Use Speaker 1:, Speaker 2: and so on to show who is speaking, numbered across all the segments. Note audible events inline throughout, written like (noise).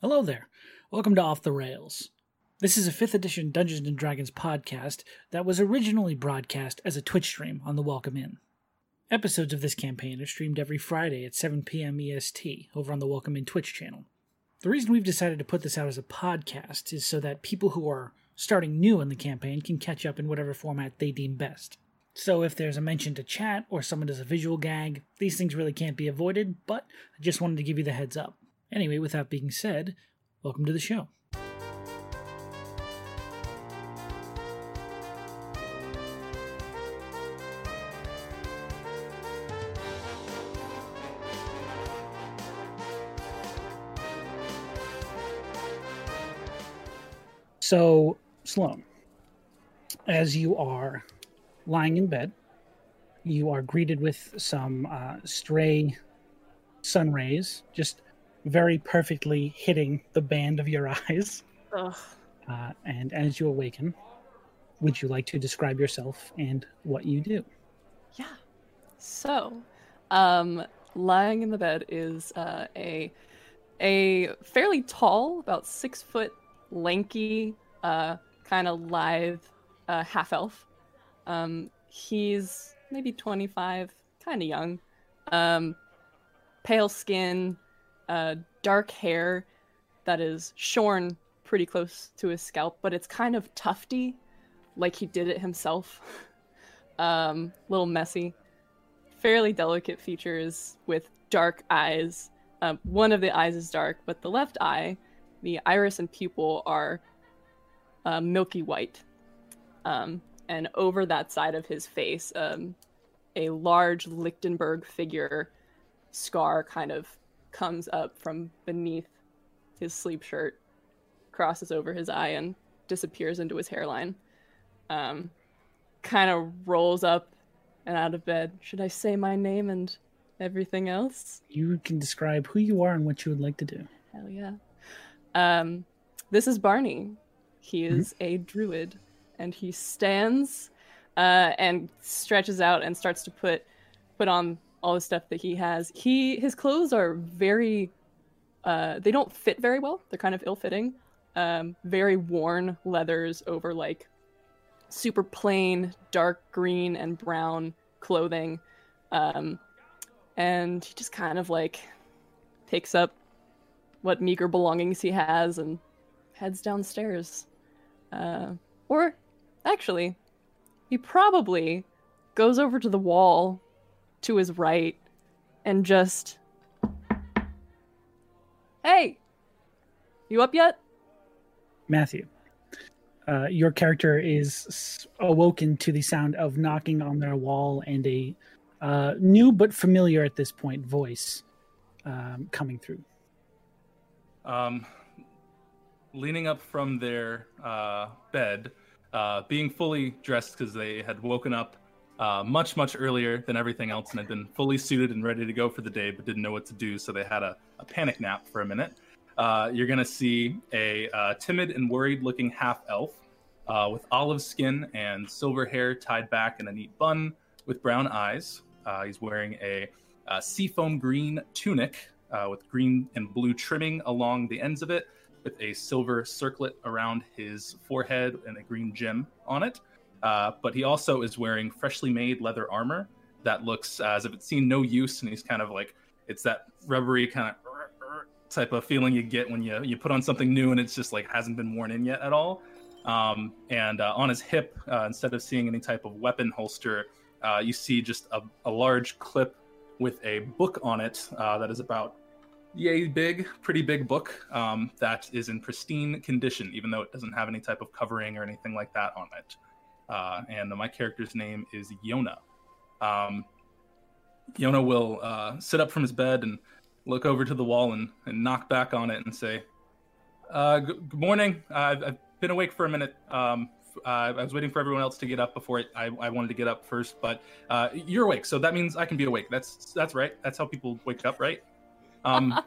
Speaker 1: Hello there. Welcome to Off the Rails. This is a 5th edition Dungeons and Dragons podcast that was originally broadcast as a Twitch stream on the Welcome In. Episodes of this campaign are streamed every Friday at 7 p.m. EST E over on the Welcome In Twitch channel. The reason we've decided to put this out as a podcast is so that people who are starting new in the campaign can catch up in whatever format they deem best. So if there's a mention to chat or someone does a visual gag, these things really can't be avoided, but I just wanted to give you the heads up. Anyway, with that being said, welcome to the show. So, Sloan, as you are lying in bed, you are greeted with some uh, stray sun rays, just very perfectly hitting the band of your (laughs) eyes.
Speaker 2: Ugh.
Speaker 1: Uh, and as you awaken, would you like to describe yourself and what you do?
Speaker 2: Yeah. So, um, lying in the bed is uh, a a fairly tall, about six foot, lanky, uh, kind of lithe uh, half elf. Um, he's maybe twenty five, kind of young, um, pale skin, uh, dark hair that is shorn pretty close to his scalp, but it's kind of tufty, like he did it himself. (laughs) um, little messy, fairly delicate features with dark eyes. Um, one of the eyes is dark, but the left eye, the iris and pupil are uh, milky white. Um, and over that side of his face, um, a large Lichtenberg figure scar kind of comes up from beneath his sleep shirt, crosses over his eye, and disappears into his hairline. Um, kind of rolls up and out of bed. Should I say my name and everything else?
Speaker 1: You can describe who you are and what you would like to do.
Speaker 2: Hell yeah. Um, this is Barney. He is a druid, and he stands uh, and stretches out and starts to put put on all the stuff that he has. He his clothes are very uh, they don't fit very well. They're kind of ill fitting. Um, very worn leathers over like super plain dark green and brown clothing. Um, and he just kind of like picks up what meager belongings he has and heads downstairs. Uh, or actually, he probably goes over to the wall to his right and just. Hey! You up yet?
Speaker 1: Matthew, uh, your character is s- awoken to the sound of knocking on their wall and a uh, new but familiar at this point voice um, coming through.
Speaker 3: um, leaning up from their uh, bed, uh, being fully dressed because they had woken up uh, much, much earlier than everything else and had been fully suited and ready to go for the day, but didn't know what to do, so they had a, a panic nap for a minute. Uh, you're going to see a uh, timid and worried looking half elf uh, with olive skin and silver hair tied back in a neat bun with brown eyes. Uh, he's wearing a uh, seafoam green tunic uh, with green and blue trimming along the ends of it, with a silver circlet around his forehead and a green gem on it. Uh, but he also is wearing freshly made leather armor that looks uh, as if it's seen no use, and he's kind of like it's that rubbery kind of type of feeling you get when you you put on something new and it's just like hasn't been worn in yet at all. Um, and uh, on his hip, uh, instead of seeing any type of weapon holster, uh, you see just a, a large clip with a book on it uh, that is about yay E big, pretty big book um, that is in pristine condition, even though it doesn't have any type of covering or anything like that on it. Uh, and my character's name is Yona. Um, Yona will uh, sit up from his bed and look over to the wall and, and knock back on it and say, uh, g- Good morning. I've, I've been awake for a minute. Um, f- uh, I was waiting for everyone else to get up before it, I, I wanted to get up first, but uh, you're awake, so that means I can be awake. That's that's right. That's how people wake up, right? Um,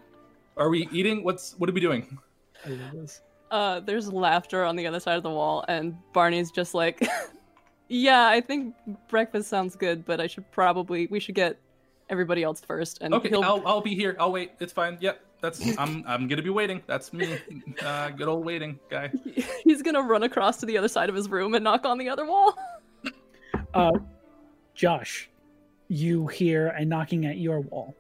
Speaker 3: are we eating? What's what are we doing?
Speaker 1: I love this.
Speaker 2: Uh, there's laughter on the other side of the wall, and Barney's just like, (laughs) "Yeah, I think breakfast sounds good, but I should probably we should get everybody else first, and
Speaker 3: Okay,
Speaker 2: he'll
Speaker 3: I'll, I'll be here. I'll wait. It's fine. Yep. that's I'm I'm gonna be waiting. That's me, uh, good old waiting guy.
Speaker 2: He's gonna run across to the other side of his room and knock on the other wall.
Speaker 1: Uh, Josh, you hear a knocking at your wall.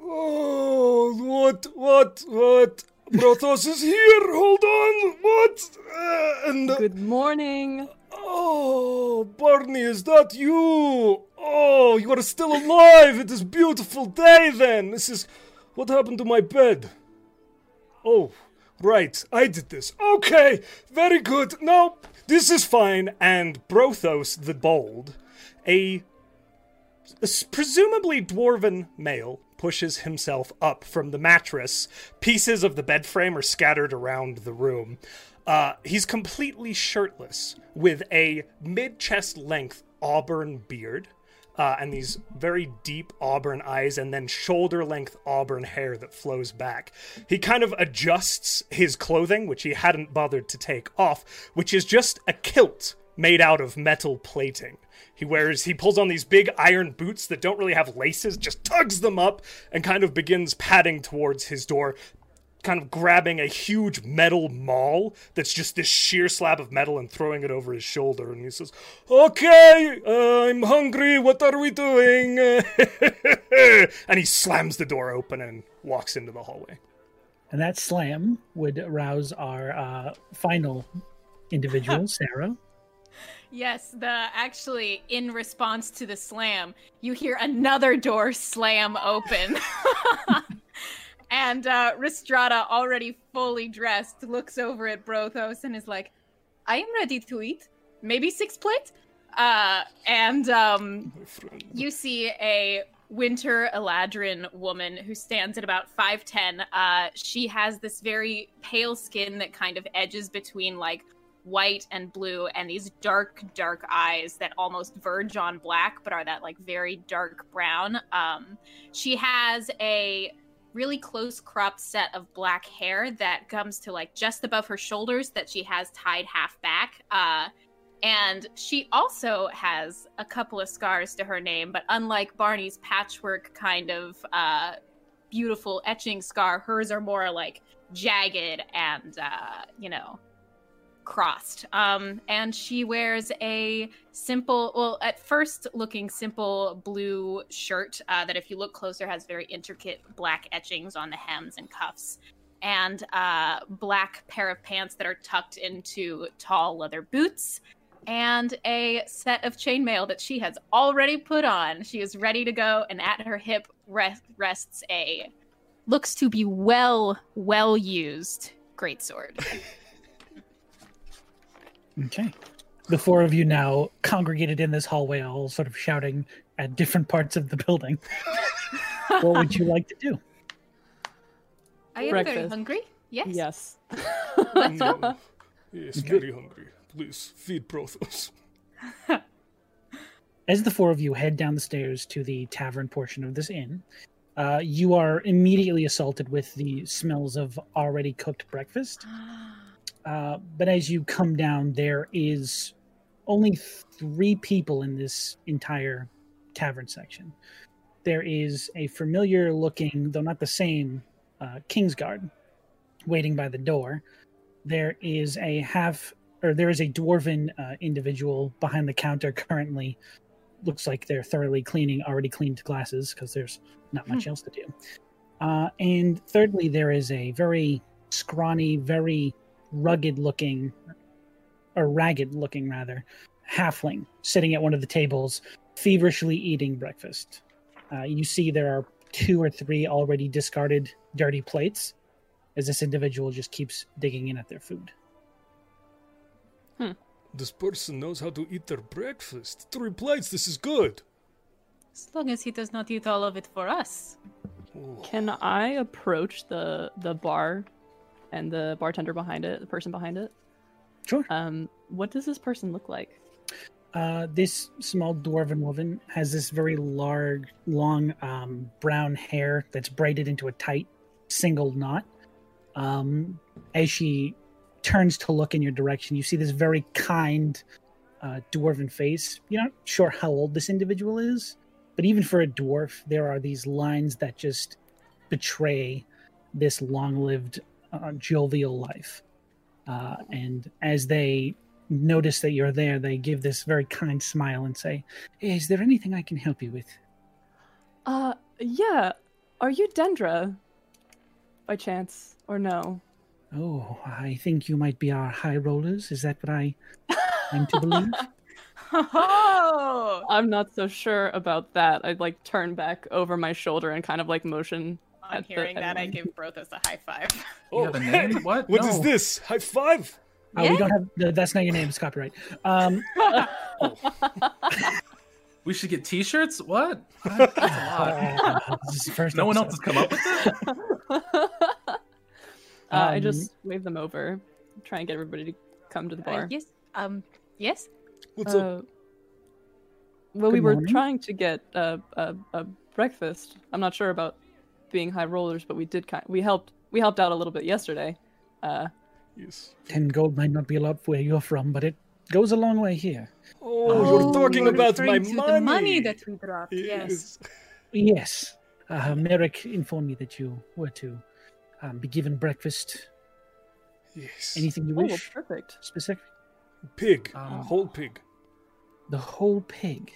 Speaker 4: Oh, what, what, what? Brothos is here. Hold on. What? Uh, and
Speaker 2: Good morning.
Speaker 4: oh, Barney, is that you? Oh, you are still alive. It is beautiful day. Then this is what happened to my bed. Oh, right. I did this. Okay, very good. No, this is fine. And Brothos the Bold, a this presumably dwarven male pushes himself up from the mattress. Pieces of the bed frame are scattered around the room. Uh, he's completely shirtless with a mid chest length auburn beard uh, and these very deep auburn eyes and then shoulder length auburn hair that flows back. He kind of adjusts his clothing, which he hadn't bothered to take off, which is just a kilt made out of metal plating. He wears, he pulls on these big iron boots that don't really have laces, just tugs them up and kind of begins padding towards his door, kind of grabbing a huge metal maul that's just this sheer slab of metal and throwing it over his shoulder. And he says, Okay, uh, I'm hungry. What are we doing? (laughs) and he slams the door open and walks into the hallway.
Speaker 1: And that slam would rouse our uh, final individual, Sarah.
Speaker 5: Yes, the actually in response to the slam, you hear another door slam open. (laughs) and uh Ristrada, already fully dressed, looks over at Brothos and is like, I am ready to eat. Maybe six plate? Uh and um
Speaker 4: My friend.
Speaker 5: you see a winter eladrin woman who stands at about 510 uh, she has this very pale skin that kind of edges between like white and blue and these dark dark eyes that almost verge on black but are that like very dark brown um, she has a really close cropped set of black hair that comes to like just above her shoulders that she has tied half back uh, and she also has a couple of scars to her name, but unlike Barney's patchwork kind of uh, beautiful etching scar, hers are more like jagged and, uh, you know, crossed. Um, and she wears a simple, well, at first looking simple blue shirt uh, that, if you look closer, has very intricate black etchings on the hems and cuffs and uh, black pair of pants that are tucked into tall leather boots, and a set of chainmail that she has already put on. She is ready to go, and at her hip rest, rests a looks to be well, well used greatsword.
Speaker 1: Okay. The four of you now congregated in this hallway, all sort of shouting at different parts of the building. what would you like to do?
Speaker 5: I am very
Speaker 2: Breakfast.
Speaker 5: hungry. Yes.
Speaker 2: Yes.
Speaker 4: Mm. yes, very hungry. Please feed Brothos.
Speaker 1: As the four of you head down the stairs to the tavern portion of this inn, uh, you are immediately assaulted with the smells of already cooked breakfast. Uh, but as you come down, there is only three people in this entire tavern section. There is a familiar looking, though not the same, uh, Kingsguard waiting by the door. There is a half, or there is a dwarven uh, individual behind the counter currently. Looks like they're thoroughly cleaning already cleaned glasses because there's not much else to do. Uh, and thirdly, there is a very scrawny, very rugged looking, or ragged looking rather, halfling sitting at one of the tables, feverishly eating breakfast. Uh, you see there are two or three already discarded dirty plates as this individual just keeps digging in at their food.
Speaker 4: This person knows how to eat their breakfast. Three plates, this is good.
Speaker 5: (gasps) As long as he does not eat all of it for us. (laughs)
Speaker 4: Ooh.
Speaker 2: Can I approach the the bar and the bartender behind it, the person behind it?
Speaker 1: Sure.
Speaker 2: Um, what does this person look like?
Speaker 1: Uh, this small dwarven woman has this very large, long um, brown hair that's braided into a tight single knot. Um, as she turns to look in your direction, you see this very kind uh, dwarven face. You're not sure how old this individual is, but even for a dwarf, there are these lines that just betray this long-lived, uh, jovial life. Uh, and as they notice that you're there, they give this very kind smile and say, "Is there anything I can help you with?"
Speaker 2: Uh, yeah. Are you Dendra? By chance, or no?
Speaker 1: Oh, I think you might be our high rollers. Is that what I am to believe? Uh,
Speaker 5: Oh,
Speaker 2: I'm not so sure about that. I'd like turn back over my shoulder and kind of like (laughs) motion.
Speaker 5: on
Speaker 2: At the-
Speaker 5: hearing that, I
Speaker 2: everyone.
Speaker 5: give Brothos a high five.
Speaker 3: You have a name? What?
Speaker 4: Oh. (laughs) What is
Speaker 3: No.
Speaker 4: this? High five?
Speaker 1: Uh, we don't have. no, That's not your name. It's copyright. Um,
Speaker 3: We should get T-shirts. What?
Speaker 1: (laughs)
Speaker 3: Oh.
Speaker 1: uh, this is the first
Speaker 3: No one else
Speaker 1: episode.
Speaker 3: has come up with it.
Speaker 2: uh, I
Speaker 1: Um,
Speaker 2: just wave them over, try and get everybody to come to the bar.
Speaker 5: yes. Um. Yes.
Speaker 4: What's up?
Speaker 2: Uh, well, we
Speaker 1: Good
Speaker 2: were
Speaker 1: morning.
Speaker 2: trying to get a, a, a breakfast. I'm not sure about being high rollers, but we did kind. We helped. We helped out a little bit yesterday. Uh,
Speaker 4: Yes.
Speaker 1: Ten gold might not be a lot where you're from, but it goes a long way here.
Speaker 4: Oh, you're talking about my money.
Speaker 5: The money that we dropped. Yes.
Speaker 4: Yes.
Speaker 1: Yes, uh, Merrick informed me that you were to um, be given breakfast.
Speaker 4: Yes.
Speaker 1: Anything you Oh.
Speaker 2: oh, well,
Speaker 1: wish, (laughs)
Speaker 2: perfect.
Speaker 1: specific.
Speaker 4: Pig.
Speaker 3: Um,
Speaker 4: Whole pig.
Speaker 1: The whole pig.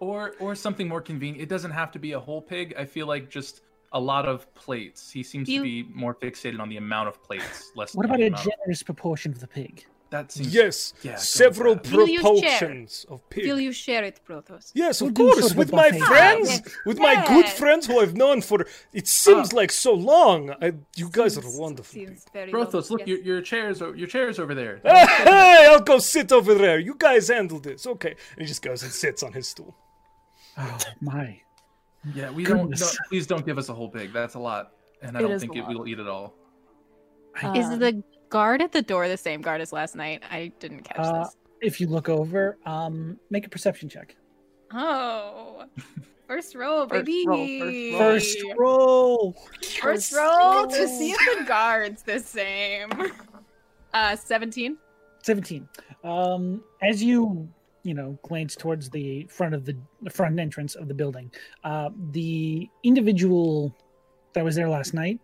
Speaker 3: Or or something more convenient. It doesn't have to be a whole pig. I feel like just a lot of plates. He seems
Speaker 5: You-
Speaker 3: to be more fixated on the amount of plates. Less.
Speaker 1: What
Speaker 3: than
Speaker 1: about
Speaker 3: the
Speaker 1: a
Speaker 3: amount of-
Speaker 1: generous proportion of the pig?
Speaker 3: That seems.
Speaker 4: Yes.
Speaker 3: Yeah, go with
Speaker 4: Several
Speaker 3: that.
Speaker 5: Will you share?
Speaker 4: proportions of pig.
Speaker 5: Will you share it, Protos?
Speaker 4: Yes,
Speaker 1: We'll
Speaker 4: of
Speaker 1: do sort
Speaker 4: course,
Speaker 1: of a
Speaker 4: with my
Speaker 1: buffet.
Speaker 4: friends,
Speaker 5: Yes.
Speaker 4: with my good
Speaker 5: Yes. Oh.
Speaker 4: friends who I've known for it seems like so long. I, you guys are wonderful. people.
Speaker 5: Seems very
Speaker 3: Brothos,
Speaker 5: lovely,
Speaker 3: look
Speaker 5: yes.
Speaker 3: your your chairs o- your chairs over there.
Speaker 4: (laughs) Hey, I'll go sit over there. You guys handle this, okay? And he just goes and sits on his stool.
Speaker 1: Oh my!
Speaker 3: Yeah, we don't. No,
Speaker 1: Goodness.
Speaker 3: please don't give us a whole pig. That's a lot, and I
Speaker 2: It
Speaker 3: don't
Speaker 2: is
Speaker 3: think
Speaker 2: a
Speaker 3: it, we
Speaker 2: lot.
Speaker 3: will eat it
Speaker 6: (laughs)
Speaker 3: all.
Speaker 1: I-
Speaker 5: Is
Speaker 2: Um,
Speaker 5: the guard at the door the same guard as last night? I didn't catch
Speaker 1: Uh,
Speaker 5: this.
Speaker 1: If you look over, um, make a perception check. (laughs)
Speaker 5: Oh, first roll,
Speaker 2: First
Speaker 5: baby.
Speaker 2: roll, first roll.
Speaker 1: First roll.
Speaker 5: First
Speaker 2: First
Speaker 5: roll to
Speaker 2: roll.
Speaker 5: see if the guard's the same. (laughs) Uh, 17.
Speaker 1: 17 um as you you know glance towards the front of the, the front entrance of the building uh the individual that was there last night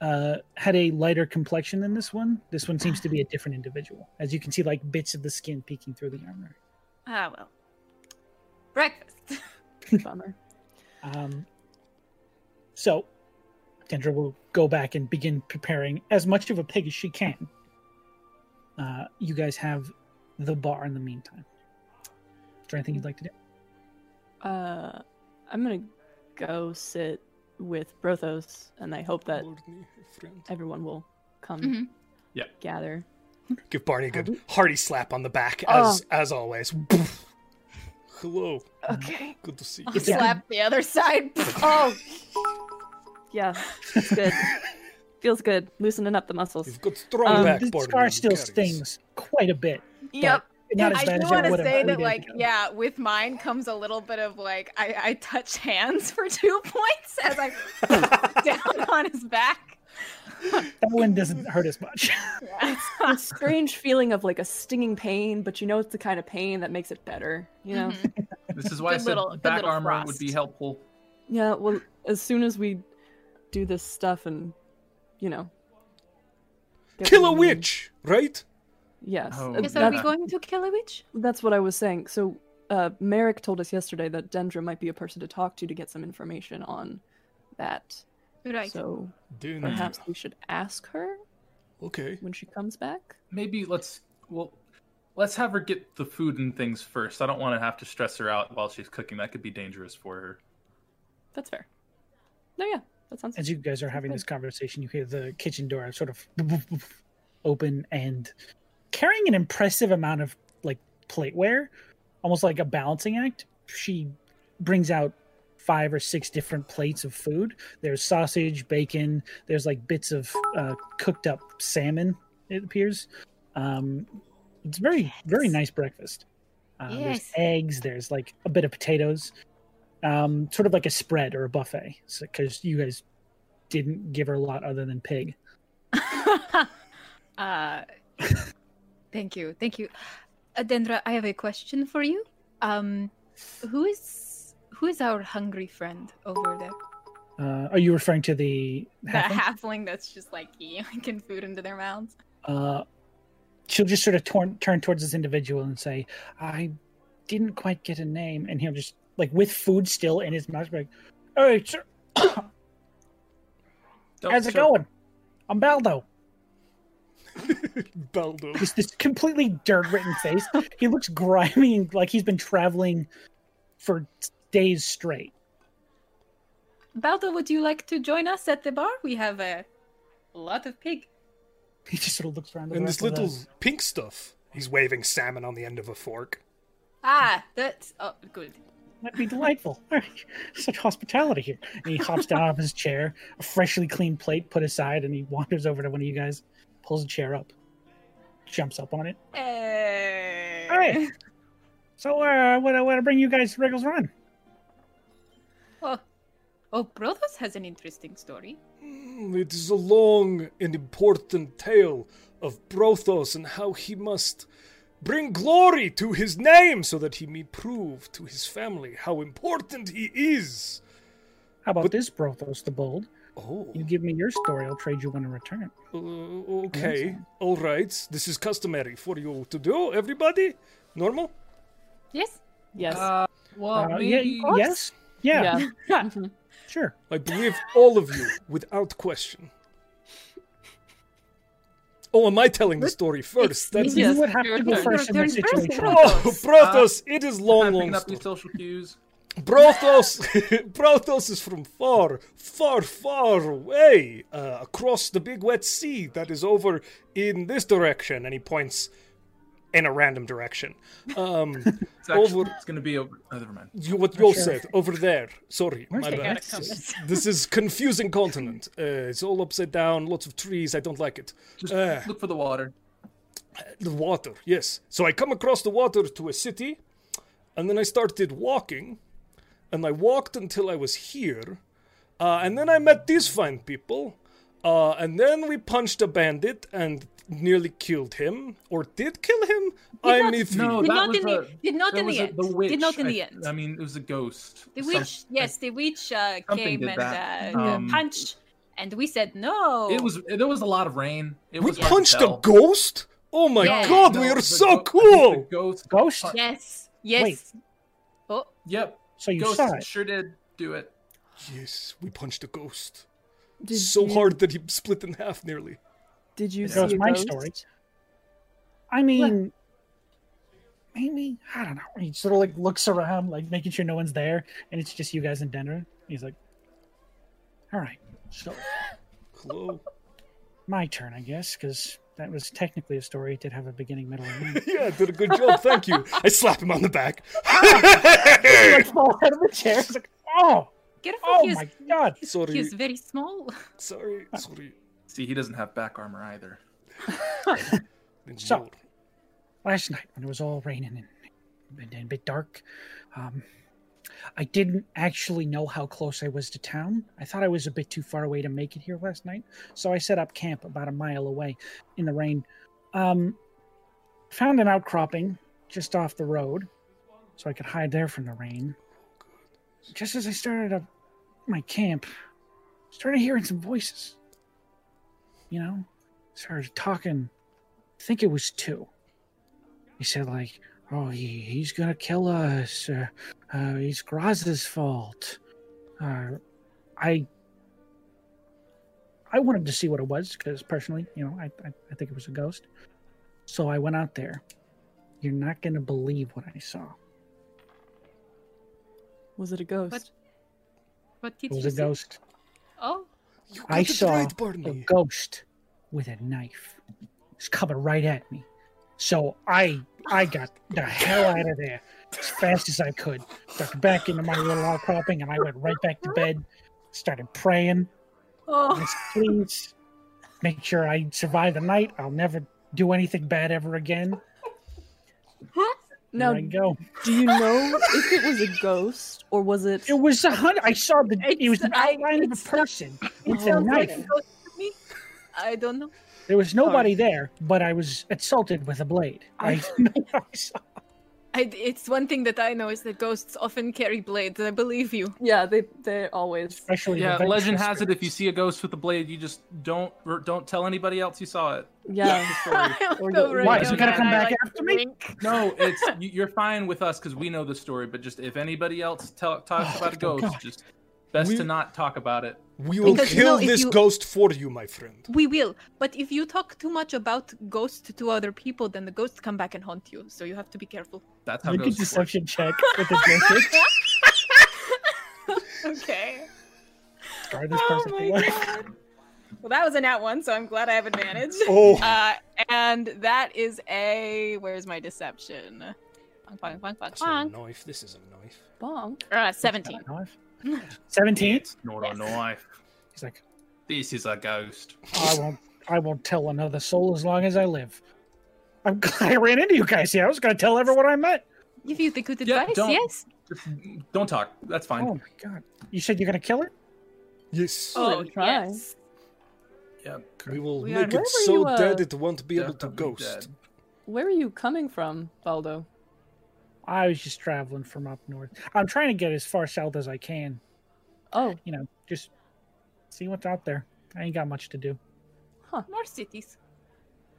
Speaker 1: uh had a lighter complexion than this one this one seems to be a different individual as you can see like bits of the skin peeking through the armor
Speaker 5: Ah, well. Breakfast.
Speaker 2: Bummer.
Speaker 1: um so Kendra will go back and begin preparing as much of a pig as she can uh you guys have the bar in the meantime is there anything you'd like to do
Speaker 2: Uh, I'm gonna go sit with Brothos, and I hope that
Speaker 4: Barney, a friend.
Speaker 2: everyone will come
Speaker 5: Mhm.
Speaker 3: Yeah.
Speaker 2: gather.
Speaker 4: Give Barney a good
Speaker 2: Pardon?
Speaker 4: hearty slap on the back,
Speaker 2: Oh.
Speaker 4: as as always. Hello,
Speaker 2: Okay.
Speaker 4: good to see
Speaker 5: I'll
Speaker 4: you.
Speaker 1: It's- Yeah.
Speaker 5: slap the other side. (laughs)
Speaker 2: Oh. Yeah, it's
Speaker 4: (laughs)
Speaker 2: good. Feels good. Loosening up the muscles.
Speaker 4: You've got strong
Speaker 2: Um,
Speaker 4: back,
Speaker 1: this
Speaker 4: Barney.
Speaker 1: scar
Speaker 4: you
Speaker 1: still
Speaker 4: carry this.
Speaker 1: stings quite a bit.
Speaker 2: Yep.
Speaker 1: Not as
Speaker 5: I
Speaker 1: bad
Speaker 5: do
Speaker 1: as
Speaker 5: want
Speaker 1: I
Speaker 5: to
Speaker 1: would have.
Speaker 5: say that, like, yeah, with mine comes a little bit of like I, I touch hands (laughs) for two points as I
Speaker 4: (laughs)
Speaker 5: down on his back.
Speaker 1: that one doesn't hurt as much.
Speaker 2: a (laughs) strange feeling of like a stinging pain, but you know it's the kind of pain that makes it better, you know?
Speaker 4: Mm-hmm.
Speaker 5: Mhm.
Speaker 3: This is why I
Speaker 5: Good
Speaker 3: said
Speaker 5: little- good
Speaker 3: back
Speaker 5: little
Speaker 3: armor would be
Speaker 5: frost.
Speaker 3: helpful.
Speaker 2: Yeah, well, as soon as we do this stuff and, you know. get
Speaker 4: Kill
Speaker 2: what
Speaker 4: a
Speaker 2: we need-
Speaker 4: witch, right?
Speaker 2: Yes.
Speaker 3: Oh,
Speaker 2: uh,
Speaker 3: Yes,
Speaker 5: Yes,
Speaker 3: are
Speaker 5: are
Speaker 2: that-
Speaker 3: we
Speaker 5: we going to kill a witch?
Speaker 2: that's what I was saying. So, uh, Merrick told us yesterday that Dendra might be a person to talk to to get some information on that.
Speaker 5: Right.
Speaker 6: (laughs)
Speaker 2: So,
Speaker 4: Do not-
Speaker 1: Uh-huh.
Speaker 2: perhaps we should ask her
Speaker 4: (laughs) Okay.
Speaker 2: when she comes back.
Speaker 3: Maybe let's well, let's have her get the food and things first. I don't want to have to stress her out while she's cooking. That could be dangerous for her.
Speaker 2: That's fair. No, yeah, that sounds
Speaker 1: As you guys are having this conversation, you hear the kitchen door sort of open and carrying an impressive amount of like plateware, almost like a balancing act. She brings out five or six different plates of food. There's sausage, bacon. There's like bits of uh, cooked up salmon. It appears. Um, it's very very
Speaker 5: Yes.
Speaker 1: nice breakfast. Uh,
Speaker 5: Yes.
Speaker 1: There's eggs. There's like a bit of potatoes. Um, sort of like a spread or a buffet, because you guys didn't give her a lot other than pig.
Speaker 5: uh, thank you, thank you, uh, Dendra. I have a question for you. Um, who is who is our hungry friend over there?
Speaker 1: Uh, are you referring to the?
Speaker 6: (laughs) The
Speaker 1: halfling?
Speaker 6: halfling that's just like yanking food into their mouths.
Speaker 1: Uh, she'll just sort of torn, turn towards this individual and say, "I didn't quite get a name," and he'll just like with food still in his mouth, be like, "All right, sir, (coughs)
Speaker 3: Oh,
Speaker 1: how's it
Speaker 3: sure.
Speaker 1: going? I'm Baldo."
Speaker 4: Baldo.
Speaker 1: Just this completely dirt-ridden face. he looks grimy, and like he's been traveling for days straight.
Speaker 6: Baldo, would you like to join us at the bar? We have a lot of pig.
Speaker 1: He just sort of looks around. at the
Speaker 4: And
Speaker 1: rest
Speaker 4: this
Speaker 1: of the-
Speaker 4: little pink stuff. He's waving salmon on the end of a fork.
Speaker 6: Ah, that's oh good.
Speaker 1: That'd be delightful. Such hospitality here. And he hops down off his chair, a freshly clean plate put aside, and he wanders over to one of you guys, pulls a chair up, jumps up on it.
Speaker 6: Hey.
Speaker 1: All right. So, uh, what what I bring you guys to Wriggles Run?
Speaker 6: Oh, oh, Brothos has an interesting story.
Speaker 4: Mm, It is a long and important tale of Brothos and how he must bring glory to his name so that he may prove to his family how important he is.
Speaker 1: How about
Speaker 4: What-
Speaker 1: this, Brothos the Bold?
Speaker 4: Oh,
Speaker 1: You give me your story, I'll trade you one in return.
Speaker 4: uh, okay. All right. This is customary for you to do, everybody. Normal?
Speaker 6: Yes.
Speaker 2: Yes.
Speaker 3: Uh, well,
Speaker 1: Uh, yeah,
Speaker 3: maybe.
Speaker 1: yes? Yeah,
Speaker 2: (laughs) yeah. Mhm.
Speaker 1: sure.
Speaker 4: I believe all of (laughs) you without question. Oh, am I telling the story first? That's
Speaker 1: You
Speaker 2: Yes,
Speaker 1: would have to
Speaker 2: your
Speaker 1: go
Speaker 2: turn.
Speaker 1: first in
Speaker 6: Your
Speaker 1: this
Speaker 6: turn first,
Speaker 1: situation.
Speaker 6: yeah.
Speaker 4: Oh, Protos, it is
Speaker 3: I'm
Speaker 4: long, long
Speaker 3: picking up
Speaker 4: story.
Speaker 3: these social cues.
Speaker 4: (laughs) Brothos, Brothos is from far, far, far away, uh, across the big wet sea that is over in this direction, and he points in a random direction. Um,
Speaker 1: (laughs)
Speaker 3: It's, actually,
Speaker 4: Over-
Speaker 3: it's gonna be over. Oh, never mind.
Speaker 4: you, what you
Speaker 1: Sure.
Speaker 4: said over there. Sorry,
Speaker 1: Where's
Speaker 4: my
Speaker 1: the
Speaker 4: bad.
Speaker 1: axis?
Speaker 4: This- This is confusing continent. Uh, it's all upside down, lots of trees. I don't like it.
Speaker 3: Just
Speaker 4: Uh,
Speaker 3: look for the water.
Speaker 4: the water, yes. So I come across the water to a city, and then I started walking, and I walked until I was here, uh, and then I met these fine people, uh, and then we punched a bandit and nearly killed him, or did kill him. I'm
Speaker 6: not-
Speaker 4: iffy.
Speaker 3: No,
Speaker 6: Did
Speaker 3: Oh, that
Speaker 6: not
Speaker 3: was
Speaker 6: in
Speaker 3: a,
Speaker 6: the- did not
Speaker 3: there
Speaker 6: in
Speaker 3: was
Speaker 6: the
Speaker 3: a-
Speaker 6: end.
Speaker 3: The
Speaker 6: Did
Speaker 3: witch,
Speaker 6: not in
Speaker 3: I-
Speaker 6: the end.
Speaker 3: I mean, it was a ghost.
Speaker 6: The
Speaker 3: Some-
Speaker 6: witch, yes, the witch uh,
Speaker 3: something
Speaker 6: came
Speaker 3: did
Speaker 6: and
Speaker 3: that.
Speaker 6: uh,
Speaker 3: Um,
Speaker 6: punch, and we said no.
Speaker 3: It was there was a lot of rain. It
Speaker 4: we
Speaker 3: was hard to
Speaker 4: punched a
Speaker 3: tell.
Speaker 4: ghost? Oh my
Speaker 6: Yeah.
Speaker 4: god,
Speaker 3: No,
Speaker 4: we are
Speaker 3: the ghost-
Speaker 4: so
Speaker 3: I think (laughs)
Speaker 4: cool!
Speaker 3: The ghost.
Speaker 1: Ghost?
Speaker 3: Pu-
Speaker 6: yes, yes.
Speaker 1: Wait.
Speaker 6: Oh,
Speaker 3: Yep.
Speaker 1: So you
Speaker 3: ghost
Speaker 1: saw it.
Speaker 3: sure did do it.
Speaker 4: Yes, we punched a ghost.
Speaker 2: Did
Speaker 4: so
Speaker 2: you,
Speaker 4: hard that he split in half nearly.
Speaker 2: Did you
Speaker 3: That
Speaker 2: see
Speaker 1: was
Speaker 2: a
Speaker 1: my
Speaker 2: ghost?
Speaker 1: story. I mean, maybe I don't know. He sort of like looks around, like making sure no one's there, and it's just you guys and Denver. He's like, "All right, so
Speaker 4: Hello?
Speaker 1: my turn, I guess, because that was technically a story. It did have a beginning, middle, and end."
Speaker 4: (laughs) yeah, did a good job. Thank you. I slap him on the
Speaker 3: (laughs)
Speaker 4: back.
Speaker 1: He, like falls out of the chair. He's like, "Oh,
Speaker 6: careful!
Speaker 1: oh
Speaker 6: he is,
Speaker 1: my god!"
Speaker 4: sorry,
Speaker 6: he is very small. (laughs)
Speaker 4: sorry, sorry.
Speaker 3: See, he doesn't have back armor either.
Speaker 1: So- last night when it was all raining and, and, and a bit dark, um, I didn't actually know how close I was to town. I thought I was a bit too far away to make it here last night, so I set up camp about a mile away in the rain. Um, found an outcropping just off the road, so I could hide there from the rain. Just as I started up my camp, started hearing some voices. You know, started talking. I think it was two he said like oh he, he's gonna kill us uh, uh, it's Graz's fault uh, i i wanted to see what it was because personally you know I, I i think it was a ghost so i went out there you're not gonna believe what i saw
Speaker 2: Was it a ghost?
Speaker 6: What? What did
Speaker 1: it was
Speaker 6: you
Speaker 1: a
Speaker 6: see?
Speaker 1: ghost
Speaker 6: Oh,
Speaker 4: you
Speaker 1: I
Speaker 4: got it
Speaker 1: saw
Speaker 4: right,
Speaker 1: a
Speaker 4: Barney.
Speaker 1: ghost with a knife it's coming right at me so i i got the hell out of there as fast as i could ducked back into my little outcropping and i went right back to bed started praying
Speaker 3: (laughs)
Speaker 6: oh,
Speaker 1: Yes, please make sure i survive the night i'll never do anything bad ever again
Speaker 2: Now,
Speaker 1: there i go
Speaker 2: do you know if it was a ghost or was it?
Speaker 1: it was a hunt i saw the it was an
Speaker 6: It's- I-
Speaker 1: outline of a
Speaker 6: it's not-
Speaker 1: person it's a
Speaker 2: sounds
Speaker 1: knife
Speaker 2: like
Speaker 6: a ghost to me. I don't know.
Speaker 1: (laughs) there was nobody there but i was assaulted with a blade i, I saw
Speaker 5: I, it's one thing that I know is that ghosts often carry blades. I believe you.
Speaker 2: Yeah, they they always.
Speaker 1: Especially
Speaker 3: Yeah,
Speaker 1: adventure
Speaker 3: legend has it.
Speaker 1: spirits.
Speaker 3: If you see a ghost with a blade, you just don't or don't tell anybody else you saw it.
Speaker 2: Yeah.
Speaker 6: (laughs)
Speaker 1: Why,
Speaker 3: so gotta come
Speaker 1: back after me?
Speaker 3: No, it's (laughs) you- you're fine with us because we know the story. But just if anybody else tell, talks
Speaker 1: Oh,
Speaker 3: about a
Speaker 1: God.
Speaker 3: ghost, just best
Speaker 4: We-
Speaker 3: to not talk about it.
Speaker 4: We will
Speaker 5: Because, you
Speaker 4: kill
Speaker 5: know, if
Speaker 4: this
Speaker 5: you-
Speaker 4: ghost for you, my friend.
Speaker 5: We will, but if you talk too much about ghosts to other people, then the ghosts come back and haunt you. So you have to be careful. (laughs)
Speaker 3: That's how
Speaker 1: Make a
Speaker 3: ghosts work.
Speaker 1: deception check with
Speaker 3: (laughs)
Speaker 1: advantage.
Speaker 6: Okay.
Speaker 1: Guard this
Speaker 6: Oh
Speaker 1: person for
Speaker 6: my
Speaker 1: life.
Speaker 6: god. Well, that was a nat one, so I'm glad I have advantage.
Speaker 4: Oh,
Speaker 6: Uh, and that is a. Where's my deception? Bonk, bonk, bonk, bonk,
Speaker 4: that's a
Speaker 6: bonk.
Speaker 4: knife. This is a knife.
Speaker 2: Bonk.
Speaker 6: Uh, 17.
Speaker 1: Seventeen.
Speaker 3: Not a knife.
Speaker 1: He's like,
Speaker 3: This is a ghost.
Speaker 1: I won't. I won't tell another soul as long as I live. I'm (laughs) glad I ran into you guys here. I was going to tell everyone I met.
Speaker 5: Give you the good
Speaker 3: Yeah,
Speaker 5: advice,
Speaker 3: don't-
Speaker 5: yes?
Speaker 3: Just don't talk. That's fine.
Speaker 1: Oh my god! You said you're going to kill her?
Speaker 4: Yes.
Speaker 2: Oh,
Speaker 6: Oh,
Speaker 2: try.
Speaker 6: yes.
Speaker 4: we will
Speaker 5: we are-
Speaker 4: make
Speaker 2: where
Speaker 4: it
Speaker 2: were
Speaker 4: so
Speaker 2: you, uh,
Speaker 4: dead it won't be able to
Speaker 3: Definitely
Speaker 4: ghost.
Speaker 3: dead.
Speaker 2: Where are you coming from, Baldo?
Speaker 1: I was just traveling from up north. I'm trying to get as far south as I can.
Speaker 2: Oh,
Speaker 1: You know, just see what's out there. I ain't got much to do.
Speaker 5: More cities.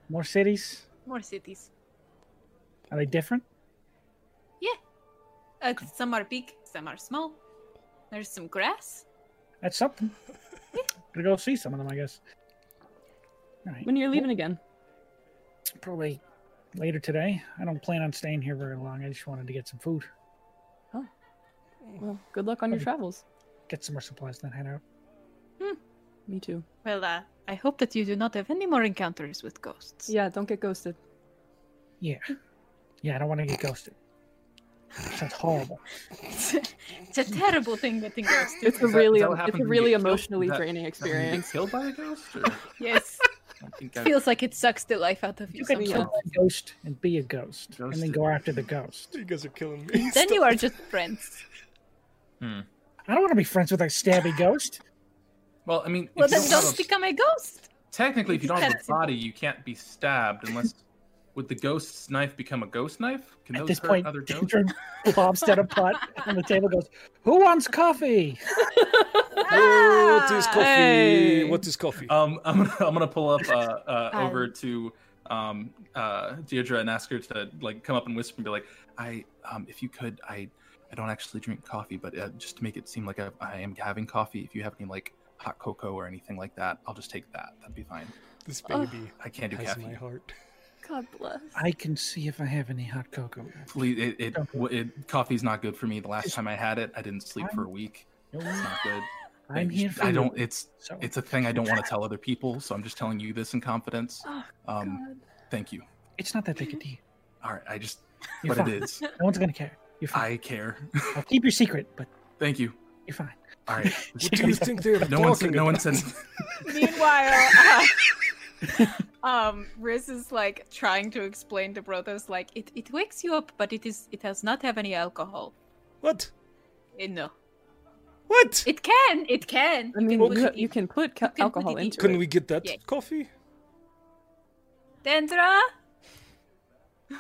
Speaker 1: More cities?
Speaker 5: More cities.
Speaker 1: Are they different?
Speaker 5: Uh, some are big, some are small. There's some grass.
Speaker 1: That's something. Gonna go see some of them, I guess. All right.
Speaker 2: when you're leaving again?
Speaker 1: Probably later today. I don't plan on staying here very long. I just wanted to get some food,
Speaker 2: Well, good luck on your travels.
Speaker 1: get some more supplies, then head out.
Speaker 2: Me too.
Speaker 5: Well, uh, I hope that you do not have any more encounters with ghosts.
Speaker 2: Yeah, don't get ghosted.
Speaker 1: Yeah. Yeah, I don't want to get ghosted. That's horrible.
Speaker 5: (laughs) It's a terrible thing
Speaker 2: (laughs)
Speaker 5: getting ghosted.
Speaker 2: It's a
Speaker 3: Is that-
Speaker 2: really,
Speaker 3: is that what
Speaker 2: it's
Speaker 3: happens
Speaker 2: a
Speaker 3: when you
Speaker 2: really
Speaker 3: get killed?
Speaker 2: emotionally
Speaker 3: Is that-
Speaker 2: draining
Speaker 3: Is that when you get
Speaker 2: experience.
Speaker 3: Killed by a ghost? Or?
Speaker 5: yes.
Speaker 3: I think I-
Speaker 5: Feels like it sucks the life out of you.
Speaker 1: You could
Speaker 5: sometimes.
Speaker 1: kill a ghost and be a ghost, and then
Speaker 3: Ghosted.
Speaker 1: go after the ghost.
Speaker 4: You guys are killing me.
Speaker 5: (laughs) Then you are just friends.
Speaker 1: I don't want to be friends with a stabby ghost.
Speaker 3: Well, I mean,
Speaker 5: Well,
Speaker 3: if you
Speaker 5: then
Speaker 3: don't have
Speaker 5: don't
Speaker 3: a-
Speaker 5: become a ghost.
Speaker 3: technically, if you
Speaker 5: It's
Speaker 3: don't have
Speaker 5: kinda
Speaker 3: a body, you can't be stabbed unless. Would the ghost's knife become a ghost knife? Can
Speaker 1: At
Speaker 3: those
Speaker 1: this
Speaker 3: hurt
Speaker 1: point, (laughs)
Speaker 3: other ghosts?
Speaker 1: Dendron bobs down a pot on the table goes, Who wants coffee?
Speaker 4: Oh,
Speaker 5: Ah!
Speaker 4: what is (laughs) coffee?
Speaker 2: Hey.
Speaker 4: What is coffee?
Speaker 3: Um, (laughs) I'm gonna, I'm gonna pull up uh, uh,
Speaker 5: Um.
Speaker 3: over to um, uh, Deirdre and ask her to like come up and whisper and be like, "I, um, if you could, I, I don't actually drink coffee, but uh, just to make it seem like I, I am having coffee. If you have any like hot cocoa or anything like that, I'll just take that. That'd be fine.
Speaker 4: this
Speaker 2: oh.
Speaker 4: baby
Speaker 3: I can't do
Speaker 4: has my
Speaker 3: caffeine.
Speaker 4: heart.
Speaker 3: (laughs)
Speaker 2: God bless.
Speaker 1: I can see if I have any hot cocoa.
Speaker 3: Please, it, it,
Speaker 1: Okay.
Speaker 3: w- it coffee's not good for me. The last time I had it, I didn't sleep for a week. It's
Speaker 1: No,
Speaker 3: not good.
Speaker 1: I'm
Speaker 3: I-
Speaker 1: here for
Speaker 3: I
Speaker 1: you.
Speaker 3: don't. It's
Speaker 1: So,
Speaker 3: it's a thing I don't
Speaker 1: (laughs)
Speaker 3: want to tell other people, so I'm just telling you this in confidence.
Speaker 2: Oh,
Speaker 3: Um, thank you.
Speaker 1: it's not that big a
Speaker 3: (laughs)
Speaker 1: deal.
Speaker 3: All right, I just
Speaker 1: You're
Speaker 3: but it
Speaker 1: fine.
Speaker 3: is.
Speaker 1: (laughs) No one's going to care. You're fine.
Speaker 3: I care. (laughs)
Speaker 1: I'll keep your secret, but
Speaker 3: Thank you.
Speaker 1: (laughs) you're fine.
Speaker 3: All right.
Speaker 4: What do you think they're
Speaker 3: No
Speaker 4: talking
Speaker 3: one said. No one
Speaker 4: about?
Speaker 3: said.
Speaker 6: Meanwhile, uh, um, Riz is like trying to explain to Brothos, like,
Speaker 5: It it wakes you up, but it is it does not have any alcohol.
Speaker 4: What?
Speaker 5: Eh, no,
Speaker 4: What?
Speaker 5: it can, it can.
Speaker 2: I mean,
Speaker 5: you can
Speaker 2: you,
Speaker 5: put it
Speaker 2: you can put ca-
Speaker 5: can put
Speaker 2: alcohol
Speaker 5: it in.
Speaker 3: e-,
Speaker 2: into
Speaker 4: Can
Speaker 2: it.
Speaker 4: we get that
Speaker 5: Yeah.
Speaker 4: coffee?
Speaker 5: in. Dendra.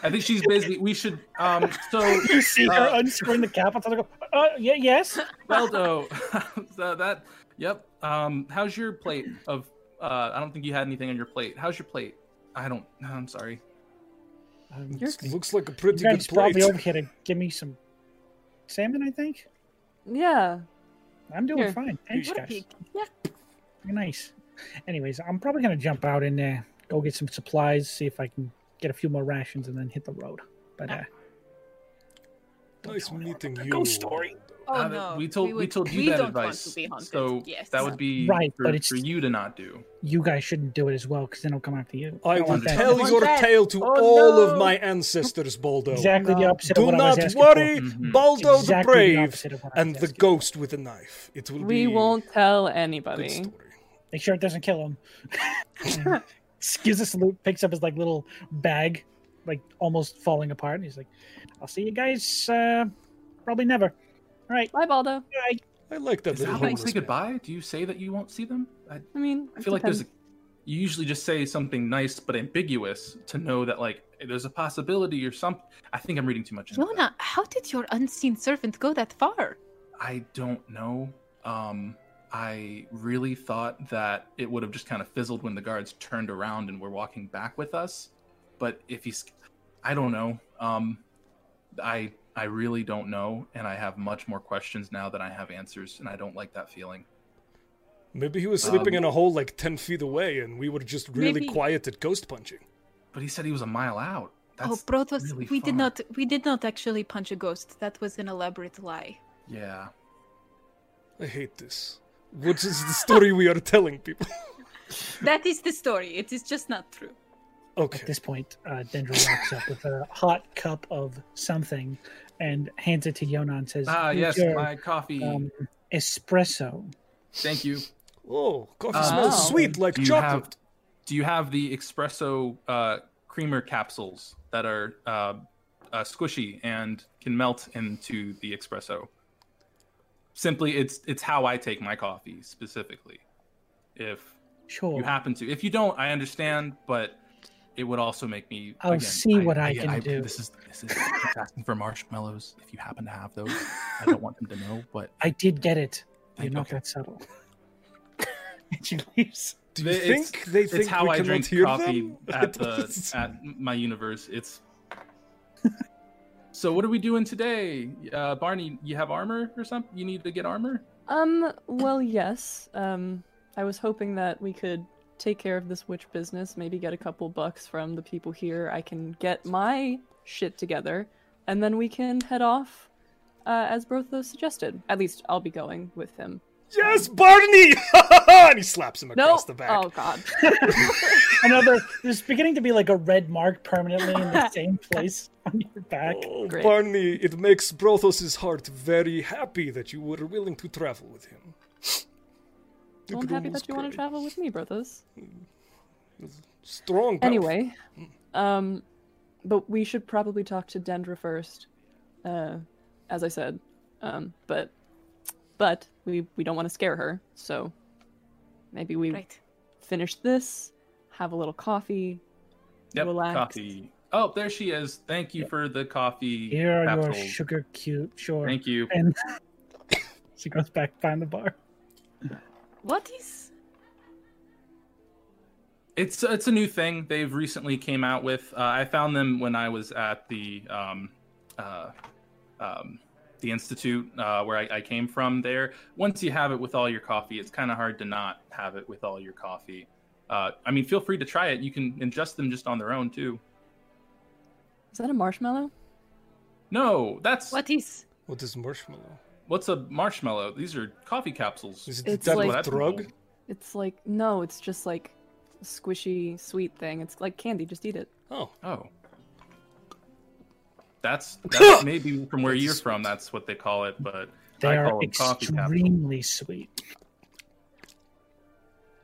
Speaker 3: I think she's busy. We should. Um.
Speaker 1: (laughs)
Speaker 3: So,
Speaker 1: You see her
Speaker 3: Uh,
Speaker 1: unscrewing the cap on top of the go, uh, yeah, yes.
Speaker 3: Waldo, (laughs) so that. Yep. Um. How's your plate of? Uh. I don't think you had anything on your plate. How's your plate? I don't. I'm sorry.
Speaker 1: Um,
Speaker 2: You're-
Speaker 1: you
Speaker 4: It looks like a pretty good
Speaker 1: guys brought me
Speaker 4: plate.
Speaker 1: over here to give me some salmon, I think.
Speaker 2: Yeah.
Speaker 1: I'm doing
Speaker 2: Here.
Speaker 1: fine. Thanks,
Speaker 5: What a
Speaker 1: guys.
Speaker 5: pig.
Speaker 1: You're nice. Anyways, I'm probably gonna jump out and uh, go get some supplies, see if I can get a few more rations, and then hit the road. But uh, don't
Speaker 4: Nice
Speaker 1: tell anyone
Speaker 4: meeting
Speaker 1: about
Speaker 4: you.
Speaker 1: the Ghost story.
Speaker 4: Waldo.
Speaker 6: oh
Speaker 3: Uh,
Speaker 6: no,
Speaker 3: We told. We,
Speaker 6: would- (laughs)
Speaker 3: told you
Speaker 6: we
Speaker 3: that
Speaker 6: don't Want
Speaker 3: advice.
Speaker 6: to be haunted.
Speaker 3: so
Speaker 6: yes.
Speaker 3: that would be
Speaker 1: Right,
Speaker 3: For,
Speaker 1: but it's-
Speaker 3: for you to not do.
Speaker 1: You guys shouldn't do it as well, because then I'll come after you.
Speaker 4: I
Speaker 1: don't
Speaker 4: will
Speaker 1: want that.
Speaker 4: tell
Speaker 6: Like
Speaker 4: your
Speaker 6: that.
Speaker 4: tale to
Speaker 3: Oh,
Speaker 4: all of
Speaker 3: no.
Speaker 4: my ancestors, Baldo.
Speaker 1: exactly the opposite
Speaker 4: Do
Speaker 1: of what I was
Speaker 4: not
Speaker 1: asking
Speaker 4: worry,
Speaker 1: for. Mm-hmm.
Speaker 3: Mhm.
Speaker 4: Baldo
Speaker 1: Exactly the
Speaker 4: the brave
Speaker 1: opposite of what I
Speaker 4: and
Speaker 1: was
Speaker 4: the
Speaker 1: asking.
Speaker 4: ghost with a knife. It will
Speaker 2: We
Speaker 4: be
Speaker 2: won't tell
Speaker 4: a good
Speaker 2: anybody.
Speaker 4: story.
Speaker 1: Make sure it doesn't kill him. And gives a salute, picks up his like little bag, like almost falling apart. And he's like, "I'll see you guys. Uh, probably never. All right,
Speaker 2: Bye, Baldo.
Speaker 1: bye."
Speaker 4: I like that
Speaker 3: Is that
Speaker 4: little
Speaker 3: how you
Speaker 4: homeless
Speaker 3: say goodbye? Do you say that you won't see them? I,
Speaker 2: I mean,
Speaker 3: I feel like there's. A, you usually just say something nice but ambiguous to know that like there's a possibility or something. I think I'm reading too much. into that.
Speaker 5: Jonah, how did your unseen servant go that far?
Speaker 3: I don't know. Um, I really thought that it would have just kind of fizzled when the guards turned around and were walking back with us. But if he's, I don't know. Um, I I really don't know, and I have much more questions now than I have answers, and I don't like that feeling.
Speaker 4: Maybe he was sleeping
Speaker 3: Um,
Speaker 4: in a hole like 10 feet away and we were just really
Speaker 5: Maybe.
Speaker 4: quiet at ghost punching.
Speaker 3: But he said he was a mile out. That's,
Speaker 5: oh, Protos,
Speaker 3: really
Speaker 5: we did
Speaker 3: far.
Speaker 5: not we did not actually punch a ghost. That was an elaborate
Speaker 3: (laughs)
Speaker 5: lie.
Speaker 3: Yeah.
Speaker 4: I hate this. What is the story we are telling people? (laughs)
Speaker 5: that is the story. It is just not true.
Speaker 1: At
Speaker 4: Okay.
Speaker 1: this point, uh, Dendra walks up with a hot cup of something and hands it to Yona and says,
Speaker 3: Ah,
Speaker 1: "Here's
Speaker 3: yes,
Speaker 1: your,
Speaker 3: my coffee.
Speaker 1: um, espresso."
Speaker 3: Thank you.
Speaker 4: Oh, coffee
Speaker 3: Uh,
Speaker 4: smells sweet like
Speaker 3: do you have-
Speaker 4: chocolate.
Speaker 3: Do you have the espresso uh, creamer capsules that are uh, uh, squishy and can melt into the espresso? Simply, it's it's how I take my coffee specifically. If
Speaker 1: Sure.
Speaker 3: you happen to, if you don't, I understand, but it would also make me.
Speaker 1: I'll
Speaker 3: again,
Speaker 1: see what I can do.
Speaker 3: This is this is it's asking for marshmallows. If you happen to have those, I don't want them to know, but
Speaker 1: I did get it. You're
Speaker 3: Thank-
Speaker 1: not
Speaker 3: okay.
Speaker 1: that subtle. (laughs) and she leaves.
Speaker 4: Do you
Speaker 3: It's-
Speaker 4: think they think
Speaker 3: it's how
Speaker 4: we
Speaker 3: I
Speaker 4: cannot
Speaker 3: drink
Speaker 4: hear
Speaker 3: coffee
Speaker 4: them? (laughs)
Speaker 3: at the at my universe. It's so. What are we doing today, uh, Barney? You have armor or something? You need to get armor.
Speaker 2: Um, well, yes. Um, I was hoping that we could take care of this witch business, maybe get a couple bucks from the people here. I can get my shit together, and then we can head off uh, as Brotho suggested. At least I'll be going with him.
Speaker 4: yes, Barney! (laughs) and he slaps him
Speaker 2: No!
Speaker 4: across the back.
Speaker 2: Oh,
Speaker 4: (laughs)
Speaker 2: God.
Speaker 1: Another. There's beginning to be like a red mark permanently in the same place on your back.
Speaker 4: Oh,
Speaker 2: Great.
Speaker 4: Barney, it makes Brothos' heart very happy that you were willing to travel with him.
Speaker 2: (sniffs)
Speaker 4: You
Speaker 2: Well, I'm
Speaker 4: could
Speaker 2: happy
Speaker 4: almost
Speaker 2: that you want to
Speaker 4: cry.
Speaker 2: travel with me, Brothos.
Speaker 4: Strong. mouth.
Speaker 2: Anyway, um, but we should probably talk to Dendra first, uh, as I said. Um, but, but we we don't want to scare her, so maybe we
Speaker 5: Right.
Speaker 2: finish this, have a little coffee.
Speaker 3: Yep,
Speaker 2: Relax.
Speaker 3: coffee. Oh, there she is. Thank you for the coffee
Speaker 1: Here are your
Speaker 3: capsules.
Speaker 1: sugar cube. Sure.
Speaker 3: Thank you.
Speaker 1: And she goes back behind the bar.
Speaker 5: What is
Speaker 3: It's it's a new thing they've recently came out with. Uh, I found them when I was at the um, uh, um, the institute uh, where I, I came from. There, once you have it with all your coffee, it's kind of hard to not have it with all your coffee. Uh, I mean, feel free to try it. You can ingest them just on their own too.
Speaker 2: Is that a marshmallow?
Speaker 3: No, that's
Speaker 5: what is
Speaker 4: What is marshmallow?
Speaker 3: what's a marshmallow. These are coffee capsules.
Speaker 4: Is it
Speaker 2: It's
Speaker 4: that
Speaker 2: like- Mm-hmm.
Speaker 3: Well, that's
Speaker 4: drug?
Speaker 3: cool.
Speaker 2: It's like no, it's just like a squishy sweet thing. It's like candy. Just eat it.
Speaker 4: Oh,
Speaker 3: Oh. That's,
Speaker 1: (laughs)
Speaker 3: that's maybe from where
Speaker 4: That's
Speaker 3: you're
Speaker 4: sweet.
Speaker 3: from. That's what they call it, but
Speaker 1: They
Speaker 3: I
Speaker 1: are
Speaker 3: call them coffee capsules.
Speaker 1: extremely sweet.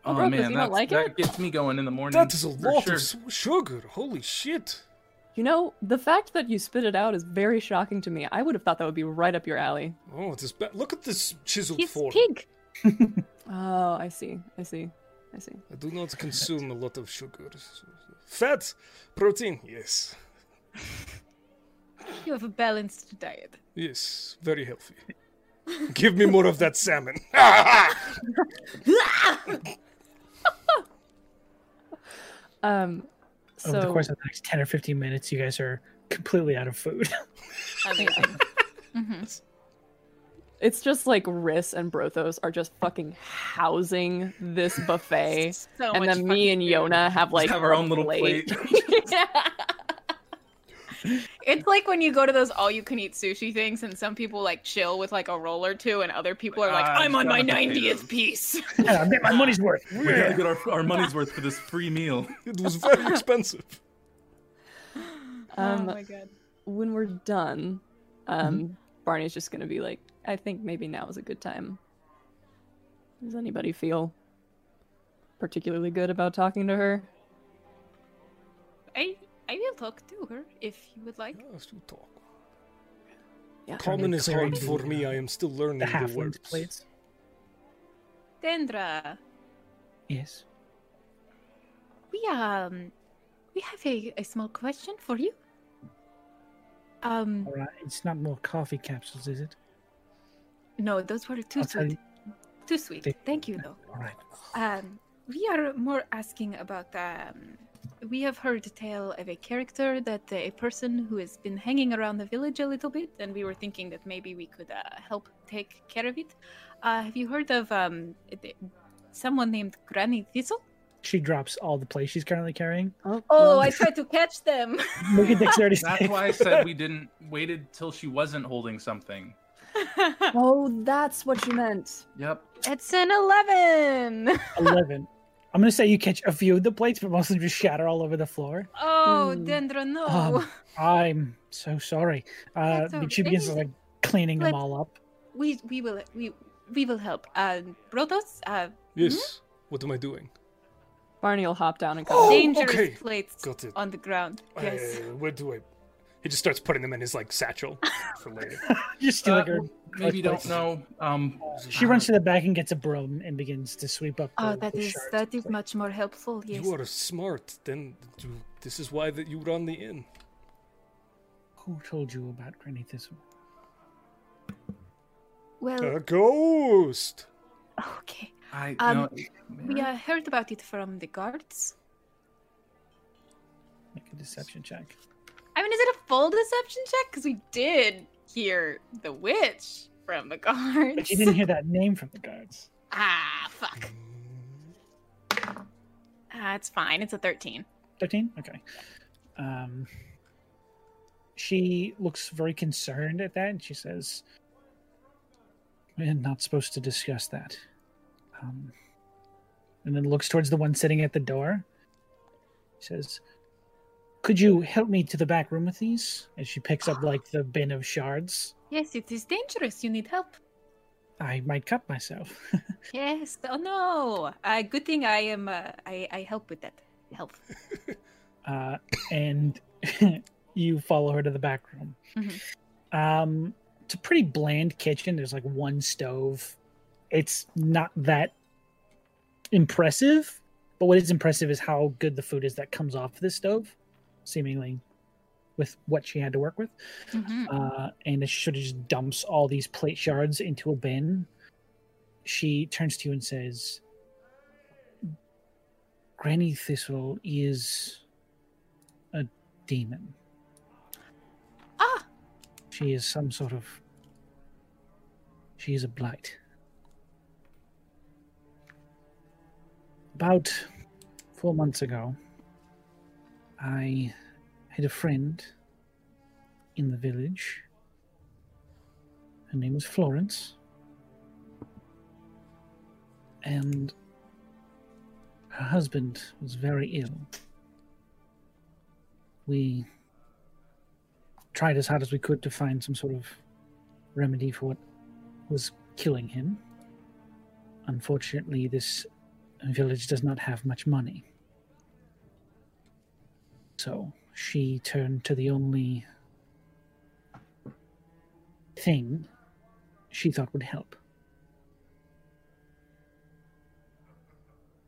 Speaker 2: Oh, Brocos, you don't
Speaker 3: that's-
Speaker 2: like
Speaker 3: that
Speaker 2: it?
Speaker 3: gets me going in the morning.
Speaker 4: that is a
Speaker 3: Mm-hmm. for
Speaker 4: lot
Speaker 3: sure.
Speaker 4: of su- sugar. Holy shit.
Speaker 2: You know, the fact that you spit it out is very shocking to me. I would have thought that would be right up your alley.
Speaker 4: Oh, it is bad. Look at this chiseled
Speaker 5: his
Speaker 4: form.
Speaker 5: pig?
Speaker 2: Oh, I see. I see. I see.
Speaker 4: I do not consume a lot of sugar. Fat, protein, yes.
Speaker 5: You have a balanced
Speaker 2: (laughs)
Speaker 5: diet.
Speaker 4: Yes, very healthy. Give me more of that salmon. (laughs)
Speaker 2: Um, so
Speaker 3: Oh,
Speaker 1: Over the course of the next 10 or 15 minutes, you guys are completely out of food. (laughs)
Speaker 6: Amazing.
Speaker 2: It's just like Riss and Brothos are just fucking housing
Speaker 6: (laughs)
Speaker 2: this buffet.
Speaker 6: so
Speaker 2: and
Speaker 6: much
Speaker 2: then me
Speaker 6: fucking
Speaker 2: and
Speaker 6: food.
Speaker 2: Yona have like
Speaker 3: have our
Speaker 2: a
Speaker 3: own little (laughs) plate.
Speaker 6: It's like when you go to those all-you-can-eat sushi things, and some people like chill with like a roll or two, and other people are like,
Speaker 3: Ah,
Speaker 6: "I'm on my
Speaker 3: I'm done with
Speaker 6: 90th
Speaker 3: potatoes.
Speaker 6: piece." (laughs)
Speaker 1: And I bet my money's worth.
Speaker 3: We gotta get our,
Speaker 5: (laughs)
Speaker 3: our money's worth for this free meal.
Speaker 4: it was very expensive.
Speaker 2: Um,
Speaker 6: oh my god.
Speaker 2: (laughs) when we're done, um,
Speaker 3: Mm-hmm.
Speaker 2: Barney's just gonna be like, I think maybe now is a good time. Does anybody feel particularly good about talking to her?
Speaker 5: I I will talk to her if you would like.
Speaker 4: Yes, you talk.
Speaker 2: Yeah.
Speaker 4: Common is hard
Speaker 1: Clearing
Speaker 4: for
Speaker 1: the,
Speaker 4: me. I am still learning
Speaker 1: The
Speaker 4: the,
Speaker 1: half
Speaker 4: words.
Speaker 1: plates.
Speaker 5: Dendra,
Speaker 1: Yes.
Speaker 5: we um We have a, a small question for you. Um,
Speaker 6: Um,
Speaker 1: All right, it's not more coffee capsules, is it?
Speaker 5: no, those were too
Speaker 1: I'll tell
Speaker 5: sweet. Too sweet.
Speaker 1: They-
Speaker 5: Thank you, though.
Speaker 1: All right.
Speaker 5: Um, we are more asking about. Um, we have heard a tale of a character that uh, a person who has been hanging around the village a little bit, and we were thinking that maybe we could uh, help take care of it. Uh, have you heard of um, the- someone named Granny Thistle?
Speaker 1: She drops all the plays she's currently carrying.
Speaker 5: Oh, I tried to catch
Speaker 4: (laughs)
Speaker 5: them. (laughs)
Speaker 1: Make a dexterity (laughs)
Speaker 3: That's
Speaker 1: save.
Speaker 3: why I said we didn't waited till she wasn't holding something.
Speaker 2: Oh, that's what you meant.
Speaker 3: Yep.
Speaker 5: It's an eleven.
Speaker 1: 11. I'm going to say you catch a few of the plates, but most of them just shatter all over the floor.
Speaker 5: Oh,
Speaker 2: Hmm.
Speaker 5: Dendra, no.
Speaker 4: Ah.
Speaker 1: Um, I'm so sorry. Uh,
Speaker 5: That's all
Speaker 1: she begins to,
Speaker 5: right.
Speaker 1: like cleaning them
Speaker 5: But-
Speaker 1: all up.
Speaker 5: we we will we we will help. Uh, Brotos, uh,
Speaker 4: Yes. What am I doing?
Speaker 2: Barney will hop down and come. (laughs)
Speaker 4: Oh,
Speaker 5: dangerous
Speaker 4: okay.
Speaker 5: plates
Speaker 4: Got it.
Speaker 5: on the ground. Oh, Yes.
Speaker 4: Uh, where do I? He just starts putting them in his like satchel for later.
Speaker 1: You're stealing her.
Speaker 3: Uh, Maybe
Speaker 1: Likewise.
Speaker 3: don't know. Um,
Speaker 1: She runs to the back and gets a broom and begins to sweep up.
Speaker 5: Oh,
Speaker 1: the-
Speaker 5: that
Speaker 1: the
Speaker 5: is
Speaker 1: shards.
Speaker 5: that is much more helpful. Yes.
Speaker 4: You are smart. Then you- this is why that you run the inn.
Speaker 1: Who told you about Granny Thistle?
Speaker 5: Well,
Speaker 4: A ghost.
Speaker 5: okay.
Speaker 3: I
Speaker 5: Um,
Speaker 3: know.
Speaker 5: We uh, heard about it from the guards.
Speaker 1: Make a deception check.
Speaker 6: I mean, is it a full deception check? Because we did hear the witch
Speaker 5: (laughs)
Speaker 6: from the guards.
Speaker 1: But you didn't hear that name from the guards.
Speaker 6: Ah, fuck. Ah, it's fine. It's a 13.
Speaker 1: 13? Okay. Um, she looks very concerned at that and she says, We're not supposed to discuss that. Um, and then looks towards the one sitting at the door. She says, Could you help me to the back room with these? And she picks up like the bin of shards.
Speaker 5: Yes, it is dangerous. You need help.
Speaker 1: I might cut myself. (laughs)
Speaker 5: Yes. Oh no. Uh, good thing I am. Uh, I I help with that.
Speaker 1: (laughs)
Speaker 5: Help.
Speaker 1: uh, and (laughs) you follow her to the back room. Um, it's a pretty bland kitchen. There's like one stove. It's not that impressive, but what is impressive is how good the food is that comes off this stove, seemingly with what she had to work with.
Speaker 5: Mhm.
Speaker 1: Uh, and she sort of just dumps all these plate shards into a bin. She turns to you and says, Granny Thistle is a demon.
Speaker 5: Ah.
Speaker 1: She is some sort of. She is a blight. About four months ago, I had a friend in the village. Her name was Florence. And her husband was very ill. We tried as hard as we could to find some sort of remedy for what was killing him. Unfortunately, this village does not have much money. So she turned to the only thing she thought would help.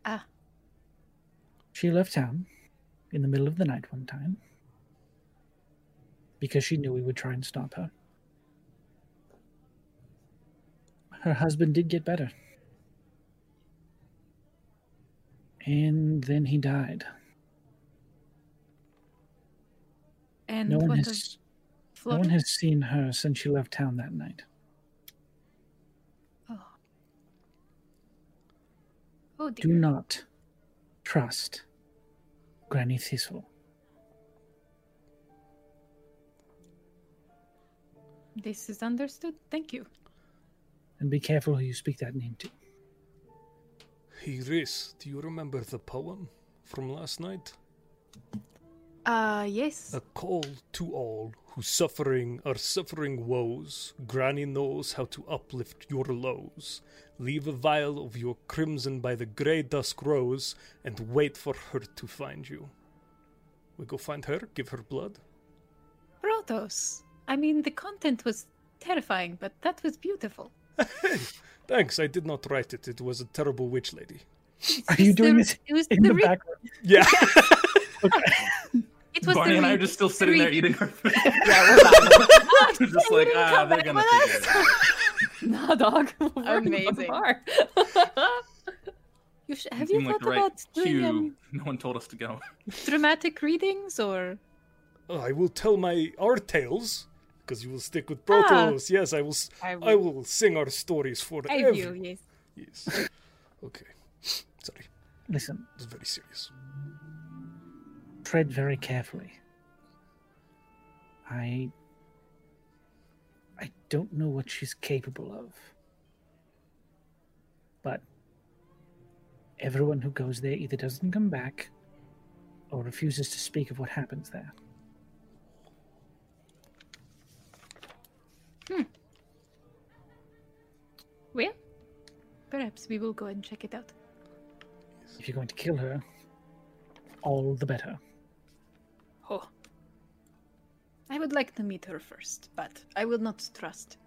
Speaker 5: Ah.
Speaker 1: She left town in the middle of the night one time because she knew we would try and stop her. Her husband did get better. And then he died.
Speaker 5: And
Speaker 1: No one
Speaker 5: what
Speaker 1: has
Speaker 5: was
Speaker 1: no one
Speaker 5: Florence?
Speaker 1: has seen her since she left town that night.
Speaker 5: Oh. Oh
Speaker 1: Do
Speaker 5: dear.
Speaker 1: not trust Granny Thistle.
Speaker 5: This is understood. Thank you.
Speaker 1: And be careful who you speak that name to.
Speaker 4: Iris, do you remember the poem from last night?
Speaker 5: Uh yes.
Speaker 4: A call to all who suffering are suffering woes. Granny knows how to uplift your lows. Leave a vial of your crimson by the grey dusk rose and wait for her to find you. We go find her, give her blood.
Speaker 5: Protos. I mean, the content was terrifying, but that was beautiful.
Speaker 4: Thanks, I did not write it. It was a terrible witch lady.
Speaker 1: Are you
Speaker 5: It's the-
Speaker 1: doing this
Speaker 5: It was
Speaker 1: in the
Speaker 5: re-
Speaker 1: background?
Speaker 4: Yeah.
Speaker 5: It was
Speaker 3: Barney
Speaker 5: the
Speaker 3: and I are
Speaker 5: week.
Speaker 3: just still sitting there
Speaker 5: Three-
Speaker 3: eating our
Speaker 5: (laughs)
Speaker 3: food.
Speaker 2: yeah, we're not.
Speaker 3: We're just like,
Speaker 5: Didn't
Speaker 3: ah,
Speaker 5: come
Speaker 3: they're
Speaker 5: back
Speaker 3: gonna
Speaker 5: with
Speaker 3: figure it
Speaker 5: us."
Speaker 3: out.
Speaker 2: Nah, dog. (laughs) We're
Speaker 5: Amazing.
Speaker 2: Amazing. Bar.
Speaker 5: You sh-
Speaker 3: It
Speaker 5: (laughs) have you
Speaker 3: seemed like
Speaker 5: thought
Speaker 3: the right
Speaker 5: about doing
Speaker 3: cue.
Speaker 5: um,
Speaker 3: No one told us to
Speaker 5: (laughs)
Speaker 3: go.
Speaker 5: dramatic readings or?
Speaker 4: (laughs) I will tell my our tales because you will stick with Protos. Yes, I will. s-
Speaker 5: Ah. I
Speaker 4: I will sing our stories for
Speaker 5: I
Speaker 4: every-
Speaker 5: will. Yes.
Speaker 4: Yes. Okay. Sorry,
Speaker 1: Listen,
Speaker 4: it's very serious.
Speaker 1: tread very carefully. I. I don't know what she's capable of. But. Everyone who goes there either doesn't come back or refuses to speak of what happens there.
Speaker 5: Well, perhaps we will go and check it out.
Speaker 1: If you're going to kill her, all the better.
Speaker 5: Oh. I would like to meet her first, but I will not trust.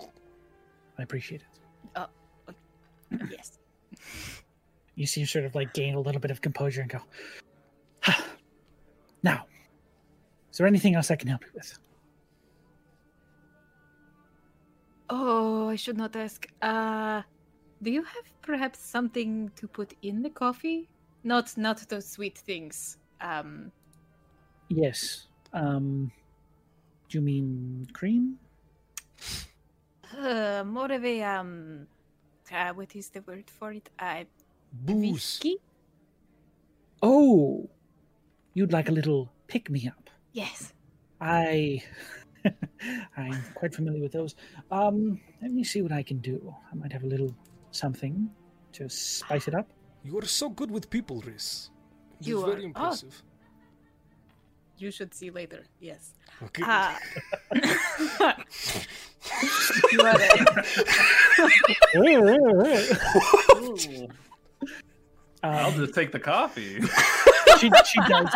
Speaker 1: I appreciate it.
Speaker 5: yes.
Speaker 1: You seem sort of like gain a little bit of composure and go, "Huh. now, is there anything else I can help you with?
Speaker 5: Oh, I should not ask. Uh, do you have perhaps something to put in the coffee? Not, not those sweet things. Um,
Speaker 1: Yes. Um, do you mean cream?
Speaker 5: uh, more of a um, uh, what is the word for it? Uh,
Speaker 4: Booze.
Speaker 5: whiskey?
Speaker 1: Oh, you'd like a little pick me up.
Speaker 5: Yes.
Speaker 1: I, (laughs) I'm quite familiar with those. Um, let me see what I can do. I might have a little something to spice (laughs) it up.
Speaker 4: You are so good with people, Riz. It's
Speaker 5: You
Speaker 4: very
Speaker 5: are- Oh.
Speaker 4: impressive.
Speaker 5: You should see later. Yes.
Speaker 4: Okay.
Speaker 5: Uh,
Speaker 3: I'll
Speaker 1: Um,
Speaker 3: just take the coffee.
Speaker 1: she, she does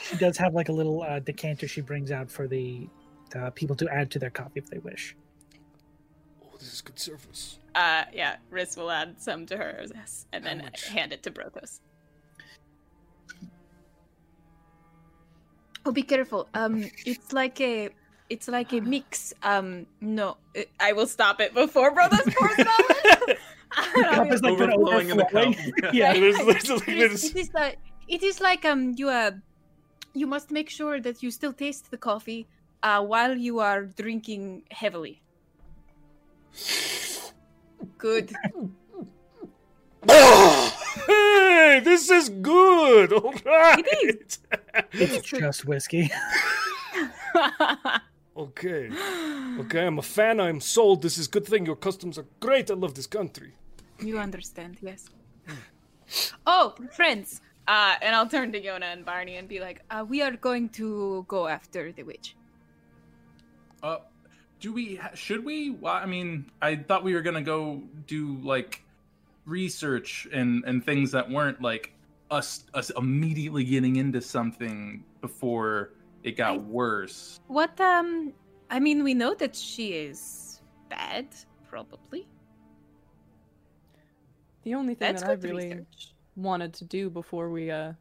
Speaker 1: she does have like a little uh, decanter she brings out for the, the people to add to their coffee if they wish.
Speaker 4: oh, this is good service.
Speaker 6: Uh, yeah, Riz will add some to hers yes, and
Speaker 4: How
Speaker 6: then
Speaker 4: much?
Speaker 6: hand it to Brothos.
Speaker 5: Oh, be careful. Um, it's like a, it's like a mix. Um, no, it- I will stop it before Brothos pours it on.
Speaker 4: (laughs)
Speaker 6: (laughs)
Speaker 1: Cup is, like, been
Speaker 3: (laughs) Overflowing in the cup.
Speaker 1: overflowing.
Speaker 3: (laughs) Yeah.
Speaker 1: yeah.
Speaker 4: There's- there's- there's-
Speaker 5: it is, (laughs) it is like it is like um you uh you must make sure that you still taste the coffee uh while you are drinking heavily. Good.
Speaker 4: (laughs)
Speaker 6: (laughs)
Speaker 4: hey, this is good. All right.
Speaker 5: It
Speaker 1: It's just whiskey.
Speaker 4: (laughs) Okay. Okay, I'm a fan. I'm sold. This is good thing. Your customs are great. I love this country.
Speaker 5: You understand, yes. Oh, friends.
Speaker 6: Uh, and I'll turn to Yona and Barney and be like,
Speaker 5: Uh, we are going to go after the witch.
Speaker 3: Uh, do we? ha- Should we? Well, I mean, I thought we were gonna go do like research and and things that weren't like us us immediately getting into something before it got
Speaker 5: I-
Speaker 3: worse.
Speaker 5: What um I mean we know that she is bad, probably.
Speaker 2: The only thing
Speaker 6: That's
Speaker 2: that I
Speaker 6: good to
Speaker 2: really
Speaker 6: research.
Speaker 2: wanted to do before we uh,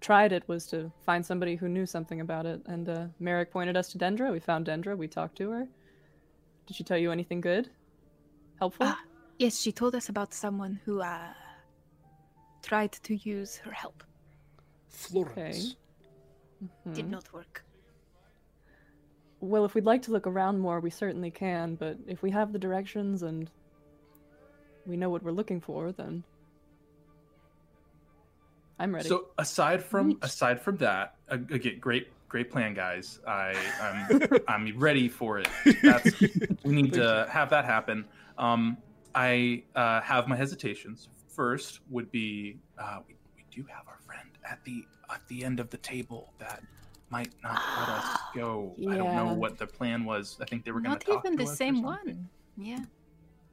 Speaker 2: tried it was to find somebody who knew something about it. And uh, Merrick pointed us to Dendra. We found Dendra. We talked to her. Did she tell you anything good? Helpful?
Speaker 5: Ah. Yes, she told us about someone who uh tried to use her help.
Speaker 4: Florence.
Speaker 2: Hmm.
Speaker 5: Did not work.
Speaker 2: Well, if we'd like to look around more, we certainly can, but if we have the directions and we know what we're looking for, then I'm ready. (laughs)
Speaker 3: So (laughs) aside from
Speaker 2: Neat.
Speaker 3: aside from that, a- again, great great plan, guys. I
Speaker 4: (laughs)
Speaker 3: I'm I'm ready for
Speaker 5: (laughs)
Speaker 3: it. That's, we need to have that happen. Um, I uh, have my hesitations. First would be uh, we, we do have our friend at the at the end of the table that might not let
Speaker 5: (gasps)
Speaker 3: us go. I don't know
Speaker 2: Yeah.
Speaker 3: what the plan was. I think they were going
Speaker 5: Not
Speaker 3: to talk
Speaker 5: even
Speaker 3: to
Speaker 5: the
Speaker 3: us or
Speaker 5: same
Speaker 3: something.
Speaker 5: one. Yeah.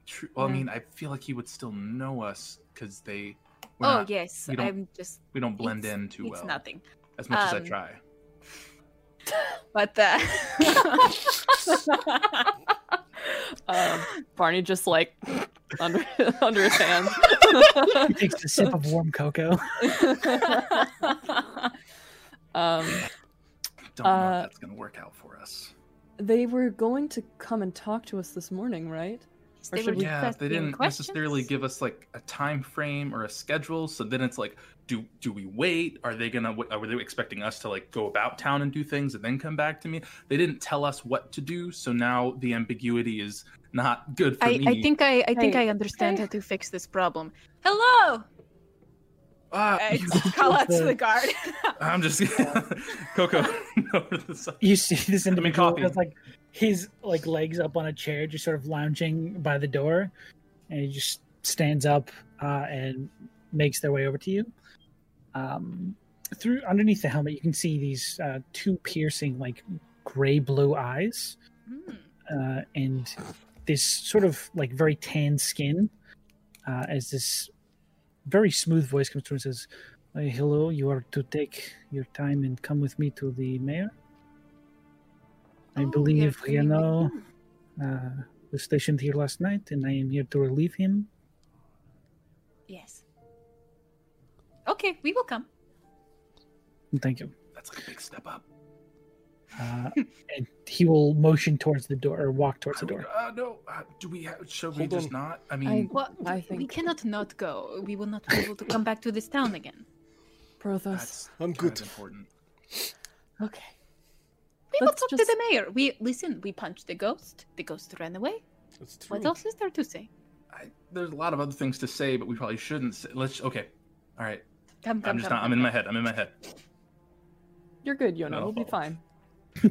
Speaker 3: True. Well, I
Speaker 2: Yeah.
Speaker 3: mean, I feel like he would still know us because they. We're
Speaker 5: Oh
Speaker 3: not,
Speaker 5: yes,
Speaker 3: we don't-
Speaker 5: I'm just
Speaker 3: we don't blend
Speaker 5: it's-
Speaker 3: in too
Speaker 5: it's
Speaker 3: well.
Speaker 5: nothing.
Speaker 3: As much as I
Speaker 5: Um,
Speaker 3: try.
Speaker 5: But uh,
Speaker 2: Uh, Barney Um, just like (laughs) under under his hand.
Speaker 1: (laughs) He takes a sip of warm cocoa. (laughs)
Speaker 5: uh,
Speaker 2: (laughs)
Speaker 3: (laughs)
Speaker 5: (laughs)
Speaker 2: um,
Speaker 3: Don't know
Speaker 2: Uh,
Speaker 3: if that's gonna work out for us.
Speaker 2: they were going to come and talk to us this morning, right? Or
Speaker 5: They
Speaker 2: should
Speaker 5: were
Speaker 2: we-
Speaker 3: Yeah, they
Speaker 5: discussing
Speaker 3: didn't necessarily
Speaker 5: questions.
Speaker 3: give us like a time frame or a schedule. So then it's like, do do we wait? Are they gonna? Are they expecting us to like go about town and do things and then come back to me? They didn't tell us what to do. So now the ambiguity is not good for
Speaker 5: I,
Speaker 3: me.
Speaker 5: I think I, I think
Speaker 2: Hey,
Speaker 5: I understand
Speaker 2: hey.
Speaker 5: how to fix this problem. Hello,
Speaker 3: Ah, (laughs)
Speaker 6: I just (laughs) call out to the guard. (laughs)
Speaker 3: I'm just (laughs) Coco over the side.
Speaker 1: You see this individual
Speaker 3: coffee.
Speaker 1: with like his like legs up on a chair, just sort of lounging by the door, and he just stands up uh, and makes their way over to you. Um, through underneath the helmet, you can see these uh, two piercing, like gray blue eyes.
Speaker 5: Hmm.
Speaker 1: uh, and this sort of like very tan skin uh, as this very smooth voice comes through and says, "Uh, Hello, you are to take your time and come with me to the mayor. I
Speaker 5: Oh, we are
Speaker 1: believe you
Speaker 5: coming with
Speaker 1: know
Speaker 5: you.
Speaker 1: uh, was stationed here last night, and I am here to relieve him.
Speaker 5: Yes. Okay, we will come.
Speaker 1: And Thank you.
Speaker 3: That's like a big step up.
Speaker 1: Uh, and he will motion towards the door or walk towards the door.
Speaker 3: Uh, no, uh, do we? Have, should we
Speaker 4: Hold
Speaker 3: just
Speaker 4: on.
Speaker 3: not? I mean,
Speaker 5: Well,
Speaker 2: I
Speaker 5: we- we
Speaker 2: think-
Speaker 5: cannot not go. We will not be able to come back to this town (laughs) again.
Speaker 2: Brothos.
Speaker 3: that's
Speaker 4: I'm
Speaker 3: kind
Speaker 4: good.
Speaker 3: of important.
Speaker 2: Okay.
Speaker 5: We will
Speaker 2: Let's
Speaker 5: talk to
Speaker 2: just-
Speaker 5: the mayor. We listen. We punched the ghost. The ghost ran away.
Speaker 4: That's true.
Speaker 5: What else is there to say?
Speaker 3: I, there's a lot of other things to say, but we probably shouldn't. Say, let's. Okay. All right.
Speaker 5: Come, come,
Speaker 3: I'm just
Speaker 5: come,
Speaker 3: not.
Speaker 5: come,
Speaker 3: I'm in my
Speaker 5: come.
Speaker 3: head. I'm in my
Speaker 2: (laughs)
Speaker 3: head.
Speaker 2: You're good, Yona.
Speaker 3: No.
Speaker 2: We'll be fine.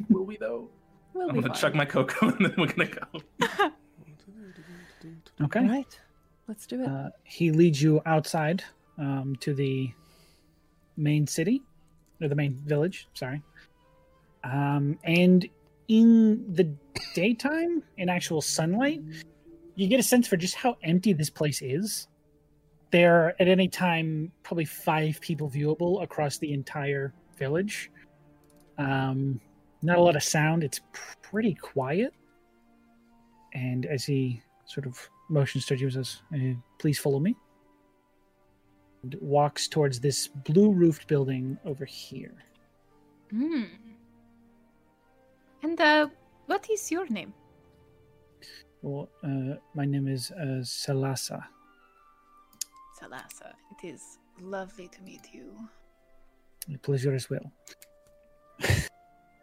Speaker 3: Will we though?
Speaker 2: We'll
Speaker 3: I'm
Speaker 2: be
Speaker 3: gonna
Speaker 2: fine.
Speaker 3: chuck my cocoa and then we're gonna go.
Speaker 1: Okay.
Speaker 2: All right. Let's do it.
Speaker 1: Uh, he leads you outside um, to the main city or the main village. Sorry. Um, and in the daytime, in actual sunlight, you get a sense for just how empty this place is. There are at any time probably five people viewable across the entire village. Um, not a lot of sound. It's pretty quiet. And as he sort of motions towards you and says, "Eh, "Please follow me." And walks towards this blue-roofed building over here.
Speaker 5: Hmm. And uh, what is your name?
Speaker 1: Well, uh, my name is uh, Salasa.
Speaker 5: Salasa. uh, It is lovely to meet you.
Speaker 1: A pleasure as well. (laughs)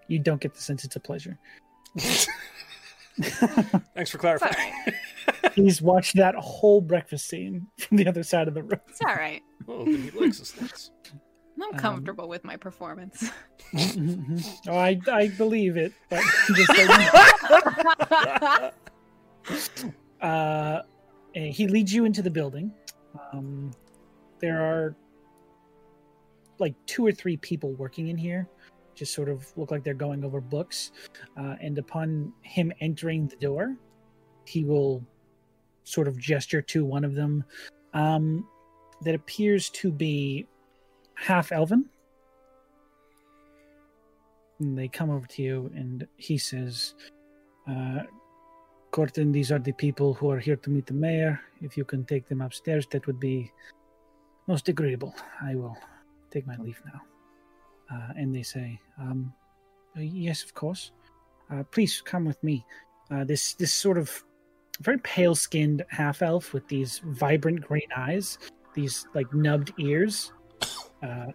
Speaker 1: you don't get the sense it's a pleasure.
Speaker 4: (laughs) Thanks for clarifying.
Speaker 5: Sorry.
Speaker 1: Please watch that whole breakfast scene from the other side of the room.
Speaker 5: It's all right.
Speaker 4: Oh, then he likes us. That's-
Speaker 5: I'm
Speaker 1: Um,
Speaker 5: comfortable with my (laughs) performance.
Speaker 1: oh, I, I believe it. But just so you know. uh, and he leads you into the building. Um, there are like two or three people working in here, just sort of look like they're going over books. Uh, and upon him entering the door, he will sort of gesture to one of them um, that appears to be half elven. And they come over to you, and he says, uh, Corton, these are the people who are here to meet the mayor. If you can take them upstairs, that would be most agreeable. I will take my leave now. Uh, and they say, um, "Uh, Yes, of course. Uh, please come with me. Uh, this, this sort of very pale skinned half elf with these vibrant green eyes, these like nubbed ears. Uh,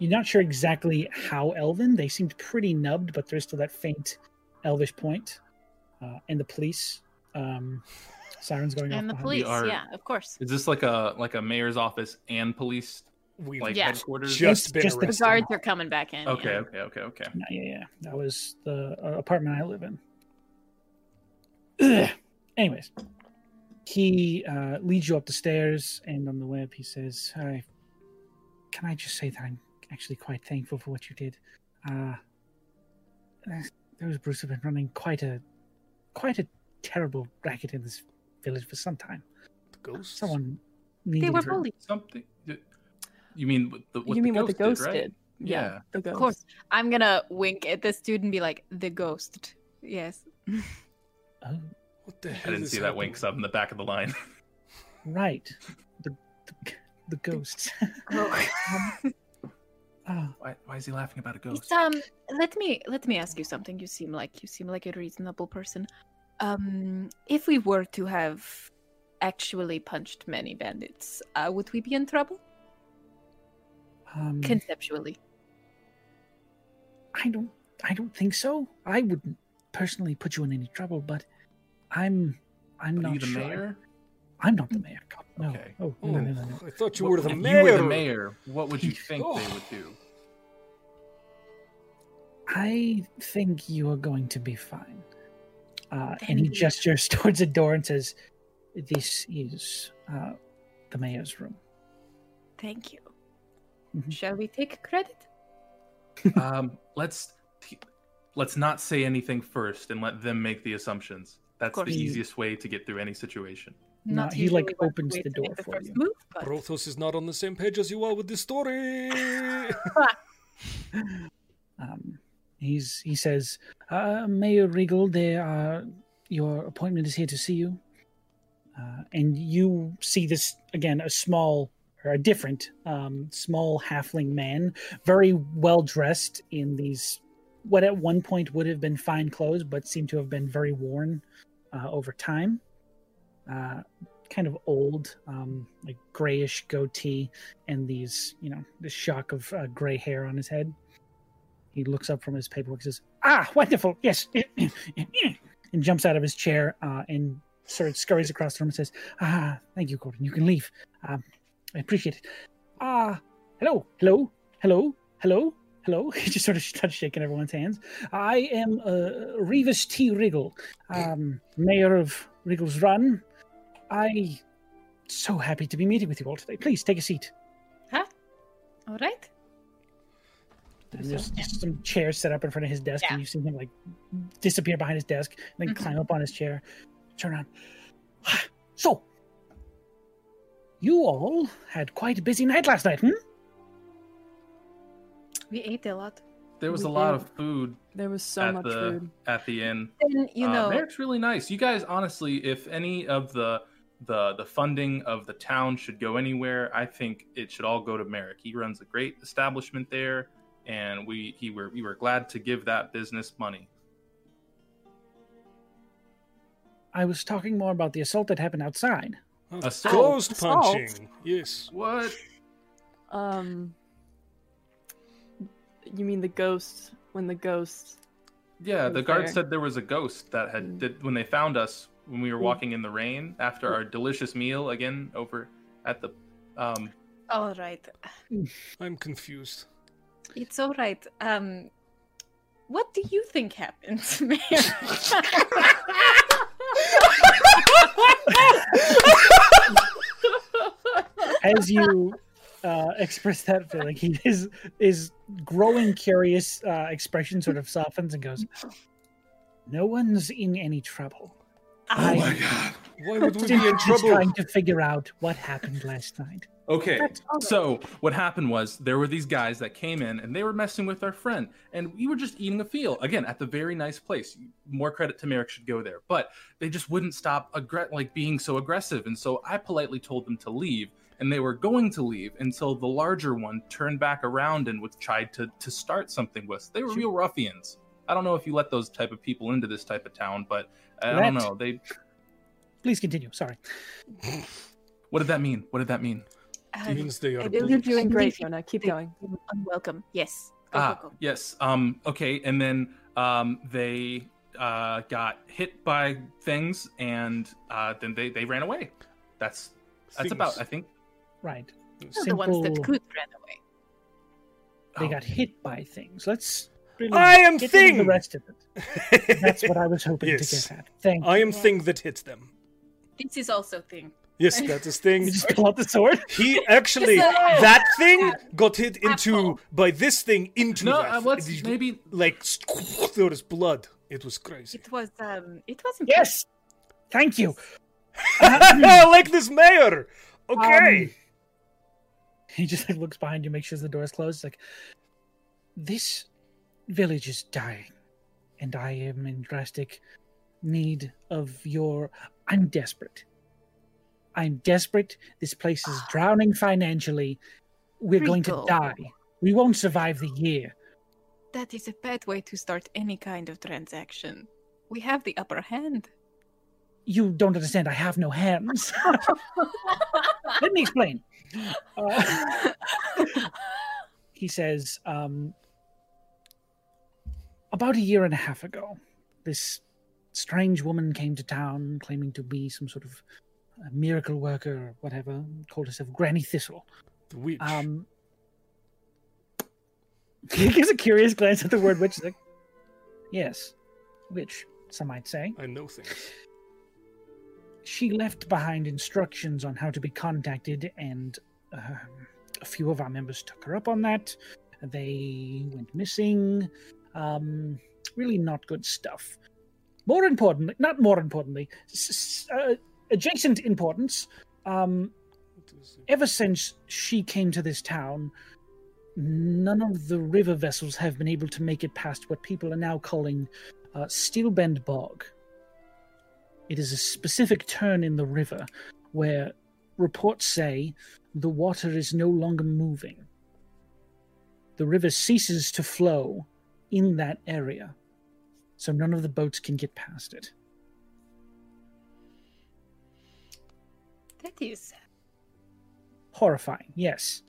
Speaker 1: you're not sure exactly how elven. They seemed pretty nubbed, but there's still that faint elvish point uh, and the police. Um, sirens going off.
Speaker 5: and the
Speaker 1: behind
Speaker 5: police.
Speaker 1: you.
Speaker 3: are-
Speaker 5: Yeah, of course.
Speaker 3: Is this like a like a mayor's office and police
Speaker 4: We
Speaker 3: like
Speaker 6: Yeah.
Speaker 3: headquarters?
Speaker 1: It's
Speaker 4: just been
Speaker 1: just the
Speaker 5: The
Speaker 1: Yes.
Speaker 4: arrested.
Speaker 5: guards are coming back in.
Speaker 3: Okay,
Speaker 5: yeah.
Speaker 3: okay, okay, okay.
Speaker 1: No, yeah, yeah. That was the uh, apartment I live in. Ugh. Anyways, he uh, leads you up the stairs, and on the way up, he says, "I can I just say that I'm actually quite thankful for what you did. Uh, those Bruce have been running quite a quite a terrible racket in this village for some time.
Speaker 4: The ghosts?
Speaker 1: Someone
Speaker 5: They
Speaker 1: needed
Speaker 5: were
Speaker 1: to-
Speaker 5: bullies.
Speaker 3: Something. You mean what the what
Speaker 2: you
Speaker 3: the
Speaker 2: mean what the
Speaker 3: ghost
Speaker 2: ghost
Speaker 3: did, right?
Speaker 2: did? Yeah,
Speaker 3: Yeah.
Speaker 2: the ghost.
Speaker 5: Of course. I'm gonna wink at this dude and be like, the ghost. Yes.
Speaker 1: Oh,
Speaker 5: (laughs)
Speaker 4: What the hell
Speaker 3: I didn't
Speaker 4: is
Speaker 3: see that wink, so I'm
Speaker 4: happening?
Speaker 3: in the back of the line.
Speaker 1: Right. The the, the ghosts. (laughs)
Speaker 5: Oh.
Speaker 3: (laughs)
Speaker 1: Ah,
Speaker 3: (laughs) Why, why is he laughing about a
Speaker 5: It's,
Speaker 3: ghost?
Speaker 5: um, let me let me ask you something. You seem like you seem like a reasonable person. Um, if we were to have actually punched many bandits, uh, would we be in trouble?
Speaker 1: um,
Speaker 3: Hmm.
Speaker 5: Conceptually,
Speaker 1: I don't I don't think so. I wouldn't personally put you in any trouble, but I'm I'm
Speaker 3: Are
Speaker 1: not
Speaker 3: you the
Speaker 1: sure.
Speaker 3: mayor?
Speaker 1: I'm not the mayor. God, no.
Speaker 3: Okay.
Speaker 1: Oh, no, no, no, no.
Speaker 4: I thought you
Speaker 3: What-
Speaker 4: were the
Speaker 3: if
Speaker 4: mayor.
Speaker 3: you were the mayor, what would you think
Speaker 4: Oh.
Speaker 3: they would do?
Speaker 2: (laughs)
Speaker 1: I think you are going to be fine. Uh, and he
Speaker 5: Thank you.
Speaker 1: gestures (laughs) towards a door and says, "This is uh, the mayor's room."
Speaker 5: thank you.
Speaker 1: Mhm.
Speaker 5: Shall we take credit?
Speaker 3: um, let's let's not say anything first and let them make the assumptions. That's the
Speaker 5: course.
Speaker 3: easiest way to get through any situation.
Speaker 1: No,
Speaker 5: Not
Speaker 1: he, like,
Speaker 5: usually one
Speaker 1: opens
Speaker 5: way
Speaker 1: the
Speaker 5: to make
Speaker 1: door for
Speaker 5: first
Speaker 1: you.
Speaker 5: Move, but
Speaker 4: Brothos is not on the same page as you are with
Speaker 3: (laughs)
Speaker 4: this story.
Speaker 1: Um, he's he says, uh, "Mayor Regal, they are your appointment is here to see you." Uh, and you see this again, a small or a different um, small halfling man, very well dressed in these what at one point would have been fine clothes, but seem to have been very worn uh, over time. Uh, kind of old, um, like grayish goatee, and these you know the shock of uh, gray hair on his head. He looks up from his paperwork and says, Ah, wonderful. Yes. (clears throat) and jumps out of his chair uh, and sort of scurries across the room and says, Ah, thank you, Gordon. You can leave. Um, I appreciate it. Ah, hello, hello, hello, hello, hello. (laughs) He just sort of starts shaking everyone's hands. I am uh, Revis T. Riggle, um, mayor of Riggle's Run. I so happy to be meeting with you all today. Please take a seat.
Speaker 5: all right.
Speaker 1: And there's just some chairs set up in front of his desk, and you see him like disappear behind his desk, and then
Speaker 5: Mhm.
Speaker 1: climb up on his chair, turn around. (sighs) so, you all had quite a busy night last night, hmm?
Speaker 5: We ate a lot.
Speaker 3: There was
Speaker 2: We
Speaker 3: a lot
Speaker 2: did.
Speaker 3: of food
Speaker 2: There was so
Speaker 3: at
Speaker 2: much
Speaker 3: the
Speaker 2: food.
Speaker 3: at the inn.
Speaker 5: Then you
Speaker 3: Uh,
Speaker 5: know,
Speaker 3: Merrick's really nice. You guys, honestly, if any of the the the funding of the town should go anywhere, I think it should all go to Merrick. He runs a great establishment there, and we he were we were glad to give that business money.
Speaker 1: I was talking more about the assault that happened outside.
Speaker 3: Assault.
Speaker 4: Ghost
Speaker 2: Assault.
Speaker 4: punching. Yes.
Speaker 3: What?
Speaker 2: Um, you mean the ghost? When the ghost?
Speaker 3: Yeah, the
Speaker 2: Was
Speaker 3: guard
Speaker 2: there-
Speaker 3: said there was a ghost that
Speaker 2: Mm.
Speaker 3: had did, when they found us when we were walking in the rain after our delicious meal again over at the um
Speaker 5: all right.
Speaker 4: I'm confused.
Speaker 5: It's all right. Um, what do you think happened, (laughs) Mayor?
Speaker 1: As you uh, express that feeling, he his his growing curious uh, expression sort of softens and goes, "No one's in any trouble."
Speaker 5: Oh
Speaker 1: I-
Speaker 3: god.
Speaker 4: Why would we be in
Speaker 1: Just
Speaker 4: trouble?
Speaker 1: trying to figure out what happened last night.
Speaker 3: Okay.
Speaker 5: all right.
Speaker 3: So what happened was there were these guys that came in and they were messing with our friend, and we were just eating a feel again at the very nice place. More credit to Merrick should go there, but they just wouldn't stop aggr- like being so aggressive, and so I politely told them to leave, and they were going to leave until the larger one turned back around and was tried to to start something with. us. They were real ruffians. I don't know if you let those type of people into this type of town, but I
Speaker 1: Let-
Speaker 3: don't know. They
Speaker 1: Please continue. Sorry.
Speaker 3: what did that mean? What did that mean?
Speaker 5: Um,
Speaker 4: Demons, they are
Speaker 5: I
Speaker 2: You're
Speaker 5: believe
Speaker 4: bullies.
Speaker 2: doing great, Fiona. Keep going.
Speaker 5: unwelcome. Yes. Go,
Speaker 3: Ah,
Speaker 5: go, go.
Speaker 3: yes. Um, okay, and then um, they uh, got hit by things, and uh, then they, they ran away. That's that's
Speaker 4: Things.
Speaker 3: about. I think
Speaker 1: Right.
Speaker 4: Yes.
Speaker 5: They're the ones that
Speaker 1: simple-
Speaker 5: could run away.
Speaker 1: They
Speaker 3: Oh,
Speaker 1: got hit by things. Let's. Really
Speaker 4: I am
Speaker 1: get into The
Speaker 4: thing.
Speaker 1: rest of it. That's what I was hoping
Speaker 4: (laughs) Yes.
Speaker 1: to get at. Thank.
Speaker 4: I am thing that hits them.
Speaker 5: This is also thing.
Speaker 4: Yes, that is
Speaker 1: you.
Speaker 4: thing.
Speaker 1: Just pull out the sword.
Speaker 4: He actually that thing got hit into by this thing into
Speaker 3: No,
Speaker 4: that.
Speaker 3: uh,
Speaker 4: thing.
Speaker 3: let's
Speaker 4: It-
Speaker 3: maybe.
Speaker 4: like (laughs) squ- there was blood. It was crazy.
Speaker 5: It was um it was impressive.
Speaker 1: Yes. Thank
Speaker 4: (laughs)
Speaker 1: you. Uh,
Speaker 4: I like this mayor. Okay.
Speaker 1: Um, (laughs) he just like looks behind you, makes sure the door is closed. Like this village is dying, and I am in drastic need of your. I'm desperate. I'm desperate. This place is drowning financially. We're going to
Speaker 5: Rico.
Speaker 1: die. We won't survive the year.
Speaker 5: That is a bad way to start any kind of transaction. We have the upper hand.
Speaker 1: You don't understand. I have no hands. (laughs) Let me explain. Uh, (laughs) he says, um, about a year and a half ago, this strange woman came to town claiming to be some sort of uh, miracle worker or whatever, called herself Granny Thistle.
Speaker 4: The witch.
Speaker 1: Um, (laughs) he gives a curious glance at the word witch. he's Like, yes, witch, some might say.
Speaker 4: I know things.
Speaker 1: She left behind instructions on how to be contacted, and um, a few of our members took her up on that. They went missing. Um, really not good stuff. More importantly, not more importantly, s- s- uh, adjacent importance. Um,
Speaker 4: What is it?
Speaker 1: ever since she came to this town, none of the river vessels have been able to make it past what people are now calling uh, Steelbend Bog. It is a specific turn in the river where reports say the water is no longer moving. The river ceases to flow in that area, so none of the boats can get past it.
Speaker 5: That is
Speaker 1: horrifying, yes.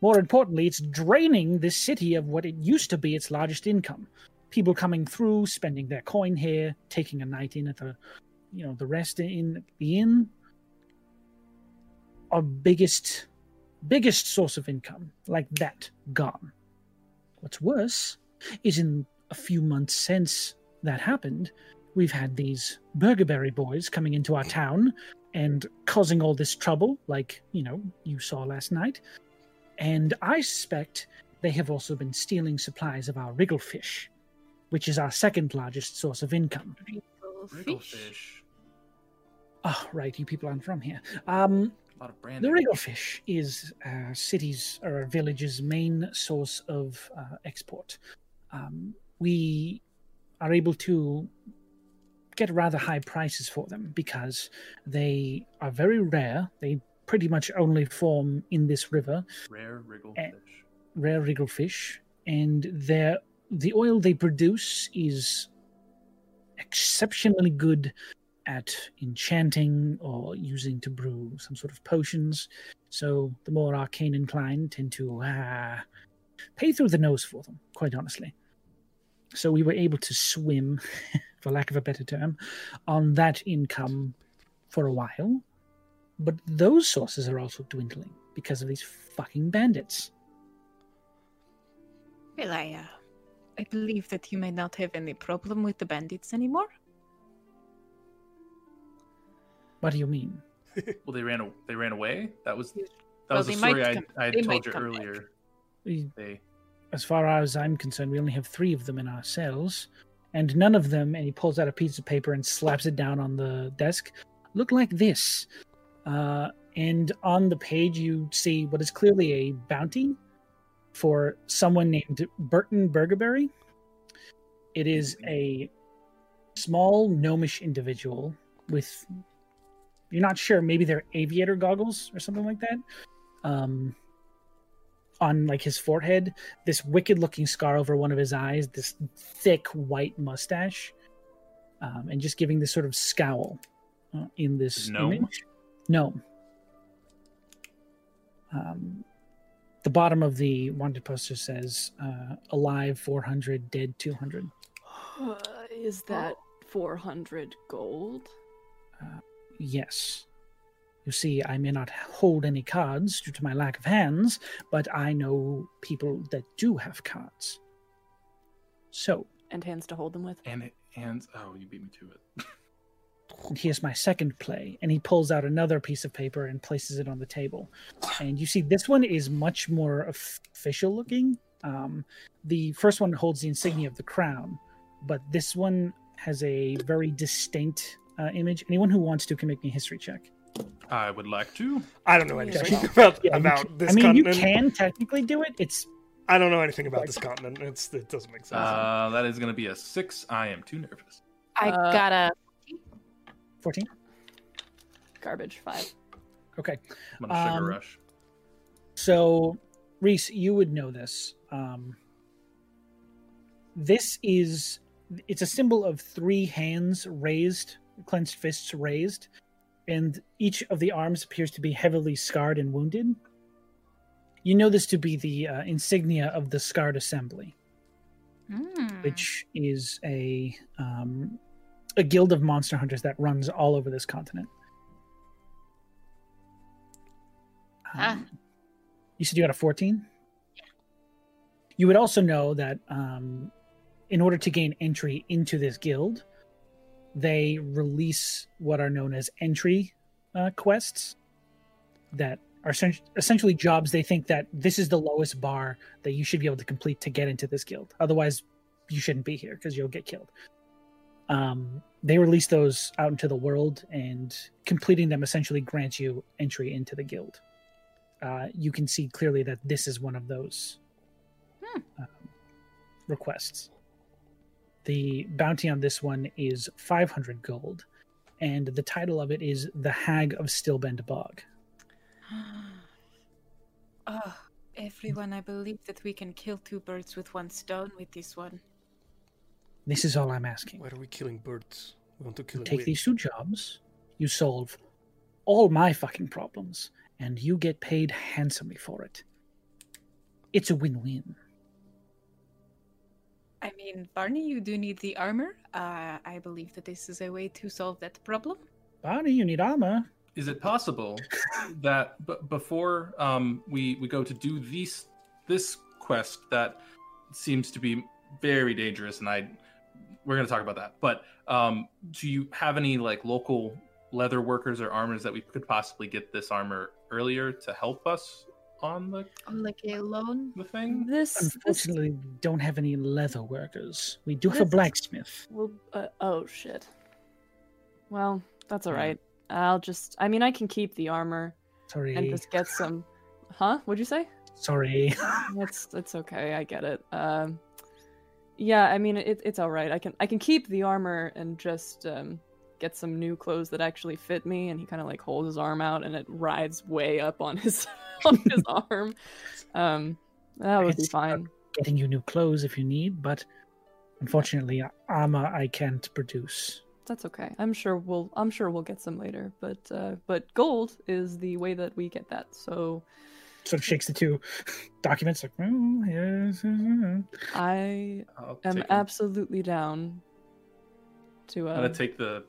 Speaker 1: More importantly, it's draining this city of what it used to be its largest income. People coming through, spending their coin here, taking a night in at the, you know, the rest in the inn. Our biggest, biggest source of income, like that, gone. What's worse is in a few months since that happened, we've had these Burgerberry boys coming into our town and causing all this trouble, like you know you saw last night. And I suspect they have also been stealing supplies of our wrigglefish, which is our second largest source of income.
Speaker 5: real fish.
Speaker 3: Wrigglefish.
Speaker 1: Oh, right, you people aren't from here. Um,
Speaker 3: A lot of branding.
Speaker 1: the wrigglefish is a city's or a village's main source of uh, export. Um, we are able to get rather high prices for them because they are very rare. They pretty much only form in this river
Speaker 3: Rare wrigglefish.
Speaker 1: rare wriggle fish, and their the oil they produce is exceptionally good at enchanting or using to brew some sort of potions. So the more arcane inclined tend to ah, pay through the nose for them, quite honestly. So we were able to swim, (laughs) for lack of a better term, on that income for a while. But those sources are also dwindling because of these fucking bandits.
Speaker 5: Well, I, uh, I believe that you may not have any problem with the bandits anymore.
Speaker 1: What do you mean?
Speaker 3: Well, they ran. a- They ran away. That was. That
Speaker 5: Well,
Speaker 3: was a
Speaker 5: they might
Speaker 3: story I,
Speaker 5: come-
Speaker 3: I had
Speaker 5: they
Speaker 3: told
Speaker 5: might
Speaker 3: you
Speaker 5: come back.
Speaker 3: earlier.
Speaker 1: We-
Speaker 3: They.
Speaker 1: As far as I'm concerned, we only have three of them in our cells, and none of them. And he pulls out a piece of paper and slaps it down on the desk. Look like this, uh, and on the page you see what is clearly a bounty for someone named Burton Burgerberry. It is a small gnomish individual with you're not sure maybe they're aviator goggles or something like that um on like his forehead this wicked looking scar over one of his eyes this thick white mustache um, and just giving this sort of scowl uh, in this
Speaker 3: Gnome?
Speaker 1: image no um the bottom of the wanted poster says uh, alive 400 dead 200
Speaker 2: Uh, Is that 400 gold?
Speaker 1: Yes. You see, I may not hold any cards due to my lack of hands, but I know people that do have cards. So,
Speaker 2: And hands to hold them with?
Speaker 3: And it. And oh, you beat me to it.
Speaker 1: here's my second play. And he pulls out another piece of paper and places it on the table. And you see, this one is much more official looking. Um, the first one holds the insignia of the crown, but this one has a very distinct uh, image. Anyone who wants to can make me a history check.
Speaker 3: I would like to.
Speaker 4: I don't know anything
Speaker 1: Yeah.
Speaker 4: about,
Speaker 1: Yeah, Uh, you
Speaker 4: about
Speaker 1: can-
Speaker 4: this
Speaker 1: I mean,
Speaker 4: continent.
Speaker 1: you can technically do it. It's
Speaker 4: I don't know anything about this continent. It's, it doesn't make sense.
Speaker 3: Uh, that is going to be a
Speaker 5: Uh,
Speaker 3: six. I am too nervous.
Speaker 5: I
Speaker 2: Uh,
Speaker 5: gotta.
Speaker 1: 14.
Speaker 2: Garbage five.
Speaker 1: Okay.
Speaker 3: I'm on a sugar
Speaker 1: Um,
Speaker 3: rush.
Speaker 1: So, Reese, you would know this. Um, this is it's a symbol of three hands raised, clenched fists raised, and each of the arms appears to be heavily scarred and wounded. You know this to be the uh, insignia of the Scarred Assembly,
Speaker 5: hmm. Mm-hmm.
Speaker 1: which is a um, a guild of monster hunters that runs all over this continent.
Speaker 6: Ah.
Speaker 1: Um, you said you got a 14? You would also know that um, in order to gain entry into this guild, they release what are known as entry uh, quests that are essen- essentially jobs they think that this is the lowest bar that you should be able to complete to get into this guild. Otherwise, you shouldn't be here because you'll get killed. Um, they release those out into the world, and completing them essentially grants you entry into the guild uh, you can see clearly that this is one of those um, requests. The bounty on this one is 500 gold, and the title of it is The Hag of Stillbend Bog.
Speaker 5: oh, everyone, I believe that we can kill two birds with one stone with this one.
Speaker 1: This is all I'm asking.
Speaker 4: Why are we killing birds? We want to kill a
Speaker 1: Take
Speaker 4: whale.
Speaker 1: these two jobs, you solve all my fucking problems, and you get paid handsomely for it. It's a win win.
Speaker 5: I mean, Barney, you do need the armor. Uh, I believe that this is a way to solve that problem.
Speaker 1: Barney, you need armor.
Speaker 3: Is it possible that b- before um, we we go to do these this quest that seems to be very dangerous, and I we're going to talk about that. But um, do you have any like local leather workers or armors that we could possibly get this armor earlier to help us on the
Speaker 5: Like a loan?
Speaker 3: the
Speaker 2: Mm-hmm.
Speaker 3: thing?
Speaker 2: This, this
Speaker 1: Unfortunately, we don't have any leather workers. We do have a
Speaker 2: This-
Speaker 1: blacksmith.
Speaker 2: will. Uh, oh shit. Well, that's all
Speaker 3: Yeah.
Speaker 2: right. I'll just. I mean, I can keep the armor
Speaker 1: Sorry.
Speaker 2: and just get some. Huh? What'd you say?
Speaker 1: Sorry. (laughs)
Speaker 2: That's that's okay. I get it. Um, yeah, I mean it, it's all right. I can I can keep the armor and just um, get some new clothes that actually fit me. And he kind of like holds his arm out, and it rides way up on his (laughs) on his arm. Um, that would be
Speaker 1: It's-
Speaker 2: fine.
Speaker 1: Getting you new clothes if you need, but unfortunately, armor I can't produce.
Speaker 2: That's okay. I'm sure we'll I'm sure we'll get some later. But uh, but gold is the way that we get that. So
Speaker 1: Sort of shakes the two (laughs) documents, like, oh, yes, yes, yes."
Speaker 2: I
Speaker 3: I'll
Speaker 2: am
Speaker 3: take-
Speaker 2: absolutely down to
Speaker 3: I'm gonna
Speaker 2: uh,
Speaker 3: take the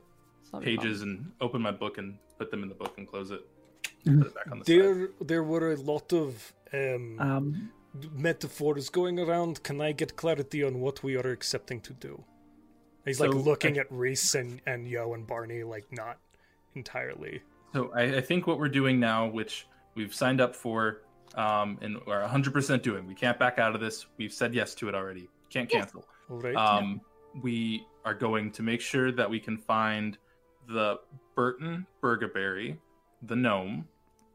Speaker 2: solve your
Speaker 3: pages and open my book and put them in the book and close it.
Speaker 1: Mhm.
Speaker 3: Put it back on the side.
Speaker 4: There, there were a lot of um,
Speaker 1: Um,
Speaker 4: d- metaphors going around. Can I get clarity on what we are accepting to do? He's like
Speaker 3: So,
Speaker 4: looking
Speaker 3: I-
Speaker 4: at Reese and, and Yo and Barney, like not entirely.
Speaker 3: So I, I think what we're doing now, which we've signed up for, um, and we're 100% doing. We can't back out of this. We've said yes to it already. Can't
Speaker 6: Yes.
Speaker 3: cancel.
Speaker 4: All right.
Speaker 1: Uh,
Speaker 3: Um, we are going to make sure that we can find the Burton Burgaberry, the gnome,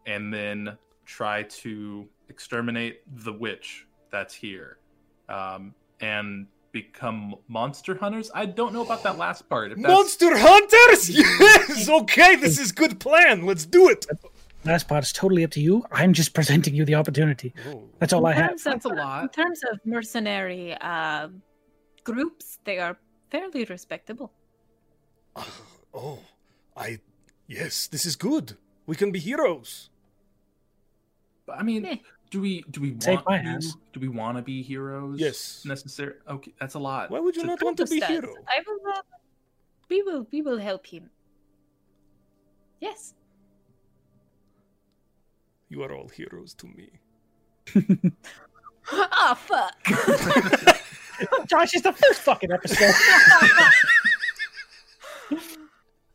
Speaker 3: and then try to exterminate the witch that's here, um, and become monster hunters. I don't know about that last part. If that's,
Speaker 4: Monster hunters! (laughs) Yes. Okay, this is good plan. Let's do it.
Speaker 1: last part's totally up to you. I'm just (laughs) presenting you the opportunity.
Speaker 4: Oh.
Speaker 1: That's all I have.
Speaker 3: That's a lot.
Speaker 5: In terms of mercenary uh, groups, they are fairly respectable.
Speaker 4: (sighs) Oh, I. Yes, this is good. We can be heroes.
Speaker 3: I mean,
Speaker 6: Meh.
Speaker 3: do we do we
Speaker 1: Take
Speaker 3: want
Speaker 1: my
Speaker 3: to,
Speaker 1: ass.
Speaker 3: do we want to be heroes?
Speaker 4: Yes.
Speaker 3: necessary. Okay, that's a lot.
Speaker 4: Why would you
Speaker 3: to-
Speaker 4: not want to
Speaker 5: Help us,
Speaker 4: be
Speaker 5: Dad.
Speaker 4: hero?
Speaker 5: I will. Uh, we will. We will help him. Yes.
Speaker 4: You are all heroes to me. (laughs)
Speaker 6: Ah,
Speaker 5: (laughs)
Speaker 6: fuck.
Speaker 1: Josh, it's the first fucking
Speaker 3: (laughs)
Speaker 1: episode.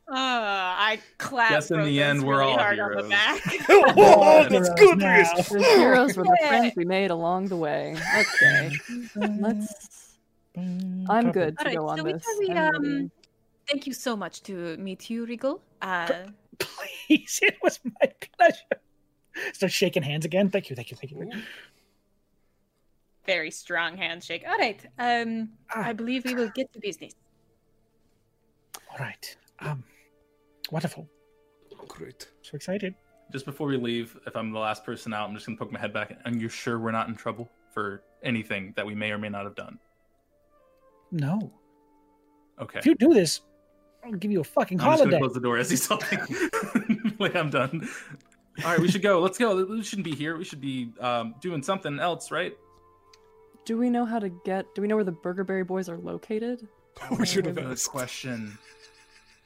Speaker 6: Uh, I clap.
Speaker 3: Guess in the end, we're all
Speaker 6: hard on the
Speaker 3: heroes.
Speaker 6: back.
Speaker 3: (laughs)
Speaker 4: oh, that's
Speaker 1: Heroes
Speaker 4: good,
Speaker 1: now.
Speaker 4: Reese.
Speaker 2: We're heroes were
Speaker 5: (laughs)
Speaker 2: the friends we made along the way. Okay, let's. I'm good to
Speaker 5: All right,
Speaker 2: go on
Speaker 5: so we
Speaker 2: this.
Speaker 5: can we,
Speaker 2: I'm
Speaker 5: um,
Speaker 2: ready.
Speaker 5: Thank you so much to meet you, Regal. Uh,
Speaker 1: Please, it was my pleasure. Start shaking hands again. Thank you, thank you, thank you.
Speaker 6: Very strong handshake. All
Speaker 5: all
Speaker 6: right.
Speaker 5: right. Um,
Speaker 1: Ah.
Speaker 5: I believe we will get to business.
Speaker 1: All right. Um, wonderful.
Speaker 4: Oh, Great.
Speaker 1: So excited.
Speaker 3: Just before we leave, if I'm the last person out, I'm just gonna poke my head back. And you're sure we're not in trouble for anything that we may or may not have done?
Speaker 1: No.
Speaker 3: Okay.
Speaker 1: If you do this, I'll give you a fucking
Speaker 3: I'm just
Speaker 1: holiday.
Speaker 3: gonna close the door as he's talking. (laughs) like I'm done. All right, we should go. Let's go. We shouldn't be here. We should be um, doing something else, right?
Speaker 2: Do we know how to get? Do we know where the Burgerberry Boys are located?
Speaker 1: Oh,
Speaker 4: We should have
Speaker 3: Good
Speaker 4: asked.
Speaker 3: question.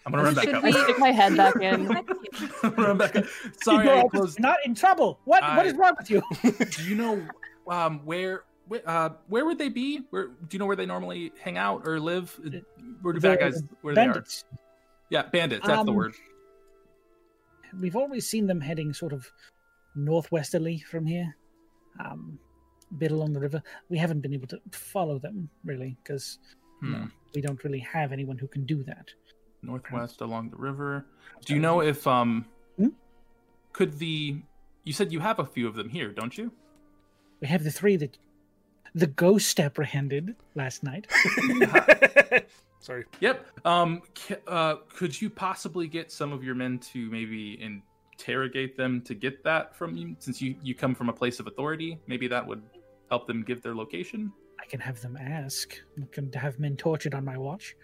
Speaker 3: I'm gonna run back
Speaker 5: Should
Speaker 3: up.
Speaker 5: we-
Speaker 2: Stick my head back in.
Speaker 3: (laughs) I'm gonna run
Speaker 2: (laughs)
Speaker 3: back up. Sorry,
Speaker 1: You're
Speaker 3: I
Speaker 1: all-
Speaker 3: closed.
Speaker 1: not in trouble. What? What is
Speaker 3: I-
Speaker 1: wrong with you?
Speaker 3: Do you know um, where? wh- Uh, where would they be? Where do you know where they normally hang out or live? Where do bad
Speaker 1: The
Speaker 3: guys? (laughs) Where they are?
Speaker 1: Bandits.
Speaker 3: Yeah, bandits. That's the
Speaker 1: Um,
Speaker 3: word.
Speaker 1: We've always seen them heading sort of northwesterly from here, um, a bit along the river. We haven't been able to follow them really because
Speaker 3: Hmm.
Speaker 1: we don't really have anyone who can do that.
Speaker 3: northwest along the river. Do you know if um
Speaker 1: Hmm?
Speaker 3: could the you said you have a few of them here, don't you?
Speaker 1: We have the three that the ghost apprehended last night.
Speaker 4: (laughs) Sorry.
Speaker 3: Yep. Um c- uh could you possibly get some of your men to maybe interrogate them to get that from you since you you come from a place of authority? Maybe that would help them give their location?
Speaker 1: I can have them ask. I'm not going to have men tortured on my watch.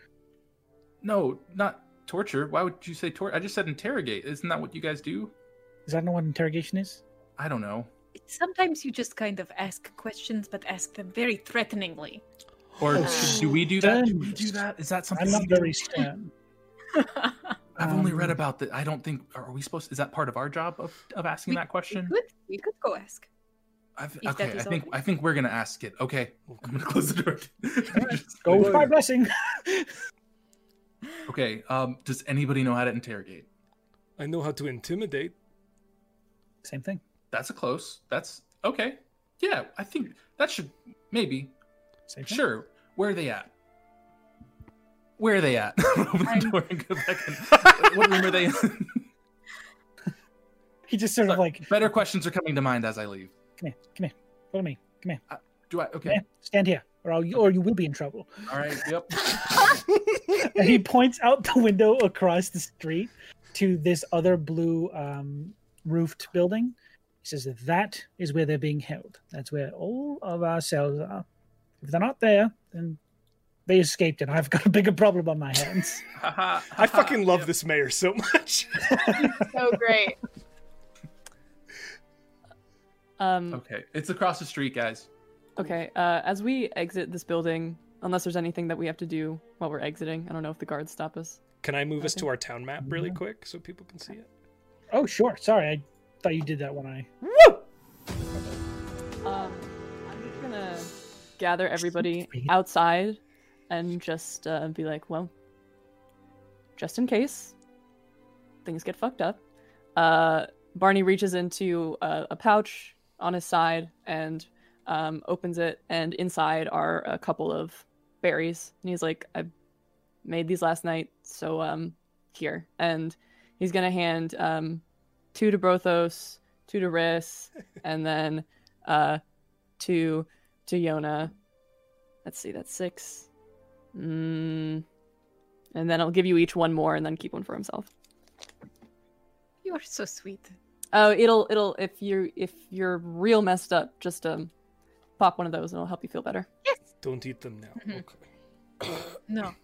Speaker 3: No, not torture. Why would you say torture? I just said interrogate. Isn't that what you guys do?
Speaker 1: Is that not what interrogation is?
Speaker 3: I don't know.
Speaker 5: Sometimes you just kind of ask questions, but ask them very
Speaker 6: (laughs)
Speaker 5: threateningly.
Speaker 3: Or
Speaker 5: Oh,
Speaker 3: do we do that? Do we
Speaker 1: goodness.
Speaker 3: do that? Is that something
Speaker 1: I'm not
Speaker 3: (laughs) we do?
Speaker 1: very stern.
Speaker 3: I've only read
Speaker 1: Um,
Speaker 3: about that. I don't think are we supposed is that part of our job of, of asking
Speaker 5: We-
Speaker 3: that
Speaker 5: we
Speaker 3: question?
Speaker 5: could, we could go ask.
Speaker 3: I've,
Speaker 5: if
Speaker 3: okay,
Speaker 5: that
Speaker 3: I
Speaker 5: is
Speaker 3: think
Speaker 5: all-
Speaker 3: I think we're gonna ask it. Okay, I'm gonna (laughs) close the door. (laughs) Just-
Speaker 1: Go with my blessing. (laughs)
Speaker 3: okay, um, does anybody know how to interrogate?
Speaker 4: I know how to intimidate.
Speaker 1: Same thing.
Speaker 3: That's a close. That's okay. Yeah, I think that should maybe
Speaker 1: Same thing.
Speaker 3: sure. Where are they at? Where are they
Speaker 4: (laughs)
Speaker 3: at? Open the
Speaker 5: I'm-
Speaker 3: door and go back in. (laughs) what room are they in?
Speaker 1: He just sort of
Speaker 3: Sorry.
Speaker 1: like,
Speaker 3: Better questions are coming to mind as I leave.
Speaker 1: come here, come here, follow me, come here,
Speaker 3: Do I?
Speaker 1: come
Speaker 3: Okay.
Speaker 1: here, stand here, or, I'll, or you will be in trouble.
Speaker 3: All right. Yep.
Speaker 1: and he points out the window across the street to this other blue um, roofed building. He says that that is where they're being held. That's where all of our cells are. If they're not there, then they escaped, and I've got a bigger problem on my hands.
Speaker 4: I
Speaker 1: (laughs)
Speaker 4: fucking love this mayor so much.
Speaker 6: so great.
Speaker 2: Um,
Speaker 3: Okay, it's across the street, guys.
Speaker 2: okay. Uh, as we exit this building, unless there's anything that we have to do while we're exiting, I don't know if the guards stop us.
Speaker 4: Can I move us to
Speaker 2: Okay.
Speaker 4: our town map really
Speaker 1: Mm-hmm.
Speaker 4: quick so people can see it?
Speaker 1: oh, sure. Sorry, I thought you did that when I.
Speaker 2: Um, I'm just gonna gather everybody
Speaker 1: Sweet.
Speaker 2: outside and just uh, be like, well, just in case things get fucked up. Uh, Barney reaches into a, a pouch on his side and um, opens it, and inside are a couple of berries. And he's like, I made these last night, so um, here. And he's gonna hand um, two to Brothos, two to Riss, and then uh, two to Yona. Let's see, that's six. Mm. And then I'll give you each one more, and then keep one for himself.
Speaker 5: (laughs) You are so sweet.
Speaker 2: Oh, it'll it'll if you if you're real messed up, just um, pop one of those, and it'll help you feel better.
Speaker 4: Don't eat them now.
Speaker 6: Mhm.
Speaker 4: Okay.
Speaker 1: Mm-hmm.
Speaker 4: (coughs)
Speaker 5: No.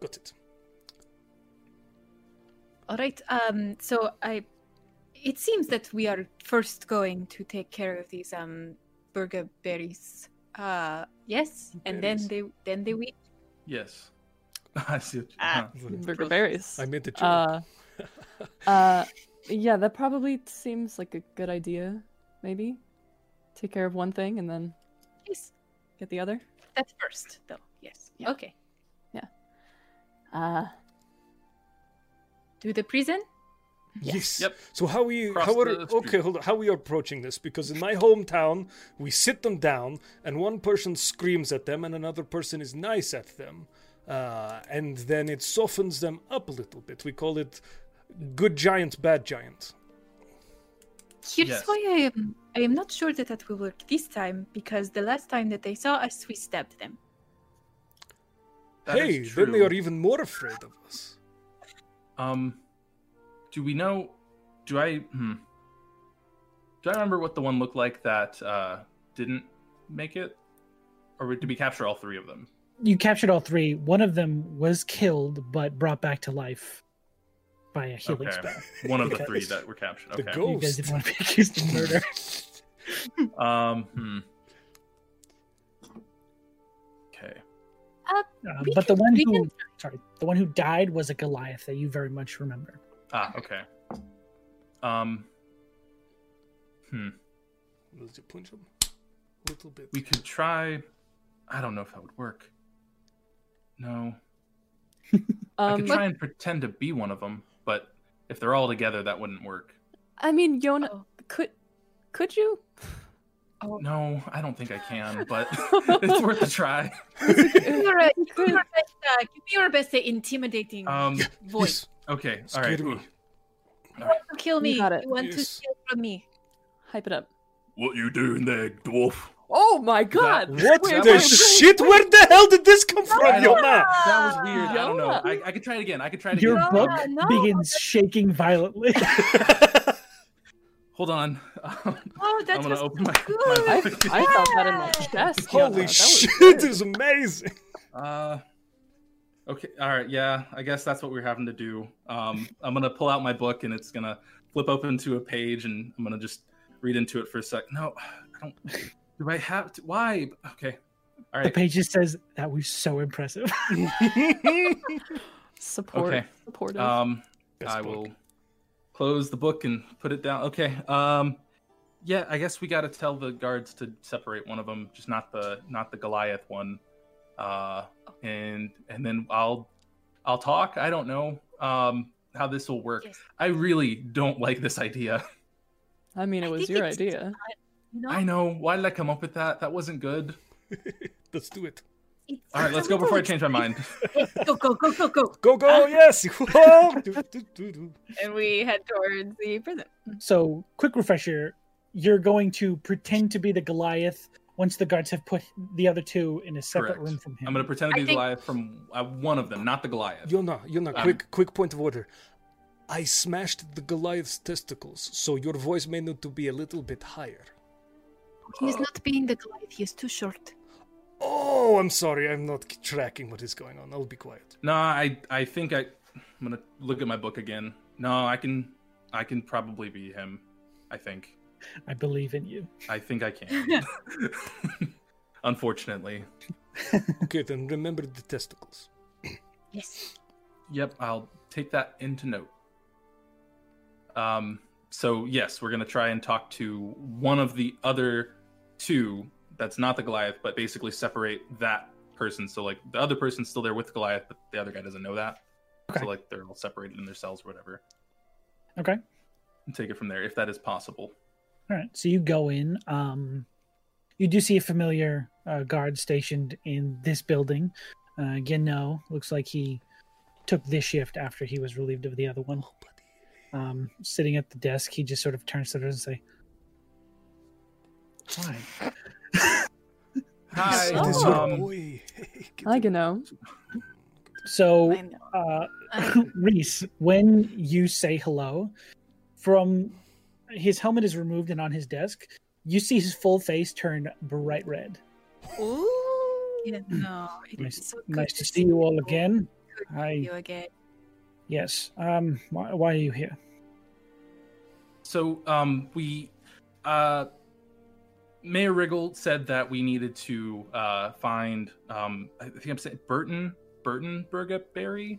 Speaker 4: Got it.
Speaker 5: All right. Um. So I, it seems that we are first going to take care of these um burger berries. Uh. Yes. And then
Speaker 4: Berries.
Speaker 5: they then they we
Speaker 3: Yes. (laughs) I see. What you,
Speaker 6: Ah.
Speaker 3: huh.
Speaker 2: Burger berries.
Speaker 4: I made the joke.
Speaker 3: (laughs)
Speaker 2: Uh, uh, yeah, that probably seems like a good idea. Maybe take care of one thing and then
Speaker 5: yes
Speaker 2: get the other.
Speaker 5: that first though. Yes.
Speaker 2: Yeah.
Speaker 5: Okay.
Speaker 2: Uh,
Speaker 5: To the prison.
Speaker 4: yes.
Speaker 3: Yep.
Speaker 4: So how we
Speaker 3: Across
Speaker 4: how are
Speaker 3: the street.
Speaker 4: okay hold on, how we are approaching this because in my hometown we sit them down and one person screams at them and another person is nice at them uh, and then it softens them up a little bit. We call it good giant bad giant.
Speaker 5: Here's
Speaker 3: Yes.
Speaker 5: why I am I am not sure that that will work this time because the last time that they saw us we stabbed them.
Speaker 3: That is
Speaker 4: hey, then they
Speaker 3: true.
Speaker 4: are even more afraid of us.
Speaker 3: Um, do we know? Do I? Hmm, do I remember what the one looked like that uh, didn't make it, or did we capture all three of them?
Speaker 1: You captured all three. One of them was killed but brought back to life by a healing
Speaker 3: Okay,
Speaker 1: spell.
Speaker 3: one of the
Speaker 1: Okay.
Speaker 3: three that were captured.
Speaker 4: The
Speaker 3: Okay.
Speaker 4: goat.
Speaker 1: You guys
Speaker 4: Ghost.
Speaker 1: didn't want to be accused of murder.
Speaker 3: Um. Hmm. Okay.
Speaker 1: Uh,
Speaker 5: We
Speaker 1: but the one
Speaker 5: we
Speaker 1: who sorry, the one who died was a Goliath that you very much remember.
Speaker 3: Ah. Okay. Um. Hmm.
Speaker 4: Let's just punch him a little bit. (laughs)
Speaker 3: We could try. I don't know if that would work. No. I
Speaker 2: Um,
Speaker 3: could try and pretend to be one of them, but if they're all together, that wouldn't work.
Speaker 2: I mean, Yona,
Speaker 5: Oh.
Speaker 2: could could you?
Speaker 3: No, I don't think I can, but (laughs) it's worth a try.
Speaker 5: Give me your, uh, give me your best, uh, give me your best uh, intimidating
Speaker 3: Um.
Speaker 5: voice.
Speaker 3: Okay. All
Speaker 4: Scare
Speaker 3: right. (laughs)
Speaker 4: me.
Speaker 5: You want to kill me.
Speaker 2: You
Speaker 5: You,
Speaker 2: got it.
Speaker 5: want to
Speaker 4: Yes.
Speaker 5: steal from me.
Speaker 2: Hype it up.
Speaker 3: What you doing there, dwarf?
Speaker 2: Oh my god!
Speaker 4: What
Speaker 2: Wait,
Speaker 4: the
Speaker 2: wait, wait,
Speaker 4: shit? Where the hell did this come
Speaker 3: I don't-
Speaker 4: from, yo man?
Speaker 3: That
Speaker 4: (laughs)
Speaker 3: was weird. I don't know.
Speaker 2: Yeah.
Speaker 3: I, I could try it again. I could try it
Speaker 1: Your
Speaker 3: again.
Speaker 1: book
Speaker 5: Ah, no.
Speaker 1: begins shaking violently.
Speaker 3: Hold on. (laughs)
Speaker 5: Oh, that
Speaker 3: I'm gonna
Speaker 5: was
Speaker 3: open my-
Speaker 5: good.
Speaker 3: my-
Speaker 2: I, I felt that in
Speaker 3: (laughs)
Speaker 2: my chest. Yona. That
Speaker 4: Holy
Speaker 2: was
Speaker 4: shit,
Speaker 2: good.
Speaker 4: is amazing.
Speaker 3: Uh, okay. All right. Yeah. I guess that's what we're having to do. Um, I'm gonna pull out my book and it's gonna flip open to a page and I'm gonna just read into it for a sec. No, I don't. Do I have to? Why? Okay. All
Speaker 1: the
Speaker 3: right.
Speaker 1: page just says that was so impressive. (laughs)
Speaker 3: (laughs)
Speaker 2: Support.
Speaker 3: Okay.
Speaker 2: Supportive.
Speaker 3: Um,
Speaker 4: Best
Speaker 3: I
Speaker 4: book.
Speaker 3: will close the book and put it down. Okay. Um, yeah. I guess we got to tell the guards to separate one of them, just not the not the Goliath one. Uh, and and then I'll I'll talk. I don't know um, how this will work.
Speaker 5: Yes.
Speaker 3: I really don't like this idea.
Speaker 2: I mean, it
Speaker 5: I
Speaker 2: was
Speaker 5: think
Speaker 2: your
Speaker 5: it's-
Speaker 2: idea.
Speaker 5: No,
Speaker 3: I know. Why did I come up with that? That wasn't good.
Speaker 4: (laughs) Let's do it.
Speaker 5: it's
Speaker 3: All right,
Speaker 5: it's
Speaker 3: let's
Speaker 5: a
Speaker 3: go before I
Speaker 5: little-
Speaker 3: change
Speaker 6: (laughs)
Speaker 3: my mind.
Speaker 5: Go, go, go, go, go.
Speaker 3: (laughs)
Speaker 4: Go, go, yes. (laughs) Whoa. Do, do, do, do.
Speaker 6: and we head towards the prison.
Speaker 1: So, quick refresher: you're going to pretend to be the Goliath once the guards have put the other two in a separate
Speaker 3: Correct.
Speaker 1: room from him.
Speaker 3: I'm gonna pretend to
Speaker 6: I
Speaker 3: be
Speaker 6: think-
Speaker 3: Goliath from uh, one of them, not the Goliath.
Speaker 4: Yona, Yona,
Speaker 3: Um,
Speaker 4: quick, quick point of order. I smashed the Goliath's testicles, so your voice may need to be a little bit higher.
Speaker 5: He's not being the Goliath. He is too short.
Speaker 4: Oh, I'm sorry, I'm not c- tracking what is going on. I'll be quiet.
Speaker 3: No, I I think I I'm gonna look at my book again. No, I can I can probably be him. I think
Speaker 1: I believe in you.
Speaker 3: I think I can. (laughs) Unfortunately.
Speaker 4: Okay, then remember the testicles.
Speaker 5: Yes.
Speaker 3: Yep, I'll take that into note. Um so yes, we're gonna try and talk to one of the other two that's not the Goliath, but basically separate that person. So like the other person's still there with Goliath, but the other guy doesn't know that.
Speaker 1: Okay.
Speaker 3: So like they're all separated in their cells or whatever.
Speaker 1: Okay.
Speaker 3: And take it from there if that is possible.
Speaker 1: All right. So you go in. Um, you do see a familiar uh, guard stationed in this building. Uh, again, no. Looks like he took this shift after he was relieved of the other one.
Speaker 4: Oh,
Speaker 1: Um, sitting at the desk, he just sort of turns to her and say, "Why?"
Speaker 3: Hi.
Speaker 4: It is
Speaker 2: Oh.
Speaker 4: your
Speaker 3: um,
Speaker 4: boy. (laughs)
Speaker 2: (laughs)
Speaker 4: Get
Speaker 2: I can know. Oh.
Speaker 1: So
Speaker 5: I know.
Speaker 1: uh,
Speaker 5: I-
Speaker 1: (laughs) Reese, when you say hello, from his helmet is removed and on his desk, you see his full face turn bright red.
Speaker 6: Ooh.
Speaker 5: yeah, no, it's
Speaker 1: Nice-
Speaker 5: so good
Speaker 1: Nice to see you all again. I
Speaker 5: You again.
Speaker 1: yes. Um, why, why are you here?
Speaker 3: So um, we, uh, Mayor Riggle said that we needed to uh, find. Um, I think I'm saying Burton Burton Berry,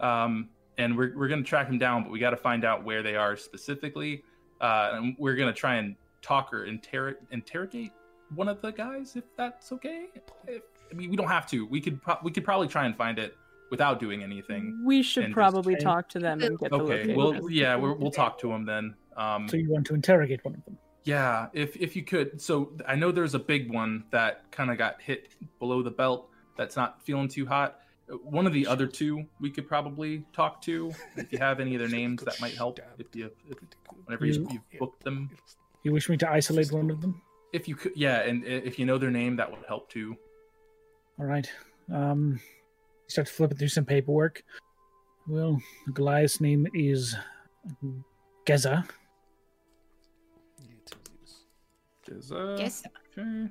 Speaker 3: um, and we're we're gonna track him down, but we got to find out where they are specifically, uh, and we're gonna try and talk or interrog interrogate one of the guys if that's okay. If, I mean, we don't have to. We could pro- we could probably try and find it without doing anything.
Speaker 2: We
Speaker 3: And
Speaker 2: should
Speaker 3: just
Speaker 2: probably
Speaker 1: say-
Speaker 2: talk to them and get the
Speaker 3: Okay.
Speaker 2: location.
Speaker 3: Well, yeah, we're, we'll talk to him then. Um,
Speaker 1: So you want to interrogate one of them?
Speaker 3: yeah, if if you could. So I know there's a big one that kind of got hit below the belt. That's not feeling too hot. One of the other two we could probably talk to. If you have any of their names, that might help. If you if, whenever
Speaker 4: Mm-hmm.
Speaker 3: you,
Speaker 1: You-
Speaker 3: you book them,
Speaker 1: You wish me to isolate one of them?
Speaker 3: if you could, yeah, and i- if you know their name, that would help too.
Speaker 1: All right. Um, you start flipping through some paperwork. Well, Goliath's name is Geza.
Speaker 4: It is
Speaker 3: Is, uh,
Speaker 6: Yes.
Speaker 3: okay.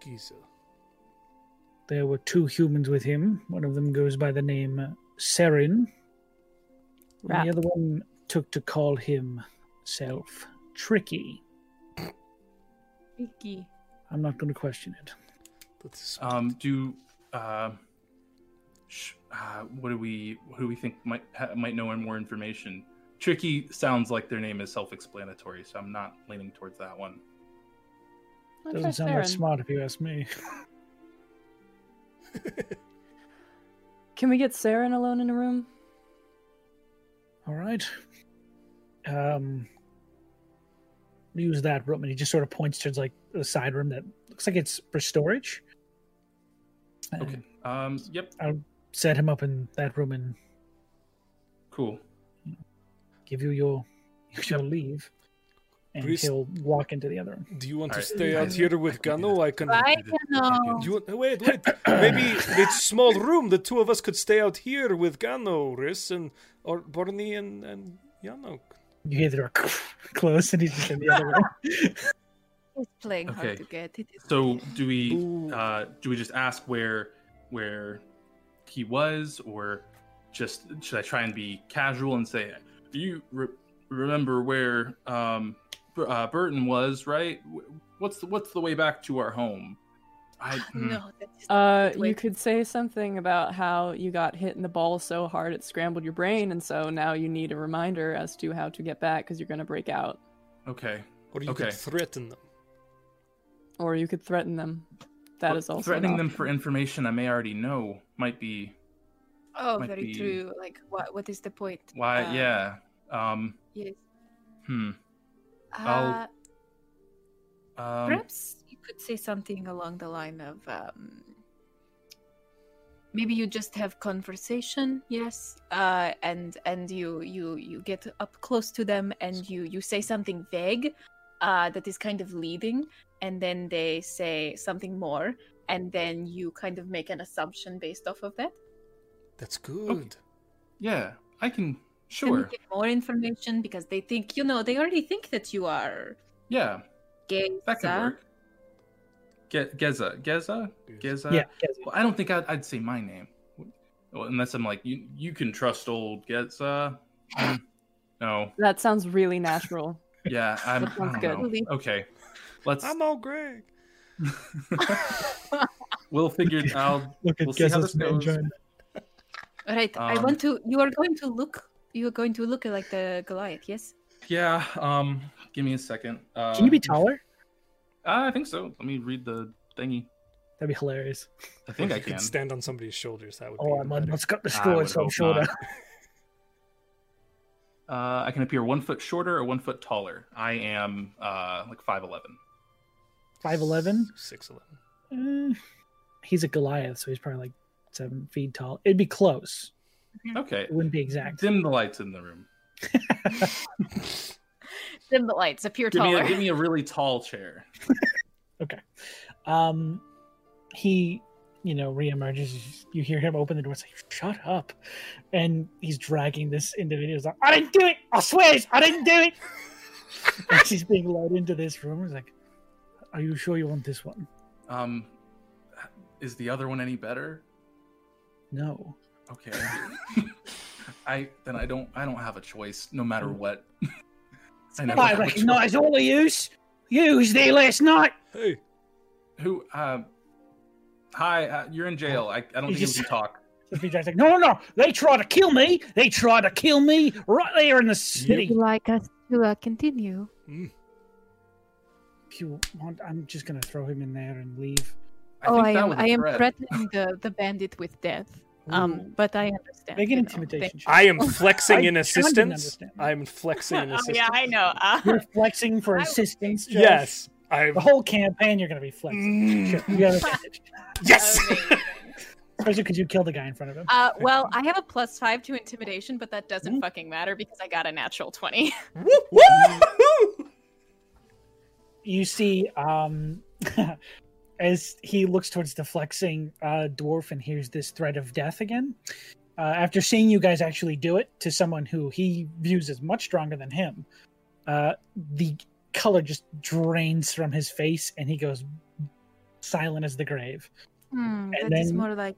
Speaker 4: Giza.
Speaker 1: There were two humans with him. One of them goes by the name uh, Serin.
Speaker 2: Rap.
Speaker 1: And the other one took to call himself Tricky.
Speaker 5: Icky.
Speaker 1: I'm not going to question it.
Speaker 4: That is
Speaker 3: Um, do uh, sh- uh, what do we what do we think might ha- might know more information? Tricky sounds like their name is self-explanatory, so I'm not leaning towards that one.
Speaker 2: I'll
Speaker 1: Doesn't
Speaker 2: trust
Speaker 1: sound that
Speaker 2: Theron.
Speaker 1: smart if you ask me.
Speaker 2: Can we get Saren alone in a room?
Speaker 1: All right. Um, use that room, and he just sort of points towards like the side room that looks like it's for storage. And
Speaker 3: Okay. Um, yep.
Speaker 1: Set him up in that room and
Speaker 3: Cool.
Speaker 1: give you your (laughs) your leave, and
Speaker 4: Priest-
Speaker 1: he'll walk into the other
Speaker 3: (clears throat)
Speaker 1: room.
Speaker 4: Do you want to
Speaker 3: Alright,
Speaker 4: stay
Speaker 3: I
Speaker 4: out
Speaker 3: can-
Speaker 4: here
Speaker 3: I
Speaker 4: with
Speaker 3: can do
Speaker 4: Gano?
Speaker 3: that.
Speaker 4: I can.
Speaker 6: I
Speaker 3: know.
Speaker 4: Do you want... Wait, wait. Maybe it's small room. The two of us could stay out here with Gano, Riss, and or Borny and and Yano.
Speaker 1: You hear the door (laughs) close, and he's just in the other
Speaker 3: (laughs)
Speaker 1: room.
Speaker 5: It's playing
Speaker 3: Okay.
Speaker 5: hard to get. It is
Speaker 3: So
Speaker 5: okay.
Speaker 3: do we
Speaker 4: Ooh.
Speaker 3: uh, do we just ask where where he was, or just should I try and be casual and say, "Do you re- remember where um, Bur- uh, Burton was? Right? Wh- What's the, what's the way back to our home?" I hmm.
Speaker 5: No, that is
Speaker 2: Uh, you
Speaker 5: Wait.
Speaker 2: could say something about how you got hit in the ball so hard it scrambled your brain, and so now you need a reminder as to how to get back because you're going to break out.
Speaker 3: okay.
Speaker 4: Or you
Speaker 3: Okay.
Speaker 4: could threaten them.
Speaker 2: Or you could threaten them. That
Speaker 3: But
Speaker 2: is also
Speaker 3: threatening
Speaker 2: an
Speaker 3: them
Speaker 2: option.
Speaker 3: for information I may already know might be
Speaker 5: oh,
Speaker 3: might
Speaker 5: very
Speaker 3: be-
Speaker 5: true. Like, what? What is the point?
Speaker 3: why.
Speaker 5: Uh,
Speaker 3: yeah. Um.
Speaker 5: Yes.
Speaker 3: Hmm.
Speaker 5: Uh,
Speaker 3: I'll- Um,
Speaker 5: Perhaps you could say something along the line of um, maybe you just have conversation, yes, uh, and and you you you get up close to them and you you say something vague uh, that is kind of leading, and then they say something more, and then you kind of make an assumption based off of that.
Speaker 4: That's good.
Speaker 3: yeah. I can.
Speaker 5: Then you
Speaker 3: Sure.
Speaker 5: get more information because they think you know they already think that you are
Speaker 3: Yeah.
Speaker 5: gay.
Speaker 3: That could
Speaker 5: sir.
Speaker 3: work. Ge- Geza, Geza, Geza.
Speaker 1: yeah,
Speaker 3: Well, I don't think I'd, I'd say my name, well, unless I'm like you. You can trust old Geza. Mm. no.
Speaker 2: That sounds really natural. (laughs)
Speaker 3: Yeah. I'm.
Speaker 2: That sounds
Speaker 3: I
Speaker 2: good.
Speaker 3: don't know. Okay. Let's.
Speaker 4: I'm all Greg.
Speaker 3: we'll figure it out.
Speaker 1: look at
Speaker 3: We'll see how
Speaker 1: Geza's
Speaker 3: this
Speaker 1: man
Speaker 3: goes.
Speaker 1: join.
Speaker 5: All right, I
Speaker 3: Um,
Speaker 5: want to. You are going to look. You are going to look like the Goliath, yes?
Speaker 3: Yeah. Um. Give me a second. Uh,
Speaker 1: Can you be taller?
Speaker 3: I think so. Let me read the thingy.
Speaker 1: That'd be hilarious.
Speaker 3: I think
Speaker 4: Or
Speaker 3: I
Speaker 4: you
Speaker 3: can.
Speaker 4: could stand on somebody's shoulders. That would be
Speaker 1: Oh,
Speaker 4: even
Speaker 1: I'm on.
Speaker 4: better.
Speaker 1: Let's cut the
Speaker 3: I
Speaker 1: score,
Speaker 3: would
Speaker 1: so I'm
Speaker 3: hope
Speaker 1: shorter.
Speaker 3: not. (laughs) Uh, I can appear one foot shorter or one foot taller. I am uh, like five eleven.
Speaker 1: (laughs) Five eleven.
Speaker 4: Six eleven.
Speaker 1: Eh, he's a Goliath, so he's probably like seven feet tall. It'd be close.
Speaker 3: Okay.
Speaker 1: It wouldn't be exact.
Speaker 3: Dim the lights in the room.
Speaker 6: Dim the lights. Appear
Speaker 3: Give me,
Speaker 6: taller.
Speaker 3: a, give me a really tall chair.
Speaker 1: Um, he, you know, reemerges. You hear him open the door. It's like, shut up, and he's dragging this individual. He's like, I didn't do it. I swear, it's- I didn't do it. (laughs) and she's being led into this room. He's like, Are you sure you want this one?
Speaker 3: Um, is the other one any better?
Speaker 1: No.
Speaker 3: Okay. I then I don't I don't have a choice no matter what. (laughs) I never
Speaker 1: I
Speaker 3: have a
Speaker 1: recognize all of yous. You was there last night.
Speaker 4: Hey,
Speaker 3: choice. Who? Um. hi, uh, you're in jail. I, I don't
Speaker 1: You
Speaker 3: think you
Speaker 1: just-
Speaker 3: can talk.
Speaker 1: The feedback's like, no, no, no. They try to kill me. They try to kill me right there in the city.
Speaker 5: Would you like us to uh, continue?
Speaker 1: If you want, I'm just gonna throw him in there and leave.
Speaker 3: think
Speaker 5: oh, I
Speaker 3: that
Speaker 5: am.
Speaker 3: was a
Speaker 5: I am
Speaker 3: threat.
Speaker 5: threatening the, the bandit with death. Um, but I understand.
Speaker 1: Make an
Speaker 5: you know, thank-
Speaker 1: intimidation. check. (laughs)
Speaker 4: I am flexing
Speaker 1: Oh, I
Speaker 4: in
Speaker 1: don't
Speaker 4: assistance.
Speaker 1: understand.
Speaker 4: I'm flexing in
Speaker 6: (laughs) oh,
Speaker 4: assistance.
Speaker 6: yeah, I know. Uh,
Speaker 1: You're flexing for
Speaker 6: I-
Speaker 1: assistance. Josh.
Speaker 4: Yes, I'm. Mm.
Speaker 1: The whole campaign, you're gonna be
Speaker 5: (laughs)
Speaker 1: flexing. Sure, you got advantage.
Speaker 4: Yes.
Speaker 6: amazing.
Speaker 1: Especially because you killed the guy in front of him.
Speaker 6: Uh, well, I have a plus five to intimidation, but that doesn't
Speaker 3: Hmm.
Speaker 6: fucking matter because I got a natural 20.
Speaker 4: (laughs)
Speaker 1: Mm. You see, um, (laughs) as he looks towards the flexing uh, dwarf and hears this threat of death again, uh, after seeing you guys actually do it to someone who he views as much stronger than him, uh, the color just drains from his face and he goes silent as the grave. (laughs)
Speaker 6: (laughs)
Speaker 5: Hmm,
Speaker 1: And
Speaker 5: that is
Speaker 1: then-
Speaker 5: more like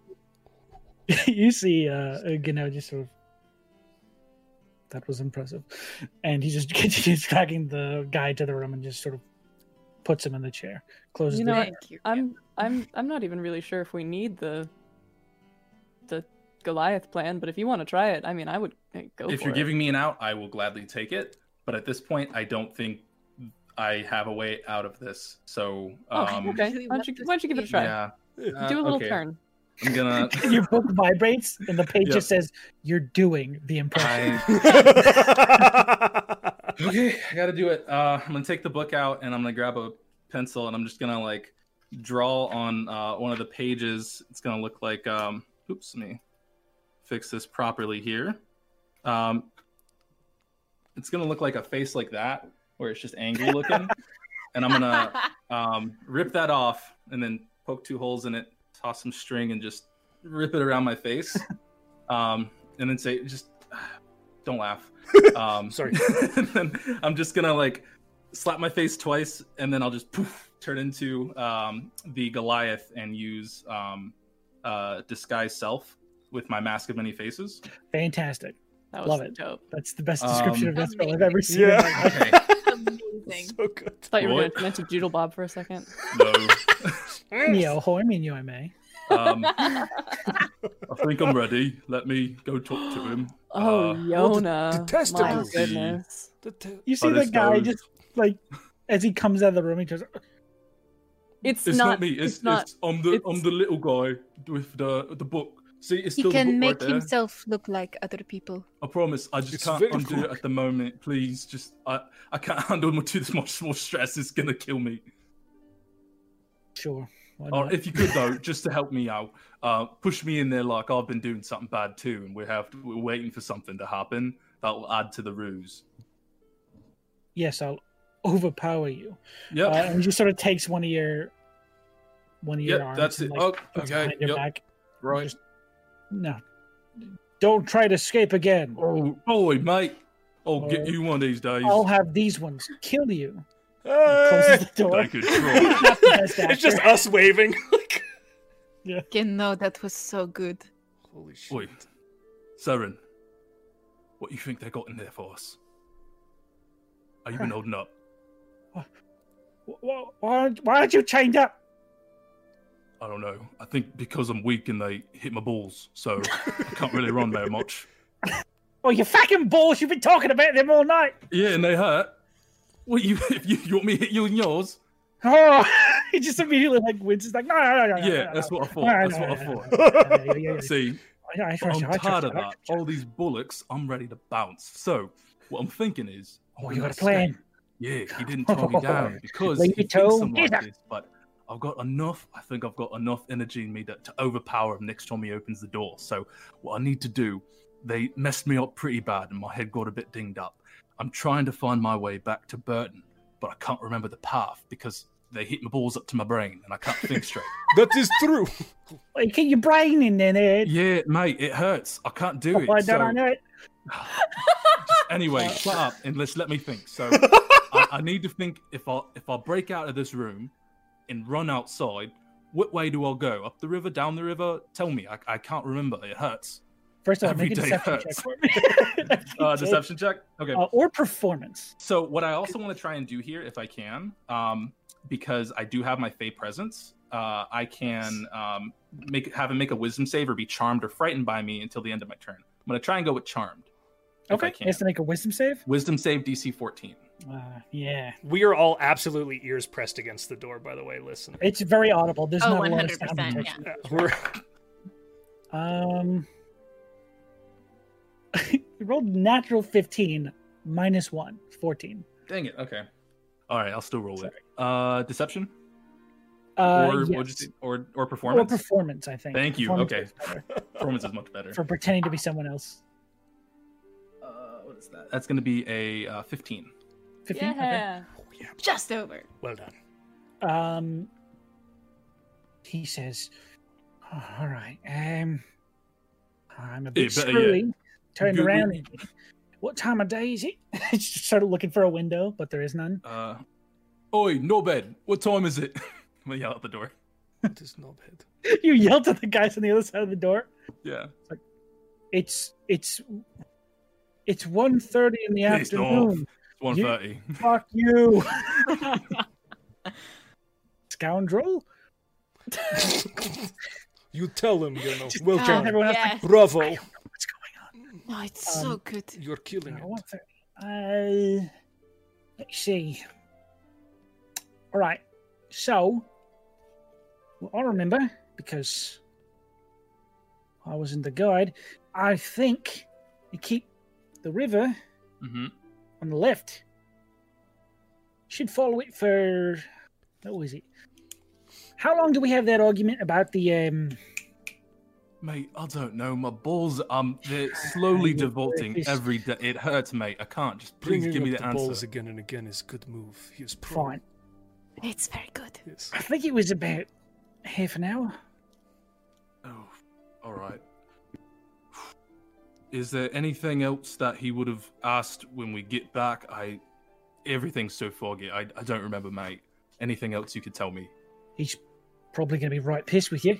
Speaker 1: you see, uh, Gano just sort of. That was impressive, and he just (laughs) continues dragging the guy to the room and just sort of puts him in the chair, closes
Speaker 2: You
Speaker 1: the
Speaker 2: know what?
Speaker 1: door.
Speaker 5: Thank you.
Speaker 2: I'm I'm I'm not even really sure if we need the the Goliath plan, but if you want to try it, I mean, I would eh, go
Speaker 3: if
Speaker 2: for
Speaker 3: you're
Speaker 2: it.
Speaker 3: giving me an out, I will gladly take it. But at this point, I don't think I have a way out of this. So,
Speaker 2: Oh,
Speaker 3: um,
Speaker 2: okay.
Speaker 5: Actually,
Speaker 2: Why
Speaker 5: what
Speaker 2: don't you,
Speaker 5: does
Speaker 2: why don't you give it a
Speaker 5: it
Speaker 2: try?
Speaker 3: yeah,
Speaker 4: Yeah.
Speaker 3: Uh,
Speaker 2: Do a little
Speaker 3: okay.
Speaker 2: turn.
Speaker 3: I'm gonna.
Speaker 1: (laughs) Your book vibrates, and the page
Speaker 3: Yeah.
Speaker 1: just says, "You're doing the impression."
Speaker 4: (laughs)
Speaker 3: I, okay, I gotta do it. Uh, I'm gonna take the book out and I'm gonna grab a pencil and I'm just gonna like draw on uh, one of the pages. It's gonna look like, um, oops, let me fix this properly here. Um, it's gonna look like a face like that, where it's just angry looking, and
Speaker 6: (laughs)
Speaker 3: I'm gonna um, rip that off and then poke two holes in it, toss some string, and just rip it around
Speaker 1: (laughs)
Speaker 3: my face, um, and then say, just (sighs)
Speaker 1: (laughs)
Speaker 3: don't laugh. Um,
Speaker 4: Sorry.
Speaker 3: (laughs) and then I'm just gonna like slap my face twice, and then I'll just poof, turn into um, the Goliath and use um, uh, disguise self with my mask of many faces.
Speaker 1: Fantastic.
Speaker 2: That was
Speaker 1: Love it.
Speaker 2: dope.
Speaker 1: That's the best
Speaker 3: Um,
Speaker 1: description of that spell I've ever seen. in my life.
Speaker 4: yeah.
Speaker 3: Okay,
Speaker 6: Amazing.
Speaker 4: so good.
Speaker 2: Thought you were
Speaker 3: Roy?
Speaker 2: going to mention Doodle Bob for a
Speaker 3: (laughs)
Speaker 2: second.
Speaker 3: no.
Speaker 1: Neo, hoi me, neo me.
Speaker 3: Um, I think I'm ready. Let me go talk
Speaker 1: (gasps)
Speaker 3: to him.
Speaker 2: Oh,
Speaker 3: Uh,
Speaker 2: Yona.
Speaker 4: the
Speaker 2: My
Speaker 4: testicles.
Speaker 2: goodness.
Speaker 4: The te-
Speaker 1: You see
Speaker 3: Oh,
Speaker 1: the
Speaker 3: this
Speaker 1: guy
Speaker 3: goes-
Speaker 1: just like as he comes out of the room, he goes, "Oh,
Speaker 2: It's,
Speaker 3: It's not,
Speaker 2: not,
Speaker 3: me. It's,
Speaker 2: It's, not.
Speaker 3: It's, I'm the I'm
Speaker 2: it's-
Speaker 3: the little guy with the the book. See, it's
Speaker 5: he
Speaker 3: still the book
Speaker 5: can
Speaker 3: right
Speaker 5: make
Speaker 3: there.
Speaker 5: himself look like other people.
Speaker 3: I promise. I just
Speaker 4: It's
Speaker 3: can't
Speaker 4: very
Speaker 3: undo it
Speaker 4: cool.
Speaker 3: at the moment. Please, just I I can't (laughs) handle much too much more stress. It's gonna kill me.
Speaker 1: "Sure." why
Speaker 3: Or
Speaker 1: not?"
Speaker 3: if you could though, just to help me out, uh, push me in there like I've been doing something bad too, and we have we're waiting for something to happen that will add to the ruse.
Speaker 1: yes, I'll overpower you.
Speaker 3: Yeah.
Speaker 1: Uh, and he just sort of takes one of your one of your
Speaker 3: Yep,
Speaker 1: arms.
Speaker 3: that's
Speaker 1: and,
Speaker 3: it.
Speaker 1: like,
Speaker 3: Oh,
Speaker 1: puts it
Speaker 3: okay,
Speaker 1: behind your
Speaker 3: yep,
Speaker 1: back.
Speaker 3: right.
Speaker 1: Just- No, don't try to escape again.
Speaker 3: Oh boy, mate. I'll
Speaker 1: Oh.
Speaker 3: get you one of these days.
Speaker 1: I'll have these ones kill you.
Speaker 4: Hey!
Speaker 1: Closes the
Speaker 3: (laughs)
Speaker 1: door. (laughs)
Speaker 3: Thank you. Troy.
Speaker 1: Not the best
Speaker 4: it's just
Speaker 1: actor.
Speaker 4: us waving. (laughs) Like,
Speaker 5: Again, no, that was so good.
Speaker 4: Holy shit.
Speaker 3: Oi, Saren, what do you think they got in there for us? Are you been holding up?
Speaker 1: Wh- wh- Why aren't, why aren't you chained up?
Speaker 3: I don't know. I think because I'm weak and they hit my balls, so (laughs) I can't really run very much.
Speaker 1: Oh, you fucking balls! You've been talking about them all night.
Speaker 3: Yeah, and they hurt. What you (laughs) if you, you want me to hit you and yours?
Speaker 1: Oh, (laughs) he just immediately like wins. He's like, no, no, no, no. no, no,
Speaker 3: Yeah,
Speaker 1: no,
Speaker 3: that's what I
Speaker 1: no,
Speaker 3: thought.
Speaker 1: no,
Speaker 3: That's
Speaker 1: no,
Speaker 3: what I
Speaker 1: no, no,
Speaker 3: thought.
Speaker 1: no, no, no, yeah, yeah, yeah.
Speaker 3: See,
Speaker 1: I- I trust
Speaker 3: I'm
Speaker 1: you, I trust
Speaker 3: tired
Speaker 1: you,
Speaker 3: of
Speaker 1: I
Speaker 3: that.
Speaker 1: trust you.
Speaker 3: All these bullocks, I'm ready to bounce. So what I'm thinking is, I'm
Speaker 1: Oh, you
Speaker 3: gonna
Speaker 1: got a plan.
Speaker 3: escape.
Speaker 1: (laughs)
Speaker 3: Yeah, he didn't tie me down because
Speaker 1: Lay
Speaker 3: he
Speaker 1: your
Speaker 3: thinks
Speaker 1: toe,
Speaker 3: I'm
Speaker 1: get
Speaker 3: like
Speaker 1: up.
Speaker 3: this, but I've got enough. I think I've got enough energy in me to, to overpower him next time he opens the door. So what I need to do, they messed me up pretty bad and my head got a bit dinged up. I'm trying to find my way back to Burton, but I can't remember the path because they hit my balls up to my brain and I can't think
Speaker 1: (laughs)
Speaker 3: straight.
Speaker 4: (laughs) That is true.
Speaker 1: Well, you keep your brain in there, there. Oh,
Speaker 3: yeah, mate, it hurts. I can't do it.
Speaker 1: Why don't
Speaker 3: so-
Speaker 1: I know it?
Speaker 3: anyway, shut up and let's let me think. So I, I need to think if I if I break out of this room and run outside, what way do I go? Up the river, down the river? Tell me. I, I can't remember. It hurts.
Speaker 1: First off,
Speaker 3: Every
Speaker 1: make a
Speaker 3: day
Speaker 1: deception check
Speaker 3: hurts. (laughs) Oh,
Speaker 1: for me. (laughs)
Speaker 3: Uh,
Speaker 1: Okay.
Speaker 3: deception check. Okay.
Speaker 1: Uh, or performance.
Speaker 3: So what I also want to try and do here, if I can, um, because I do have my Fey presence, uh, I can um, make have him make a Wisdom save or be charmed or frightened by me until the end of my turn. I'm gonna try and go with charmed. if I
Speaker 1: Okay. He
Speaker 3: can.
Speaker 1: has to make a wisdom save.
Speaker 3: Wisdom save DC 14.
Speaker 1: Uh, yeah.
Speaker 4: We are all absolutely ears pressed against the door, by the way. Listen.
Speaker 1: It's very audible. There's
Speaker 6: Oh,
Speaker 1: not a lot of
Speaker 6: 100%,
Speaker 1: sound protection.
Speaker 4: Uh, we're-
Speaker 1: Um, (laughs) he rolled natural 15 minus 1, 14.
Speaker 3: Dang it. Okay. All right, I'll still roll it. Uh, deception
Speaker 1: Uh,
Speaker 3: or
Speaker 1: yes.
Speaker 3: what'd you say? or or
Speaker 1: or
Speaker 3: performance.
Speaker 1: performance, I think.
Speaker 3: Thank you,
Speaker 1: Performance
Speaker 3: okay.
Speaker 1: is better
Speaker 4: (laughs)
Speaker 3: performance is much better.
Speaker 1: For pretending to be someone else.
Speaker 3: Uh, what is that? That's going to be a uh, 15.
Speaker 1: 15? Okay.
Speaker 2: Yeah.
Speaker 6: Just over.
Speaker 4: Oh, well (laughs) done.
Speaker 1: Um, he says, "Oh, "All right, um, I'm a bit
Speaker 3: Yeah, but- yeah.
Speaker 1: screwy. Turned
Speaker 3: Google-
Speaker 1: around and what time of day is it? (laughs) I just started looking for a window, but there is
Speaker 3: (laughs)
Speaker 1: none.
Speaker 3: Uh, Oi, no bed. What time is it? (laughs) I'm gonna yell out the door.
Speaker 4: It is not bad. (laughs)
Speaker 1: You yelled at the guys on the other side of the door.
Speaker 3: Yeah.
Speaker 1: It's it's it's 1.30 in the
Speaker 3: Pissed
Speaker 1: afternoon.
Speaker 3: It's 1.30.
Speaker 1: Fuck
Speaker 3: (laughs)
Speaker 1: you, (laughs) scoundrel.
Speaker 4: You tell him, you know.
Speaker 1: Just
Speaker 3: Oh,
Speaker 4: Well
Speaker 1: tell
Speaker 4: done.
Speaker 1: everyone else, like,
Speaker 6: Oh, Yes.
Speaker 4: Bravo.
Speaker 1: what's going on?
Speaker 5: No, it's
Speaker 1: Um,
Speaker 5: so good.
Speaker 4: You're killing
Speaker 1: No,
Speaker 4: it.
Speaker 1: 1.30. Uh, let's see. All right. So, well, I remember because I wasn't the guide. I think you keep the river
Speaker 3: hmm
Speaker 1: on the left. Should follow it for. What was it? How long do we have that argument about the um?
Speaker 3: Mate, I don't know. My balls, um, they're slowly devolting every day. It hurts, mate. I can't. Just please
Speaker 4: Bringing
Speaker 3: give me
Speaker 4: up
Speaker 3: the
Speaker 4: the balls
Speaker 3: answer.
Speaker 4: again and again is good move. He is pro.
Speaker 1: Fine.
Speaker 5: It's very good. (laughs)
Speaker 4: Yes.
Speaker 1: I think it was about half an hour.
Speaker 3: Oh, all right. Is there anything else that he would have asked when we get back? I, everything's so foggy. I, I don't remember, mate. Anything else you could tell me?
Speaker 1: He's probably going to be right pissed with you.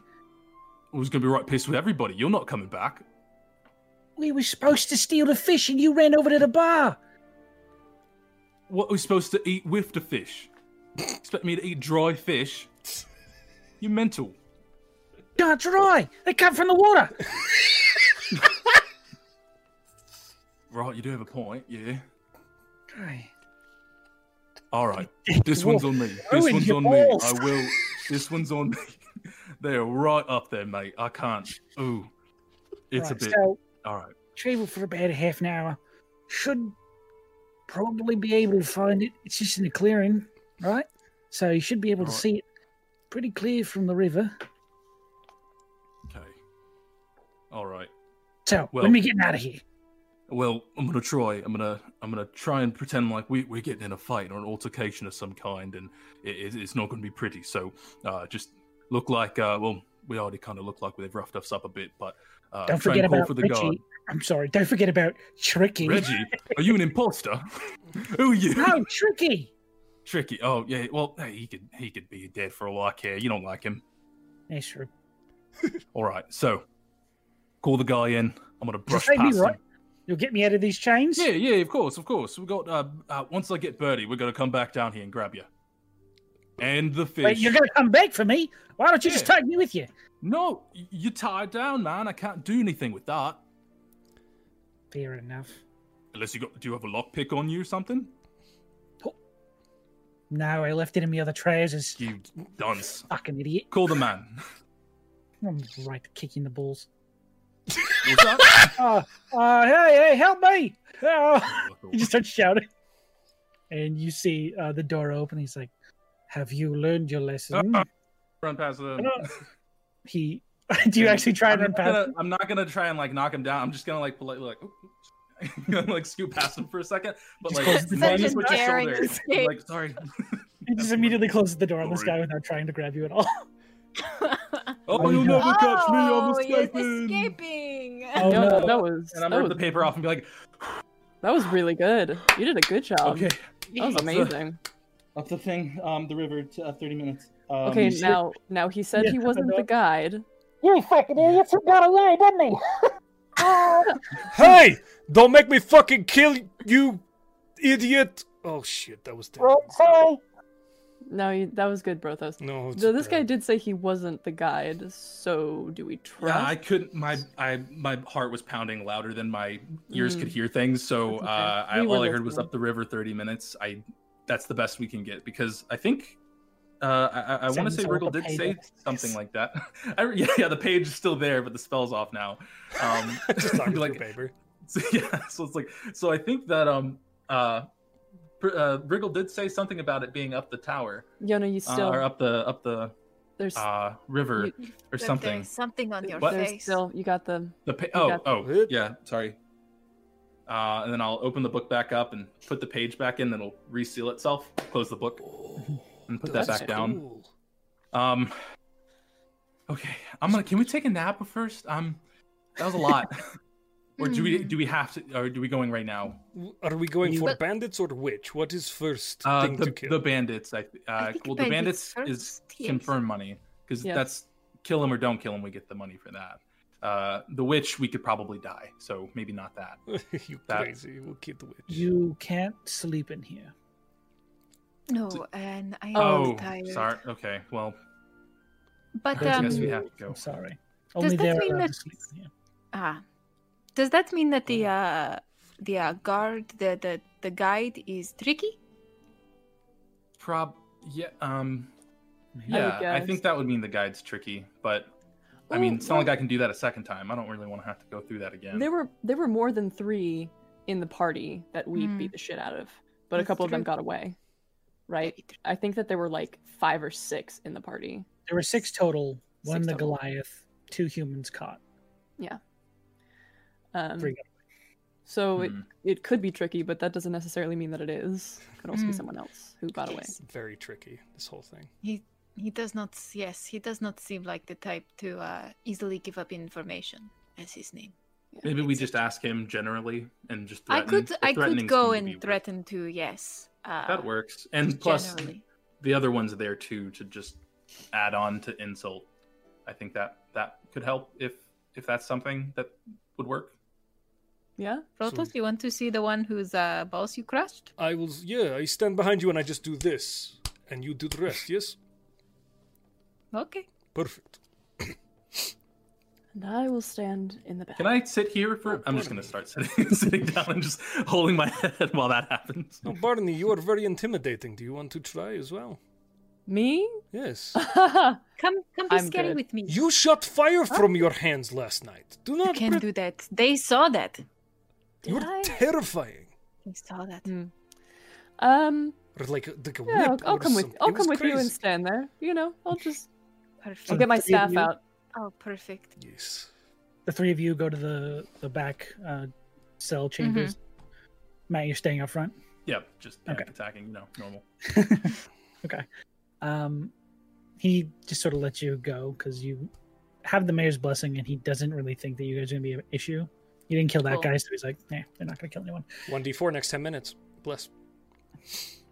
Speaker 3: I was gonna be right pissed with everybody. You're not coming back.
Speaker 1: We were supposed to steal the fish, and you ran over to the bar.
Speaker 3: What are we supposed to eat with the fish? Expect me to eat dry fish? You're mental.
Speaker 1: Not dry. They come from the water.
Speaker 3: Right, you do have a point. Yeah.
Speaker 1: Okay.
Speaker 3: All right.
Speaker 1: (laughs)
Speaker 3: This one's on me. This
Speaker 1: Ruined
Speaker 3: one's
Speaker 1: your
Speaker 3: on
Speaker 1: balls.
Speaker 3: me. I will. This one's on me. (laughs) They are right up there, mate. I can't. Ooh, it's a
Speaker 1: Right,
Speaker 3: bit.
Speaker 1: So
Speaker 3: All right.
Speaker 1: travel for about a half an hour. Should probably be able to find it. It's just in a clearing, right? So you should be able to
Speaker 3: Alright.
Speaker 1: see it pretty clear from the river.
Speaker 3: Okay. All right.
Speaker 1: So
Speaker 3: Well-
Speaker 1: when we getting out of here?
Speaker 3: Well, I'm gonna try. I'm gonna. I'm gonna try and pretend like we, we're getting in a fight or an altercation of some kind, and it, it, it's not gonna be pretty. So, uh, just look like. Uh, well, we already kind of look like we've roughed us up a bit, but uh,
Speaker 1: Don't
Speaker 3: try
Speaker 1: forget
Speaker 3: and call
Speaker 1: about
Speaker 3: for the
Speaker 1: Richie.
Speaker 3: guard.
Speaker 1: I'm sorry. Don't forget about Tricky.
Speaker 3: Reggie, are you an imposter? (laughs) Who are
Speaker 1: (laughs)
Speaker 3: you?
Speaker 1: No, Tricky.
Speaker 3: Tricky. Oh yeah. Well, hey, he could he could be dead for all I care. You don't like him.
Speaker 1: That's true.
Speaker 3: All right. So call the guy in. I'm gonna brush
Speaker 1: save me,
Speaker 3: past
Speaker 1: right?
Speaker 3: him.
Speaker 1: You'll get me out of these chains.
Speaker 3: Yeah, yeah. Of course, of course. We got. Uh, uh, once I get Birdie, we're gonna come back down here and grab you. And the fish.
Speaker 1: Wait, you're gonna come back for me? Why don't you just
Speaker 3: Yeah.
Speaker 1: take me with you?
Speaker 3: No, y- you're tied down, man. I can't do anything with that.
Speaker 1: Fair enough.
Speaker 3: Unless you got. Do you have a lockpick on you or something?
Speaker 1: No, I left it in my other trousers.
Speaker 3: You dunce.
Speaker 1: Fucking idiot.
Speaker 3: Call the
Speaker 1: (laughs)
Speaker 3: man.
Speaker 1: I'm right to kicking the balls.
Speaker 3: What's that?
Speaker 1: (laughs) Uh, uh, hey, hey, help me! Uh, (laughs) he just starts shouting. And you see uh, the door open. He's like, Have you learned your lesson?
Speaker 3: Uh, Run past him.
Speaker 1: He. (laughs) Do you actually try and
Speaker 3: I'm
Speaker 1: run
Speaker 3: not
Speaker 1: past
Speaker 3: gonna-
Speaker 1: him?
Speaker 3: I'm not gonna try and like knock him down. I'm just gonna like politely like, "Oop, oops." (laughs) I'm gonna, like scoot past him for a second, but
Speaker 1: Just
Speaker 3: like
Speaker 1: close the
Speaker 3: nudge
Speaker 1: door.
Speaker 3: him with your
Speaker 5: Daring
Speaker 3: shoulder.
Speaker 5: escape.
Speaker 3: Like sorry. (laughs)
Speaker 1: He just immediately closes the door on this
Speaker 3: Sorry.
Speaker 1: guy without trying to grab you at all.
Speaker 3: Oh,
Speaker 1: Oh,
Speaker 3: you'll
Speaker 1: no.
Speaker 3: never catch me. I'm
Speaker 5: Oh, yes,
Speaker 3: escaping.
Speaker 5: (laughs) escaping.
Speaker 1: Oh
Speaker 2: no,
Speaker 1: no!
Speaker 2: that was
Speaker 3: And I'm
Speaker 2: that
Speaker 3: gonna rip
Speaker 2: was,
Speaker 3: the paper off and be like,
Speaker 2: that was really good. You did a good job.
Speaker 3: okay,
Speaker 2: Um,
Speaker 3: um,
Speaker 2: That was
Speaker 3: (laughs) Yes.
Speaker 2: amazing.
Speaker 3: up the thing, um, the river, to, uh, thirty minutes. Um,
Speaker 2: Okay, now now he said
Speaker 1: (laughs) Yeah,
Speaker 2: he wasn't the
Speaker 1: no.
Speaker 2: guide.
Speaker 1: You fucking idiot! He got away, didn't he?
Speaker 4: Hey! Don't make me fucking kill you, idiot! Oh shit, that was terrible.
Speaker 2: No, you, that was good, Brothos.
Speaker 4: No, it's
Speaker 2: Though this guy
Speaker 4: bad.
Speaker 2: did say he wasn't the guide, so do we trust?
Speaker 3: Yeah, I couldn't. My I my heart was pounding louder than my ears
Speaker 2: Mm.
Speaker 3: could hear things. So
Speaker 2: That's okay.
Speaker 3: uh, I,
Speaker 2: We were
Speaker 3: all I heard was
Speaker 2: listening.
Speaker 3: up the river thirty minutes. I that's the best we can get because I think uh, I, I- I
Speaker 1: (laughs)
Speaker 3: want to
Speaker 1: Sounds
Speaker 3: say
Speaker 1: like
Speaker 3: Wriggle
Speaker 1: a
Speaker 3: did
Speaker 1: payday.
Speaker 3: say something like that. (laughs) I, yeah, yeah, the page is still there, but the spell's off now.
Speaker 2: (laughs)
Speaker 3: Um,
Speaker 4: (laughs)
Speaker 3: (laughs)
Speaker 4: Just knocked
Speaker 3: like-
Speaker 4: like, paper.
Speaker 3: so, yeah, so it's like so I think that um uh, Pr- uh Wriggle did say something about it being up the tower
Speaker 2: Yona, you
Speaker 3: uh,
Speaker 2: still
Speaker 3: or up the up the
Speaker 2: there's
Speaker 3: uh river
Speaker 2: you,
Speaker 3: or
Speaker 5: But
Speaker 3: something.
Speaker 5: There's something on your
Speaker 3: What?
Speaker 2: there's
Speaker 5: face.
Speaker 2: still you got the
Speaker 3: The pa-
Speaker 2: You
Speaker 3: oh
Speaker 2: got-
Speaker 3: oh
Speaker 4: Whoop.
Speaker 3: yeah sorry. Uh, and then I'll open the book back up and put the page back in. Then it'll reseal itself. Close the book and put that
Speaker 2: that's
Speaker 3: back down.
Speaker 4: cool.
Speaker 3: Um. Okay, I'm gonna. Can we take a nap first? I'm. That was a lot. or do we do we have to? Or do we going right now?
Speaker 4: W- Are we going for
Speaker 5: But-
Speaker 4: bandits or witch? What is first
Speaker 3: Uh,
Speaker 4: thing
Speaker 3: the,
Speaker 4: to kill?
Speaker 3: the bandits. I, th- uh,
Speaker 5: I think
Speaker 3: well, the bandits
Speaker 5: bandits
Speaker 3: is
Speaker 5: first, yes.
Speaker 3: confirm money because
Speaker 2: Yeah.
Speaker 3: that's kill him or don't kill him. We get the money for that. Uh, the witch, we could probably die, so maybe not that.
Speaker 4: (laughs) you
Speaker 3: that-
Speaker 4: crazy. We'll kill the witch.
Speaker 1: You can't sleep in here.
Speaker 5: No, and I am
Speaker 3: oh,
Speaker 5: tired.
Speaker 3: sorry. Okay, well,
Speaker 5: But
Speaker 3: I
Speaker 5: um,
Speaker 3: guess we have to go.
Speaker 1: I'm sorry. Only
Speaker 5: that
Speaker 1: they're
Speaker 5: mean
Speaker 1: allowed to
Speaker 5: that-
Speaker 1: sleep in here.
Speaker 5: ah, does that mean that the uh, the uh, guard, the, the the guide is tricky?
Speaker 3: Prob. Yeah. Um.
Speaker 1: Maybe.
Speaker 3: Yeah. I,
Speaker 2: guess.
Speaker 3: think that would mean the guide's tricky, but I mean,
Speaker 2: Well,
Speaker 3: it's not like
Speaker 2: well-
Speaker 3: I can do that a second time. I don't really want to have to go through that again.
Speaker 2: There were there were more than three in the party that we
Speaker 5: Mm.
Speaker 2: beat the shit out of, but a
Speaker 5: That's
Speaker 2: couple of them
Speaker 5: true.
Speaker 2: got away. Right? I think that there were like five or six in the party.
Speaker 1: There were six total. One
Speaker 2: Six
Speaker 1: the
Speaker 2: total.
Speaker 1: Goliath, two humans caught.
Speaker 2: Um,
Speaker 1: Three.
Speaker 2: so it,
Speaker 3: Hmm.
Speaker 2: it could be tricky, but that doesn't necessarily mean that it is. It could also be
Speaker 5: Mm.
Speaker 2: someone else who got away.
Speaker 5: Yes.
Speaker 4: Very tricky. This whole thing.
Speaker 5: He he does not. Yes, he does not seem like the type to uh, easily give up information. As his name,
Speaker 3: Maybe we just ask him generally and just.
Speaker 5: I
Speaker 3: Threaten.
Speaker 5: could
Speaker 3: The
Speaker 5: I could
Speaker 3: threatening seemed to
Speaker 5: go
Speaker 3: be
Speaker 5: and
Speaker 3: worse.
Speaker 5: threaten to yes. Uh,
Speaker 3: That works, and plus
Speaker 5: generally.
Speaker 3: the other one's there too to just add on to insult. I think that that could help if if that's something that would work.
Speaker 2: Yeah?
Speaker 5: Protos, you want to see the one whose uh, balls you crushed?
Speaker 4: I will. Yeah, I stand behind you and I just do this, and you do the rest. (laughs) Yes,
Speaker 5: Okay.
Speaker 4: perfect.
Speaker 2: And I will stand in the back.
Speaker 3: Can I sit here for?
Speaker 4: Oh,
Speaker 3: I'm just
Speaker 4: pardon
Speaker 3: gonna start sitting (laughs) sitting down and just holding my (laughs) head while that happens.
Speaker 4: Now, Barney, you are very intimidating. Do you want to try as well?
Speaker 2: Me? (laughs)
Speaker 4: Yes.
Speaker 5: Come, come be
Speaker 2: I'm
Speaker 5: scary
Speaker 2: good.
Speaker 5: with me.
Speaker 4: you shot fire from your hands last night. Do
Speaker 5: You
Speaker 4: not.
Speaker 5: can't
Speaker 4: pre-
Speaker 5: do that. They saw that.
Speaker 4: You're
Speaker 2: Did I?
Speaker 4: terrifying.
Speaker 5: They saw that.
Speaker 2: Hmm. um,
Speaker 4: Or like a, like a
Speaker 2: yeah, I'll,
Speaker 4: whip.
Speaker 2: I'll
Speaker 4: or
Speaker 2: come with
Speaker 4: something.
Speaker 2: I'll
Speaker 4: It was
Speaker 2: come with you and
Speaker 4: crazy.
Speaker 2: stand there. You know, I'll just
Speaker 5: Perfect.
Speaker 2: I'll get my
Speaker 1: three of
Speaker 2: staff
Speaker 1: you?
Speaker 2: out.
Speaker 5: Oh, perfect.
Speaker 4: Yes.
Speaker 1: The three of you go to the the back uh, cell chambers. Matt, you're staying up front.
Speaker 3: Yeah, just panic
Speaker 1: Okay.
Speaker 3: attacking. You know, normal.
Speaker 1: Um, he just sort of lets you go because you have the mayor's blessing, and he doesn't really think that you guys are gonna be an issue. You didn't kill that
Speaker 2: Cool.
Speaker 1: guy, so he's like, "Nah, they're not gonna kill anyone."
Speaker 4: One d four next ten minutes. Bless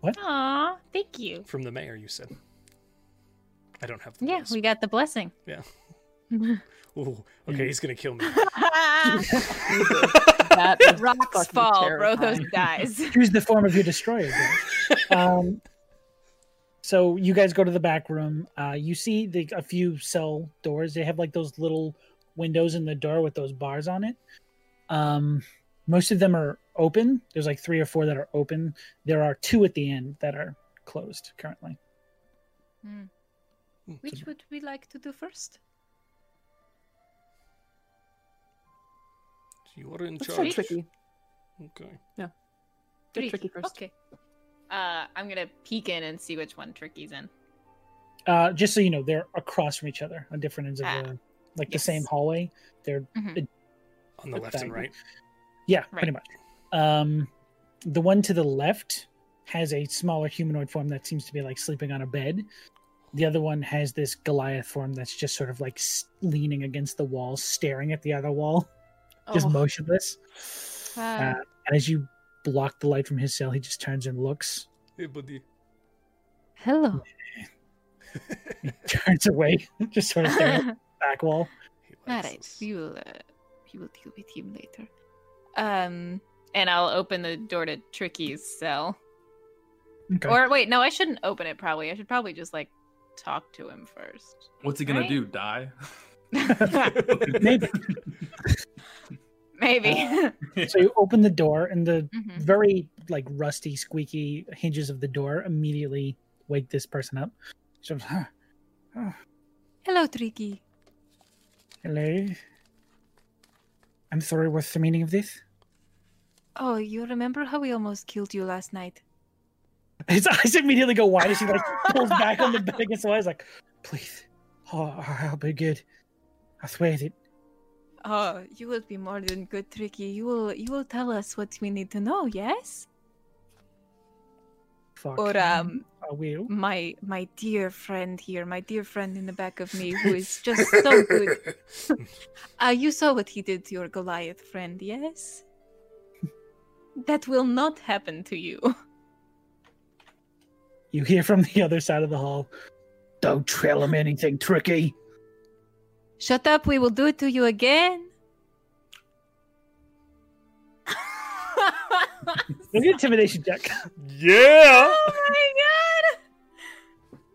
Speaker 5: Aw, thank you.
Speaker 4: from the mayor. You said. I don't have the.
Speaker 5: Yeah,
Speaker 4: bless.
Speaker 5: we got the blessing. (laughs)
Speaker 4: Yeah.
Speaker 5: Yeah.
Speaker 4: Ooh, okay, he's gonna kill me.
Speaker 2: That (laughs) was
Speaker 5: Rocks
Speaker 2: fucking
Speaker 5: fall,
Speaker 2: terrifying.
Speaker 5: Brothos dies.
Speaker 1: (laughs) Choose the form of your destroyer.
Speaker 5: (laughs)
Speaker 1: guys. um, so you guys go to the back room. Uh, you see the, a few cell doors. They have like those little windows in the door with those bars on it. Um, most of them are open. There's like three or four that are open. There are two at the end that are closed currently.
Speaker 5: Which would we like to do first?
Speaker 4: (laughs) You are in (laughs)
Speaker 2: That's so
Speaker 4: charge.
Speaker 2: tricky.
Speaker 4: Okay.
Speaker 2: Get
Speaker 5: Three.
Speaker 2: tricky first.
Speaker 5: Okay. Uh, I'm gonna peek in and see which one Tricky's in.
Speaker 1: Uh, just so you know, they're across from each other on different ends of
Speaker 5: Ah,
Speaker 1: the like the
Speaker 5: yes.
Speaker 1: same hallway. They're
Speaker 4: On the
Speaker 1: But
Speaker 4: left and
Speaker 1: that-
Speaker 4: right.
Speaker 1: Yeah,
Speaker 5: Right.
Speaker 1: pretty much. Um, the one to the left has a smaller humanoid form that seems to be like sleeping on a bed. The other one has this Goliath form that's just sort of like s- leaning against the wall, staring at the other wall, (laughs) just
Speaker 2: Oh.
Speaker 1: motionless.
Speaker 5: Uh,
Speaker 1: And as you block the light from his cell, he just turns and looks, (laughs)
Speaker 4: Hey, buddy.
Speaker 5: hello.
Speaker 1: turns away, (laughs) just sort of staring
Speaker 5: (laughs)
Speaker 1: at the back wall.
Speaker 4: He
Speaker 5: All
Speaker 4: likes
Speaker 5: right,
Speaker 4: us.
Speaker 5: we will uh, we will deal with him later. Um, and I'll open the door to Tricky's cell.
Speaker 1: Okay.
Speaker 5: Or wait, no, I shouldn't open it. Probably, I should probably just like talk to him first.
Speaker 3: What's he gonna
Speaker 5: Right?
Speaker 3: do? Die? (laughs)
Speaker 1: Maybe.
Speaker 5: Maybe. (laughs)
Speaker 1: so you open the door, and the
Speaker 5: Mhm.
Speaker 1: very like rusty, squeaky hinges of the door immediately wake this person up. So,
Speaker 5: Hello, Tricky.
Speaker 1: Hello. I'm sorry, what's the meaning of this? (laughs)
Speaker 5: Oh, you remember how we almost killed you last night?
Speaker 1: His eyes immediately go wide as he like pulls back on the bed against the wall. He's like, please, oh, I'll be good. I swear that
Speaker 5: Oh, you will be more than good, Tricky. You will you will tell us what we need to know. Yes.
Speaker 1: fuck.
Speaker 5: Or um,
Speaker 1: I will.
Speaker 5: my my dear friend here, my dear friend in the back of me, who
Speaker 4: (laughs)
Speaker 5: is just so good. Uh, you saw what he did to your Goliath friend, yes? (laughs) That will not happen to you. (laughs)
Speaker 1: You hear from the other side of the hall. Don't trail him anything tricky.
Speaker 5: Shut up, we will do it to you again. (laughs)
Speaker 1: Make an intimidation check.
Speaker 4: Yeah.
Speaker 5: Oh my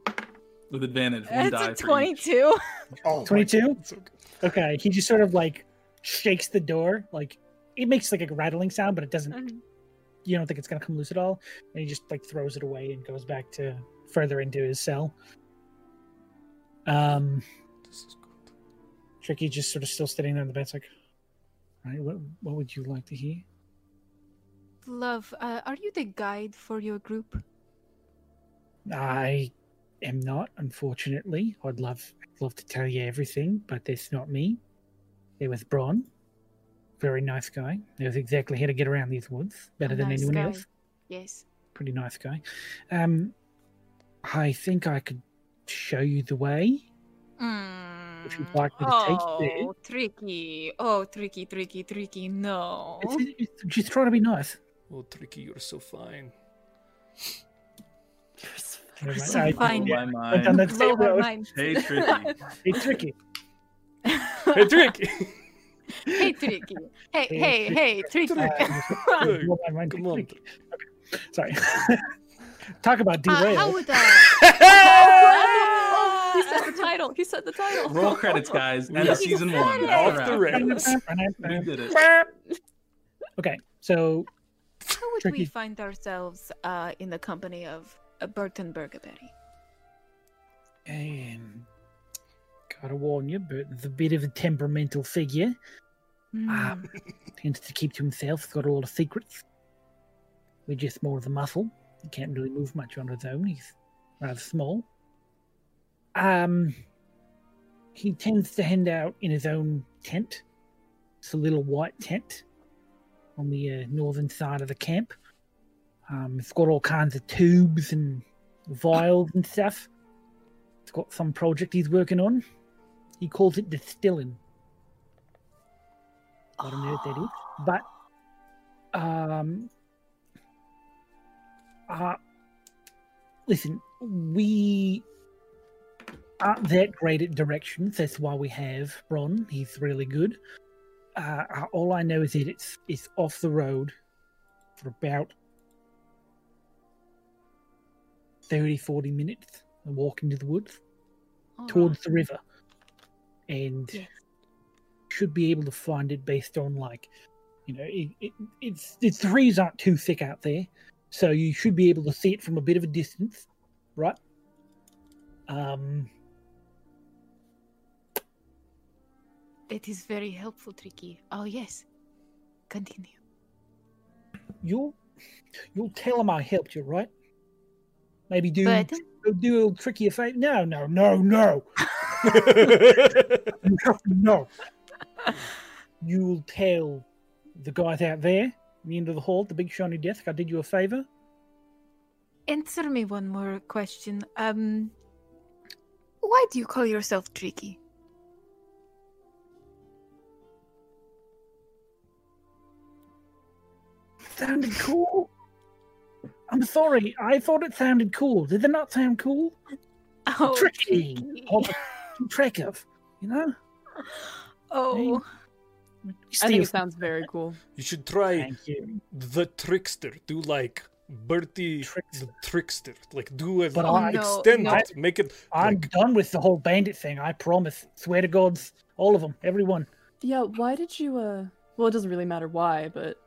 Speaker 5: god!
Speaker 3: with advantage. One die for each.
Speaker 4: Oh, my-
Speaker 1: 22?
Speaker 4: It's okay.
Speaker 1: Okay, he just sort of like shakes the door, like it makes like a rattling sound, but it doesn't.
Speaker 5: Mhm.
Speaker 1: You don't think it's gonna come loose at all, and he just like throws it away and goes back to further into his cell. Um,
Speaker 4: This is good.
Speaker 1: Tricky just sort of still sitting there on the bed, it's like, all right, what what would you like to hear?
Speaker 5: (laughs) Love, uh, are you the guide for your group?
Speaker 1: I am not, unfortunately. I'd love love to tell you everything, but that's not me. They're with Bron. Very nice guy. Knows exactly how to get around these woods better than
Speaker 5: Nice
Speaker 1: anyone
Speaker 5: guy.
Speaker 1: else.
Speaker 5: Yes.
Speaker 1: Pretty nice guy. Um, I think I could show you the way. you'd
Speaker 5: Mm,
Speaker 1: like me to take
Speaker 5: oh,
Speaker 1: you.
Speaker 5: tricky. Oh, tricky, tricky, tricky. No.
Speaker 1: It's, it's- just try to be nice.
Speaker 4: Oh, Tricky, you're so fine.
Speaker 1: Never mind.
Speaker 5: so
Speaker 1: I-
Speaker 5: fine.
Speaker 1: yeah,
Speaker 3: Blow my
Speaker 1: went down
Speaker 3: mind.
Speaker 1: that same
Speaker 5: Blow my
Speaker 1: road. (laughs)
Speaker 5: (laughs) mind.
Speaker 6: (laughs)
Speaker 3: Hey, Tricky.
Speaker 1: It's tricky.
Speaker 4: Hey, Tricky.
Speaker 5: hey, tricky. Hey,
Speaker 1: Hey,
Speaker 5: hey, hey, tricky.
Speaker 1: (laughs) Uh,
Speaker 5: (laughs)
Speaker 4: Hey,
Speaker 1: blow my mind.
Speaker 4: come on.
Speaker 1: Tricky. Okay. Sorry. (laughs) Talk about
Speaker 5: Uh,
Speaker 1: (laughs) derail.
Speaker 5: how would I?
Speaker 2: Oh, he said the title. He said the title.
Speaker 3: Roll
Speaker 2: (laughs)
Speaker 3: credits, guys. End of season one.
Speaker 4: Off
Speaker 3: Wrap.
Speaker 4: the rails.
Speaker 3: We did
Speaker 2: (laughs)
Speaker 3: it.
Speaker 1: Okay, so
Speaker 5: How would
Speaker 1: Tricky.
Speaker 5: we find ourselves uh, in the company of uh, Burton Burgerberry?
Speaker 1: Um, gotta warn you, Burton's a bit of a temperamental figure. Ah.
Speaker 5: Mm,
Speaker 1: Tends to keep to himself, he's got a lot of secrets. We're just more of the muscle. He can't really move much on his own, he's rather small. Um, he tends to hang out in his own tent. It's a little white tent on the uh, northern side of the camp. Um, it's got all kinds of tubes and vials and stuff. It's got some project he's working on. He calls it distilling. I don't know what that is, but um, uh, listen, we aren't that great at directions. That's why we have Ron. He's really good. Uh, uh, all I know is that it's it's off the road for about 30, 40 minutes. A walk into the woods
Speaker 5: all
Speaker 1: towards
Speaker 5: right.
Speaker 1: the river and
Speaker 5: Oh, Yes.
Speaker 1: should be able to find it based on like you know it, it, it's the trees aren't too thick out there so you should be able to see it from a bit of a distance right um
Speaker 5: That is very helpful, Tricky. Oh, yes. Continue.
Speaker 1: you'll you'll tell them i helped you right maybe do
Speaker 5: Burton?
Speaker 1: do a little tricky favor no no no no no, no. You'll tell the guys out there, in the end of the hall, the big shiny desk, I did you a favor.
Speaker 5: Answer me one more question. Um, why do you call yourself tricky? (laughs)
Speaker 1: Sounded cool. I'm sorry, I thought it sounded cool. Did it not sound cool?
Speaker 5: Oh,
Speaker 1: Tricky. Hold on. Track of, you know?
Speaker 5: Oh,
Speaker 2: I think
Speaker 1: Steve,
Speaker 2: it sounds very cool.
Speaker 4: you should try
Speaker 1: thank you.
Speaker 4: the trickster. Do like Bertie
Speaker 1: Trickster.
Speaker 4: the trickster. Like do it.
Speaker 1: But I-
Speaker 5: No,
Speaker 4: extend
Speaker 5: no.
Speaker 4: it. Make it.
Speaker 1: I'm
Speaker 4: like,
Speaker 1: done with the whole bandit thing, I promise. Swear to God, all of them, everyone.
Speaker 2: Yeah, why did you, uh. Well, it doesn't really matter why, but.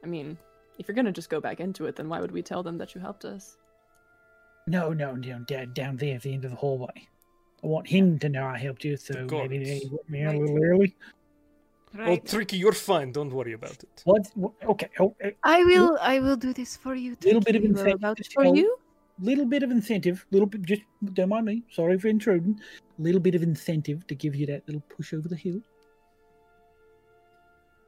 Speaker 2: I mean, if you're gonna just go back into it, then why would we tell them that you helped us?
Speaker 1: No, no, no, down, down there at the end of the hallway. I want him to know I helped you, so maybe
Speaker 4: guards.
Speaker 1: they whip me out a
Speaker 5: Right.
Speaker 1: little early.
Speaker 4: Oh,
Speaker 5: right.
Speaker 4: tricky. You're fine. Don't worry about it.
Speaker 1: What? what- Okay. Oh, a
Speaker 5: I will. I will do this for you.
Speaker 1: Little bit
Speaker 5: Tricky.
Speaker 1: of
Speaker 5: We will
Speaker 1: incentive
Speaker 5: vouch
Speaker 1: to
Speaker 5: for
Speaker 1: help.
Speaker 5: you.
Speaker 1: little bit of incentive. Little bit. Just don't mind me. Sorry for intruding. Little bit of incentive to give you that little push over the hill.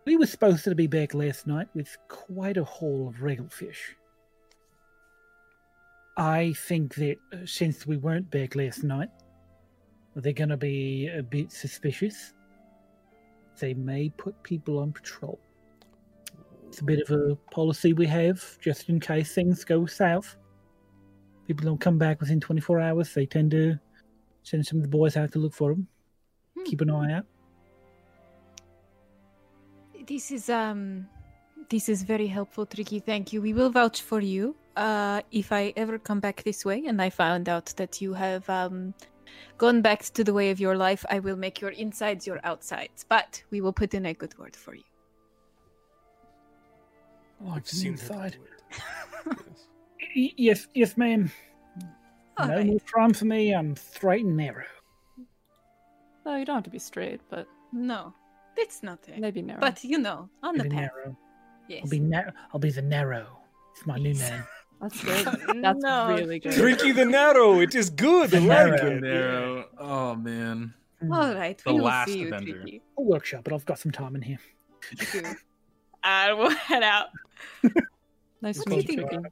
Speaker 1: We were supposed to be back last night with quite a haul of regal fish. I think that uh, since we weren't back last night, they're going to be a bit suspicious. They may put people on patrol. It's a bit of a policy we have, just in case things go south. People don't come back within 24 hours. They tend to send some of the boys out to look for them.
Speaker 5: Hmm.
Speaker 1: Keep an eye out.
Speaker 5: This is um this is very helpful, Tricky. Thank you. We will vouch for you. Uh if I ever come back this way and I found out that you have um gone back to the way of your life, I will make your insides your outsides. But we will put in a good word for you.
Speaker 1: Oh,
Speaker 4: I've seen that. word. Yes.
Speaker 1: Y- Yes, yes, ma'am.
Speaker 5: All
Speaker 1: no
Speaker 5: right.
Speaker 1: more crime for me. I'm straight and narrow.
Speaker 2: No, you don't have to be straight, but
Speaker 5: No. That's not it.
Speaker 2: maybe narrow.
Speaker 5: But you know, on the
Speaker 1: Be
Speaker 5: path.
Speaker 1: narrow.
Speaker 5: Yes.
Speaker 1: I'll be narrow. I'll be the narrow. It's my new
Speaker 5: (laughs)
Speaker 1: name.
Speaker 2: that's (laughs) good. That's
Speaker 6: No.
Speaker 2: really good.
Speaker 4: Tricky the narrow. It is good. I like
Speaker 1: Narrow.
Speaker 4: it.
Speaker 3: Narrow. Oh man.
Speaker 5: All right.
Speaker 3: The
Speaker 5: we will
Speaker 3: last
Speaker 5: see you,
Speaker 3: Avenger. (laughs)
Speaker 5: Tricky.
Speaker 1: Hmm. I'll workshop it. I've got some time in here.
Speaker 5: Thank you.
Speaker 6: I will head out.
Speaker 2: Nice
Speaker 1: It's
Speaker 2: to meet you,
Speaker 1: called-
Speaker 2: Tricky.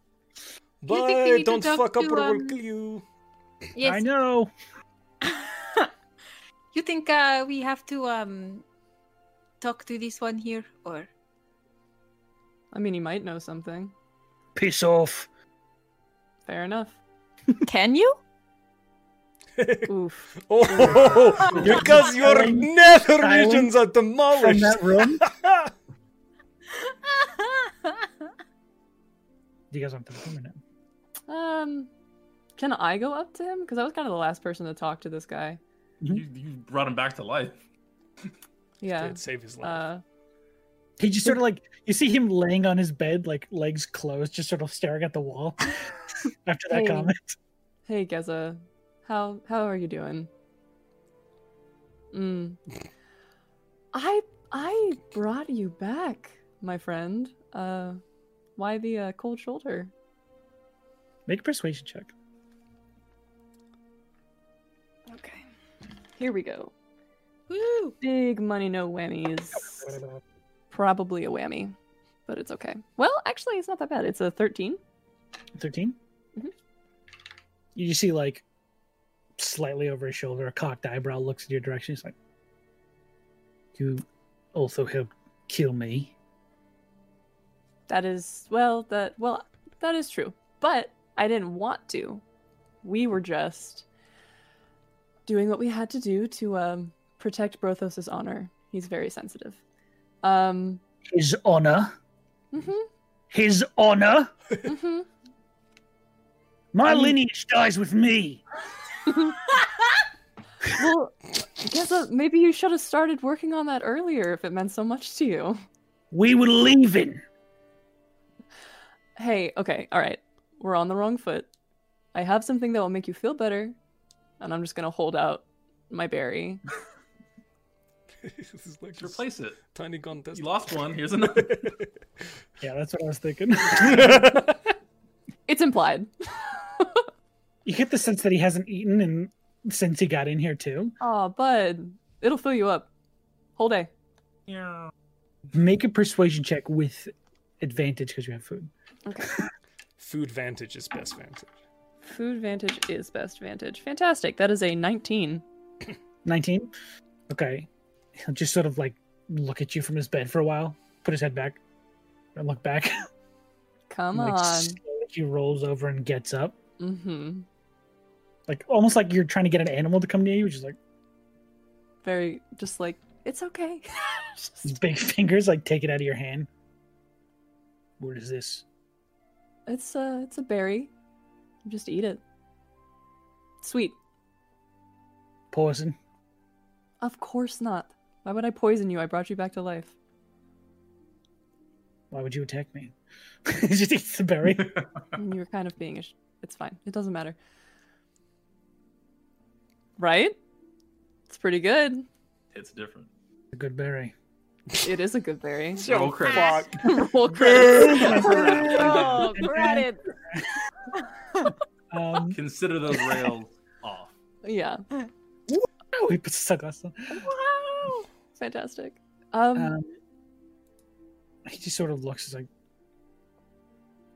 Speaker 5: You think they
Speaker 4: Bye.
Speaker 5: need to
Speaker 4: Don't
Speaker 5: talk
Speaker 4: fuck up
Speaker 5: to,
Speaker 4: or we'll
Speaker 5: um,
Speaker 4: kill you.
Speaker 5: Yes.
Speaker 1: I know.
Speaker 6: (laughs)
Speaker 5: You think uh, we have to um talk to this one here or
Speaker 2: I mean, you might know something.
Speaker 1: Piss off.
Speaker 2: Fair enough.
Speaker 6: (laughs)
Speaker 5: can you?
Speaker 2: Oof.
Speaker 4: Oh, because your
Speaker 1: Silence.
Speaker 4: nether
Speaker 1: Silence.
Speaker 4: regions are
Speaker 1: From
Speaker 4: demolished.
Speaker 1: that room. (laughs)
Speaker 4: (laughs)
Speaker 1: You guys aren't going to now.
Speaker 2: Um, can I go up to him? Because I was kind of the last person to talk to this guy.
Speaker 3: You, you brought him back to life.
Speaker 2: Yeah.
Speaker 4: Did save his life.
Speaker 2: Uh,
Speaker 1: He just sort of like you see him laying on his bed, like legs closed, just sort of staring at the
Speaker 5: (laughs)
Speaker 1: wall. (laughs) After that
Speaker 2: Hey.
Speaker 1: comment,
Speaker 2: hey Geza, how how are you doing? Mm. I I brought you back, my friend. Uh, why the uh, cold shoulder?
Speaker 1: make a persuasion check.
Speaker 5: okay.
Speaker 2: Here we go.
Speaker 5: Woo!
Speaker 2: Big money, no whammies.
Speaker 1: (laughs)
Speaker 2: Probably a whammy, but it's okay. Well, actually, it's not that bad. It's a thirteen.
Speaker 1: 13 Mm-hmm.
Speaker 2: Mhm.
Speaker 1: You just see like slightly over his shoulder, a cocked eyebrow looks in your direction. He's like, "You also helped kill me."
Speaker 2: That is well that well that is true. But I didn't want to. We were just doing what we had to do to um, protect Brothos's honor. He's very sensitive. Um
Speaker 1: His honor,
Speaker 2: mhm,
Speaker 1: his honor.
Speaker 2: mhm.
Speaker 1: My lineage dies with me.
Speaker 2: Well, Geza, maybe you should have started working on that earlier if it meant so much to you.
Speaker 1: We were leaving.
Speaker 2: Hey, okay, all right. We're on the wrong foot. I have something that will make you feel better, and I'm just going to hold out my berry.
Speaker 4: (laughs) this is like
Speaker 3: Just
Speaker 4: a
Speaker 3: Replace it.
Speaker 4: tiny contest.
Speaker 3: You lost one. Here's another.
Speaker 1: Yeah, that's what I was thinking.
Speaker 2: It's implied.
Speaker 1: (laughs) you get the sense that he hasn't eaten and since he got in here too.
Speaker 2: Aw, bud. It'll fill you up. Whole day.
Speaker 1: Make a persuasion check with advantage because you have food.
Speaker 2: Okay.
Speaker 4: (laughs) Food vantage is best vantage.
Speaker 2: Food vantage is best vantage. Fantastic. That is a 19.
Speaker 1: 19 okay he'll just sort of like look at you from his bed for a while put his head back and look back (laughs)
Speaker 2: Come
Speaker 1: and, like,
Speaker 2: on.
Speaker 1: slowly he rolls over and gets up
Speaker 2: Mm-hmm.
Speaker 1: like almost like you're trying to get an animal to come near you which is like
Speaker 2: Very, just like, it's okay. (laughs)
Speaker 1: his
Speaker 2: Just-
Speaker 1: big (laughs) fingers like take it out of your hand what is this
Speaker 2: it's a, it's a berry. Just eat it. Sweet.
Speaker 1: poison
Speaker 2: Of course not. Why would I poison you? I brought you back to life.
Speaker 1: why would you attack me (laughs) he just eats the berry
Speaker 2: And you were kind of being a sh- It's fine. It doesn't matter. Right? It's pretty good.
Speaker 3: it's different.
Speaker 1: a good berry
Speaker 2: It is a good berry.
Speaker 3: Roll credits.
Speaker 2: (laughs) Roll credits.
Speaker 6: Oh, credit.
Speaker 1: um (laughs)
Speaker 3: Consider those rails
Speaker 6: (laughs)
Speaker 3: off.
Speaker 2: Yeah.
Speaker 1: oh, he puts his sunglasses on
Speaker 4: (laughs)
Speaker 2: Wow. Fantastic. Um,
Speaker 1: Um, he just sort of looks he's like,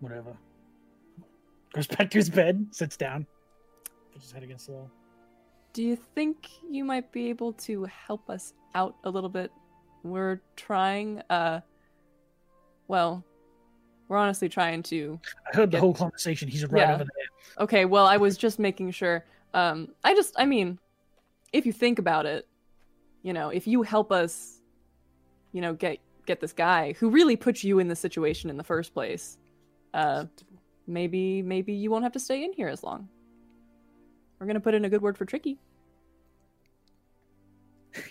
Speaker 1: whatever. Goes back to his bed, sits down, puts his head against the wall.
Speaker 2: Do you think you might be able to help us out a little bit? We're trying, uh, well, we're honestly trying to.
Speaker 1: I heard the
Speaker 2: Yeah.
Speaker 1: whole conversation. He's right
Speaker 2: Yeah.
Speaker 1: over there.
Speaker 2: Okay, well, I was just making sure. Um, I just, I mean, if you think about it, you know, if you help us, you know, get get this guy who really put you in the situation in the first place, uh, maybe maybe you won't have to stay in here as long. We're gonna put in a good word for Tricky.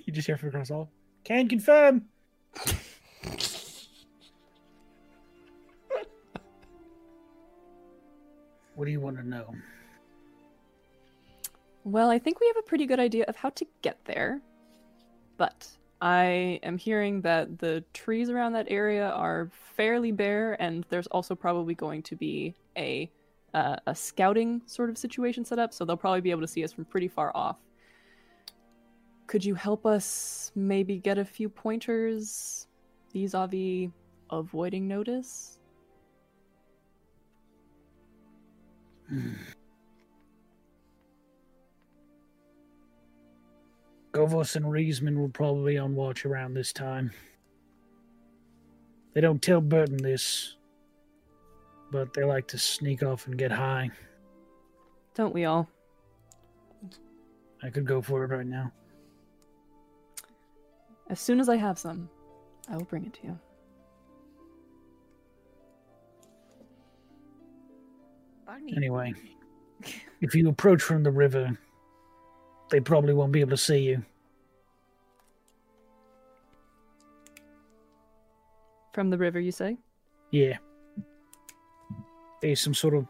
Speaker 1: You just hear from across the hall. Can
Speaker 2: (laughs)
Speaker 1: confirm. what do you want to know?
Speaker 2: Well, I think we have a pretty good idea of how to get there. But I am hearing that the trees around that area are fairly bare, and there's also probably going to be a uh, a scouting sort of situation set up, so they'll probably be able to see us from pretty far off. Could you help us maybe get a few pointers vis-a-vis avoiding notice?
Speaker 1: Govos and Reesman will probably be on watch around this time. They don't tell Burton this, but they like to sneak off and get high.
Speaker 2: Don't we all?
Speaker 1: I could go for it right now.
Speaker 2: As soon as I have some, I will bring it to you.
Speaker 5: Barney.
Speaker 1: Anyway, if you approach from the river, they probably won't be able to see you.
Speaker 2: From the river, you say?
Speaker 1: Yeah. There's some sort of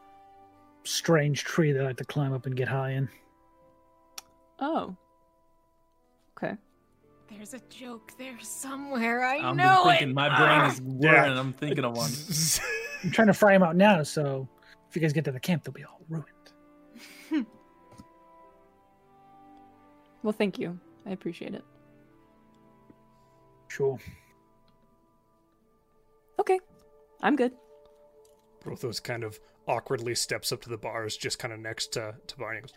Speaker 1: strange tree they like to climb up and get high in.
Speaker 2: Oh. Okay.
Speaker 6: There's a joke there somewhere. I
Speaker 3: I'm
Speaker 6: know
Speaker 3: thinking
Speaker 6: it.
Speaker 3: my
Speaker 6: Ah!
Speaker 3: brain is whirring. I'm thinking of
Speaker 4: (laughs)
Speaker 3: one.
Speaker 1: I'm trying to fry them out now, so if you guys get to the camp, they'll be all ruined.
Speaker 2: Well, thank you. I appreciate it.
Speaker 1: Sure.
Speaker 2: Okay. I'm good.
Speaker 4: Brothos kind of awkwardly steps up to the bars just kind of next to, to Barney and goes,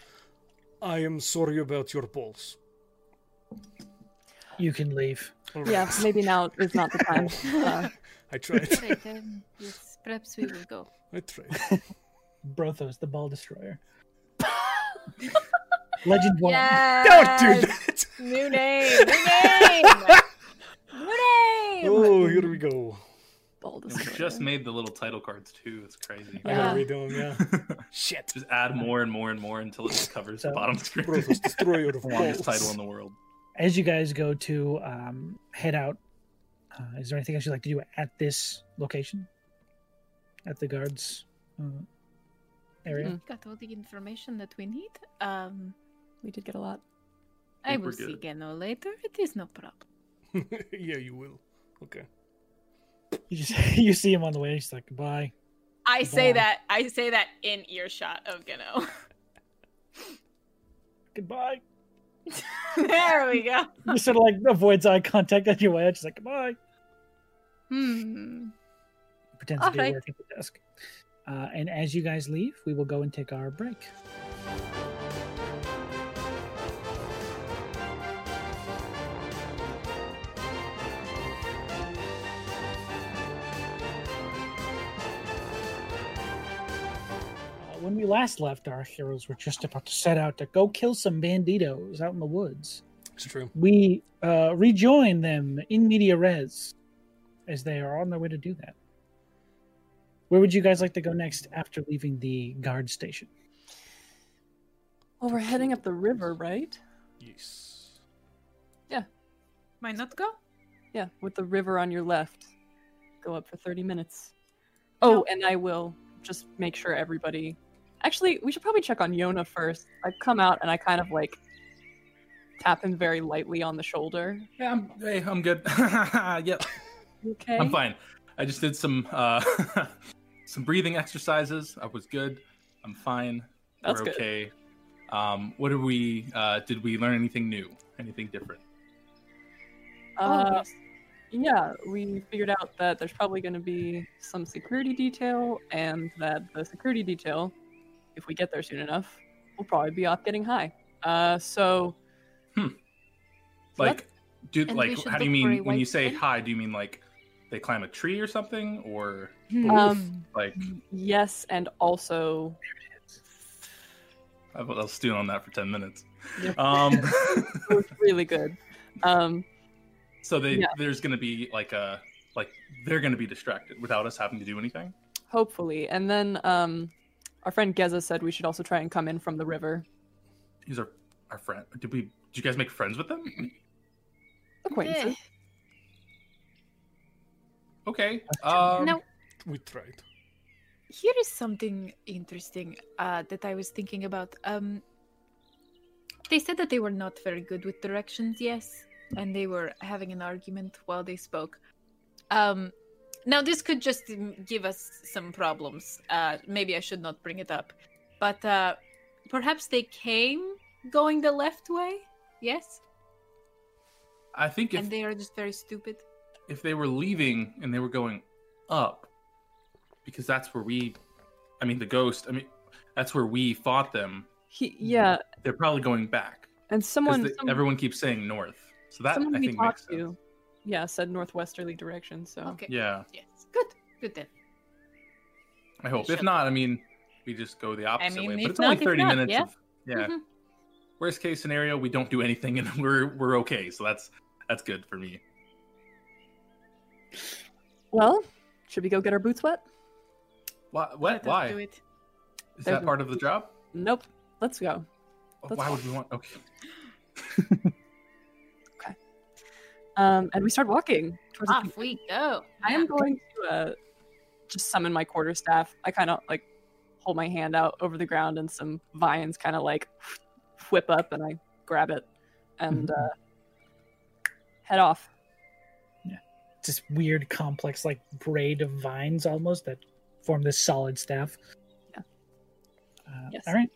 Speaker 4: I am sorry about your balls.
Speaker 1: You can leave.
Speaker 2: (laughs)
Speaker 4: All
Speaker 2: Yeah,
Speaker 4: right.
Speaker 2: maybe now is not the (laughs) time. Uh,
Speaker 6: (laughs)
Speaker 4: I tried.
Speaker 5: Right, um, yes, perhaps we will go.
Speaker 2: (laughs)
Speaker 4: I tried.
Speaker 1: Brothos, the ball destroyer. Legend one.
Speaker 4: Don't
Speaker 6: Yes.
Speaker 4: do that!
Speaker 6: New name.
Speaker 3: (laughs)
Speaker 6: New name. New name.
Speaker 4: Oh, here we go.
Speaker 2: ball
Speaker 3: And we
Speaker 2: destroyer.
Speaker 3: just made the little title cards too. It's crazy.
Speaker 4: I
Speaker 2: Yeah.
Speaker 4: gotta redo them, (laughs) yeah.
Speaker 3: (laughs)
Speaker 4: Shit.
Speaker 3: Just add more and more and more until it just covers the
Speaker 1: So-
Speaker 3: bottom screen. (laughs)
Speaker 4: Brothos, destroyer of balls.
Speaker 3: Longest title in the world.
Speaker 1: As you guys go to um, head out, uh, is there anything else you'd like to do at this location? At the guards uh, area?
Speaker 2: Mm.
Speaker 5: Got all the information that we need. Um,
Speaker 2: We did get a lot.
Speaker 5: I
Speaker 3: think we're
Speaker 5: will see
Speaker 3: good.
Speaker 5: Geno later. It is no problem.
Speaker 4: (laughs) yeah, you will. Okay.
Speaker 1: You just (laughs) you see him on the way. He's like, "Goodbye."
Speaker 6: I say
Speaker 1: Ball.
Speaker 6: that. I say that in earshot of Gano.
Speaker 1: Goodbye.
Speaker 6: there we go.
Speaker 1: He sort of like avoids eye contact on your way. out. She's like, goodbye.
Speaker 5: (laughs) Hmm.
Speaker 1: Pretends to be
Speaker 5: Alright.
Speaker 1: working at the desk. Uh, and as you guys leave, we will go and take our break. Uh, Uh, When we last left, our heroes were just about to set out to go kill some banditos out in the woods.
Speaker 4: It's true.
Speaker 1: we uh, rejoin them in media res as they are on their way to do that. Where would you guys like to go next after leaving the guard station?
Speaker 2: Well, Oh, we're heading up the river, right?
Speaker 4: Yes.
Speaker 5: Might not go.
Speaker 2: Yeah, with the river on your left. Go up for 30 minutes. Oh, and I will just make sure everybody. Actually, we should probably check on Yona first. I come out and I kind of like tap him very lightly on the shoulder.
Speaker 3: Yeah, I'm, hey, I'm good. (laughs) yep,
Speaker 2: You Okay.
Speaker 3: I'm fine. I just did some uh, (laughs) some breathing exercises. I was good. I'm fine.
Speaker 2: That's
Speaker 3: We're
Speaker 2: good.
Speaker 3: okay. Um, what are we? Uh, did we learn anything new? Anything different?
Speaker 2: Uh,
Speaker 5: oh, yes.
Speaker 2: Yeah, we figured out that there's probably going to be some security detail, and that the security detail if we get there soon enough, we'll probably be up getting high. Uh, so
Speaker 3: Like, do
Speaker 5: And we
Speaker 3: like
Speaker 5: should
Speaker 3: how do you
Speaker 5: look
Speaker 3: mean
Speaker 5: for a
Speaker 3: when
Speaker 5: white
Speaker 3: you say
Speaker 5: skin?
Speaker 3: high? Do you mean like they climb a tree or something, or
Speaker 5: Hmm.
Speaker 2: um,
Speaker 3: like
Speaker 2: yes, and also
Speaker 3: I was I was stealing on that for ten minutes? Um,
Speaker 2: it
Speaker 3: (laughs)
Speaker 2: was really good. Um,
Speaker 3: so they
Speaker 2: Yeah.
Speaker 3: there's gonna be like a like they're gonna be distracted without us having to do anything.
Speaker 2: hopefully, and then um, our friend Geza said we should also try and come in from the river.
Speaker 3: These are our friend. Did we? Did you guys make friends with them?
Speaker 5: eh,
Speaker 2: Acquaintances.
Speaker 3: Okay. Um,
Speaker 5: now,
Speaker 4: We tried.
Speaker 5: here is something interesting uh, that I was thinking about. Um, they said that they were not very good with directions, yes, and they were having an argument while they spoke. Um, now, this could just mm, give us some problems. Uh, maybe I should not bring it up. But uh, perhaps they came going the left way, yes?
Speaker 3: I think if
Speaker 5: and they are just very stupid.
Speaker 3: if they were leaving and they were going up, because that's where we, I mean, the ghost. I mean, that's where we fought them.
Speaker 2: He, yeah,
Speaker 3: They're probably going back
Speaker 2: and someone,
Speaker 3: because
Speaker 2: some-
Speaker 3: everyone keeps saying north. So that
Speaker 2: someone
Speaker 3: I
Speaker 2: we
Speaker 3: think makes
Speaker 2: talked
Speaker 3: sense.
Speaker 2: to, yeah, said northwesterly direction. So
Speaker 5: Okay.
Speaker 3: Yeah,
Speaker 5: Yes. Good. Good then.
Speaker 3: I hope. If
Speaker 5: should.
Speaker 3: not, I mean, we just go the opposite
Speaker 6: mean,
Speaker 3: way.
Speaker 6: if
Speaker 3: But it's only
Speaker 6: not, if
Speaker 3: thirty
Speaker 6: not,
Speaker 3: minutes.
Speaker 6: yeah.
Speaker 3: Of, yeah.
Speaker 5: Mhm.
Speaker 3: Worst case scenario, we don't do anything and (laughs) we're we're okay. So that's that's good for me.
Speaker 2: well, should we go get our boots wet?
Speaker 3: Why? What?
Speaker 5: Let us do
Speaker 3: Why?
Speaker 5: it.
Speaker 3: Is
Speaker 2: There's
Speaker 3: that
Speaker 2: no-
Speaker 3: part of the job?
Speaker 2: Nope. Let's go. That's
Speaker 3: Why
Speaker 2: fine.
Speaker 3: would we want? Okay.
Speaker 2: Um, and we start walking towards. the
Speaker 5: Off Ah, we go.
Speaker 2: I am going to uh, just summon my quarterstaff. I kind of like hold my hand out over the ground, and some vines kind of like whip up, and I grab it and
Speaker 1: Mm-hmm.
Speaker 2: uh, head off.
Speaker 1: It's this weird, complex, like braid of vines almost that form this solid staff.
Speaker 2: Yeah.
Speaker 1: Uh,
Speaker 2: Yes.
Speaker 1: All right.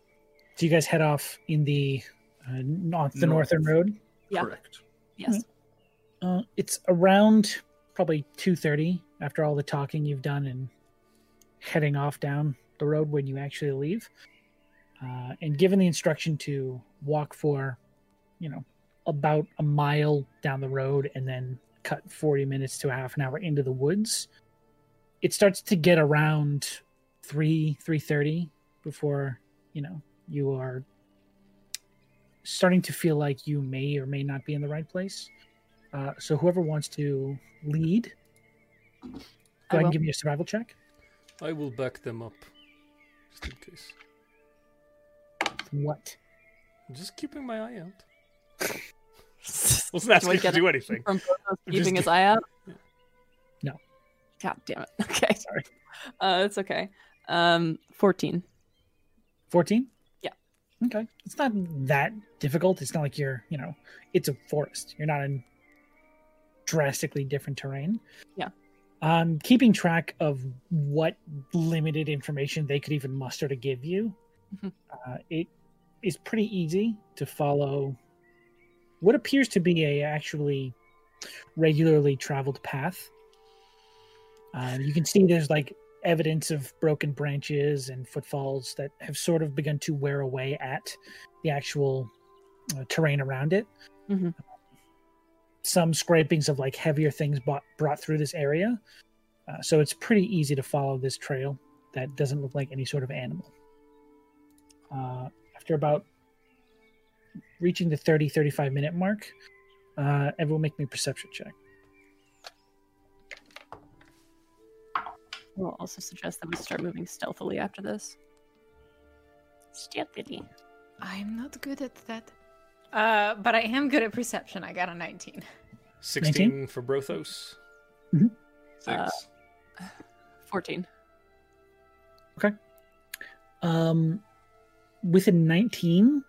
Speaker 1: So you guys head off in the uh, north, the
Speaker 3: North.
Speaker 1: northern road.
Speaker 2: Yeah.
Speaker 3: Correct.
Speaker 2: Yes.
Speaker 1: Uh, it's around probably two thirty after all the talking you've done and heading off down the road when you actually leave. Uh, and given the instruction to walk for, you know, about a mile down the road and then cut forty minutes to a half an hour into the woods, it starts to get around three three thirty before you know you are starting to feel like you may or may not be in the right place. Uh, so whoever wants to lead,
Speaker 2: I
Speaker 1: go ahead
Speaker 2: will.
Speaker 1: and give me a survival check.
Speaker 4: I will back them up, just in case.
Speaker 1: What?
Speaker 4: I'm just keeping my eye out.
Speaker 1: Mm-hmm.
Speaker 4: Wasn't
Speaker 2: Do I
Speaker 4: asking you
Speaker 2: get
Speaker 4: to do anything.
Speaker 2: (laughs) From Protos
Speaker 4: Just
Speaker 2: keeping his
Speaker 4: do-
Speaker 2: eye out.
Speaker 1: No.
Speaker 2: God damn it. (laughs) Okay.
Speaker 1: Sorry.
Speaker 2: Uh, it's okay. Um, fourteen.
Speaker 1: Fourteen.
Speaker 2: Yeah.
Speaker 1: Okay. It's not that difficult. It's not like you're, you know, it's a forest. You're not in drastically different terrain.
Speaker 2: Yeah.
Speaker 1: Um, keeping track of what limited information they could even muster to give you,
Speaker 2: Mhm.
Speaker 1: uh, it is pretty easy to follow what appears to be a actually regularly traveled path. Um, you can see there's like evidence of broken branches and footfalls that have sort of begun to wear away at the actual uh, terrain around it.
Speaker 2: Mhm.
Speaker 1: Some scrapings of like heavier things bought, brought through this area. Uh, so it's pretty easy to follow this trail that doesn't look like any sort of animal. Uh, after about reaching the 30 35 minute mark, uh, everyone make me a perception check.
Speaker 2: We'll also suggest that we start moving stealthily after this. Stealthily.
Speaker 5: I'm not good at that. Uh, but I am good at perception. I got a 19.
Speaker 4: 16 for Brothos.
Speaker 3: Six.
Speaker 2: Uh, Fourteen.
Speaker 1: Um, with a 19,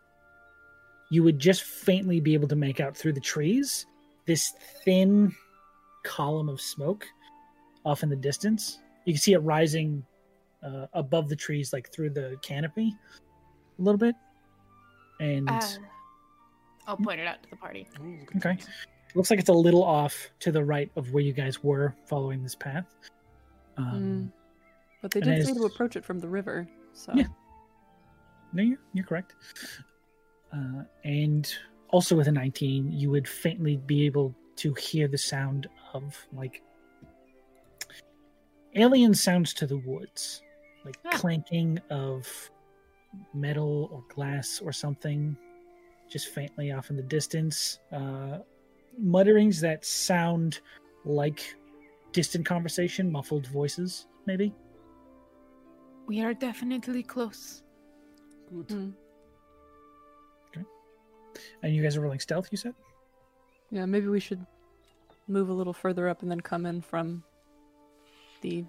Speaker 1: you would just faintly be able to make out through the trees this thin column of smoke off in the distance. You can see it rising uh, above the trees, like through the canopy a little bit. And
Speaker 5: Uh, I'll point it out to the party.
Speaker 4: Ooh,
Speaker 1: Okay. looks like it's a little off to the right of where you guys were following this path. Um,
Speaker 2: Mm. But they
Speaker 1: And
Speaker 2: did
Speaker 1: it's-
Speaker 2: say to approach it from the river, so
Speaker 1: Yeah. No, you're, you're correct. Uh, and also with a 19, you would faintly be able to hear the sound of like alien sounds to the woods, like
Speaker 6: Ah.
Speaker 1: clanking of metal or glass or something, just faintly off in the distance. Uh, mutterings that sound like distant conversation, muffled voices, maybe.
Speaker 5: We are definitely close.
Speaker 4: Good.
Speaker 2: Mm.
Speaker 1: And you guys are rolling stealth, you said?
Speaker 2: Yeah, maybe we should move a little further up and then come in from the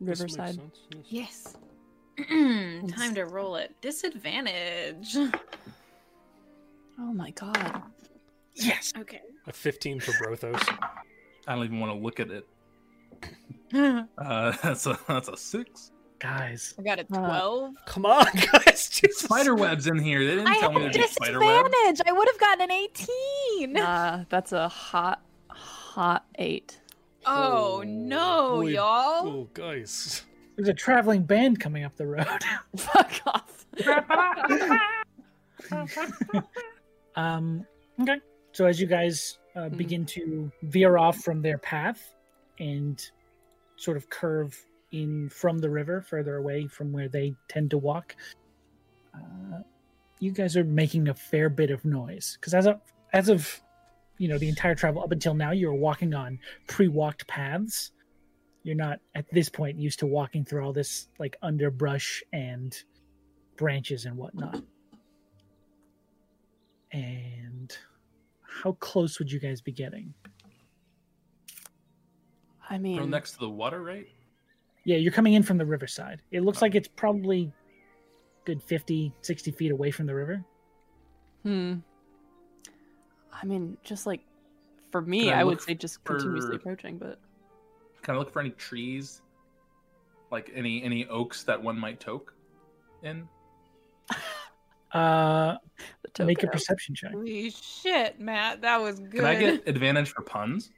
Speaker 4: This makes
Speaker 2: riverside.
Speaker 4: sense, yes.
Speaker 5: (clears throat) Yes.
Speaker 6: Time to roll it. Disadvantage.
Speaker 2: Oh my
Speaker 1: (laughs)
Speaker 2: god.
Speaker 1: Yes.
Speaker 6: Okay.
Speaker 4: A 15 for Brothos.
Speaker 3: I don't even want to look at it. Uh, (laughs) that's a that's a six.
Speaker 1: Guys.
Speaker 6: I
Speaker 3: Uh,
Speaker 6: got a 12.
Speaker 4: Come on, (laughs) guys. Jesus.
Speaker 3: Spider webs in here. They didn't
Speaker 7: I
Speaker 3: tell me
Speaker 7: had
Speaker 3: there'd be spider webs.
Speaker 7: disadvantage. I would have gotten an 18.
Speaker 2: Nah, that's a hot, hot eight. (laughs)
Speaker 6: Oh, no,
Speaker 4: boy.
Speaker 6: y'all.
Speaker 4: Oh, guys.
Speaker 1: There's a traveling band coming up the road. (laughs)
Speaker 2: Fuck off.
Speaker 1: (laughs) Um, okay. So as you guys uh,
Speaker 2: Mhm.
Speaker 1: begin to veer off from their path and sort of curve in from the river, further away from where they tend to walk, uh, you guys are making a fair bit of noise because as of as of you know the entire travel up until now, you were walking on pre-walked paths. You're not at this point used to walking through all this like underbrush and branches and whatnot. And how close would you guys be getting?
Speaker 2: I mean,
Speaker 3: We're next to the water, right?
Speaker 1: Yeah, you're coming in from the riverside. It looks like it's probably good 50, 60 feet away from the river.
Speaker 2: hmm. I mean, just like for
Speaker 3: Can
Speaker 2: me,
Speaker 3: I
Speaker 2: I, would
Speaker 3: look
Speaker 2: say just
Speaker 3: for-
Speaker 2: continuously approaching, but (laughs)
Speaker 3: Can I look for any trees, like any any oaks that one might toke in?
Speaker 1: Uh,
Speaker 2: the token.
Speaker 1: make a perception check.
Speaker 6: Holy shit, Matt. That was good.
Speaker 3: Can I get advantage for puns?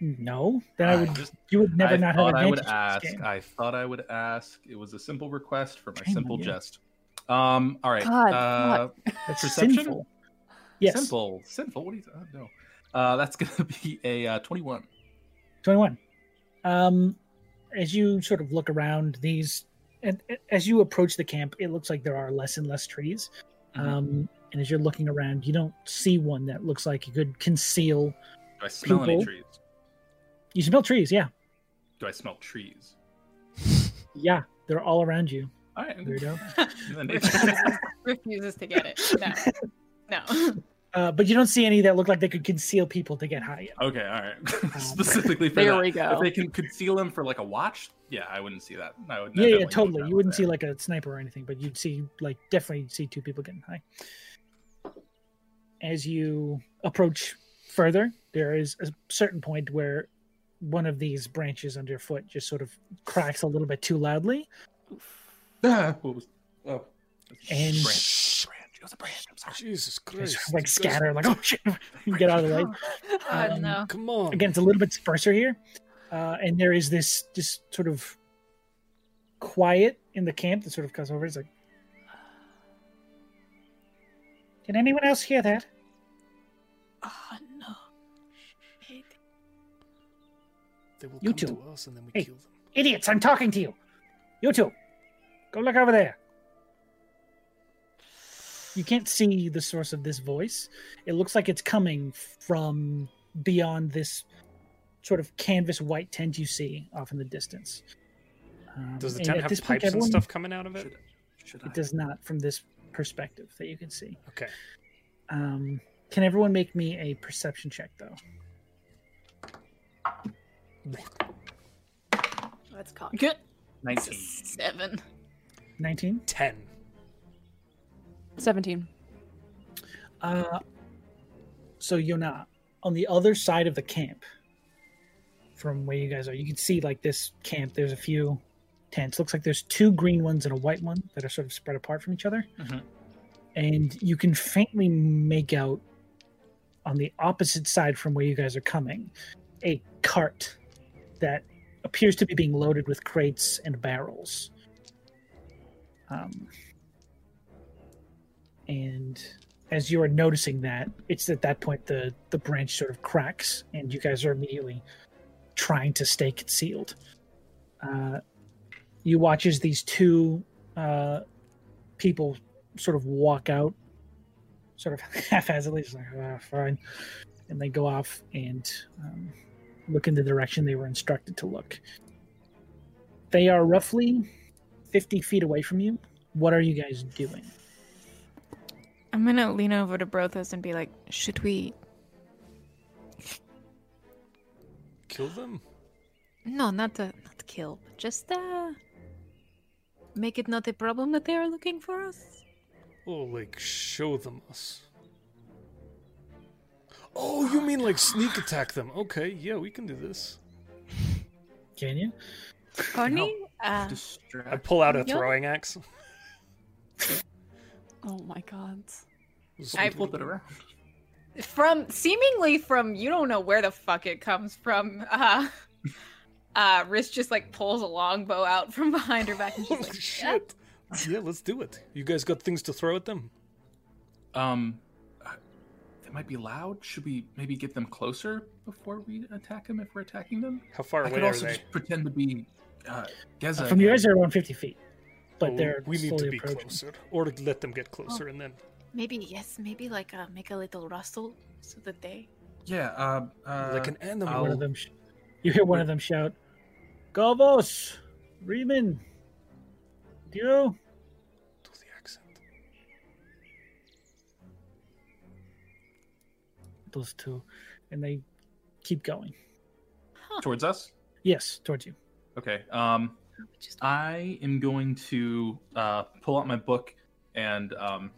Speaker 1: No, then I would.
Speaker 3: just,
Speaker 1: You would never
Speaker 3: I
Speaker 1: not have
Speaker 3: thought I
Speaker 1: advantage.
Speaker 3: would
Speaker 1: in this
Speaker 3: ask.
Speaker 1: game.
Speaker 3: I thought I would ask. It was a simple request for my
Speaker 1: Shame on
Speaker 3: simple
Speaker 1: you.
Speaker 3: jest. Um. All right.
Speaker 2: God,
Speaker 3: uh,
Speaker 1: That's
Speaker 3: perception?
Speaker 1: sinful. Yes,
Speaker 3: Simple. Simple. What do you? Uh, no. Uh, that's gonna (laughs) be a uh, twenty-one.
Speaker 1: 21 um as you sort of look around these and a- as you approach the camp it looks like there are less and less trees
Speaker 3: Mhm.
Speaker 1: um and as you're looking around you don't see one that looks like it could conceal
Speaker 3: Do I smell any
Speaker 1: People.
Speaker 3: trees?
Speaker 1: you smell trees yeah
Speaker 3: Do I smell trees?
Speaker 1: yeah they're all around you
Speaker 3: All right.
Speaker 1: there you go
Speaker 3: (laughs)
Speaker 6: (laughs)
Speaker 3: Then it's-
Speaker 6: Refuses to get it. No. No. (laughs)
Speaker 1: uh, but you don't see any that look like they could conceal people to get high yet.
Speaker 3: okay. All right. (laughs) Specifically
Speaker 2: (laughs)
Speaker 3: for
Speaker 2: there
Speaker 3: that.
Speaker 2: we go.
Speaker 3: If they can conceal him for like a watch, yeah, I wouldn't see that. I would.
Speaker 1: yeah,
Speaker 3: I
Speaker 1: yeah,
Speaker 3: definitely wouldn't
Speaker 1: totally.
Speaker 3: know
Speaker 1: You wouldn't
Speaker 3: that.
Speaker 1: see
Speaker 3: (laughs)
Speaker 1: like a sniper or anything, but you'd see like definitely see two people getting high. As you approach further, there is a certain point where one of these branches underfoot just sort of cracks a little bit too loudly.
Speaker 3: Ah, what was? Oh.
Speaker 1: And-
Speaker 3: branch. branch. It was a branch. I'm sorry.
Speaker 4: Jesus
Speaker 1: You guys
Speaker 4: Christ.
Speaker 1: sort of, like
Speaker 4: Guys,
Speaker 1: scatter, like (laughs) oh shit, you get out of the way.
Speaker 6: I
Speaker 1: Um,
Speaker 6: don't know.
Speaker 4: Come on.
Speaker 1: again it's a little bit sparser here uh, and there is this just sort of quiet in the camp that sort of comes over it's like did anyone else hear that
Speaker 5: Oh no. It-
Speaker 4: They will
Speaker 1: You
Speaker 4: come
Speaker 1: two.
Speaker 4: to us and then we
Speaker 1: Hey.
Speaker 4: kill them.
Speaker 1: idiots i'm talking to you you two go look over there you can't see the source of this voice it looks like it's coming from beyond this sort of canvas white tent you see off in the distance Um,
Speaker 4: Does the
Speaker 1: and
Speaker 4: tent
Speaker 1: at
Speaker 4: have
Speaker 1: this
Speaker 4: pipes
Speaker 1: point,
Speaker 4: and
Speaker 1: everyone-
Speaker 4: stuff coming out of it?
Speaker 3: Should, should
Speaker 1: It
Speaker 3: I?
Speaker 1: does not from this perspective that you can see.
Speaker 4: Okay.
Speaker 1: Um, can everyone make me a perception check, though?
Speaker 6: That's cocked. Good. It's a
Speaker 3: Nineteen.
Speaker 6: Seven.
Speaker 1: 19?
Speaker 4: 10.
Speaker 2: 17.
Speaker 1: Uh, so, Yona, on the other side of the camp, from where you guys are, you can see like this camp. There's a few tents. Looks like there's two green ones and a white one that are sort of spread apart from each other.
Speaker 3: Mhm.
Speaker 1: And you can faintly make out on the opposite side from where you guys are coming a cart that appears to be being loaded with crates and barrels. Um, and as you are noticing that, it's at that point the the branch sort of cracks, and you guys are immediately trying to stay concealed. Uh, you watch as these two uh, people sort of walk out, sort of (laughs) haphazardly, just like ah, fine, and they go off and um, look in the direction they were instructed to look. They are roughly fifty feet away from you. What are you guys doing?
Speaker 5: I'm gonna lean over to Brothos and be like, "Should we?
Speaker 4: Kill them?
Speaker 5: No, not uh, not kill, but just uh, make it not a problem that they are looking for us."
Speaker 4: Oh, like show them us. Oh, you mean like sneak attack them? Okay, yeah, we can do this.
Speaker 1: Can you?
Speaker 5: Corny. Uh,
Speaker 4: I
Speaker 3: Distract.
Speaker 4: pull out a
Speaker 5: Yup.
Speaker 4: throwing axe.
Speaker 2: Oh my god.
Speaker 3: (laughs)
Speaker 2: (laughs)
Speaker 6: I-
Speaker 3: Flip it around.
Speaker 6: from seemingly from you don't know where the fuck it comes from. Uh, (laughs) uh, Riz just like pulls a longbow out from behind her back and she's
Speaker 4: Holy
Speaker 6: (laughs) like,
Speaker 4: shit! Yeah, let's do it. You guys got things to throw at them?
Speaker 3: Um, uh, they might be loud. Should we maybe get them closer before we attack them if we're attacking them?
Speaker 4: How far
Speaker 3: I
Speaker 4: away
Speaker 3: could
Speaker 4: are
Speaker 3: also
Speaker 4: they?
Speaker 3: just pretend to be uh, Geza.
Speaker 1: From you
Speaker 3: again.
Speaker 1: guys, they're around fifty feet, but
Speaker 4: Oh,
Speaker 1: they're
Speaker 4: we need
Speaker 1: slowly
Speaker 4: to be
Speaker 1: approaching.
Speaker 4: closer, or let them get closer, and then
Speaker 5: maybe yes. Maybe like uh, make a little rustle so that they.
Speaker 3: Yeah. Uh, uh,
Speaker 4: like an animal.
Speaker 1: One
Speaker 3: I'll-
Speaker 1: of them, sh- you hear one of them shout, "Galvos, Riemann, Dio."
Speaker 4: Do the accent.
Speaker 1: Those two, and they keep going.
Speaker 3: towards us.
Speaker 1: Yes, towards you.
Speaker 3: Okay. Um, I am going to uh, pull out my book and um,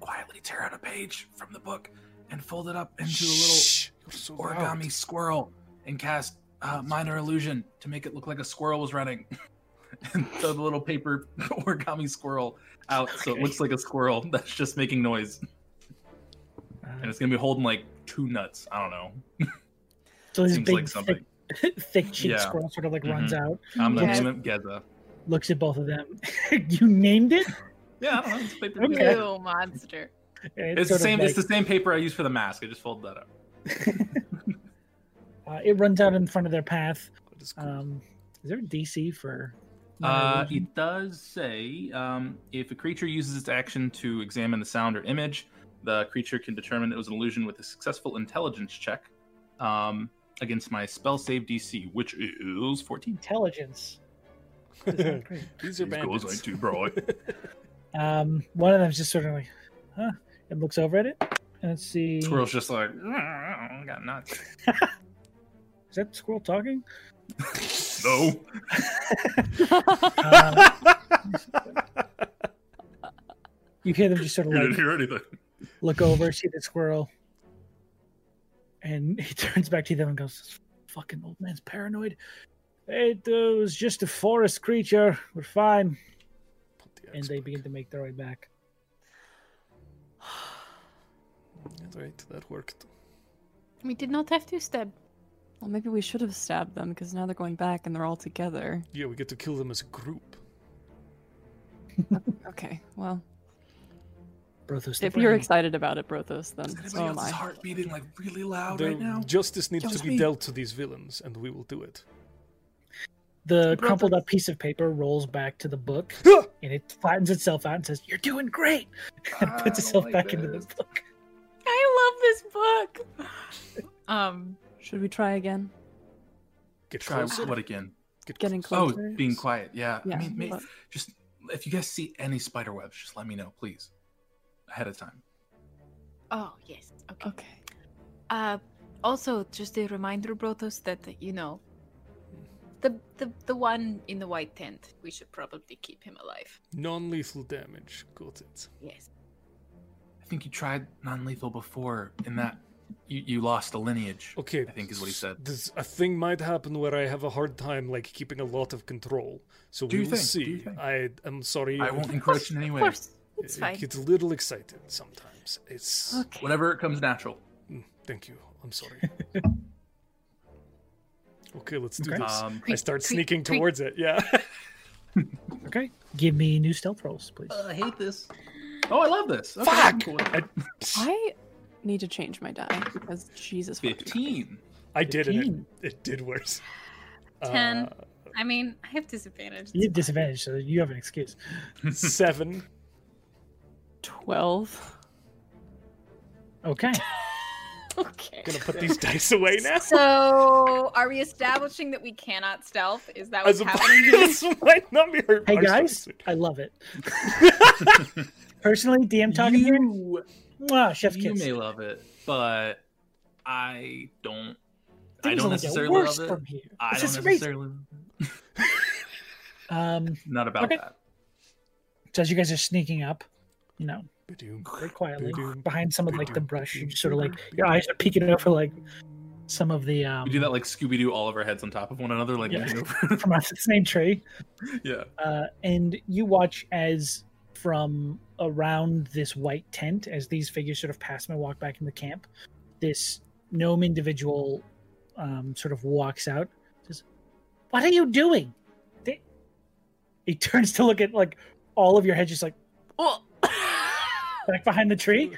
Speaker 3: quietly tear out a page from the book and fold it up into a little
Speaker 4: Shh, you're so
Speaker 3: origami
Speaker 4: loud.
Speaker 3: squirrel and cast uh, minor illusion to make it look like a squirrel was running. (laughs) and throw the little paper (laughs) origami squirrel out so it
Speaker 1: Okay.
Speaker 3: looks like a squirrel (laughs) that's just making noise. And
Speaker 1: Uh,
Speaker 3: it's gonna be holding like two nuts. I don't know.
Speaker 1: so this
Speaker 3: Seems
Speaker 1: big,
Speaker 3: like something.
Speaker 1: thick, (laughs) thick cheek
Speaker 3: Yeah. Mm-hmm.
Speaker 1: squirrel sort of like runs out,
Speaker 3: I'm gonna
Speaker 1: Yeah.
Speaker 3: name it Geza.
Speaker 1: looks at both of them. (laughs) you named it.
Speaker 3: Yeah, I don't know. It's, paper.
Speaker 1: Okay.
Speaker 3: Yeah.
Speaker 6: "You monster."
Speaker 1: And
Speaker 3: It's the
Speaker 1: sort of
Speaker 3: same.
Speaker 1: like-
Speaker 3: It's the same paper I used for the mask. I just folded that up.
Speaker 1: uh, it runs out in front of their path.
Speaker 4: That is cool. (laughs)
Speaker 1: Um, is there a DC for?
Speaker 3: Uh, it does say um, if a creature uses its action to examine the sound or image, the creature can determine it was an illusion with a successful intelligence check um, against my spell save DC, which is 14.
Speaker 1: intelligence.
Speaker 4: (laughs)
Speaker 1: That's not great.
Speaker 4: These are
Speaker 3: These goes
Speaker 4: bandits.
Speaker 3: like two, (laughs)
Speaker 4: (laughs)
Speaker 3: bro.
Speaker 1: Um, one of them's just sort of like, huh? And looks over at it. And let's see.
Speaker 3: Squirrel's just like, "Mm, got nuts.
Speaker 1: Is that squirrel
Speaker 3: (laughs)
Speaker 1: talking?
Speaker 3: No.
Speaker 1: Uh, you hear them just sort of
Speaker 3: You didn't
Speaker 1: like
Speaker 3: hear anything.
Speaker 1: look over, see the squirrel, and he (laughs) turns back to them and goes, "This "Fucking old man's paranoid." It uh, was just a forest creature. We're fine.
Speaker 4: Put the
Speaker 1: And
Speaker 4: axe
Speaker 1: they
Speaker 4: back.
Speaker 1: begin to make their way back.
Speaker 4: That's right, that worked.
Speaker 5: We did not have to stab.
Speaker 2: Well, maybe we should have stabbed them because now they're going back and they're all together.
Speaker 4: Yeah, we get to kill them as a group.
Speaker 2: Okay, well,
Speaker 1: Brothos, the
Speaker 2: if you're
Speaker 1: brain.
Speaker 2: excited about it, Brothos, then
Speaker 3: Is
Speaker 2: so
Speaker 3: anybody
Speaker 2: am
Speaker 3: else's
Speaker 2: I.
Speaker 3: heart beating like really loud
Speaker 4: Their
Speaker 3: right now?
Speaker 4: justice needs
Speaker 3: Just
Speaker 4: to be
Speaker 3: me.
Speaker 4: dealt to these villains, and we will do it.
Speaker 1: the crumpled up piece of paper rolls back to the book, and it flattens itself out and says, "You're doing great." (laughs) and
Speaker 3: I
Speaker 1: puts
Speaker 3: don't
Speaker 1: itself
Speaker 3: like
Speaker 1: back into the
Speaker 3: this.
Speaker 1: book.
Speaker 6: I love this
Speaker 5: (laughs)
Speaker 6: book. Um,
Speaker 2: Should we try again?
Speaker 4: Get
Speaker 3: Try
Speaker 4: closer.
Speaker 3: what again?
Speaker 4: Get
Speaker 2: Getting
Speaker 3: Oh,
Speaker 2: closer?
Speaker 3: being quiet. Yeah.
Speaker 2: Yeah.
Speaker 3: I mean, may-
Speaker 2: but-
Speaker 3: just if you guys see any spider webs, just let me know, please, ahead of time.
Speaker 5: Oh yes. Okay.
Speaker 2: okay.
Speaker 5: Uh, also, just a reminder, Brotos, that uh, you know, the the the one in the white tent.
Speaker 6: we should probably keep him alive.
Speaker 4: Non-lethal damage. Got it.
Speaker 5: Yes.
Speaker 3: I think you tried non-lethal before, and that you, you lost a lineage.
Speaker 4: Okay.
Speaker 3: I think is what he
Speaker 4: s-
Speaker 3: said.
Speaker 4: This, a thing might happen where I have a hard time like keeping a lot of control. So
Speaker 3: Do
Speaker 4: we
Speaker 3: your
Speaker 4: will
Speaker 3: thing, do
Speaker 4: see.
Speaker 3: your thing.
Speaker 4: I am sorry.
Speaker 3: I won't encroach in any
Speaker 5: Of
Speaker 3: way.
Speaker 5: course, it's
Speaker 4: It
Speaker 5: fine.
Speaker 4: gets a little excited sometimes. It's.
Speaker 2: Okay.
Speaker 3: Whatever comes natural.
Speaker 4: Mm, Thank you.
Speaker 3: (laughs)
Speaker 4: I'm sorry. okay, let's do
Speaker 1: Okay.
Speaker 4: this.
Speaker 3: Um,
Speaker 4: I start
Speaker 5: creep,
Speaker 4: sneaking
Speaker 5: creep.
Speaker 4: towards it. Yeah. (laughs)
Speaker 1: Okay, give me new stealth rolls, please.
Speaker 3: I Uh, hate this. Oh, I love this. Okay,
Speaker 4: Fuck!
Speaker 3: I'm cool with that.
Speaker 2: I need to change my die because Jesus. fucking Christ.
Speaker 3: (laughs) Fifteen.
Speaker 4: I did, and
Speaker 1: 15.
Speaker 4: it, it did
Speaker 5: (laughs)
Speaker 4: worse.
Speaker 6: 10. I mean, I have disadvantage.
Speaker 1: You have
Speaker 5: (laughs)
Speaker 1: disadvantage, so you have an excuse.
Speaker 4: Uh, seven.
Speaker 2: Twelve.
Speaker 1: Okay.
Speaker 6: Okay.
Speaker 4: Gonna put these dice
Speaker 5: (laughs)
Speaker 4: away now.
Speaker 6: So, are we establishing that we cannot stealth? Is that what's
Speaker 4: (laughs) As a
Speaker 6: happening here? (laughs)
Speaker 4: this (laughs) might not be her.
Speaker 1: Hey
Speaker 4: our
Speaker 1: guys,
Speaker 4: solution.
Speaker 1: I love it. Personally, DM talking here.
Speaker 3: you,
Speaker 1: Mwah, chef
Speaker 3: you
Speaker 1: kiss.
Speaker 3: may love it, but I don't. I
Speaker 1: Things
Speaker 3: don't
Speaker 1: only get
Speaker 3: necessarily
Speaker 1: worse
Speaker 3: love it.
Speaker 1: from here.
Speaker 3: I
Speaker 1: This
Speaker 3: don't
Speaker 1: is crazy.
Speaker 3: necessarily.
Speaker 1: Um,
Speaker 3: Not about
Speaker 1: Okay.
Speaker 3: that.
Speaker 1: so as you guys are sneaking up, you know,
Speaker 4: Ba-doom,
Speaker 1: very quietly
Speaker 4: ba-doom,
Speaker 1: behind some of like the
Speaker 4: ba-doom,
Speaker 1: brush, you
Speaker 4: ba-doom,
Speaker 1: just sort of like
Speaker 4: ba-doom,
Speaker 1: your eyes are peeking over like some of the um
Speaker 3: We do that like Scooby Doo, all of our heads on top of one another, like
Speaker 1: Yeah.
Speaker 3: leaning over.
Speaker 1: (laughs)
Speaker 3: (laughs)
Speaker 1: from the same tree.
Speaker 3: yeah.
Speaker 1: uh, and you watch as from around this white tent, as these figures sort of pass them and walk back into camp, this gnome individual um, sort of walks out. Says, "What are you doing?" They- He turns to look at like all of your heads, just like
Speaker 2: Oh.
Speaker 1: back behind the tree.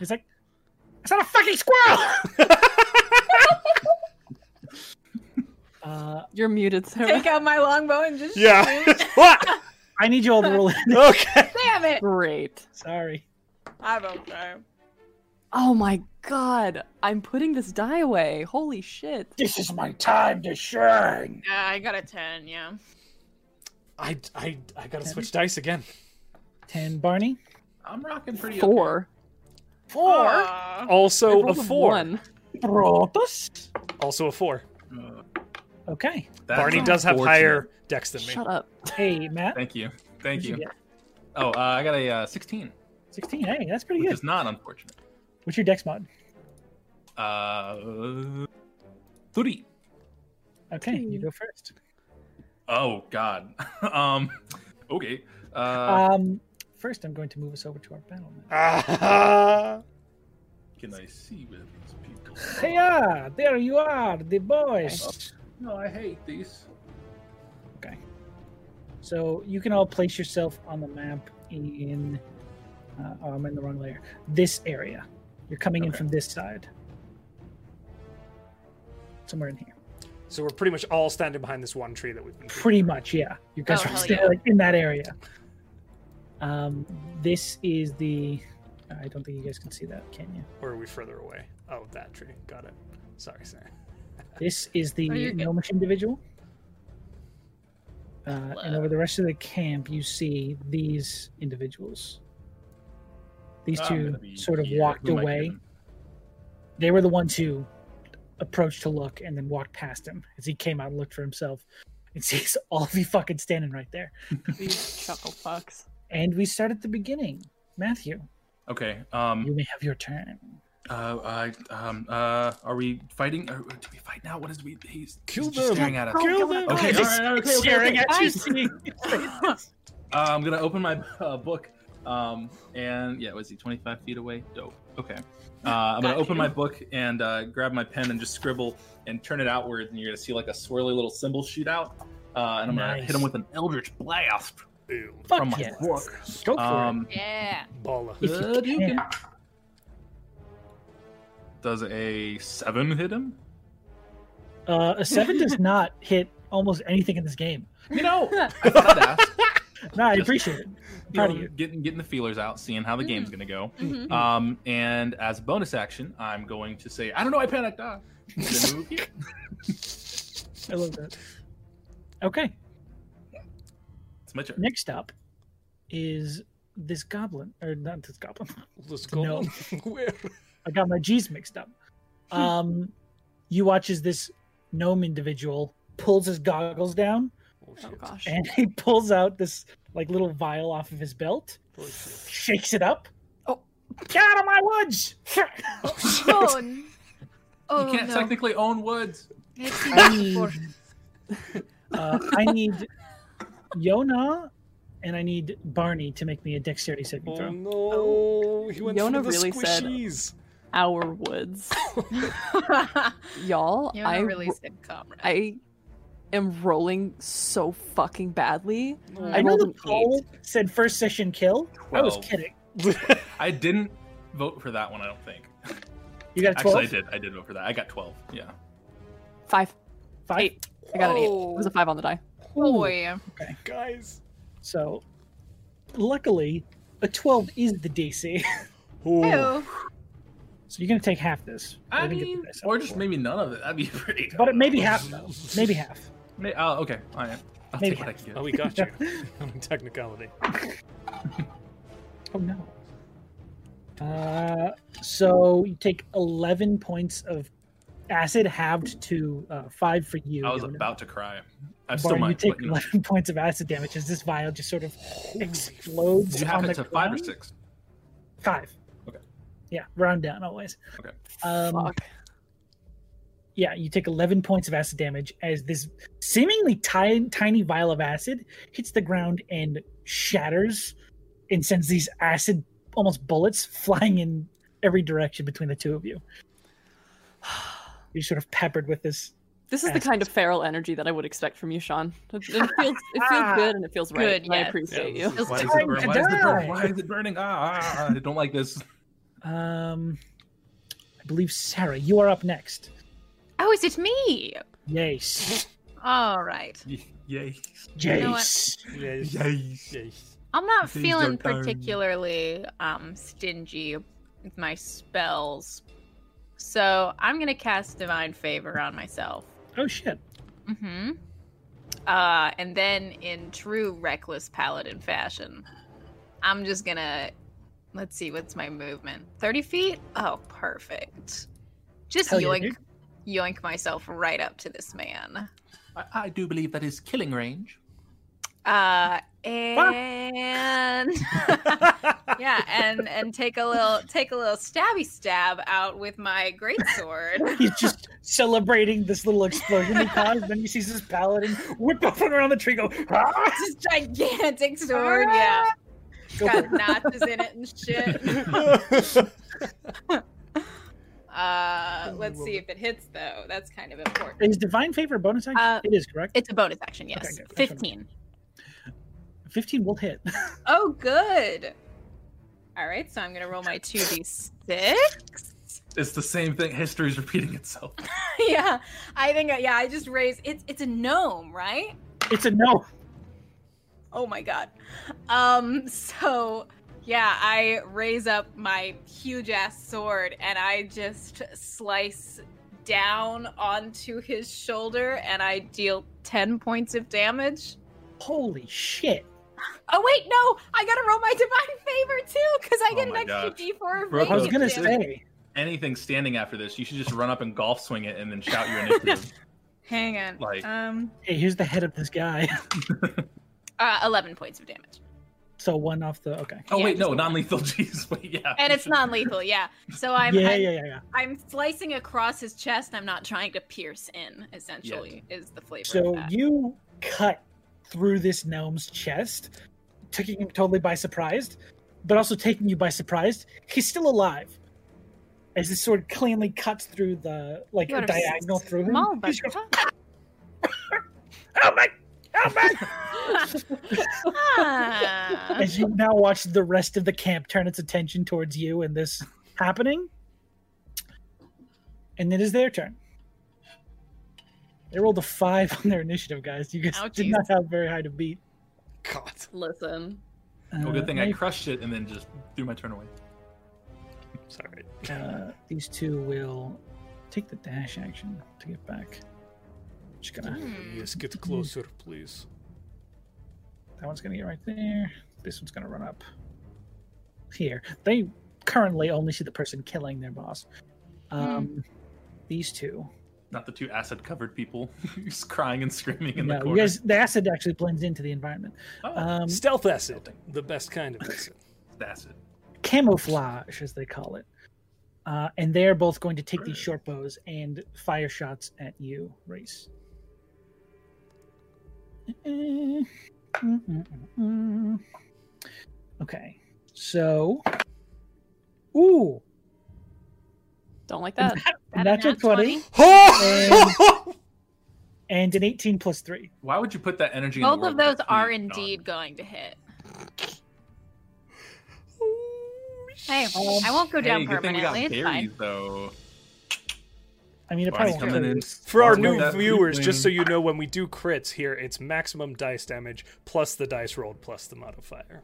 Speaker 1: He's like, "It's not a fucking squirrel." (laughs) uh,
Speaker 2: (laughs) You're muted, Sarah.
Speaker 6: Take out my longbow and just
Speaker 4: Yeah.
Speaker 6: shoot.
Speaker 4: What?
Speaker 1: I need you (laughs) all to roll. in.
Speaker 4: Okay.
Speaker 6: Damn (laughs) it!
Speaker 2: Great.
Speaker 1: Sorry.
Speaker 6: I'm okay.
Speaker 2: Oh my god. I'm putting this die away. Holy shit.
Speaker 1: This is my time to shine.
Speaker 6: Uh, I got a 10, yeah.
Speaker 4: I, I, I gotta switch dice again.
Speaker 1: Ten, Barney.
Speaker 3: I'm rocking pretty.
Speaker 2: Four.
Speaker 1: Four.
Speaker 6: Aw.
Speaker 2: I
Speaker 4: Also a
Speaker 2: rolled
Speaker 4: four.
Speaker 2: One.
Speaker 1: Protus.
Speaker 4: Also a four.
Speaker 3: Uh,
Speaker 1: Okay.
Speaker 3: that's
Speaker 4: Barney does have
Speaker 3: unfortunate.
Speaker 4: higher dex than me.
Speaker 2: Shut
Speaker 3: (laughs)
Speaker 2: up.
Speaker 1: Hey, Matt.
Speaker 3: Thank you. Thank
Speaker 1: What'd you
Speaker 3: you.
Speaker 1: get?
Speaker 3: Oh, uh, I got a uh, 16,
Speaker 1: 16. Hey, that's pretty
Speaker 3: which
Speaker 1: good.
Speaker 3: is not unfortunate.
Speaker 1: What's your dex mod?
Speaker 3: Uh, three.
Speaker 1: Okay,
Speaker 2: Three.
Speaker 1: you go first.
Speaker 3: Oh God. (laughs) um. Okay. Uh,
Speaker 1: Um, first, I'm going to move us over to our battle map.
Speaker 4: Ah-ha.
Speaker 3: Can I see where these people?
Speaker 1: Heya, there you are, the boys.
Speaker 3: No, I hate these.
Speaker 1: So you can all place yourself on the map in. Uh, oh, I'm in the wrong layer. This area. You're coming in
Speaker 3: Okay.
Speaker 1: from this side. Somewhere in here.
Speaker 4: (laughs) So we're pretty much all standing behind this one tree that we've been.
Speaker 1: Pretty much, yeah. You guys
Speaker 6: Oh,
Speaker 1: are
Speaker 6: hell
Speaker 1: still
Speaker 6: yeah.
Speaker 1: like, in that area. Um, this is the. I don't think you guys can see that, can you?
Speaker 4: Or are we further away? Oh, that tree. Got it. Sorry, sorry.
Speaker 1: This is the
Speaker 6: Oh, you're good.
Speaker 1: gnomish individual. Uh, and over the rest of the camp, you see these individuals. These
Speaker 3: I'm
Speaker 1: two
Speaker 3: gonna be
Speaker 1: sort of
Speaker 3: here.
Speaker 1: walked
Speaker 3: Who am I
Speaker 1: away.
Speaker 3: kidding?
Speaker 1: They were the ones who approached to look and then walked past him as he came out and looked for himself and (laughs) sees all of you fucking standing right there.
Speaker 2: These chuckle fucks.
Speaker 1: And we start at the beginning. Matthew,
Speaker 3: Okay. Um.
Speaker 1: you may have your turn.
Speaker 3: Uh. I. Um. Uh. Are we fighting? Are, do we fight now? What is we? He's,
Speaker 4: Kill
Speaker 3: he's just
Speaker 4: them.
Speaker 3: staring at us.
Speaker 4: Kill them.
Speaker 3: Okay. All
Speaker 1: Just
Speaker 3: right. Okay. okay,
Speaker 1: staring
Speaker 3: okay.
Speaker 1: at you. seeing- (laughs)
Speaker 3: Uh, I'm gonna open my uh, book. Um, and yeah, was he 25 feet away? Dope. Okay. Uh, I'm gonna
Speaker 6: Got
Speaker 3: open
Speaker 6: you.
Speaker 3: my book and uh, grab my pen and just scribble and turn it outward, and you're gonna see like a swirly little symbol shoot out. Uh, and I'm gonna
Speaker 1: Nice.
Speaker 3: hit him with an eldritch blast
Speaker 4: Boom.
Speaker 1: Fuck
Speaker 3: from my
Speaker 1: yeah.
Speaker 3: book.
Speaker 1: Go for
Speaker 3: Um,
Speaker 6: Yeah.
Speaker 4: Bala.
Speaker 1: it. If you
Speaker 3: uh, you
Speaker 1: can.
Speaker 3: can- does a seven hit him?
Speaker 1: Uh, a seven
Speaker 3: (laughs)
Speaker 1: does not hit almost anything in this game.
Speaker 3: You know, I thought I'd
Speaker 1: (laughs)
Speaker 3: ask.
Speaker 1: No, I appreciate it.
Speaker 3: You
Speaker 1: Proud
Speaker 3: know,
Speaker 1: of you. Mm.
Speaker 3: Getting getting the feelers out, seeing how the game's gonna go.
Speaker 6: (laughs)
Speaker 1: Hmm.
Speaker 6: Mhm.
Speaker 3: Um, and as a bonus action, I'm going to say, I don't know, I panicked.
Speaker 1: (laughs)
Speaker 3: Ah. Then move here.
Speaker 1: I love that. Okay,
Speaker 3: It's my turn.
Speaker 1: next up is this goblin, or not this goblin. (laughs)
Speaker 4: Let's go.
Speaker 1: No.
Speaker 4: (laughs) Where? Oh,
Speaker 1: I got my G's mixed up.
Speaker 3: Hmm.
Speaker 1: Um, you watch as this gnome individual pulls his goggles down
Speaker 4: Oh,
Speaker 2: Oh
Speaker 4: shit.
Speaker 2: gosh.
Speaker 1: and he pulls out this like little vial off of his belt,
Speaker 4: Oh, shit.
Speaker 1: shakes it up.
Speaker 2: Oh.
Speaker 1: Get out of my woods!
Speaker 7: Oh, n-
Speaker 5: Oh,
Speaker 3: you can't
Speaker 6: (laughs)
Speaker 5: no.
Speaker 3: technically own woods.
Speaker 5: I've seen
Speaker 1: I
Speaker 5: that before.
Speaker 1: need, (laughs) uh, I need Yona and I need Barney to make me a dexterity saving
Speaker 4: Oh,
Speaker 1: throw.
Speaker 4: no. He went
Speaker 2: Oh. Yona
Speaker 4: for the
Speaker 2: really said-
Speaker 4: squishies. (laughs)
Speaker 2: Our woods.
Speaker 6: You're
Speaker 2: Y'all, I,
Speaker 6: a really
Speaker 2: ro-
Speaker 6: sick comrade.
Speaker 2: I am rolling so fucking badly.
Speaker 4: No.
Speaker 1: I know
Speaker 2: rolled
Speaker 1: the
Speaker 3: Oh.
Speaker 2: an
Speaker 1: poll said first session kill. I was
Speaker 3: Twelve.
Speaker 1: kidding.
Speaker 3: I didn't vote for that one. I don't think.
Speaker 1: You got a
Speaker 3: Actually,
Speaker 1: 12?
Speaker 3: I did. I did vote for that. I got twelve. Yeah.
Speaker 2: Five.
Speaker 1: Five?
Speaker 2: Eight. I got an eight.
Speaker 7: Whoa.
Speaker 2: It was a five on the die.
Speaker 7: Boy.
Speaker 4: Guys.
Speaker 1: So, luckily, a 12 is the DC.
Speaker 4: Oh,
Speaker 7: Ew.
Speaker 1: (laughs) So you're going to take half this.
Speaker 3: I
Speaker 1: Let me get
Speaker 3: mean,
Speaker 1: the dice out
Speaker 3: or just
Speaker 1: for it.
Speaker 3: maybe none of it. That'd be (laughs) pretty.
Speaker 1: But it may be half, though. Maybe half.
Speaker 3: May- uh, okay. All right. I'll
Speaker 1: Maybe
Speaker 3: take what I can
Speaker 4: oh,
Speaker 3: get.
Speaker 4: we got
Speaker 2: (laughs)
Speaker 4: you. (laughs) Technicality.
Speaker 1: Oh, no. Uh, so you take 11 points of acid halved to uh, 5 for you.
Speaker 3: I was
Speaker 1: Yoda.
Speaker 3: about to cry. I
Speaker 1: Bar,
Speaker 3: still
Speaker 1: you
Speaker 3: might.
Speaker 1: take
Speaker 3: But, you know,
Speaker 1: 11 (laughs) points of acid damage as this vial just sort of explodes
Speaker 3: you
Speaker 1: on
Speaker 3: have
Speaker 1: the
Speaker 3: it to five or
Speaker 1: ground.
Speaker 3: six.
Speaker 1: Five.
Speaker 3: Okay.
Speaker 1: Yeah, round down always.
Speaker 3: Okay.
Speaker 1: Um,
Speaker 2: Fuck.
Speaker 1: Yeah, you take 11 points of acid damage as this seemingly tiny, tiny vial of acid hits the ground and shatters and sends these acid, almost bullets, flying in every direction between the two of you. (sighs) You're sort of peppered with this.
Speaker 2: This is the kind of feral energy that I would expect from you, Sean.
Speaker 6: (laughs)
Speaker 2: It, it feels it feels good and it feels right.
Speaker 6: Good,
Speaker 2: and I
Speaker 6: yes.
Speaker 2: appreciate
Speaker 4: Yeah,
Speaker 2: you.
Speaker 4: this is
Speaker 3: Why is,
Speaker 1: time
Speaker 3: it burn-
Speaker 1: to
Speaker 3: why, is it burn-
Speaker 1: die.
Speaker 3: why is it burning? Ah, ah, ah, I don't
Speaker 1: (laughs)
Speaker 3: like this.
Speaker 1: Um, I believe, Sarah, you are up next.
Speaker 5: Oh, is it me?
Speaker 1: Yes.
Speaker 5: All right.
Speaker 3: Y- Yay.
Speaker 5: know what?
Speaker 1: Yes.
Speaker 4: Yes.
Speaker 3: Yes.
Speaker 4: Yes.
Speaker 5: I'm not
Speaker 3: Things
Speaker 5: feeling
Speaker 3: are done.
Speaker 5: particularly um, stingy with my spells, so I'm gonna cast divine favor on myself.
Speaker 1: Oh, shit.
Speaker 5: Mm-hmm. Uh, and then in true reckless paladin fashion, I'm just gonna let's see what's my movement. Thirty feet. Oh, perfect. Just
Speaker 1: Hell yeah,
Speaker 5: yoink, yoink myself right up to this man.
Speaker 3: I, I do believe that is killing range.
Speaker 5: Uh, and
Speaker 4: (laughs)
Speaker 2: (laughs)
Speaker 5: yeah, and and take a little take a little stabby stab out with my greatsword. (laughs)
Speaker 1: He's just celebrating this little explosion he caused. Then he sees this paladin whip up and around the tree, go, ah!
Speaker 5: It's this gigantic sword. Yeah, it's
Speaker 1: Go for
Speaker 5: got notches in it (laughs) and shit. Uh, let's see if it hits though. That's kind of important.
Speaker 1: Is divine favor a bonus action?
Speaker 5: Uh,
Speaker 1: it is correct.
Speaker 5: It's a bonus action, yes.
Speaker 1: good. That's what I meant.
Speaker 5: Fifteen.
Speaker 1: Fifteen will hit. (laughs)
Speaker 5: Oh, good. All right, so I'm gonna roll my two d six.
Speaker 3: It's the same thing. History's repeating itself.
Speaker 5: (laughs) Yeah, I think. Yeah, I just raised. It's it's a gnome, right?
Speaker 1: It's a no.
Speaker 5: Oh my god. Um, so yeah, I raise up my huge ass sword and I just slice down onto his shoulder and I deal 10 points of damage.
Speaker 1: Holy shit!
Speaker 5: Oh wait, no, I gotta roll my (laughs) divine favor too, because I
Speaker 3: Oh
Speaker 5: get an
Speaker 3: my
Speaker 5: extra
Speaker 3: gosh.
Speaker 5: D4 of
Speaker 3: Bro,
Speaker 1: I was
Speaker 5: radiant
Speaker 1: gonna
Speaker 5: damage.
Speaker 1: say
Speaker 3: Anything standing after this, you should just run up and golf swing it and then shout your (laughs) initiative.
Speaker 5: Hang on.
Speaker 3: Like-
Speaker 5: um
Speaker 1: hey, here's the head of this guy. (laughs)
Speaker 5: uh, 11 points of damage.
Speaker 1: So one off the okay.
Speaker 3: Oh
Speaker 5: Yeah,
Speaker 3: wait,
Speaker 5: just
Speaker 3: no, non-lethal. (laughs) Jeez, wait, yeah.
Speaker 5: And
Speaker 3: you
Speaker 5: it's
Speaker 3: should-
Speaker 5: non-lethal, yeah.
Speaker 1: (laughs)
Speaker 5: So I'm
Speaker 1: yeah,
Speaker 5: I'm,
Speaker 1: yeah, yeah, yeah.
Speaker 5: I'm slicing across his chest. I'm not trying to pierce in, essentially, is the flavor. of
Speaker 1: So
Speaker 5: that.
Speaker 1: you cut through this gnome's chest, taking him totally by surprise, but also taking you by surprise. He's still alive. As this sword cleanly cuts through the like
Speaker 7: You are
Speaker 1: diagonal through him.
Speaker 7: small,
Speaker 1: He just
Speaker 7: but-
Speaker 1: goes, (laughs) Help me! Help me!
Speaker 5: Ah.
Speaker 1: (laughs) As you now watch the rest of the camp turn its attention towards you and this happening. And it is their turn. They rolled a five on their initiative, guys. You guys did
Speaker 5: Ouchies.
Speaker 1: not have very high to beat.
Speaker 4: God.
Speaker 2: Listen.
Speaker 3: Well, good thing I
Speaker 1: Uh,
Speaker 3: crushed it and then just threw my turn away.
Speaker 4: Sorry.
Speaker 1: uh, these two will take the dash action to get back. Just
Speaker 6: Hmm.
Speaker 1: gonna
Speaker 4: Yes, get closer, please.
Speaker 1: that one's gonna get right there. This one's gonna run up here. They currently only see the person killing their boss. Um, These two.
Speaker 3: Not the two acid-covered people (laughs) who's crying and screaming in the
Speaker 1: No, you
Speaker 3: corner.
Speaker 1: guys, the acid actually blends into the environment.
Speaker 3: Oh,
Speaker 1: Um,
Speaker 4: Stealth acid. The best kind of acid.
Speaker 3: it's acid.
Speaker 1: camouflage, as they call it. Uh, and they are both going to take these short bows and fire shots at you, Race. Okay, so. Ooh!
Speaker 2: Don't like
Speaker 4: (laughs)
Speaker 2: that.
Speaker 1: That's a
Speaker 5: nat
Speaker 1: 20
Speaker 4: (laughs)
Speaker 2: (laughs)
Speaker 4: Oh!
Speaker 1: and an 18 plus 3.
Speaker 3: Why would you put that energy? in
Speaker 5: Both
Speaker 3: the
Speaker 5: of
Speaker 3: world
Speaker 5: those
Speaker 3: without
Speaker 5: are
Speaker 3: food, Don?
Speaker 5: indeed going to hit.
Speaker 1: Oh,
Speaker 6: Hey, I won't go down
Speaker 3: hey, good thing we got
Speaker 6: permanently. It's fine.
Speaker 3: berries, though.
Speaker 1: I mean, it
Speaker 3: Barney
Speaker 1: probably
Speaker 3: coming in.
Speaker 4: For our
Speaker 3: Awesome.
Speaker 4: new
Speaker 3: That
Speaker 4: viewers,
Speaker 3: weakling-
Speaker 4: just (laughs) so you know, when we do crits here, it's maximum dice damage plus the dice rolled plus the modifier.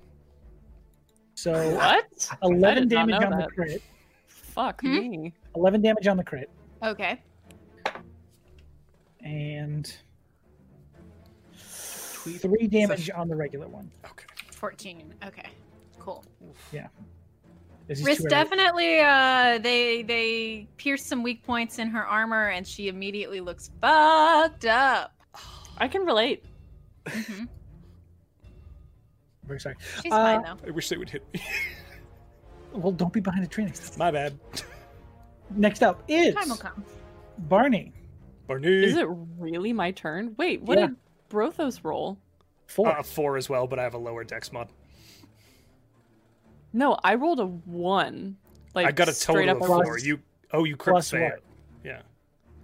Speaker 1: So
Speaker 2: What? I
Speaker 1: 11
Speaker 2: did not
Speaker 1: damage
Speaker 2: know
Speaker 1: on the
Speaker 2: that.
Speaker 1: crit.
Speaker 2: Fuck
Speaker 6: Hmm?
Speaker 2: me.
Speaker 1: 11 damage on the crit.
Speaker 6: Okay.
Speaker 1: And 3 damage on the regular one.
Speaker 4: Okay.
Speaker 6: 14. Okay. Cool.
Speaker 1: This
Speaker 6: Riss
Speaker 1: is too early.
Speaker 6: definitely uh they they pierce some weak points in her armor and she immediately looks fucked up.
Speaker 2: I can relate.
Speaker 6: Mhm.
Speaker 1: Very sorry.
Speaker 6: She's
Speaker 1: Uh,
Speaker 6: fine though.
Speaker 4: I wish they would hit me.
Speaker 1: Well, don't be behind a tree next time.
Speaker 4: My bad.
Speaker 1: Next up is
Speaker 6: Time will come.
Speaker 1: Barney.
Speaker 4: Barney.
Speaker 2: Is it really my turn? Wait, what
Speaker 1: Yeah.
Speaker 2: did Brothos roll?
Speaker 1: Four.
Speaker 4: Uh, four as well, but I have a lower dex mod.
Speaker 2: No, I rolled a one. Like
Speaker 4: I got a
Speaker 2: straight
Speaker 4: total
Speaker 2: up
Speaker 4: of
Speaker 2: a
Speaker 1: plus-
Speaker 4: four. you oh you crit
Speaker 1: plus
Speaker 4: fail.
Speaker 1: what?
Speaker 4: Yeah.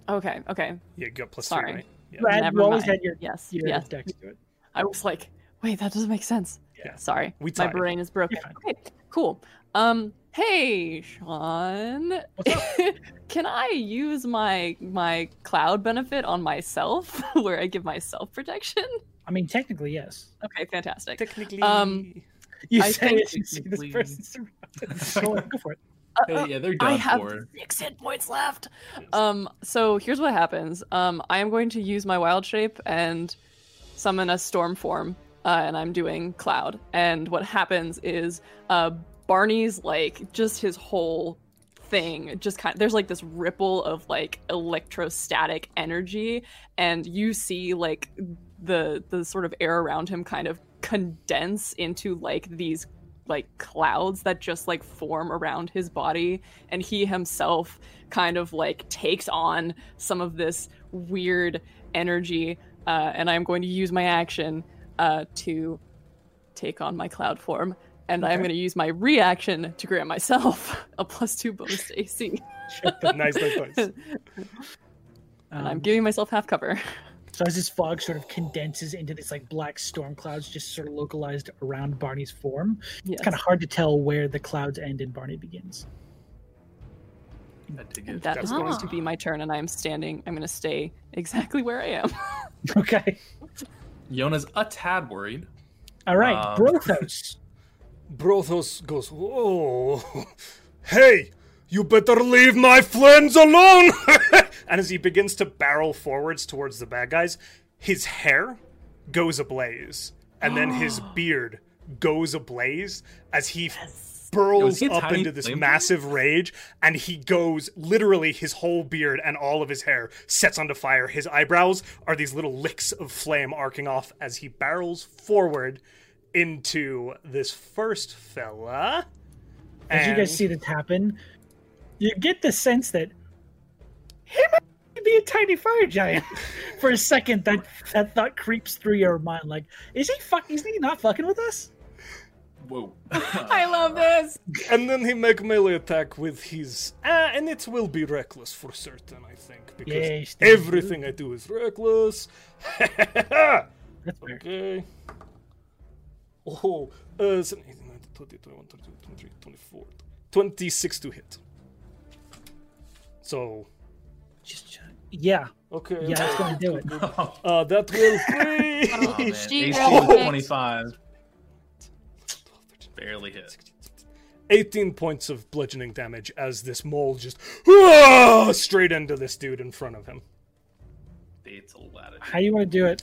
Speaker 2: Okay, okay.
Speaker 4: Yeah, you got plus
Speaker 2: Sorry.
Speaker 4: three, right? Yeah.
Speaker 1: Brad,
Speaker 2: never
Speaker 1: you always
Speaker 2: mind.
Speaker 1: had your,
Speaker 2: Yes,
Speaker 1: your
Speaker 2: yes.
Speaker 1: dex to it.
Speaker 2: I was like, wait, that doesn't make sense.
Speaker 4: Yeah.
Speaker 2: Sorry.
Speaker 4: We
Speaker 2: My
Speaker 4: tied.
Speaker 2: brain is broken.
Speaker 1: You're fine.
Speaker 2: Okay, cool. Um, hey, Sean.
Speaker 1: What's
Speaker 2: (laughs) Can I use my my cloud benefit on myself (laughs) where I give myself protection?
Speaker 1: I mean, technically,
Speaker 2: (laughs)
Speaker 1: yes.
Speaker 2: Okay, fantastic.
Speaker 4: Technically
Speaker 2: Um,
Speaker 1: You
Speaker 2: I
Speaker 1: say
Speaker 2: think-
Speaker 1: it, (laughs) you see this
Speaker 3: Please.
Speaker 1: person
Speaker 2: (laughs)
Speaker 1: surrounded. Go on, go for it.
Speaker 2: Uh, uh,
Speaker 3: (laughs) Hey, yeah, they're
Speaker 2: I
Speaker 3: done
Speaker 2: have
Speaker 3: for.
Speaker 2: six hit points left. Um, so here's what happens. Um, I am going to use my wild shape and summon a storm form, uh, and I'm doing cloud. And what happens is, uh, Barney's like just his whole thing just kind there's like this ripple of like electrostatic energy and you see like the the sort of air around him kind of condense into like these like clouds that just like form around his body and he himself kind of like takes on some of this weird energy uh, and i'm going to use my action uh, to take on my cloud form and i'm
Speaker 1: Okay.
Speaker 2: going to use my reaction to grant myself (laughs) a plus two bonus to ac
Speaker 4: (laughs) nice, nice, nice.
Speaker 2: and i'm giving myself half cover
Speaker 1: Um,
Speaker 2: (laughs)
Speaker 1: So as this fog sort of condenses into this like black storm clouds, just sort of localized around Barney's form,
Speaker 2: yes.
Speaker 1: it's kind of hard to tell where the clouds end and Barney begins. (laughs)
Speaker 3: I dig
Speaker 2: And
Speaker 3: it.
Speaker 2: that is going to
Speaker 6: Ah.
Speaker 2: be my turn and i am standing i'm going to stay exactly where i am
Speaker 1: Okay.
Speaker 3: Yona's a tad worried.
Speaker 1: All right,
Speaker 3: Um,
Speaker 1: Brothos.
Speaker 4: Brothos goes, Oh Hey! You better leave my friends alone! (laughs) and as he begins to barrel forwards towards the bad guys, his hair goes ablaze. And then his beard goes ablaze as he burls
Speaker 3: Was he a
Speaker 4: up
Speaker 3: tiny
Speaker 4: into this
Speaker 3: flame
Speaker 4: massive rage and he goes literally his whole beard and all of his hair sets onto fire his eyebrows are these little licks of flame arcing off as he barrels forward into this first fella
Speaker 1: As you
Speaker 4: And-
Speaker 1: guys see this happen, you get the sense that he might be a tiny fire giant. (laughs) For a second, that that thought creeps through your mind. Like, is he fuck? Is he not fucking with us?
Speaker 3: Whoa.
Speaker 6: I
Speaker 3: (laughs)
Speaker 6: love this.
Speaker 4: (laughs) and then he make melee attack with his ah, and it will be reckless for certain i think because
Speaker 1: Yes, thank you.
Speaker 4: everything i do is reckless (laughs)
Speaker 1: That's weird.
Speaker 4: Okay. Oh, uh, 7, 8, 9, 20, 21, 22, 23, 24. 26 to hit. So,
Speaker 1: Just, yeah,
Speaker 4: okay.
Speaker 1: yeah, that's gonna do it.
Speaker 3: oh,
Speaker 4: Uh, that
Speaker 1: (laughs)
Speaker 4: will be.
Speaker 1: Oh.
Speaker 3: man.
Speaker 7: She
Speaker 3: AC
Speaker 7: got
Speaker 3: was
Speaker 7: it.
Speaker 3: 25. Barely hit.
Speaker 4: 18 points of bludgeoning damage as this mole just "Ah!" straight into this dude in front of him.
Speaker 3: It's a latitude.
Speaker 1: How you want to do it?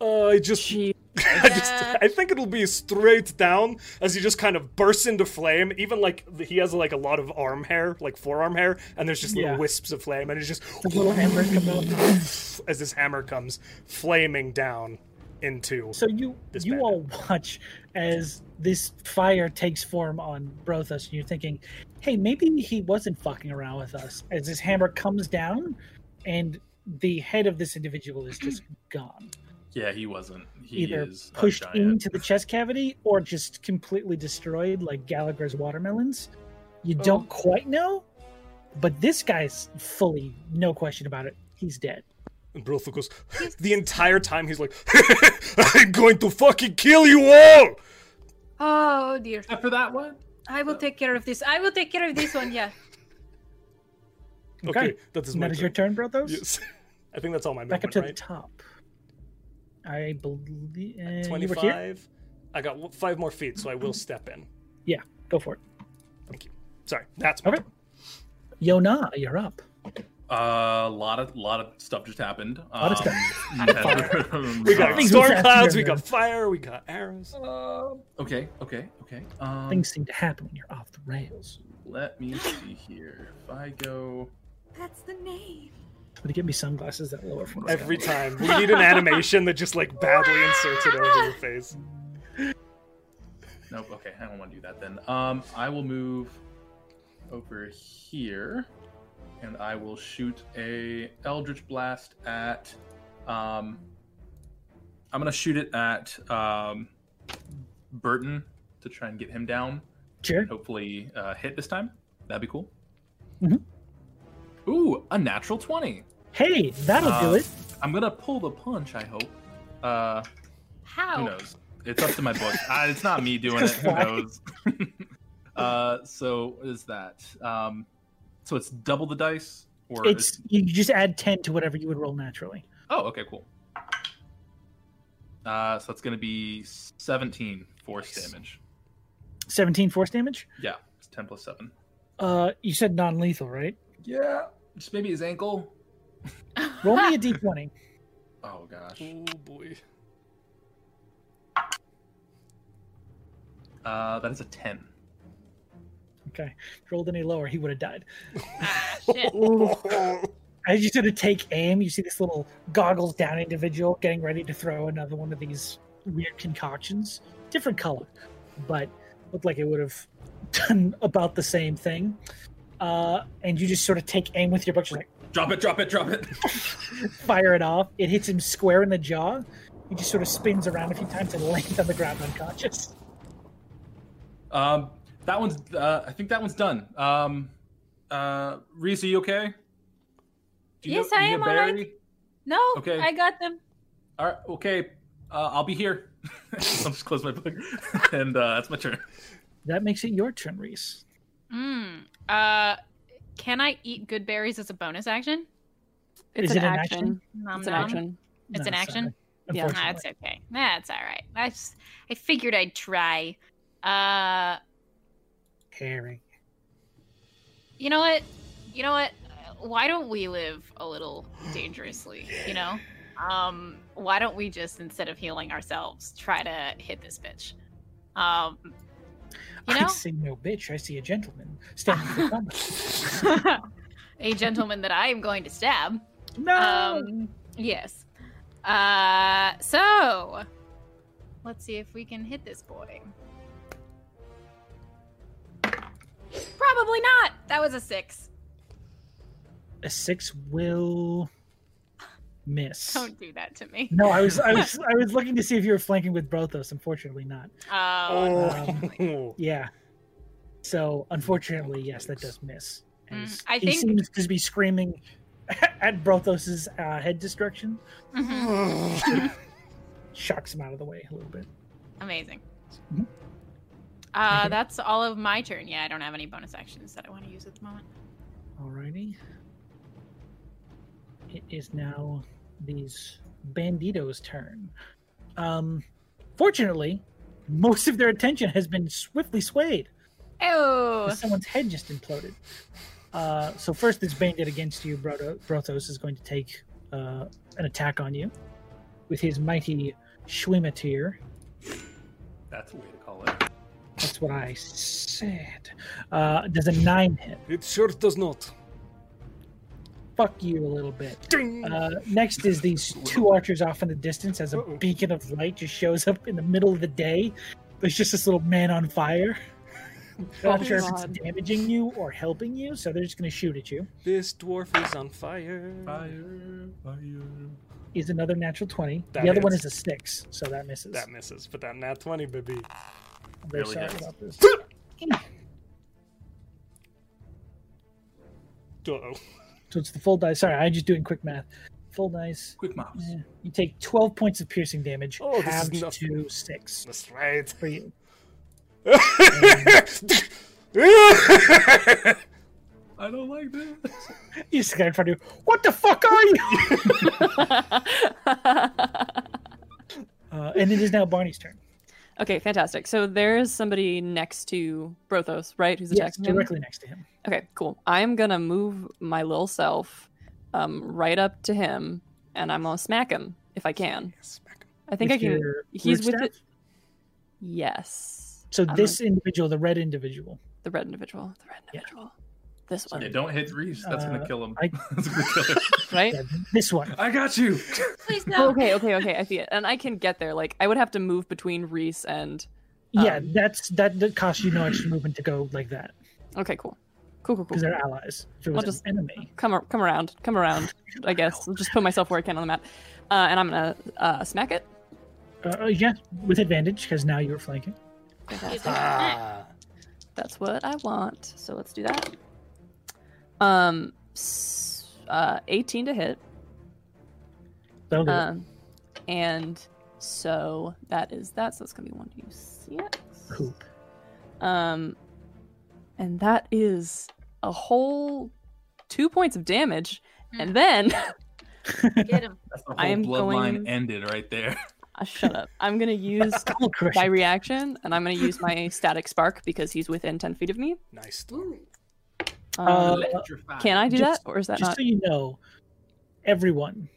Speaker 4: Uh, I
Speaker 2: (laughs)
Speaker 4: just
Speaker 2: Gee,
Speaker 4: I just, I think it'll be straight down as he just kind of bursts into flame. Even like he has like a lot of arm hair, like forearm hair, and there's just
Speaker 1: Yeah.
Speaker 4: little wisps of flame, and it's just (laughs)
Speaker 1: Little hammer come out.
Speaker 4: as this hammer comes flaming down into.
Speaker 1: So you
Speaker 4: This
Speaker 1: you
Speaker 4: bandit.
Speaker 1: all watch as this fire takes form on Brothos, and you're thinking, "Hey, maybe he wasn't fucking around with us." As this hammer comes down, and the head of this individual is just gone,
Speaker 3: Yeah, he wasn't. He
Speaker 1: either
Speaker 3: is a
Speaker 1: pushed
Speaker 3: giant.
Speaker 1: into the chest cavity or just completely destroyed, like Gallagher's watermelons. You
Speaker 4: Oh.
Speaker 1: don't quite know, but this guy's fully, no question about it, he's dead.
Speaker 4: and Brotho goes the entire time. He's like, (laughs) "I'm going to fucking kill you all."
Speaker 5: Oh dear.
Speaker 3: Except for that one.
Speaker 5: I will take care of this. I will take care of this one. Yeah.
Speaker 4: Okay, that is
Speaker 1: And
Speaker 4: my
Speaker 1: that is your turn, Brothos?
Speaker 4: Yes. (laughs) I think that's all my
Speaker 1: Back up
Speaker 4: movement,
Speaker 1: to the
Speaker 4: right?
Speaker 1: top. I believe. Uh, you were here?
Speaker 4: 25. I got w- five more feet, so I will step in.
Speaker 1: Yeah, go for it.
Speaker 4: Thank you. Sorry, that's my
Speaker 1: Okay.
Speaker 4: turn.
Speaker 1: Yona, you're up.
Speaker 3: A Uh, lot of lot of stuff just happened. Um, A
Speaker 1: lot of stuff.
Speaker 3: (laughs)
Speaker 1: (laughs)
Speaker 4: We got
Speaker 1: Things
Speaker 4: storm
Speaker 1: happen
Speaker 4: clouds, we
Speaker 1: right now.
Speaker 4: got fire, we got arrows.
Speaker 1: Oh,
Speaker 3: okay, okay, okay. Um,
Speaker 1: Things seem to happen when you're off the rails.
Speaker 3: Let me see here. If I go,
Speaker 7: That's the name.
Speaker 1: But give me sunglasses that lower from the
Speaker 4: Every
Speaker 1: sky.
Speaker 4: time. We need an animation that just like badly inserts it over your face.
Speaker 3: nope. Okay, I don't want to do that then. Um, I will move over here, and I will shoot a Eldritch Blast at. Um, I'm gonna shoot it at um, Burton to try and get him down.
Speaker 1: Sure.
Speaker 3: and hopefully uh, hit this time. That'd be cool.
Speaker 1: Mhm.
Speaker 3: Ooh, a natural 20.
Speaker 1: Hey, that'll
Speaker 3: Uh,
Speaker 1: do it.
Speaker 3: I'm going to pull the punch, I hope. Uh, who
Speaker 6: How?
Speaker 3: knows? It's up to my book. uh, it's not me doing it.
Speaker 1: Just
Speaker 3: Who
Speaker 1: fine.
Speaker 3: knows? (laughs) uh, so, what is that? Um, so, it's double the dice? Or
Speaker 1: It's you just add ten to whatever you would roll naturally.
Speaker 3: Oh, okay, cool. Uh, so, that's going to be 17 force
Speaker 1: Nice.
Speaker 3: damage.
Speaker 1: Seventeen force damage.
Speaker 3: Yeah, it's 10 plus 7.
Speaker 1: Uh, you said
Speaker 6: (laughs)
Speaker 1: non-lethal, right?
Speaker 3: Yeah. Just maybe his ankle.
Speaker 6: (laughs)
Speaker 1: Roll me a d20.
Speaker 3: Oh, gosh.
Speaker 4: Oh boy. (laughs)
Speaker 3: Uh, that is a 10.
Speaker 1: Okay. If you rolled any lower, he would have died.
Speaker 6: Ah, shit.
Speaker 1: Oh, As you sort of take aim, you see this little goggles down individual getting ready to throw another one of these weird concoctions. Different color, but looked like it would have (laughs) done about the same thing. Uh, and you just sort of take aim with your book, just like
Speaker 3: Drop it, drop it, drop it.
Speaker 1: fire it off. It hits him square in the jaw. He just sort of spins around a few times and (laughs) lands on the ground unconscious.
Speaker 3: Um, that one's. Uh, I think that one's done. Um, uh, Reese, are you okay? Do
Speaker 6: Yes,
Speaker 3: do
Speaker 6: I
Speaker 3: need
Speaker 6: am
Speaker 3: a
Speaker 6: all right.
Speaker 3: berry?
Speaker 6: No,
Speaker 3: Okay.
Speaker 6: I got them.
Speaker 3: All right, okay. Uh, I'll be here. (laughs) I'll just close my book, (laughs) and uh, that's my turn.
Speaker 1: That makes it your turn, Reese.
Speaker 6: Mm. Uh, can I eat good berries as a bonus action?
Speaker 2: It's
Speaker 1: Is
Speaker 2: an
Speaker 1: it an
Speaker 2: action. Um,
Speaker 1: action?
Speaker 6: Nom
Speaker 2: It's an
Speaker 6: nom.
Speaker 2: action.
Speaker 6: It's an
Speaker 1: No,
Speaker 6: action?
Speaker 1: sorry.
Speaker 2: Yeah.
Speaker 1: Unfortunately.
Speaker 6: That's okay. That's all right. I just, I figured I'd try. Uh,
Speaker 1: Harry.
Speaker 6: you know what? You know what? Why don't we live a little dangerously? You know, um, why don't we just instead of healing ourselves, try to hit this bitch? Um, you
Speaker 1: I
Speaker 6: know,
Speaker 1: see no bitch. I see a gentleman standing
Speaker 6: (laughs)
Speaker 1: for combat.
Speaker 6: a gentleman that I am going to stab.
Speaker 1: No.
Speaker 6: Um, yes. Uh, so let's see if we can hit this boy. Probably not. That was a six.
Speaker 1: a six will miss.
Speaker 6: Don't do that to me.
Speaker 1: No, I was I
Speaker 6: (laughs)
Speaker 1: was I was looking to see if you were flanking with Brothos. Unfortunately, not.
Speaker 6: Oh, unfortunately.
Speaker 4: (laughs) Oh.
Speaker 1: Yeah. So unfortunately, yes, that does miss.
Speaker 6: Mm,
Speaker 1: As
Speaker 6: I
Speaker 1: he
Speaker 6: think-
Speaker 1: seems to be screaming (laughs) at Brothos's uh, head destruction.
Speaker 4: Oh.
Speaker 6: Mhm.
Speaker 4: Mm-hmm.
Speaker 1: Shocks him out of the way a little bit.
Speaker 6: Amazing.
Speaker 1: Mhm.
Speaker 6: Uh,
Speaker 1: Okay.
Speaker 6: that's all of my turn. Yeah, I don't have any bonus actions that I want to use at the moment.
Speaker 1: Alrighty. It is now these banditos' turn. Um, fortunately, most of their attention has been swiftly swayed.
Speaker 6: Oh,
Speaker 1: 'cause Someone's head just imploded. Uh, so first, this bandit against you, Broto- Brothos, is going to take uh, an attack on you with his mighty Schwimmeteer.
Speaker 3: That's a way to call it.
Speaker 1: That's what I said. Uh, does a nine hit?
Speaker 4: It sure does not.
Speaker 1: Fuck you a little bit.
Speaker 4: Ding!
Speaker 1: Uh, next is these two archers off in the distance as a
Speaker 4: Uh-oh.
Speaker 1: beacon of light just shows up in the middle of the day. There's just this little man on
Speaker 2: (laughs)
Speaker 1: fire. They're not
Speaker 2: Oh,
Speaker 1: sure if
Speaker 2: God.
Speaker 1: it's damaging you or helping you, so they're just going to shoot at you.
Speaker 4: This dwarf is on fire.
Speaker 3: Fire, fire.
Speaker 1: Is another natural 20.
Speaker 4: That
Speaker 1: the other one
Speaker 4: hits.
Speaker 1: is a 6, so that misses.
Speaker 4: That misses, but that nat
Speaker 1: (laughs)
Speaker 4: 20, baby.
Speaker 1: I'm very
Speaker 3: barely
Speaker 1: sorry
Speaker 3: hits.
Speaker 1: about this.
Speaker 4: Uh-oh.
Speaker 1: So it's the full dice. Sorry, I'm just doing quick math. Full dice.
Speaker 3: Quick mouse.
Speaker 1: eh, You take 12 points of piercing damage,
Speaker 4: Oh, this is
Speaker 1: halved
Speaker 4: nothing.
Speaker 1: to 6
Speaker 4: That's right.
Speaker 1: for you.
Speaker 4: Mm-hmm.
Speaker 3: I don't like (laughs) this.
Speaker 1: He's just gonna try to. What the fuck are you?
Speaker 4: (laughs)
Speaker 1: Uh, and it is now Barney's turn.
Speaker 2: (laughs) okay, fantastic. So there is somebody next to Brothos, right? Who's
Speaker 1: Yes,
Speaker 2: attacking him?
Speaker 1: directly next to him.
Speaker 2: Okay, cool. I'm gonna move my little self um, right up to him, and I'm gonna smack him if I can. I think I can.
Speaker 1: Mr.
Speaker 2: He's with
Speaker 1: Rootstaff?
Speaker 2: it. Yes,
Speaker 1: So
Speaker 2: I'm
Speaker 1: this individual, the red individual,
Speaker 2: the red individual. The red
Speaker 1: Yeah.
Speaker 2: individual. This one,
Speaker 3: Yeah, don't hit Reese. That's
Speaker 1: Uh,
Speaker 3: gonna kill him.
Speaker 1: I-
Speaker 3: (laughs) That's gonna kill him.
Speaker 2: right?
Speaker 1: yeah, this
Speaker 2: Um,
Speaker 1: one.
Speaker 3: I got you.
Speaker 5: Please
Speaker 2: Oh,
Speaker 5: no.
Speaker 2: (laughs) okay, okay, okay. I see it, and I can get there. Like I would have to move between Reese and.
Speaker 1: Yeah,
Speaker 2: Um,
Speaker 1: that's that, that costs you no extra movement to go like that
Speaker 2: Okay, cool, cool, cool, cool.
Speaker 1: because they're allies. If it
Speaker 2: I'll
Speaker 1: was
Speaker 2: just-
Speaker 1: an enemy,
Speaker 2: Come, ar- come around, come around. I guess I'll just put myself where I can on the map, uh, and I'm gonna uh, smack it.
Speaker 1: uh, yeah, with advantage because now you're flanking.
Speaker 5: He's
Speaker 2: Fantastic.
Speaker 5: like,
Speaker 4: Ah.
Speaker 2: That's what I want. So let's do that. Um, s- uh, 18 to hit.
Speaker 1: That'll do it.
Speaker 2: Um, and so that is that. So that's gonna be one d six.
Speaker 1: Cool.
Speaker 2: Um, and that is a whole two points of damage. And then (laughs)
Speaker 5: Get him.
Speaker 3: That's the whole
Speaker 2: I am
Speaker 3: bloodline
Speaker 2: going-
Speaker 3: ended right there.
Speaker 2: uh, shut up. I'm
Speaker 1: (laughs)
Speaker 2: gonna use
Speaker 1: Skull crush.
Speaker 2: my reaction, and I'm gonna use my static spark because he's within 10 feet of me.
Speaker 4: (laughs) Nice.
Speaker 2: Um,
Speaker 1: Uh,
Speaker 2: can I do
Speaker 1: just-
Speaker 2: that, or is that
Speaker 1: Just
Speaker 2: not?
Speaker 1: so you know, everyone.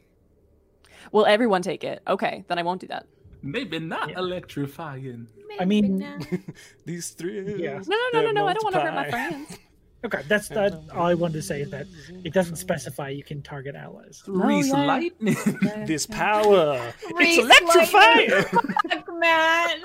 Speaker 2: Will everyone take it? Okay, then I won't do that.
Speaker 3: Maybe not
Speaker 1: Yeah.
Speaker 3: electrifying.
Speaker 1: I mean-
Speaker 4: These three.
Speaker 1: Yeah.
Speaker 2: No, no, no, no,
Speaker 4: They're
Speaker 2: no. I don't want to hurt
Speaker 3: (laughs)
Speaker 2: my
Speaker 4: multiply.
Speaker 2: friends.
Speaker 1: Okay, that's that. All I wanted to say is that it doesn't specify you can target
Speaker 2: (laughs)
Speaker 1: allies.
Speaker 2: No,
Speaker 3: Reese
Speaker 2: yeah, yeah.
Speaker 3: lightning.
Speaker 4: This power.
Speaker 5: Reese (laughs)
Speaker 4: electrifying.
Speaker 5: Fuck, man.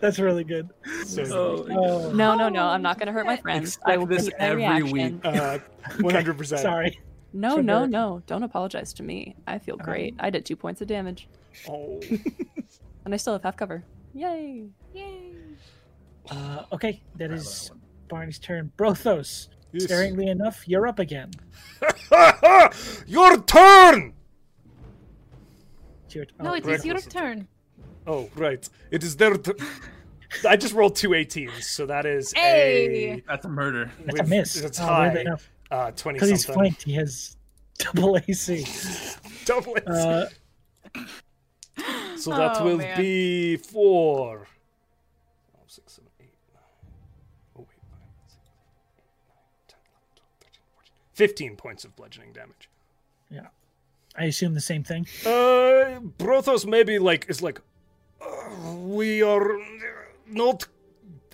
Speaker 1: That's really good.
Speaker 4: (laughs) so
Speaker 3: (laughs) Oh,
Speaker 1: Oh,
Speaker 2: No, no, no. I'm not going to hurt my friends. I will
Speaker 3: Expect
Speaker 2: this
Speaker 3: this
Speaker 2: every
Speaker 3: every week.
Speaker 2: reaction.
Speaker 4: uh, 100%.
Speaker 1: Oh. sorry.
Speaker 2: No,
Speaker 1: From
Speaker 2: no,
Speaker 1: Eric.
Speaker 2: no. Don't apologize to me. I feel great. I did two points of damage,
Speaker 4: Oh.
Speaker 2: and I still have half cover. Yay!
Speaker 5: Yay.
Speaker 1: Uh, okay, that is Barney's turn. Brothos.
Speaker 4: Yes.
Speaker 1: Sparingly enough, you're up again.
Speaker 4: (laughs) Your turn!
Speaker 1: It's your-
Speaker 8: No,
Speaker 1: oh,
Speaker 8: it is your
Speaker 4: reckless
Speaker 8: turn.
Speaker 4: Oh, right. It is their turn. I just rolled two 18s, so that is a.
Speaker 5: Hey!
Speaker 3: That's a murder.
Speaker 1: that's a miss.
Speaker 4: It's
Speaker 1: Oh, wait,
Speaker 4: high.
Speaker 1: no.
Speaker 4: Uh, 20
Speaker 1: Because
Speaker 4: something.
Speaker 1: he's flanked, he has (laughs) double AC.
Speaker 4: (laughs) Double it.
Speaker 1: Uh,
Speaker 4: so that
Speaker 9: Oh,
Speaker 4: will
Speaker 9: man.
Speaker 4: be four. Oh, six, seven, eight, nine. Oh, wait, five, six, seven, eight, nine, 10, 11, 12, 13, 14. 15 points of bludgeoning damage.
Speaker 1: I assume the same thing.
Speaker 4: Uh, Brothos maybe like is like, "Uh, we are not,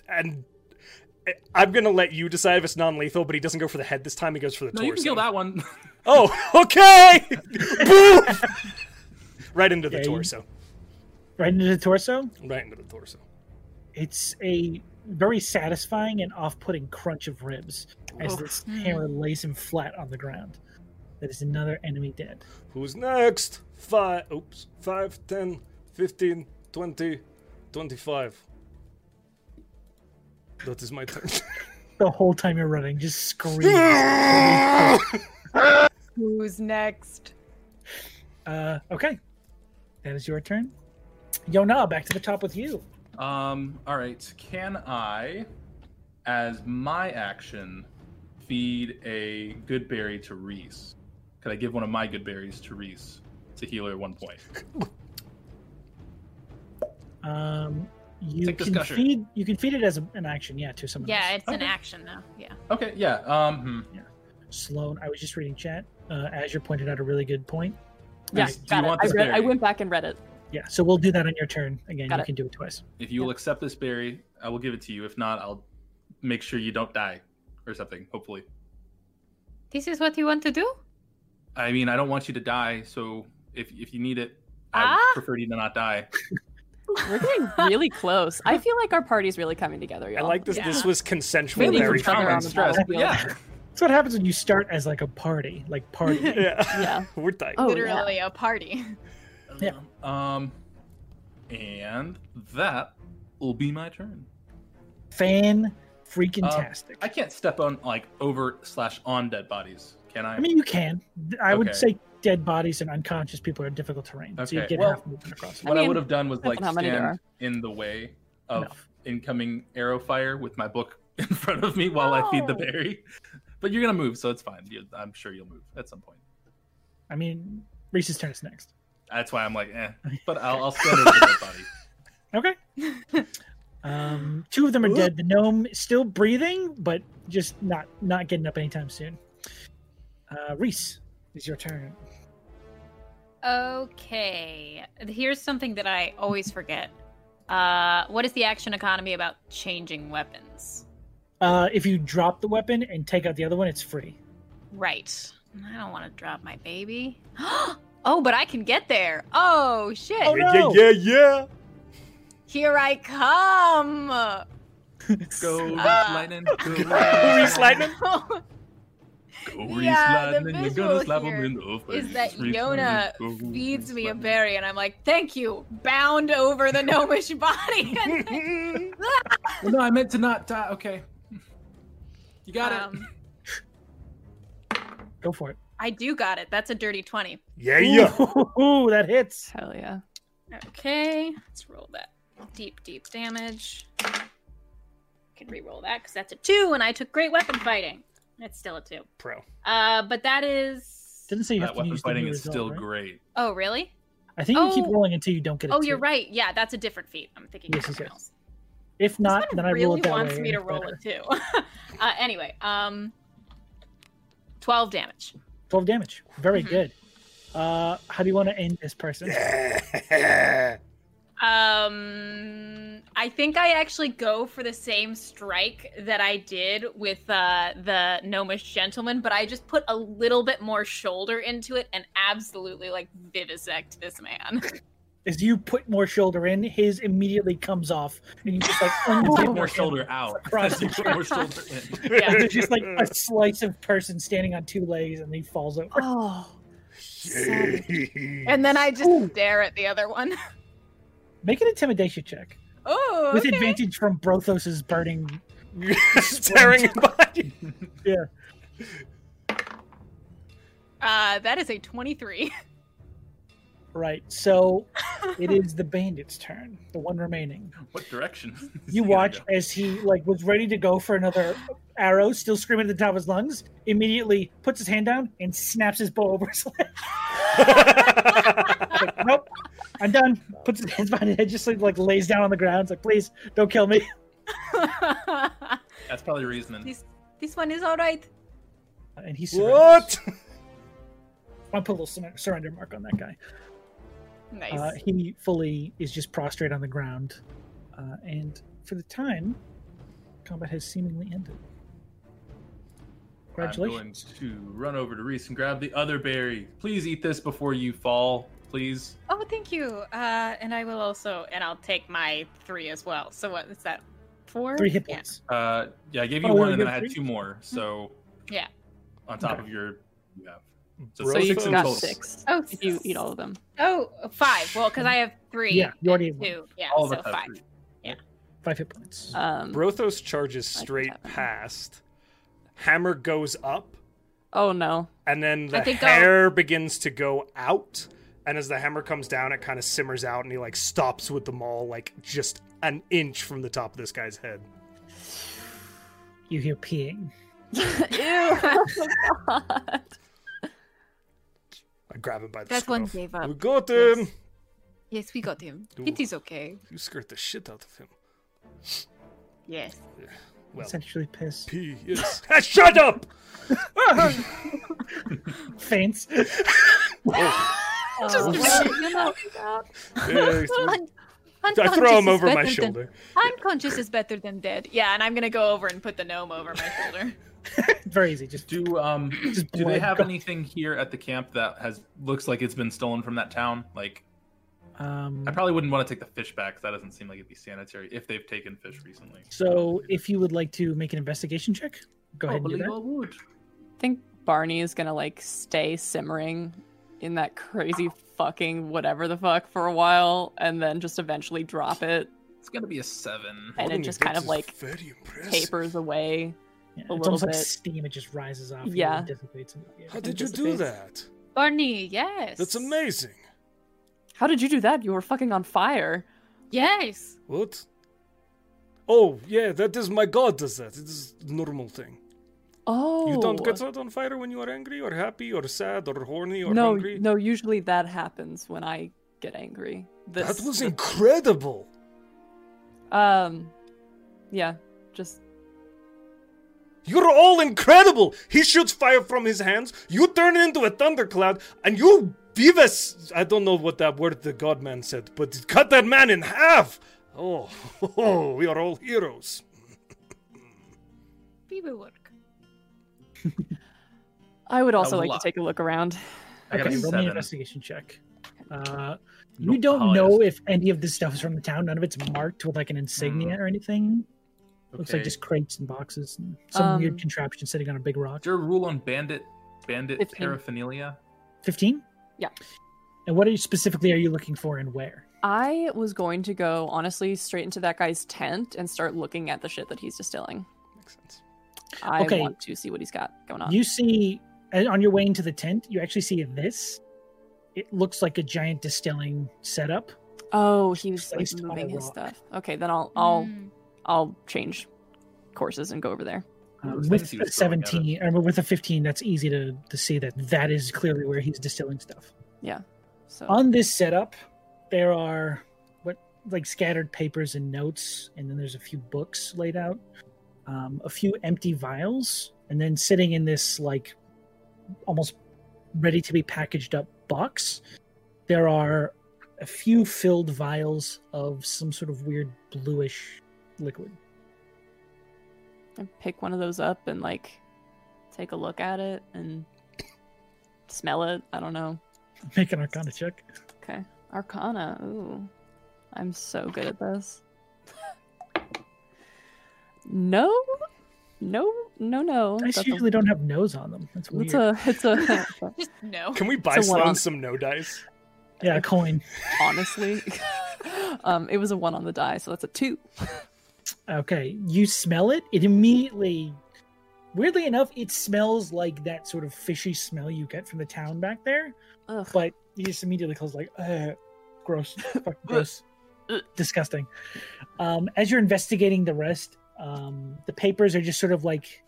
Speaker 4: and eh, I'm gonna let you decide if it's non-lethal. But he doesn't go for the head this time. He goes for the
Speaker 3: No,
Speaker 4: torso.
Speaker 3: you can kill that one.
Speaker 4: Oh, (laughs)
Speaker 3: (laughs)
Speaker 4: okay. Boom. right into the
Speaker 1: Yeah, you-
Speaker 4: torso.
Speaker 1: Right into the torso.
Speaker 4: Right into the torso.
Speaker 1: It's a very satisfying and off-putting crunch of ribs as this hammer lays him flat on the ground. That is another enemy dead.
Speaker 4: Who's next? Five. Oops. Five, ten, fifteen, twenty, twenty-five. That is my turn.
Speaker 1: The whole time you're running, just
Speaker 4: (laughs)
Speaker 1: scream.
Speaker 8: Who's next?
Speaker 1: uh, okay, that is your turn. Yona, back to the top with you.
Speaker 3: Um, all right. Can I, as my action, feed a good berry to Reese? Could I give one of my good berries to Reese to heal her one point?
Speaker 1: Um, you
Speaker 3: Take this
Speaker 1: can
Speaker 3: gusher.
Speaker 1: feed. You can feed it as a, an action, yeah, to someone
Speaker 9: Yeah,
Speaker 1: else.
Speaker 9: it's an action now. Yeah.
Speaker 3: Okay, yeah. Um, hmm.
Speaker 1: Sloan, I was just reading chat. Uh, Azure pointed out a really good point.
Speaker 2: Yeah,
Speaker 3: Reese, do
Speaker 2: got
Speaker 3: you
Speaker 2: it.
Speaker 3: want
Speaker 2: I,
Speaker 3: this
Speaker 2: read,
Speaker 3: berry?
Speaker 2: I went back and read it.
Speaker 1: Yeah, so we'll do that on your turn. Again,
Speaker 2: Got
Speaker 1: you
Speaker 2: it.
Speaker 1: can do it twice.
Speaker 3: If you will accept this berry, I will give it to you. If not, I'll make sure you don't die or something. Hopefully.
Speaker 8: This is what you want to do?
Speaker 3: I mean, I don't want you to die. So if if you need it, I
Speaker 9: Ah.
Speaker 3: prefer you to not die.
Speaker 6: (laughs)
Speaker 2: We're
Speaker 3: (laughs)
Speaker 2: getting really close. I feel like our party's really coming together,
Speaker 4: I
Speaker 2: y'all.
Speaker 4: like this. This was consensual.
Speaker 2: Maybe
Speaker 4: Very
Speaker 2: from trauma.
Speaker 4: fun.
Speaker 3: trauma and
Speaker 2: the
Speaker 3: stress. but
Speaker 2: battlefield.
Speaker 3: Yeah.
Speaker 1: That's what happens when you start as like a party, like
Speaker 3: (laughs)
Speaker 1: party.
Speaker 4: (laughs) Yeah. (laughs)
Speaker 2: Yeah.
Speaker 4: We're tight.
Speaker 2: Oh, yeah.
Speaker 9: Literally a party.
Speaker 1: Yeah.
Speaker 3: Um, and that will be my turn.
Speaker 1: Fan freaking tastic.
Speaker 3: Uh, I can't step on like over slash on dead bodies, can I?
Speaker 1: I mean, you can. I would
Speaker 3: Okay.
Speaker 1: say dead bodies and unconscious people are difficult terrain, so you
Speaker 3: Okay,
Speaker 1: get
Speaker 3: well-
Speaker 1: half movement across.
Speaker 3: what I,
Speaker 2: mean,
Speaker 3: would have done was
Speaker 2: depends on
Speaker 3: like
Speaker 2: how many there
Speaker 3: stand
Speaker 2: are.
Speaker 3: in the way of incoming arrow fire with my book (laughs) in front of me while I feed the berry. But you're gonna move, so it's fine. You, I'm sure you'll move at some point.
Speaker 1: I mean, Reese's turn is next.
Speaker 3: That's why I'm like, eh. But I'll, I'll stand over the dead body. (laughs)
Speaker 1: Okay. um, two of them are dead. The gnome is still breathing, but just not not getting up anytime soon. Uh, Reese, it's your turn.
Speaker 5: Okay. Here's something that I always forget. Uh, what is the action economy about changing weapons?
Speaker 1: Uh, if you drop the weapon and take out the other one, it's free.
Speaker 5: Right. I don't want to drop my baby. (gasps) oh, but I can get there. Oh, shit.
Speaker 1: Oh,
Speaker 4: Yeah,
Speaker 1: no.
Speaker 4: yeah, yeah.
Speaker 5: Here I come. (laughs)
Speaker 3: Go, Reese
Speaker 5: Ah.
Speaker 3: Lightning. Go, Reese
Speaker 4: Lightning?
Speaker 3: Go, Reese
Speaker 5: Yeah, the
Speaker 3: Lightning. You're
Speaker 5: visual
Speaker 3: gonna slap
Speaker 5: here
Speaker 3: him in the face.
Speaker 5: Is that
Speaker 3: Reese
Speaker 5: Yona
Speaker 3: Lightning. Go,
Speaker 5: feeds
Speaker 3: Reese
Speaker 5: me a
Speaker 3: Lightning.
Speaker 5: berry, and I'm like, thank you, bound over the gnomish body. (laughs) And
Speaker 3: Well, no, I meant to not die. Okay. You got it.
Speaker 5: um,
Speaker 1: Go for it.
Speaker 5: I do got it. That's a dirty 20.
Speaker 4: Yeah, yeah.
Speaker 1: Ooh, that hits.
Speaker 2: Hell yeah.
Speaker 5: Okay, let's roll that deep, deep damage. Can re-roll that because that's a two, and I took great weapon fighting. That's still a two.
Speaker 4: Pro.
Speaker 5: Uh, but that is.
Speaker 1: Didn't say you have
Speaker 3: That
Speaker 1: to
Speaker 3: weapon
Speaker 1: use the
Speaker 3: fighting
Speaker 1: new
Speaker 3: is
Speaker 1: result,
Speaker 3: still
Speaker 1: right?
Speaker 3: (laughs) great.
Speaker 5: Oh, really?
Speaker 1: I think you keep
Speaker 5: Oh.
Speaker 1: rolling until you don't get it.
Speaker 5: Oh, you're right. Yeah, that's a different feat. I'm thinking of
Speaker 1: Yes, yes,
Speaker 5: something
Speaker 1: yes.
Speaker 5: else.
Speaker 1: If
Speaker 5: This
Speaker 1: not,
Speaker 5: one
Speaker 1: then I
Speaker 5: really
Speaker 1: roll it that
Speaker 5: wants
Speaker 1: way,
Speaker 5: me to
Speaker 1: it's
Speaker 5: roll
Speaker 1: better.
Speaker 5: it too. (laughs) uh, anyway, um, twelve damage.
Speaker 1: Twelve damage. Very
Speaker 5: Mhm.
Speaker 1: good. Uh, how do you want to end this person?
Speaker 5: Um, I think I actually go for the same strike that I did with uh, the gnomish gentleman, but I just put a little bit more shoulder into it and absolutely like vivisect this
Speaker 1: (laughs)
Speaker 5: man.
Speaker 1: As you put more shoulder in, his immediately comes off, and you just like unzip
Speaker 3: Get more
Speaker 1: him.
Speaker 3: shoulder (laughs) out.
Speaker 1: Across the
Speaker 3: Get more shoulder in.
Speaker 1: (laughs)
Speaker 5: Yeah.
Speaker 1: There's just like a slice of person standing on two legs, and he falls over.
Speaker 2: Oh.
Speaker 5: And then I just stare at the other one. (laughs)
Speaker 1: Make an intimidation check
Speaker 5: Oh,
Speaker 1: with
Speaker 5: okay.
Speaker 1: advantage from Brothos's burning.
Speaker 4: (laughs) Staring at
Speaker 1: (laughs)
Speaker 4: body.
Speaker 5: Uh, that is a twenty-three. (laughs)
Speaker 1: Right, so it is the bandit's turn, the one remaining.
Speaker 3: What direction? (laughs) is
Speaker 1: You
Speaker 3: he gonna
Speaker 1: watch
Speaker 3: go?
Speaker 1: as he like was ready to go for another arrow, still screaming at the top of his lungs. Immediately puts his hand down and snaps his bow over his (laughs) leg. Like, nope, I'm done. Puts his hands behind his head, just like, like lays down on the ground. It's like, please don't kill me.
Speaker 3: That's probably Reisman.
Speaker 5: this this one is all right.
Speaker 1: And he surrenders.
Speaker 4: (laughs) what?
Speaker 1: I put a little sur- surrender mark on that guy.
Speaker 5: Nice.
Speaker 1: Uh, he fully is just prostrate on the ground, uh, and for the time, combat has seemingly ended. Congratulations!
Speaker 3: I'm going to run over to Reese and grab the other berry. Please eat this before you fall. Please.
Speaker 5: Oh, thank you. Uh, and I will also, and I'll take my three as well. So what is that? Four.
Speaker 1: Three hit
Speaker 5: Yeah.
Speaker 1: points.
Speaker 3: Uh, yeah, I gave you
Speaker 1: Oh,
Speaker 3: one,
Speaker 1: you
Speaker 3: and then I
Speaker 1: have
Speaker 3: had
Speaker 1: three?
Speaker 3: two more. So
Speaker 5: Yeah.
Speaker 3: on top
Speaker 1: Okay.
Speaker 3: of your you have so
Speaker 2: So
Speaker 3: six
Speaker 2: you've
Speaker 3: in
Speaker 2: got
Speaker 3: total.
Speaker 2: six.
Speaker 5: Oh,
Speaker 2: If you eat all of them.
Speaker 5: Oh, five. Well, because I have three.
Speaker 1: Yeah, you already
Speaker 5: and
Speaker 1: have
Speaker 5: two. Yeah,
Speaker 3: All of
Speaker 5: so
Speaker 3: us have
Speaker 5: five.
Speaker 3: three.
Speaker 1: Five hit points.
Speaker 2: Um,
Speaker 4: Brothos charges
Speaker 2: I like
Speaker 4: straight
Speaker 2: that one.
Speaker 4: past. Hammer goes up,
Speaker 2: oh no. (laughs)
Speaker 4: and then the
Speaker 5: I
Speaker 2: uh,
Speaker 5: think
Speaker 4: hair begins to go out. And as the hammer comes down, it kind of simmers out, and he like stops with the maul like just an inch from the top of this guy's head.
Speaker 1: you hear peeing.
Speaker 2: (laughs) Oh, God.
Speaker 4: I grab him by the
Speaker 10: That one
Speaker 4: scruff.
Speaker 2: uh,
Speaker 10: gave up.
Speaker 4: We got him.
Speaker 10: Yes. Yes, we got him. It
Speaker 4: Ooh.
Speaker 10: is okay.
Speaker 4: You skirt the shit out of him.
Speaker 5: Yes.
Speaker 4: Well,
Speaker 1: It's
Speaker 4: (laughs)
Speaker 1: actually piss. (laughs)
Speaker 4: P.
Speaker 2: (laughs)
Speaker 4: Yes. Ah, (laughs) shut up.
Speaker 1: Faints. (laughs)
Speaker 2: Oh,
Speaker 4: Yes. I
Speaker 10: Unconscious
Speaker 4: throw him
Speaker 10: is
Speaker 4: over my
Speaker 10: better than-
Speaker 4: shoulder.
Speaker 10: Unconscious is better than dead.
Speaker 5: Yeah, and I'm gonna go over and put the gnome over my shoulder.
Speaker 1: Very easy. Just
Speaker 3: Do um
Speaker 1: (clears throat) Just
Speaker 3: do they
Speaker 1: blood
Speaker 3: have
Speaker 1: go-
Speaker 3: anything here at the camp that has looks like it's been stolen from that town? Like
Speaker 1: um.
Speaker 3: I probably wouldn't want to take the fish back. 'cause That doesn't seem like it'd be sanitary if they've taken fish recently.
Speaker 1: So, if you would like to make an investigation check, go ahead and do
Speaker 3: Probably
Speaker 1: that.
Speaker 3: I would.
Speaker 2: I think Barney is gonna like stay simmering in that crazy fucking whatever the fuck for a while, and then just eventually drop it,
Speaker 3: It's gonna be a seven.
Speaker 2: and it just kind of like
Speaker 4: very impressive.
Speaker 2: tapers away.
Speaker 1: Yeah, it's
Speaker 2: A little
Speaker 1: almost like
Speaker 2: bit.
Speaker 1: steam. It just rises off.
Speaker 2: Yeah.
Speaker 1: And dissipates into the air.
Speaker 4: How did you do
Speaker 2: anticipates.
Speaker 4: that?
Speaker 5: (laughs) Barney, yes.
Speaker 4: That's amazing.
Speaker 2: How did you do that? You were fucking on fire.
Speaker 5: Yes.
Speaker 4: What? Oh, yeah, that is my god does that. It is normal thing.
Speaker 2: Oh.
Speaker 4: You don't get set on fire when you are angry or happy or sad or horny or
Speaker 2: no,
Speaker 4: hungry.
Speaker 2: no. Usually that happens when I get angry. This,
Speaker 4: That was incredible.
Speaker 2: um, yeah, just
Speaker 4: You're all incredible. He shoots fire from his hands. You turn into a thundercloud, and you Vivas. I don't know what that word the godman said, but cut that man in half. Oh, (laughs) we are all heroes.
Speaker 5: We will work.
Speaker 2: I would also
Speaker 3: will
Speaker 2: like
Speaker 3: I-
Speaker 2: to take a look around.
Speaker 3: I got a
Speaker 1: Okay, roll me an
Speaker 3: seven.
Speaker 1: investigation check. Uh,
Speaker 3: No
Speaker 1: you don't
Speaker 3: apologies.
Speaker 1: know if any of this stuff is from the town. None of it's marked with like an insignia or anything. Looks like
Speaker 3: Mm. Okay.
Speaker 1: just crates and boxes and some
Speaker 2: Um,
Speaker 1: weird contraption sitting on a big rock.
Speaker 3: Is there a rule on bandit bandit
Speaker 2: Fifteen.
Speaker 3: paraphernalia?
Speaker 1: 15?
Speaker 2: Yeah.
Speaker 1: And what are you specifically are you looking for and where?
Speaker 2: I was going to go honestly straight into that guy's tent and start looking at the shit that he's distilling.
Speaker 4: Makes sense.
Speaker 2: I
Speaker 1: Okay.
Speaker 2: want to see what he's got going on.
Speaker 1: You see and on your way into the tent, you actually see this. It looks like a giant distilling setup.
Speaker 2: oh, he was like,
Speaker 1: placed on a
Speaker 2: moving his
Speaker 1: rock.
Speaker 2: stuff. Okay, then I'll I'll
Speaker 5: Mm.
Speaker 2: I'll change courses and go over there.
Speaker 1: Uh,
Speaker 3: Looks like
Speaker 1: with
Speaker 3: he
Speaker 1: a
Speaker 3: was throwing at it.
Speaker 1: 17 or with a 15, that's easy to, to see that that is clearly where he's distilling stuff.
Speaker 2: So
Speaker 1: on this setup there are what like scattered papers and notes and then there's a few books laid out um, a few empty vials and then sitting in this like almost ready to be packaged up box there are a few filled vials of some sort of weird bluish liquid (laughs)
Speaker 2: I pick one of those up and like take a look at it and smell it. I don't know.
Speaker 1: make an arcana check
Speaker 2: Okay. Arcana. Ooh. I'm so good at this. (laughs) no. No, no, no.
Speaker 1: dice
Speaker 2: That's a-
Speaker 1: usually don't have nose on them that's weird
Speaker 2: It's a, it's a,
Speaker 1: (laughs)
Speaker 6: Just no.
Speaker 11: Can we buy
Speaker 2: It's a one
Speaker 11: Sloan
Speaker 2: on-
Speaker 11: some no dice?
Speaker 1: yeah a coin
Speaker 2: honestly, (laughs) um, it was a one on the die, so that's a two.
Speaker 1: Okay, you smell it. It immediately, weirdly enough, it smells like that sort of fishy smell you get from the town back there.
Speaker 2: Ugh.
Speaker 1: But you just immediately goes like, Ugh, gross, fucking gross,
Speaker 2: Ugh.
Speaker 1: disgusting. Um, as you're investigating the rest, um, the papers are just sort of like,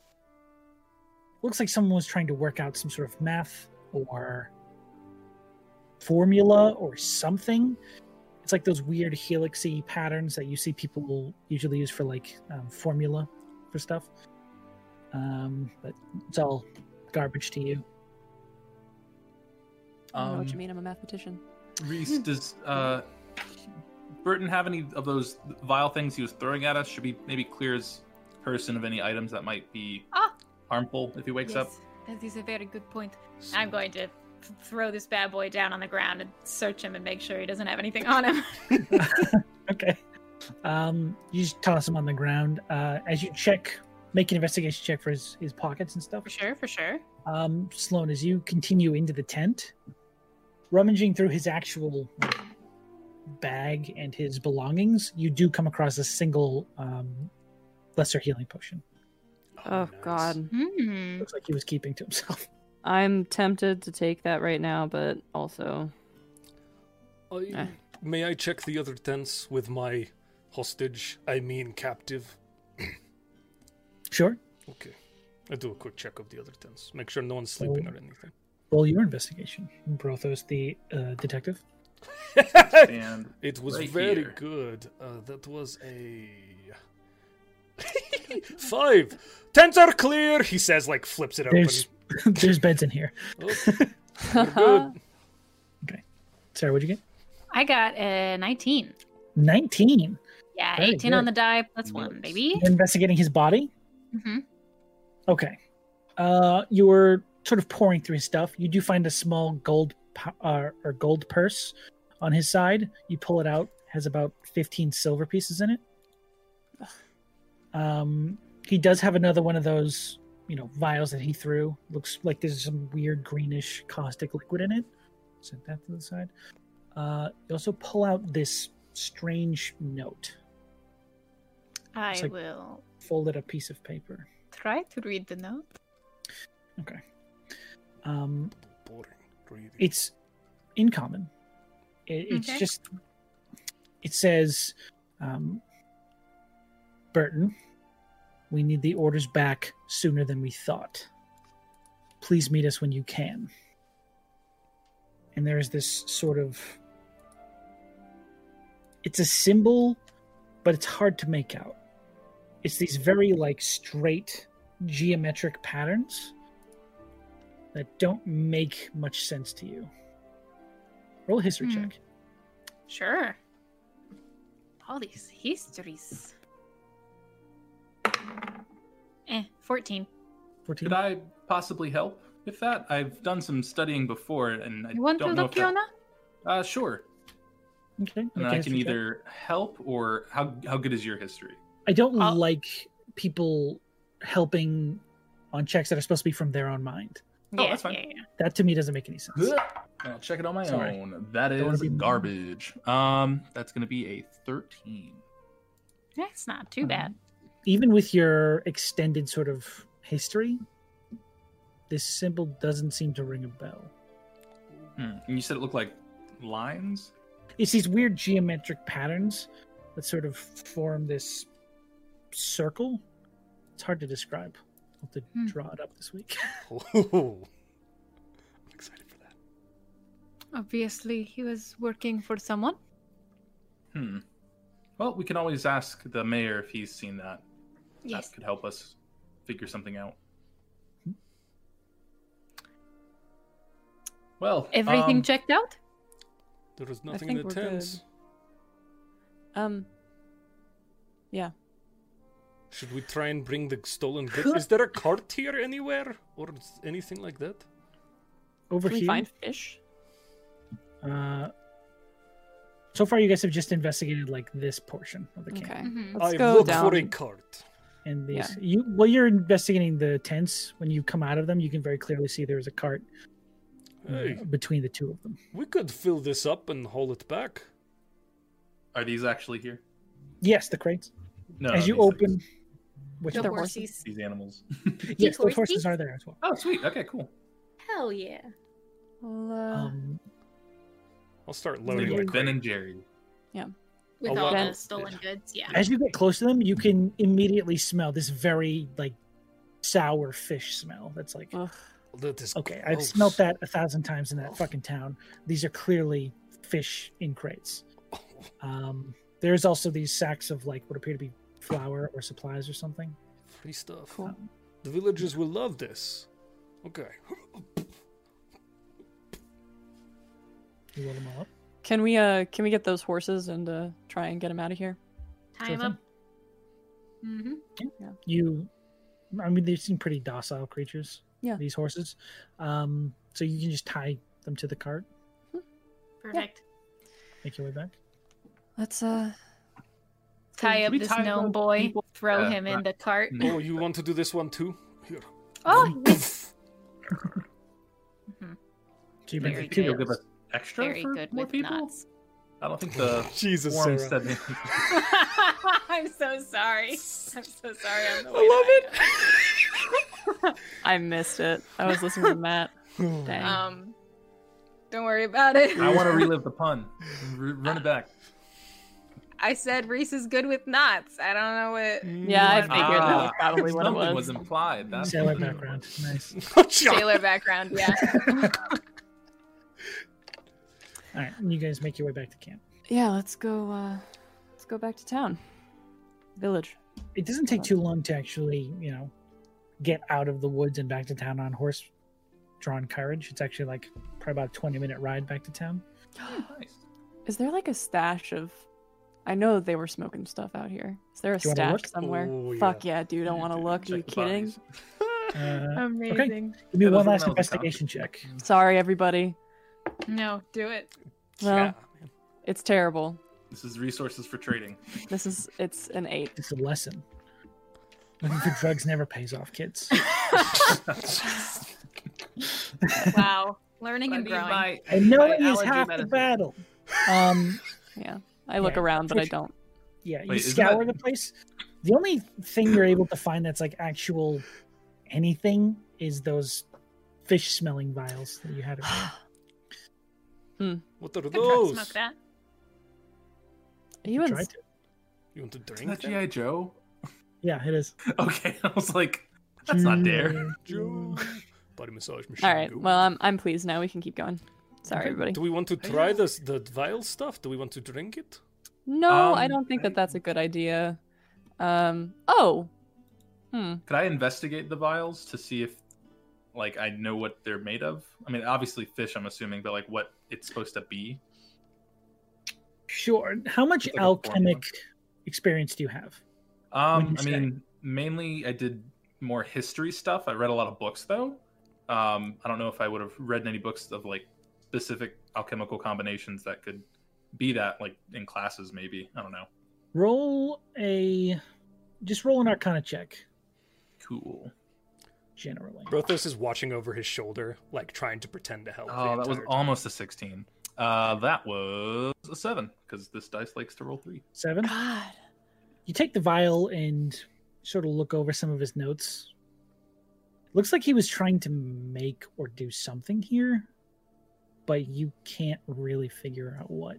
Speaker 1: looks like someone was trying to work out some sort of math or formula or something it's like those weird helixy patterns that you see people will usually use for like um, formula for stuff. Um, but it's all garbage to you.
Speaker 2: I don't know what you
Speaker 3: Um,
Speaker 2: mean. I'm a mathematician.
Speaker 3: Reese, does uh, Burton have any of those vile things he was throwing at us? Should we maybe clear his person of any items that might be
Speaker 6: Ah.
Speaker 3: harmful if he wakes up?
Speaker 5: Yes, That is a very good point.
Speaker 6: I'm going to th- throw this bad boy down on the ground and search him and make sure he doesn't have anything on him. (laughs)
Speaker 1: Okay. Um, you just toss him on the ground. Uh, as you check, make an investigation check for his, his pockets and stuff.
Speaker 6: for sure, for sure.
Speaker 1: Um, Sloan, as you continue into the tent, rummaging through his actual like, bag and his belongings, you do come across a single um, lesser healing potion.
Speaker 2: Oh, God.
Speaker 5: Hmm.
Speaker 1: Looks like he was keeping to himself. (laughs)
Speaker 2: I'm tempted to take that right now, but also. Eh.
Speaker 4: I, may I check the other tents with my hostage? I mean, captive.
Speaker 1: Sure.
Speaker 4: Okay. I do a quick check of the other tents. Make sure no one's sleeping or
Speaker 3: (laughs)
Speaker 4: anything.
Speaker 1: Roll your investigation. Brothos, the uh, detective.
Speaker 3: And
Speaker 4: It was
Speaker 3: Right
Speaker 4: very
Speaker 3: here.
Speaker 4: good. Uh, that was a (laughs) five. Tents are clear. He says, like flips it open.
Speaker 1: There's (laughs) there's beds in here.
Speaker 4: We're good.
Speaker 1: Sarah, what'd you get?
Speaker 6: I got a 19.
Speaker 1: Nineteen.
Speaker 6: Yeah,
Speaker 1: Very
Speaker 6: 18 on the die plus one, baby.
Speaker 1: You're investigating his body.
Speaker 6: Mhm.
Speaker 1: Okay. Uh, you were sort of pouring through his stuff. You do find a small gold po- uh, or gold purse on his side. You pull it out. Has about fifteen silver pieces in it. Um, he does have another one of those, you know, vials that he threw. Looks like there's some weird greenish caustic liquid in it. Set that to the side. Uh, you also pull out this strange note.
Speaker 5: I
Speaker 1: It's like-
Speaker 5: will
Speaker 1: Folded a piece of paper.
Speaker 5: try to read the note.
Speaker 1: Okay. Um,
Speaker 4: Boring. Reading. (laughs)
Speaker 1: it's in common. It, it's
Speaker 6: Okay.
Speaker 1: just it says um, Burton, we need the orders back sooner than we thought. Please meet us when you can. And there is this sort of. It's a symbol, but it's hard to make out. It's these very, like, straight geometric patterns that don't make much sense to you. Roll a history
Speaker 5: Hmm.
Speaker 1: check.
Speaker 6: Sure.
Speaker 5: All these histories. Eh, 14.
Speaker 1: 14.
Speaker 3: Could I possibly help with that? I've done some studying before, and I
Speaker 5: You want to
Speaker 3: don't know
Speaker 5: look,
Speaker 3: if that...
Speaker 5: Fiona?
Speaker 3: Uh, sure.
Speaker 1: Okay.
Speaker 3: And
Speaker 1: make a
Speaker 3: I can
Speaker 1: history check.
Speaker 3: either help or how how good is your history?
Speaker 1: I don't
Speaker 6: I'll-
Speaker 1: like people helping on checks that are supposed to be from their own mind.
Speaker 3: Oh, that's fine.
Speaker 6: yeah.
Speaker 1: That to me doesn't make any sense.
Speaker 3: I'll check it on my
Speaker 1: Sorry.
Speaker 3: own. That
Speaker 1: Don't wanna
Speaker 3: is
Speaker 1: be-
Speaker 3: garbage. Um, that's gonna be a thirteen.
Speaker 6: That's not
Speaker 3: Mm-hmm.
Speaker 6: too bad.
Speaker 1: Even with your extended sort of history, this symbol doesn't seem to ring a bell.
Speaker 3: Hmm. And you said it looked like lines.
Speaker 1: It's these weird geometric patterns that sort of form this circle. It's hard to describe. I'll have to
Speaker 5: Hmm.
Speaker 1: draw it up this week. (laughs)
Speaker 11: Ooh. I'm excited for that.
Speaker 5: Obviously, he was working for someone.
Speaker 3: Hmm. Well, we can always ask the mayor if he's seen that.
Speaker 5: Yes.
Speaker 3: That could help us figure something out.
Speaker 1: Hmm.
Speaker 3: Well,
Speaker 5: Everything
Speaker 3: um,
Speaker 5: checked out?
Speaker 11: There was
Speaker 2: I
Speaker 11: nothing
Speaker 2: think
Speaker 11: in the
Speaker 2: we're
Speaker 11: tents.
Speaker 2: (laughs) Um,
Speaker 11: Should we try and bring the stolen goods? Is there a cart here anywhere or s- anything like that?
Speaker 1: Over
Speaker 2: can we
Speaker 1: here,
Speaker 2: find fish?
Speaker 1: uh, so far you guys have just investigated like this portion of the camp.
Speaker 2: Okay.
Speaker 6: Mm-hmm.
Speaker 5: Mhm.
Speaker 2: Let's
Speaker 11: I
Speaker 2: go
Speaker 11: look
Speaker 2: down.
Speaker 11: for a cart.
Speaker 1: and these
Speaker 2: Yeah.
Speaker 1: you well you're investigating the tents when you come out of them you can very clearly see there's a cart uh,
Speaker 2: Hmm.
Speaker 11: Hey,
Speaker 1: between the two of them
Speaker 11: we could fill this up and haul it back.
Speaker 3: are these actually here?
Speaker 1: yes the crates
Speaker 3: No.
Speaker 1: as you
Speaker 3: Oh, these
Speaker 1: open
Speaker 3: things.
Speaker 1: which
Speaker 2: The
Speaker 1: one?
Speaker 2: horses.
Speaker 3: these animals.
Speaker 1: yes the
Speaker 7: horses?
Speaker 1: horses are there as well
Speaker 3: Oh, sweet. Okay, cool.
Speaker 7: Hell yeah.
Speaker 3: Oh,
Speaker 2: Well, uh,
Speaker 1: um,
Speaker 11: I'll start
Speaker 2: Hmm.
Speaker 3: Maybe
Speaker 11: loading the
Speaker 3: like Ben
Speaker 11: cart.
Speaker 3: and Jerry.
Speaker 6: With
Speaker 11: I'll
Speaker 6: all
Speaker 11: walk-
Speaker 6: the stolen goods, yeah.
Speaker 1: as you get close to them you can immediately smell this very like sour fish smell that's like
Speaker 2: ugh.
Speaker 11: That is
Speaker 1: okay
Speaker 4: Oh,
Speaker 1: i've
Speaker 11: gross.
Speaker 1: smelt that a thousand times in that fucking town these are clearly fish in crates um, there's also these sacks of like what appear to be flour or supplies or something
Speaker 11: Free stuff.
Speaker 2: Cool.
Speaker 11: The villagers will love this. Okay.
Speaker 1: you roll them all up
Speaker 2: Can we uh can we get those horses and uh try and get them out of here?
Speaker 6: Tie
Speaker 1: Sure
Speaker 6: 'em
Speaker 1: thing.
Speaker 6: up. Mm-hmm.
Speaker 1: you i mean they seem pretty docile creatures
Speaker 2: Yeah.
Speaker 1: these horses um so you can just tie them to the cart
Speaker 6: Perfect.
Speaker 1: make your way back
Speaker 2: Let's uh
Speaker 6: Tie up
Speaker 3: we
Speaker 6: this
Speaker 3: tie
Speaker 6: gnome
Speaker 3: those
Speaker 6: boy,
Speaker 3: people-
Speaker 6: throw
Speaker 3: Yeah,
Speaker 6: him in
Speaker 3: right. Mm.
Speaker 6: the cart.
Speaker 11: Oh, you want to do this one too? Here.
Speaker 6: Oh,
Speaker 1: so
Speaker 6: Very
Speaker 1: you bring
Speaker 3: think
Speaker 1: the
Speaker 6: good.
Speaker 1: two
Speaker 3: you'll give us extra
Speaker 6: very
Speaker 3: for
Speaker 6: good
Speaker 3: more
Speaker 6: with
Speaker 3: people? (laughs)
Speaker 6: knots.
Speaker 3: I don't think the
Speaker 11: Jesus,
Speaker 3: form
Speaker 11: Sarah. (sighs)
Speaker 3: said anything.
Speaker 6: (laughs) I'm so sorry. I'm so sorry. I'm the I love
Speaker 2: I missed it. I was listening to Matt. Dang.
Speaker 6: Um, don't worry about it.
Speaker 3: (laughs) I want to relive the pun. R- run
Speaker 1: (laughs)
Speaker 3: it back.
Speaker 6: I said Reese is good with knots. I don't know
Speaker 3: (laughs)
Speaker 6: what
Speaker 4: Mm,
Speaker 2: yeah,
Speaker 11: (laughs)
Speaker 2: I figured that was
Speaker 3: Ah,
Speaker 2: probably what it
Speaker 3: Something
Speaker 2: was.
Speaker 3: was implied. That's
Speaker 1: sailor
Speaker 3: what it (laughs)
Speaker 1: background
Speaker 3: was.
Speaker 1: nice
Speaker 6: sailor
Speaker 3: (laughs)
Speaker 6: background. Yeah.
Speaker 1: all right and you guys make your way back to camp
Speaker 2: Yeah, let's go uh let's go back to town. Village.
Speaker 1: it doesn't take too long to actually you know get out of the woods and back to town on horse drawn carriage it's actually like probably about a 20 minute ride back to town
Speaker 3: Nice.
Speaker 2: Is there like a stash of I know that they were smoking stuff out here. Is there a
Speaker 1: Do you wanna
Speaker 2: stash
Speaker 1: look?
Speaker 2: somewhere?
Speaker 11: Oh,
Speaker 2: Fuck yeah, dude, I
Speaker 3: Yeah,
Speaker 2: want to
Speaker 3: dude,
Speaker 2: look. Are
Speaker 3: check
Speaker 2: you
Speaker 3: the
Speaker 2: kidding?
Speaker 3: bodies.
Speaker 1: uh,
Speaker 5: Amazing.
Speaker 1: give me
Speaker 3: Yeah,
Speaker 1: one
Speaker 3: those
Speaker 1: last
Speaker 3: are the ones that count.
Speaker 1: investigation check
Speaker 2: Sorry everybody.
Speaker 5: No, do it.
Speaker 2: Well,
Speaker 11: Yeah, man.
Speaker 2: it's terrible.
Speaker 3: This is resources for trading.
Speaker 2: This is it's
Speaker 1: (laughs)
Speaker 2: an 8.
Speaker 1: it's a lesson looking for drugs never pays off kids
Speaker 3: (laughs)
Speaker 6: Wow. Learning and growing.
Speaker 1: and knowing is half the battle um
Speaker 2: Yeah. I look
Speaker 1: Yeah,
Speaker 2: around but I
Speaker 1: unfortunate-
Speaker 2: don't.
Speaker 1: Yeah, you
Speaker 3: Wait, isn't
Speaker 1: scour
Speaker 3: that-
Speaker 1: the place. The only thing you're able to find that's like actual anything is those fish smelling vials that you had. earlier.
Speaker 11: What are
Speaker 6: Could truck
Speaker 11: those?
Speaker 6: smoke that.
Speaker 2: Are you
Speaker 1: Tried
Speaker 2: ins-
Speaker 1: to.
Speaker 11: You want to
Speaker 3: Isn't that
Speaker 11: drink? them?
Speaker 3: GI Joe? (laughs)
Speaker 1: Yeah, it is.
Speaker 3: Okay, I was like, that's not dare.
Speaker 4: Joe.
Speaker 2: Mm.
Speaker 4: Body massage machine.
Speaker 2: All right.
Speaker 4: go.
Speaker 2: Well, I'm, I'm pleased now. We can keep going. Sorry, everybody.
Speaker 4: Do we want to try this the vial stuff? Do we want to drink it?
Speaker 2: No, I
Speaker 3: Um,
Speaker 2: don't think that that's a good idea. Um. Oh. Hmm.
Speaker 3: Could I investigate the vials to see if, like, I know what they're made of? I mean, obviously fish, I'm assuming, but like what it's supposed to be.
Speaker 1: Sure. How much
Speaker 3: It's like a formula.
Speaker 1: alchemic experience do you have?
Speaker 3: Um, I
Speaker 1: What'd you
Speaker 3: mean, mainly I did more history stuff. I read a lot of books though. Um, I don't know if I would have read any books of like specific alchemical combinations that could be that, like in classes maybe. I don't know.
Speaker 1: Roll a, just roll an Arcana check
Speaker 3: Cool.
Speaker 1: generally.
Speaker 4: Brothos is watching over his shoulder, like trying to pretend to help.
Speaker 3: Oh,
Speaker 4: the
Speaker 3: that was
Speaker 4: entire time.
Speaker 3: almost a sixteen. Uh, that was a seven because this dice likes to roll three.
Speaker 1: Seven.
Speaker 2: God.
Speaker 1: You take the vial and sort of look over some of his notes. Looks like he was trying to make or do something here, but you can't really figure out what.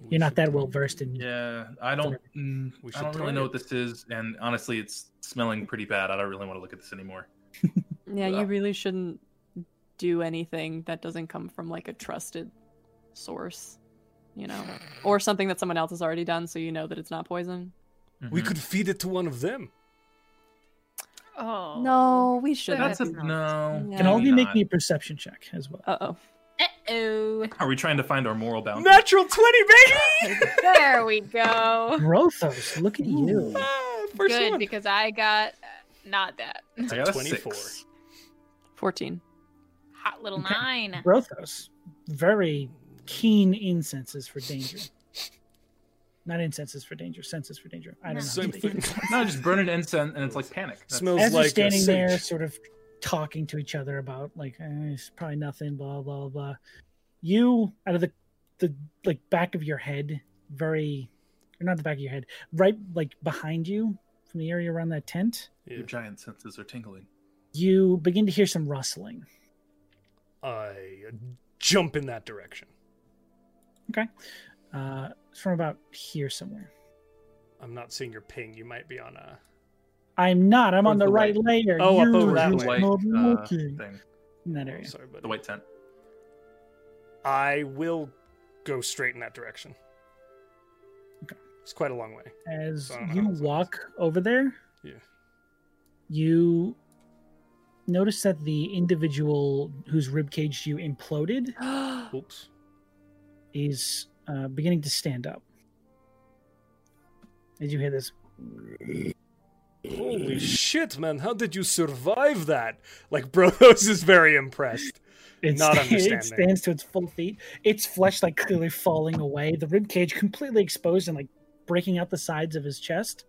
Speaker 4: We
Speaker 1: You're not
Speaker 4: should
Speaker 1: that
Speaker 4: try-
Speaker 1: well versed in.
Speaker 3: Yeah, I don't. Mm,
Speaker 4: We
Speaker 3: I
Speaker 4: should
Speaker 3: don't really
Speaker 4: try
Speaker 3: know what
Speaker 4: it.
Speaker 3: this is, and honestly, it's smelling pretty bad. I don't really want to look at this anymore.
Speaker 2: Yeah,
Speaker 3: Yeah.
Speaker 2: you really shouldn't do anything that doesn't come from like a trusted source, you know, or something that someone else has already done, so you know that it's not poison.
Speaker 4: We
Speaker 3: Mhm.
Speaker 4: could feed it to one of them.
Speaker 5: Oh
Speaker 2: No, we shouldn't.
Speaker 3: That's a
Speaker 12: That's not-
Speaker 3: no.
Speaker 2: Yeah.
Speaker 1: Can all of you make
Speaker 3: not.
Speaker 1: me a perception check as well?
Speaker 2: Uh oh.
Speaker 13: (laughs)
Speaker 12: oh.
Speaker 3: Are we trying to find our moral boundaries?
Speaker 4: Natural twenty,
Speaker 3: (laughs)
Speaker 4: baby!
Speaker 12: There we go.
Speaker 1: Brothos, look at you.
Speaker 4: Ah, First
Speaker 5: good
Speaker 4: one.
Speaker 5: because I got uh, not that. (laughs)
Speaker 3: I got a
Speaker 4: 24.
Speaker 3: six.
Speaker 2: (gasps) 14.
Speaker 5: Hot little
Speaker 1: Okay.
Speaker 5: nine.
Speaker 1: Brothos, very keen incenses for danger. Not incenses for danger, senses for danger. I don't know.
Speaker 4: Same thing. (laughs)
Speaker 3: No, just burn an incense and it's like panic. That's-
Speaker 4: Smells
Speaker 1: As
Speaker 4: like
Speaker 1: you're
Speaker 4: a
Speaker 1: standing there,
Speaker 4: sage.
Speaker 1: sort of talking to each other about like eh, it's probably nothing, blah blah blah. You out of the the like back of your head, very or not the back of your head, right like behind you from the area around that tent,
Speaker 4: Yeah.
Speaker 3: Your giant senses are tingling.
Speaker 1: you begin to hear some rustling.
Speaker 4: I jump in that direction.
Speaker 1: Uh, it's from about here somewhere.
Speaker 4: I'm not seeing your ping. You might be on a.
Speaker 1: I'm not. I'm on
Speaker 3: Towards
Speaker 1: the,
Speaker 3: the
Speaker 1: right layer.
Speaker 4: Oh, up
Speaker 1: You
Speaker 4: over
Speaker 1: were
Speaker 4: that
Speaker 3: The
Speaker 4: way.
Speaker 1: just
Speaker 3: white
Speaker 1: not
Speaker 3: uh,
Speaker 1: looking.
Speaker 3: thing,
Speaker 1: in that
Speaker 4: oh,
Speaker 1: area.
Speaker 4: sorry, buddy.
Speaker 3: the white tent.
Speaker 4: I will go straight in that direction.
Speaker 1: Okay.
Speaker 4: It's quite a long way.
Speaker 1: As
Speaker 4: So I don't
Speaker 1: you
Speaker 4: know what's on
Speaker 1: walk over there,
Speaker 4: Yeah.
Speaker 1: you notice that the individual whose ribcage you imploded
Speaker 4: Oops.
Speaker 1: is uh, beginning to stand up. As you hear this,
Speaker 4: Holy shit, man. How did you survive that? Like, (laughs) Brothos is very impressed.
Speaker 1: (laughs) it,
Speaker 4: Not
Speaker 1: sta-
Speaker 4: understanding.
Speaker 1: it stands to its full feet. Its flesh, like clearly falling away, the ribcage completely exposed and like breaking out the sides of his chest.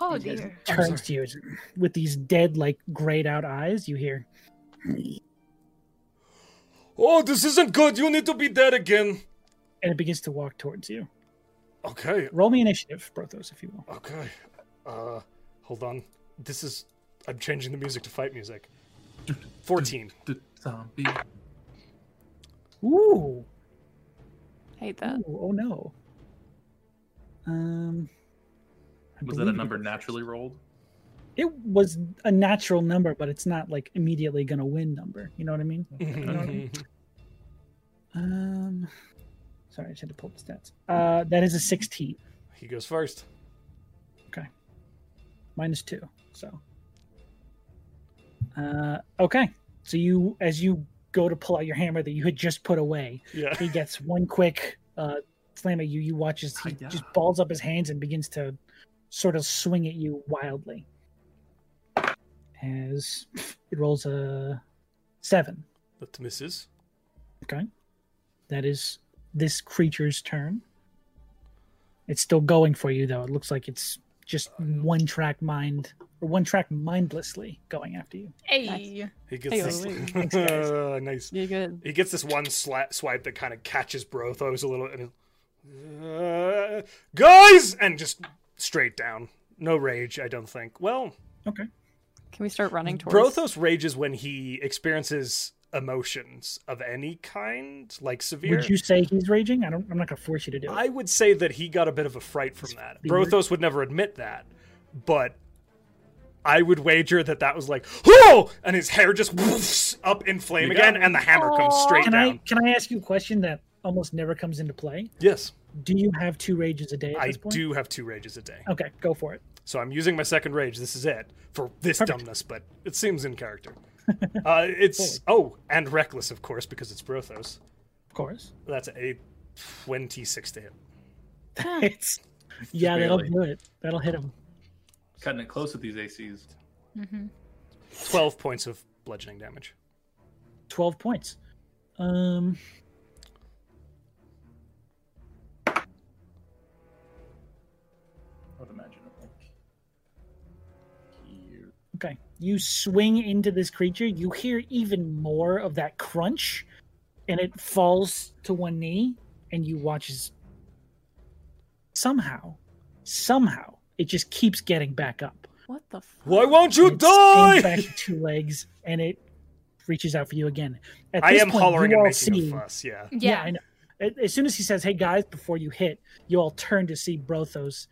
Speaker 14: Oh
Speaker 1: He just
Speaker 14: dear.
Speaker 1: turns to you as- with these dead, like grayed out eyes. You hear,
Speaker 4: Oh, this isn't good. You need to be dead again.
Speaker 1: and it begins to walk towards you.
Speaker 4: Okay,
Speaker 1: Roll me initiative, Brothos, if you will.
Speaker 4: okay. Uh, hold on. This is. I'm changing the music to fight music.
Speaker 1: (laughs)
Speaker 4: (laughs) 14.
Speaker 3: D- Zombie.
Speaker 1: Ooh,
Speaker 2: Hate that.
Speaker 1: ooh, oh no. Um, I
Speaker 3: Was that a
Speaker 1: believe
Speaker 3: number
Speaker 1: it-
Speaker 3: naturally
Speaker 4: (laughs)
Speaker 3: rolled?
Speaker 1: It was a natural number, but it's not like immediately gonna win number. You know what I mean? Um, sorry, I just had to pull up the stats. Uh, that is a sixteen
Speaker 4: he goes first.
Speaker 1: minus two. So, uh, okay. So you, as you go to pull out your hammer that you had just put away, (laughs)
Speaker 4: Yeah.
Speaker 1: he gets one quick uh, slam at you. You watch as he
Speaker 3: Hi-ya.
Speaker 1: just balls up his hands and begins to sort of swing at you wildly. As it rolls a seven.
Speaker 4: That misses.
Speaker 1: Okay. That is this creature's turn. It's still going for you, though. It looks like it's just one track mind or one track mindlessly going after you.
Speaker 5: Hey.
Speaker 4: He gets
Speaker 2: Hey,
Speaker 4: (laughs) this.
Speaker 1: Thanks, guys.
Speaker 4: Uh, nice.
Speaker 2: You're good.
Speaker 4: He gets this one sla- swipe that kind of catches Brothos a little, and he- uh, guys, and just straight down. No rage, I don't think. Well,
Speaker 2: Can we start running towards?
Speaker 4: Brothos rages when he experiences emotions of any kind, like severe.
Speaker 1: Would you say he's raging? I don't. I'm not gonna force you to do it.
Speaker 4: I would say that he got a bit of a fright from that.
Speaker 1: Fear?
Speaker 4: Brothos would never admit that, but I would wager that that was like, oh, and his hair just woofs up in flame
Speaker 3: You got
Speaker 4: again, and the hammer comes straight
Speaker 1: Can
Speaker 4: down.
Speaker 1: I can I ask you a question that almost never comes into play?
Speaker 4: Yes,
Speaker 1: Do you have two rages a day at
Speaker 4: I
Speaker 1: this point?
Speaker 4: do have two rages a day,
Speaker 1: Okay, go for it.
Speaker 4: so I'm using my second rage. This is it for this
Speaker 1: Perfect.
Speaker 4: dumbness, but it seems in
Speaker 1: (laughs)
Speaker 4: character. uh, it's oh, and reckless, of course, because it's Brothos.
Speaker 1: Of course.
Speaker 4: That's a twenty-six to hit.
Speaker 1: (laughs) It's yeah, that'll
Speaker 3: barely.
Speaker 1: do it. That'll hit him.
Speaker 3: Cutting it close with these ACs.
Speaker 5: Mm-hmm.
Speaker 4: Twelve points of bludgeoning damage.
Speaker 1: Twelve points. Um.
Speaker 3: I would imagine it like here.
Speaker 1: Okay. You swing into this creature. You hear even more of that crunch, and it falls to one knee, and you watch as somehow, somehow, it just keeps getting back up.
Speaker 2: What the fuck?
Speaker 4: Why won't you
Speaker 1: It
Speaker 4: die?
Speaker 1: spins back to two legs, and it reaches out for you again. At
Speaker 4: I
Speaker 1: this
Speaker 4: am
Speaker 1: point,
Speaker 4: hollering
Speaker 1: you
Speaker 4: and
Speaker 1: all
Speaker 4: making
Speaker 1: see-
Speaker 4: a fuss. Yeah.
Speaker 1: Yeah. I know. A- As soon as he says, "Hey guys," before you hit, you all turn to see Brothos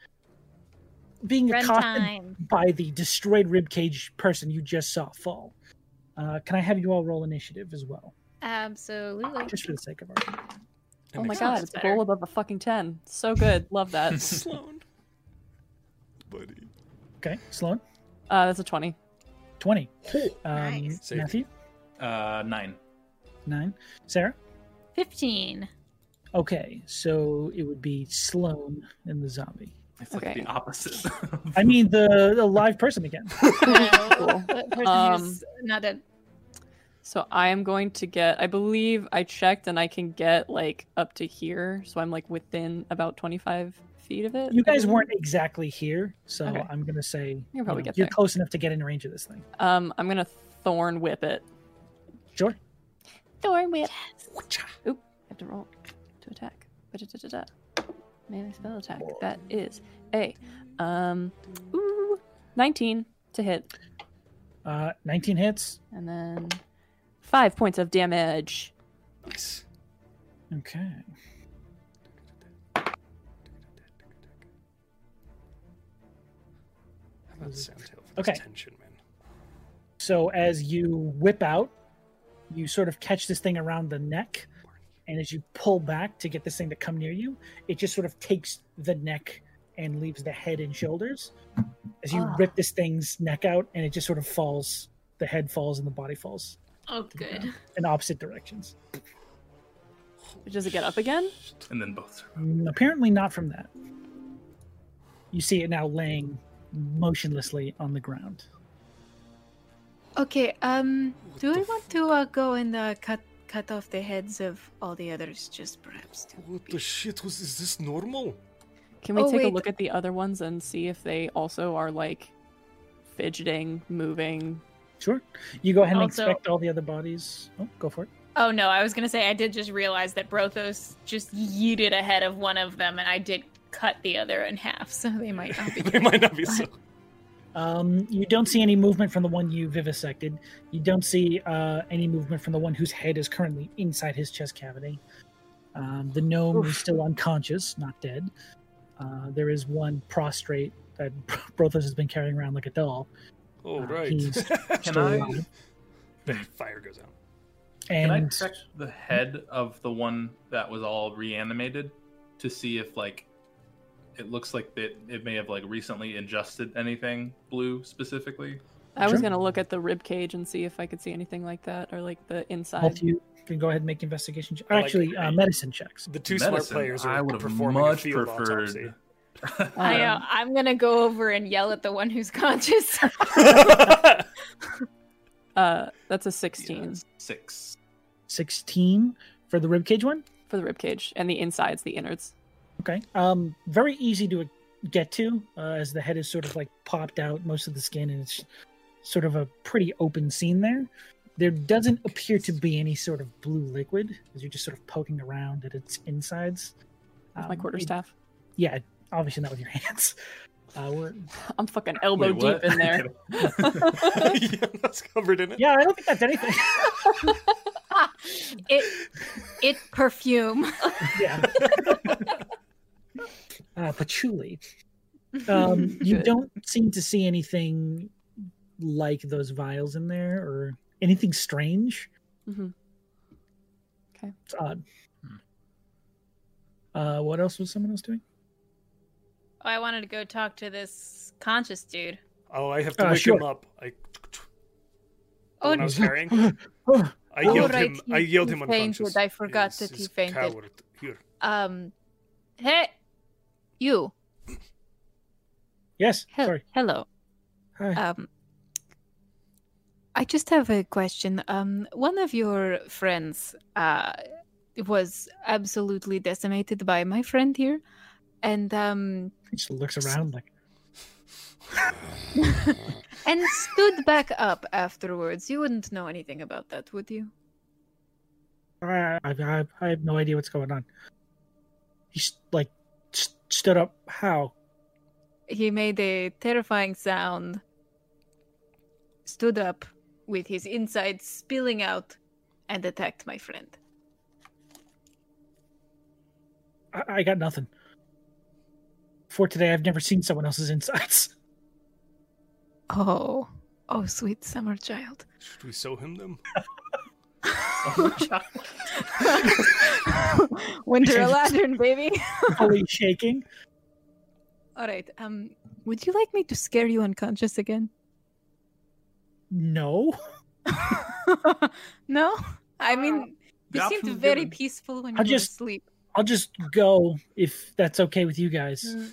Speaker 1: being
Speaker 15: Run
Speaker 1: accosted
Speaker 15: time.
Speaker 1: by the destroyed ribcage person you just saw fall. Uh, can I have you all roll initiative as well,
Speaker 15: Absolutely.
Speaker 1: just for the sake of argument?
Speaker 2: Oh my
Speaker 5: makes
Speaker 2: god,
Speaker 5: sense.
Speaker 2: it's a
Speaker 5: Better.
Speaker 2: roll above a fucking 10. So good. Love that.
Speaker 1: (laughs)
Speaker 4: Sloan. Buddy.
Speaker 1: Okay, Sloan,
Speaker 2: Uh, that's a 20.
Speaker 1: twenty. Um,
Speaker 15: Nice.
Speaker 4: Save.
Speaker 1: Matthew,
Speaker 3: Uh, nine.
Speaker 1: nine. Sarah.
Speaker 15: 15.
Speaker 1: Okay, so it would be Sloan and the zombie.
Speaker 3: It's like
Speaker 2: Okay.
Speaker 3: the opposite.
Speaker 1: I mean the, the live person again.
Speaker 2: Cool.
Speaker 13: That person
Speaker 2: Um,
Speaker 13: is not dead.
Speaker 2: So I am going to get, I believe I checked and I can get like up to here. So I'm like within about 25 feet of it.
Speaker 1: You
Speaker 2: I
Speaker 1: guys
Speaker 2: believe.
Speaker 1: weren't exactly here, so
Speaker 2: Okay.
Speaker 1: I'm gonna say
Speaker 2: You'll probably
Speaker 1: you
Speaker 2: get
Speaker 1: you're
Speaker 2: there.
Speaker 1: close enough to get in range of this thing.
Speaker 2: Um, I'm going to thorn whip it.
Speaker 1: Sure.
Speaker 2: Thorn whip. Oop, I have to roll to attack. Ba-da-da-da-da. Melee spell attack. That is a um ooh, 19 to hit.
Speaker 1: Uh, 19 hits.
Speaker 2: And then five points of damage.
Speaker 4: Nice.
Speaker 1: Okay.
Speaker 4: How about Soundtail for
Speaker 1: Mm-hmm. Okay.
Speaker 4: this tension, man?
Speaker 1: So as you whip out, you sort of catch this thing around the neck, and as you pull back to get this thing to come near you, it just sort of takes the neck and leaves the head and shoulders. As you
Speaker 2: Ah.
Speaker 1: rip this thing's neck out, and it just sort of falls. The head falls and the body falls
Speaker 5: Oh, good.
Speaker 1: in opposite directions.
Speaker 2: Does it get up again?
Speaker 3: (laughs) and then both.
Speaker 1: Mm, Apparently not from that. You see it now laying motionlessly on the ground.
Speaker 13: Okay, um, do
Speaker 4: the
Speaker 13: we want to uh, go and uh, cut cut off the heads of all the others, just perhaps? To
Speaker 4: What the shit was? Is this normal? (laughs)
Speaker 2: Can we
Speaker 13: Oh,
Speaker 2: take a
Speaker 13: wait.
Speaker 2: look at the other ones and see if they also are like fidgeting, moving?
Speaker 1: Sure. You go ahead and
Speaker 5: Also-
Speaker 1: inspect all the other bodies. Oh, go for it.
Speaker 5: Oh no, I was gonna say I did just realize that Brothos just yeeted ahead of one of them, and I did cut the other in half, so they might
Speaker 11: (laughs)
Speaker 5: not be.
Speaker 4: they might not be so.
Speaker 1: Um, you don't see any movement from the one you vivisected. You don't see uh, any movement from the one whose head is currently inside his chest cavity. Um, the gnome is still unconscious, not dead. Uh, there is one prostrate that (laughs) Brothos has been carrying around like a doll.
Speaker 4: All
Speaker 1: Uh,
Speaker 4: right. (laughs)
Speaker 1: he's-
Speaker 3: Can
Speaker 1: Still
Speaker 3: I
Speaker 1: alive.
Speaker 11: (laughs)
Speaker 4: the fire goes out.
Speaker 1: And
Speaker 3: can I check the head of the one that was all reanimated to see if like it looks like it, it may have like recently ingested anything blue specifically?
Speaker 2: I was
Speaker 1: Sure.
Speaker 2: gonna look at the rib cage and see if I could see anything like that or like the inside.
Speaker 1: both of you can go ahead and make investigation.
Speaker 3: Oh,
Speaker 1: Che- or
Speaker 4: I like-
Speaker 1: actually, uh, medicine checks.
Speaker 4: The two smart
Speaker 3: Medicine,
Speaker 4: players
Speaker 3: I
Speaker 4: are
Speaker 3: would have
Speaker 4: performing a
Speaker 3: much
Speaker 4: field
Speaker 3: preferred. (laughs)
Speaker 5: I know.
Speaker 13: uh,
Speaker 2: Um,
Speaker 5: I'm gonna go over and yell at the one who's conscious.
Speaker 11: (laughs)
Speaker 3: (laughs)
Speaker 4: autopsy.
Speaker 2: uh, that's a 16
Speaker 3: Six.
Speaker 1: 16 for the ribcage one.
Speaker 2: for the rib cage and the insides, the innards.
Speaker 1: Okay. Um, very easy to get to, uh, as the head is sort of like popped out most of the skin, and it's sort of a pretty open scene there. There doesn't appear to be any sort of blue liquid, as you're just sort of poking around at its insides.
Speaker 2: With
Speaker 1: Um,
Speaker 13: Oh,
Speaker 2: my
Speaker 1: it-
Speaker 2: quarterstaff.
Speaker 1: Yeah, obviously not with your (laughs) hands. Uh, we're,
Speaker 2: I'm fucking elbow
Speaker 3: Wait, what?
Speaker 2: deep in
Speaker 3: (laughs)
Speaker 2: there.
Speaker 4: yeah, that's covered in it.
Speaker 1: yeah, I don't think that's anything. (laughs)
Speaker 5: it (laughs) it
Speaker 2: (laughs)
Speaker 5: perfume.
Speaker 1: yeah. Uh, patchouli. Um, you
Speaker 2: Good.
Speaker 1: don't seem to see anything like those vials in there or anything strange.
Speaker 2: Mhm.
Speaker 1: It's odd. Uh, what else was someone else doing?
Speaker 6: Oh, I wanted to go talk to this conscious dude.
Speaker 11: Oh, I have to
Speaker 1: Uh,
Speaker 11: wake him
Speaker 1: sure.
Speaker 11: up. I,
Speaker 5: Oh,
Speaker 11: when I was carrying,
Speaker 1: Oh,
Speaker 11: I
Speaker 5: All
Speaker 11: yelled
Speaker 5: right,
Speaker 11: him.
Speaker 5: he-
Speaker 11: I yelled
Speaker 5: he
Speaker 11: him
Speaker 5: fainted.
Speaker 11: unconscious.
Speaker 5: I forgot
Speaker 11: Yes,
Speaker 5: that he
Speaker 11: he's
Speaker 5: fainted.
Speaker 11: Coward.
Speaker 5: (laughs)
Speaker 11: Here,
Speaker 5: Um, hey, you.
Speaker 1: (laughs) yes.
Speaker 5: Hel-
Speaker 1: Sorry.
Speaker 5: Hello.
Speaker 1: Hi.
Speaker 5: Um, I just have a question. Um, one of your friends uh, was absolutely decimated by my friend here, and um,
Speaker 1: He just looks around like,
Speaker 5: and stood back up afterwards. You wouldn't know anything about that, would you?
Speaker 1: "Ah, I, I, I have no idea what's going on. He's like, st- stood up. How?
Speaker 5: He made a terrifying sound, stood up with his insides spilling out, and attacked my friend.
Speaker 1: I, I got nothing. For today, I've never seen someone else's insides. (laughs)
Speaker 5: Oh, oh, sweet summer child.
Speaker 11: should we sew him them?
Speaker 5: (laughs) Winter Eladrin, baby.
Speaker 1: Fully shaking.
Speaker 5: All right. Um, would you like me to scare you unconscious again? (laughs)
Speaker 1: No.
Speaker 5: no, I mean you
Speaker 3: The
Speaker 5: seemed
Speaker 3: option's
Speaker 5: very
Speaker 3: given.
Speaker 5: peaceful when you
Speaker 1: I
Speaker 5: were
Speaker 1: just-
Speaker 5: asleep.
Speaker 1: I'll just go if that's okay with you guys.
Speaker 5: Mm.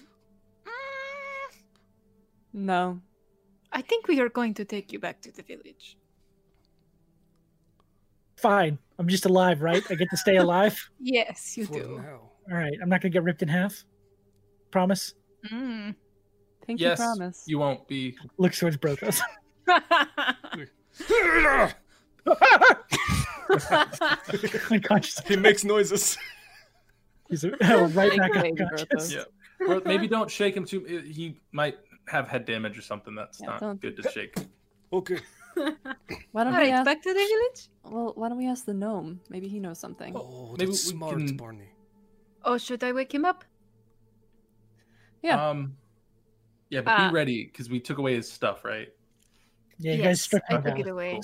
Speaker 2: No.
Speaker 5: I think we are going to take you back to the village.
Speaker 1: Fine. I'm just alive, right? I get to stay
Speaker 5: (laughs)
Speaker 1: alive.
Speaker 5: Yes, you
Speaker 11: For
Speaker 5: do.
Speaker 11: now.
Speaker 1: All right. I'm not going to get ripped in half. Promise.
Speaker 5: Mm.
Speaker 2: Pinky
Speaker 3: yes,
Speaker 2: promise.
Speaker 3: you won't be.
Speaker 1: Looks towards
Speaker 5: (laughs)
Speaker 1: Brothos. (laughs) Unconscious.
Speaker 11: (laughs) He makes noises. (laughs)
Speaker 1: He's uh, oh, right back
Speaker 2: Thank you,
Speaker 1: unconscious.
Speaker 2: Brothos.
Speaker 3: Yeah. Or maybe don't shake him too. eh, He might have head damage or something. That's
Speaker 2: Yeah,
Speaker 3: not
Speaker 2: don't-
Speaker 3: good to shake.
Speaker 11: Okay.
Speaker 2: Why
Speaker 5: All
Speaker 2: don't we
Speaker 5: right,
Speaker 2: ask?
Speaker 5: back to the village.
Speaker 2: Well, why don't we ask the gnome? Maybe he knows something.
Speaker 11: Oh,
Speaker 3: Maybe
Speaker 11: that's
Speaker 3: we
Speaker 11: smart,
Speaker 3: can-
Speaker 11: Barney.
Speaker 5: Oh, should I wake him up?
Speaker 2: Yeah.
Speaker 3: Um, yeah, but
Speaker 6: Uh,
Speaker 3: be ready because we took away his stuff, right?
Speaker 1: Yeah, you guys
Speaker 5: Yes,
Speaker 1: struck
Speaker 5: I
Speaker 1: my
Speaker 5: took
Speaker 1: balance.
Speaker 5: it away.
Speaker 3: Cool.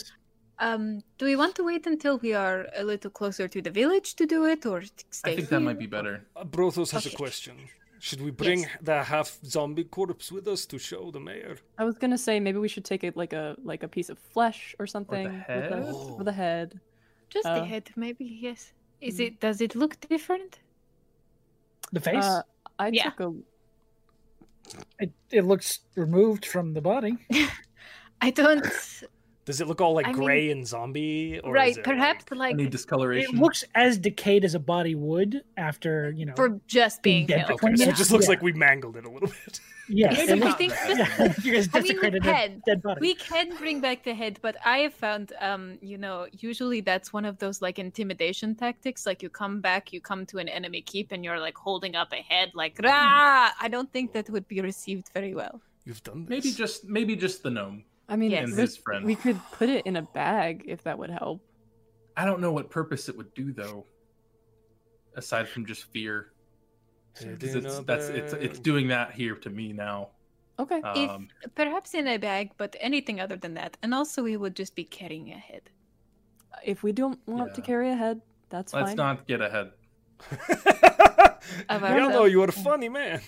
Speaker 5: Um, do we want to wait until we are a little closer to the village to do it, or t- stay?
Speaker 3: I think that might be
Speaker 5: here?
Speaker 3: better.
Speaker 11: Uh, Brothos has
Speaker 5: Okay.
Speaker 11: a question. Should we bring the half zombie corpse with us to show the mayor?
Speaker 2: I was gonna say maybe we should take it like a like a piece of flesh or something
Speaker 3: head?
Speaker 2: With us, or the head.
Speaker 5: Just the
Speaker 2: Uh,
Speaker 5: head, maybe. Yes. Is
Speaker 2: mm.
Speaker 5: it? Does it look different? (laughs)
Speaker 1: The face?
Speaker 2: Uh, I
Speaker 6: Yeah.
Speaker 2: took a
Speaker 1: it, it looks removed from the body.
Speaker 5: I don't.
Speaker 11: Does it look all like
Speaker 5: I mean-
Speaker 11: gray and zombie? Or is
Speaker 5: right.
Speaker 11: it,
Speaker 5: Perhaps
Speaker 11: like-
Speaker 5: like
Speaker 3: Any
Speaker 1: It
Speaker 3: discoloration?
Speaker 1: looks as decayed as a body would after, you know.
Speaker 5: for just being
Speaker 1: being
Speaker 5: killed.
Speaker 1: dead.
Speaker 11: Okay, so
Speaker 1: Yeah.
Speaker 4: (laughs)
Speaker 11: it just looks
Speaker 1: Yeah.
Speaker 11: like we mangled it a little bit. (laughs)
Speaker 1: yes,
Speaker 5: Maybe
Speaker 1: it
Speaker 5: we
Speaker 1: looks-
Speaker 5: think this-
Speaker 1: (laughs) yeah, (laughs) you guys
Speaker 5: I mean, with
Speaker 1: desecrated a
Speaker 5: head,
Speaker 1: dead body.
Speaker 5: We can bring back the head, but I have found, um, you know, usually that's one of those like intimidation tactics. Like you come back, you come to an enemy keep, and you're like holding up a head, like rah. I don't think that would be received very well.
Speaker 11: You've done this.
Speaker 3: Maybe just maybe just the gnome
Speaker 2: I mean,
Speaker 5: Yes.
Speaker 3: and
Speaker 2: we-
Speaker 3: his friend.
Speaker 2: we could put it in a bag if that would help.
Speaker 3: I don't know what purpose it would do though. Aside from just fear, 'Cause it's, that's it's it's doing that here to me now.
Speaker 2: Okay.
Speaker 5: If-
Speaker 3: Um,
Speaker 5: Perhaps in a bag, but anything other than that. And also, we would just be carrying a head.
Speaker 2: if we don't want to
Speaker 3: Yeah.
Speaker 2: carry a head, that's
Speaker 3: let's
Speaker 2: fine.
Speaker 3: not get ahead.
Speaker 11: (laughs)
Speaker 5: Of
Speaker 11: Y'all know
Speaker 5: ourselves.
Speaker 11: you're a funny man.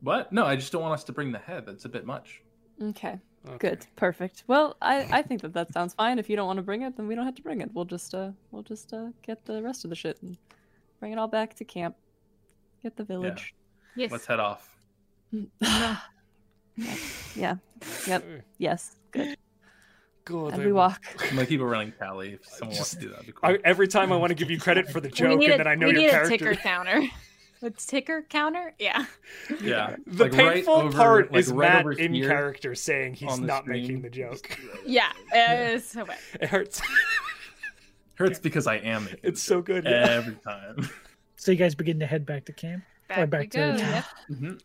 Speaker 3: What? No, I just don't want us to bring the head. That's a bit much.
Speaker 2: Okay.
Speaker 11: Okay.
Speaker 2: Good. Perfect. Well, I I think that that sounds fine. If you don't want to bring it, then we don't have to bring it. We'll just uh we'll just uh get the rest of the shit and bring it all back to camp. Get the village.
Speaker 5: Yes.
Speaker 3: Let's head off.
Speaker 2: Yeah. Yep. Yes. Good.
Speaker 11: God,
Speaker 2: and
Speaker 11: I
Speaker 2: we
Speaker 11: would-
Speaker 2: walk.
Speaker 6: (laughs)
Speaker 3: I'm gonna keep a running tally if someone wants
Speaker 11: Just-
Speaker 3: to do that. That'd be cool.
Speaker 11: I, every time I want to give you credit for the joke, and then I know
Speaker 6: we
Speaker 11: your
Speaker 6: need
Speaker 11: character. (laughs)
Speaker 6: a ticker counter.
Speaker 5: A ticker counter? (laughs)
Speaker 6: Yeah.
Speaker 3: yeah.
Speaker 11: The
Speaker 3: Like, right
Speaker 11: painful
Speaker 3: over-
Speaker 11: part
Speaker 3: like,
Speaker 11: is
Speaker 3: right
Speaker 11: Matt
Speaker 3: over
Speaker 11: in
Speaker 3: here
Speaker 11: character saying he's
Speaker 3: on the
Speaker 11: not
Speaker 3: screen.
Speaker 11: making the joke. (laughs)
Speaker 6: Yeah. Uh, so bad.
Speaker 11: It hurts.
Speaker 3: Hurts because I am. making
Speaker 11: It's
Speaker 3: the
Speaker 11: so good.
Speaker 3: joke
Speaker 11: Yeah.
Speaker 3: every time.
Speaker 1: So you guys begin to head back to camp.
Speaker 6: Back,
Speaker 1: Or
Speaker 6: we
Speaker 1: back to-
Speaker 6: go.
Speaker 1: Yeah.
Speaker 6: Yep.
Speaker 3: Mhm.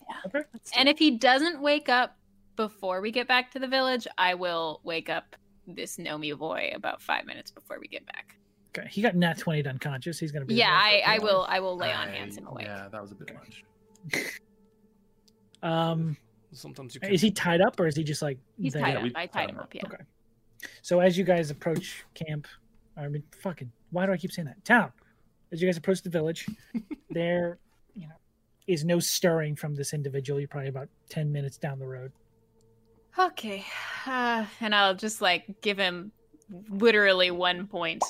Speaker 6: And if he doesn't wake up before we get back to the village, I will wake up this Nomi boy about five minutes before we get back.
Speaker 1: Okay, he got nat twenty unconscious. He's gonna be
Speaker 6: Yeah,
Speaker 1: alive for
Speaker 6: I,
Speaker 1: a
Speaker 6: I
Speaker 1: few
Speaker 6: will.
Speaker 1: hours.
Speaker 6: I will lay on
Speaker 3: I-
Speaker 6: hands and awake.
Speaker 3: Yeah, that was a bit much.
Speaker 1: Um,
Speaker 4: Sometimes you can.
Speaker 11: (laughs)
Speaker 1: is he tied up or is he just like
Speaker 5: He's
Speaker 1: there?
Speaker 5: tied
Speaker 3: yeah,
Speaker 5: up.
Speaker 3: we-
Speaker 5: I
Speaker 3: I
Speaker 5: tied
Speaker 3: don't
Speaker 5: him
Speaker 3: know.
Speaker 5: up. Yeah.
Speaker 1: Okay. So as you guys approach camp, I mean, fucking, why do I keep saying that? Town. As you guys approach the
Speaker 5: (laughs)
Speaker 1: village, there, you know, is no stirring from this individual. You're probably about ten minutes down the road.
Speaker 5: Okay. (sighs) Uh, and I'll just like give him literally one point.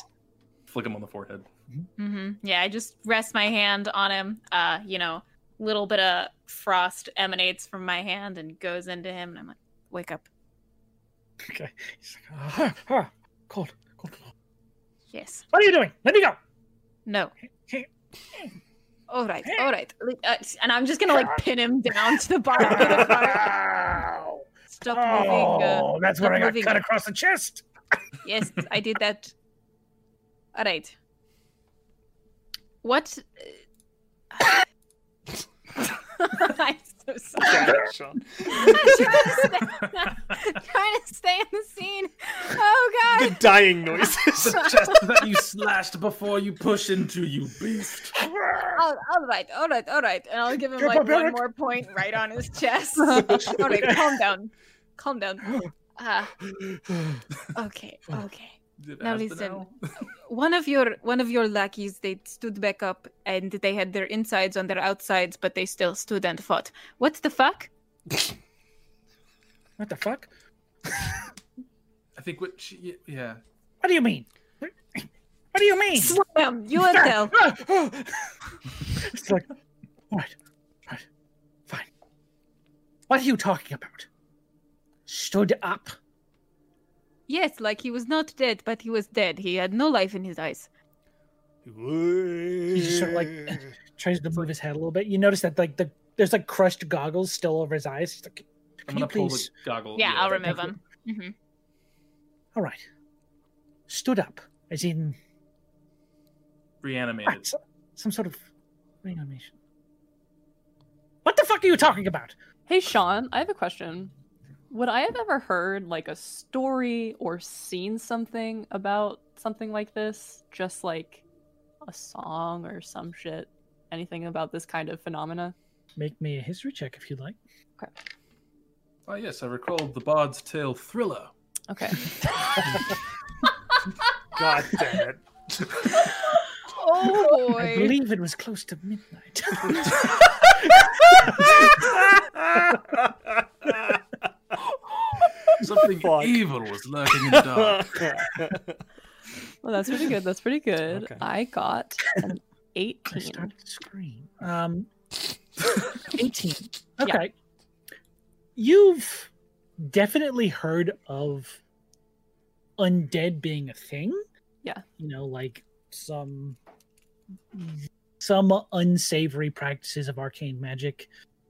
Speaker 3: Flick him on the forehead.
Speaker 5: hmm Yeah, I just rest my hand on him. Uh, you know, little bit of frost emanates from my hand and goes into him, and I'm like, wake up.
Speaker 1: Okay. He's like, ah, ah, cold, cold.
Speaker 5: Yes.
Speaker 1: What are you doing? Let me go.
Speaker 5: No.
Speaker 1: Okay.
Speaker 5: All right. All right. Uh, and I'm just gonna like pin him down to the bottom of
Speaker 1: (laughs)
Speaker 5: the car. Stop moving. Uh,
Speaker 1: Oh, that's where I got
Speaker 5: moving.
Speaker 1: cut across the chest.
Speaker 5: yes, I did that. All right. What? uh, (laughs) I'm so sorry.
Speaker 4: Sean.
Speaker 5: trying, to stay, trying to stay in the scene. Oh
Speaker 4: The
Speaker 5: god.
Speaker 4: dying noises.
Speaker 3: the chest that you slashed before you push into you beast.
Speaker 5: All, all right, all right, all right. And I'll give him
Speaker 1: Get
Speaker 5: like one
Speaker 1: barbaric.
Speaker 5: more point right on his
Speaker 3: (laughs)
Speaker 5: chest. all right, calm down, calm down. Uh,
Speaker 3: (sighs)
Speaker 16: Okay, okay.
Speaker 3: It
Speaker 16: Now
Speaker 3: has been
Speaker 16: listen.
Speaker 3: (laughs) out.
Speaker 16: One of your one of your lackeys, they stood back up and they had their insides on their outsides, but they still stood and fought. What the fuck?
Speaker 1: What the fuck?
Speaker 3: I think what she, yeah.
Speaker 1: What do you mean? What do you mean?
Speaker 16: Slam! You and tell.
Speaker 1: it's like, all right, all right, fine. What are you talking about? Stood up.
Speaker 16: Yes, like he was not dead, but he was dead. He had no life in his eyes.
Speaker 1: He just
Speaker 11: (laughs)
Speaker 1: sort of like tries to move his head a little bit. You notice that like the there's like crushed goggles still over his eyes. He's like,
Speaker 3: I'm
Speaker 1: Can you
Speaker 3: gonna pull the
Speaker 1: please-
Speaker 3: goggle.
Speaker 5: yeah, I'll
Speaker 3: like- (laughs)
Speaker 5: remove him. hmm
Speaker 1: all right, stood up, as in ah,
Speaker 3: Reanimated.
Speaker 1: so- some sort of reanimation. What the fuck are you talking about?
Speaker 2: Hey, Sean, I have a question. Would I have ever heard like a story or seen something about something like this? Just like a song or some shit? Anything about this kind of phenomena?
Speaker 1: Make me a history check if you'd like.
Speaker 3: Oh yes, I recalled the Bard's
Speaker 1: (laughs)
Speaker 3: Tale thriller.
Speaker 2: Okay.
Speaker 4: God damn it.
Speaker 5: Oh
Speaker 1: I
Speaker 5: boy.
Speaker 1: believe it was close to midnight. (laughs)
Speaker 3: Something
Speaker 4: Fuck.
Speaker 3: evil was lurking in the
Speaker 1: (laughs)
Speaker 3: dark.
Speaker 2: (laughs) well, that's pretty good. That's pretty good.
Speaker 4: Okay.
Speaker 2: I got an
Speaker 1: I
Speaker 2: 18.
Speaker 1: started to scream. Um, (laughs) 18. Okay. You've definitely heard of undead being a thing.
Speaker 2: Yeah.
Speaker 1: You know, like some some unsavory practices of arcane magic.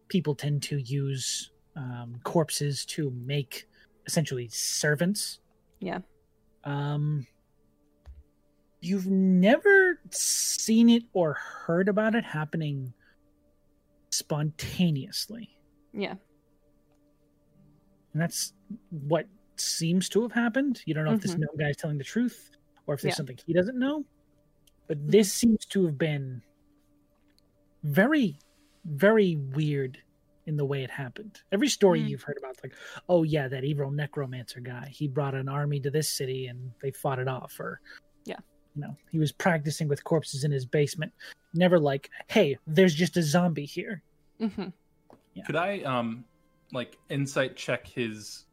Speaker 1: People tend to use um, corpses to make essentially servants.
Speaker 2: Yeah.
Speaker 1: Um, you've never seen it or heard about it happening spontaneously.
Speaker 2: Yeah.
Speaker 1: And that's what seems to have happened. You don't know if this
Speaker 2: Mhm.
Speaker 1: gnome guy is telling the truth or if there's
Speaker 2: Yeah.
Speaker 1: something he doesn't know. But this seems to have been very, very weird in the way it happened. Every story
Speaker 16: Mm.
Speaker 1: you've heard about, like, oh yeah, that evil necromancer guy, he brought an army to this city and they fought it off, or
Speaker 2: Yeah.
Speaker 1: you know, he was practicing with corpses in his basement. Never like, hey, there's just a zombie here.
Speaker 2: hmm
Speaker 3: Could I um like insight check his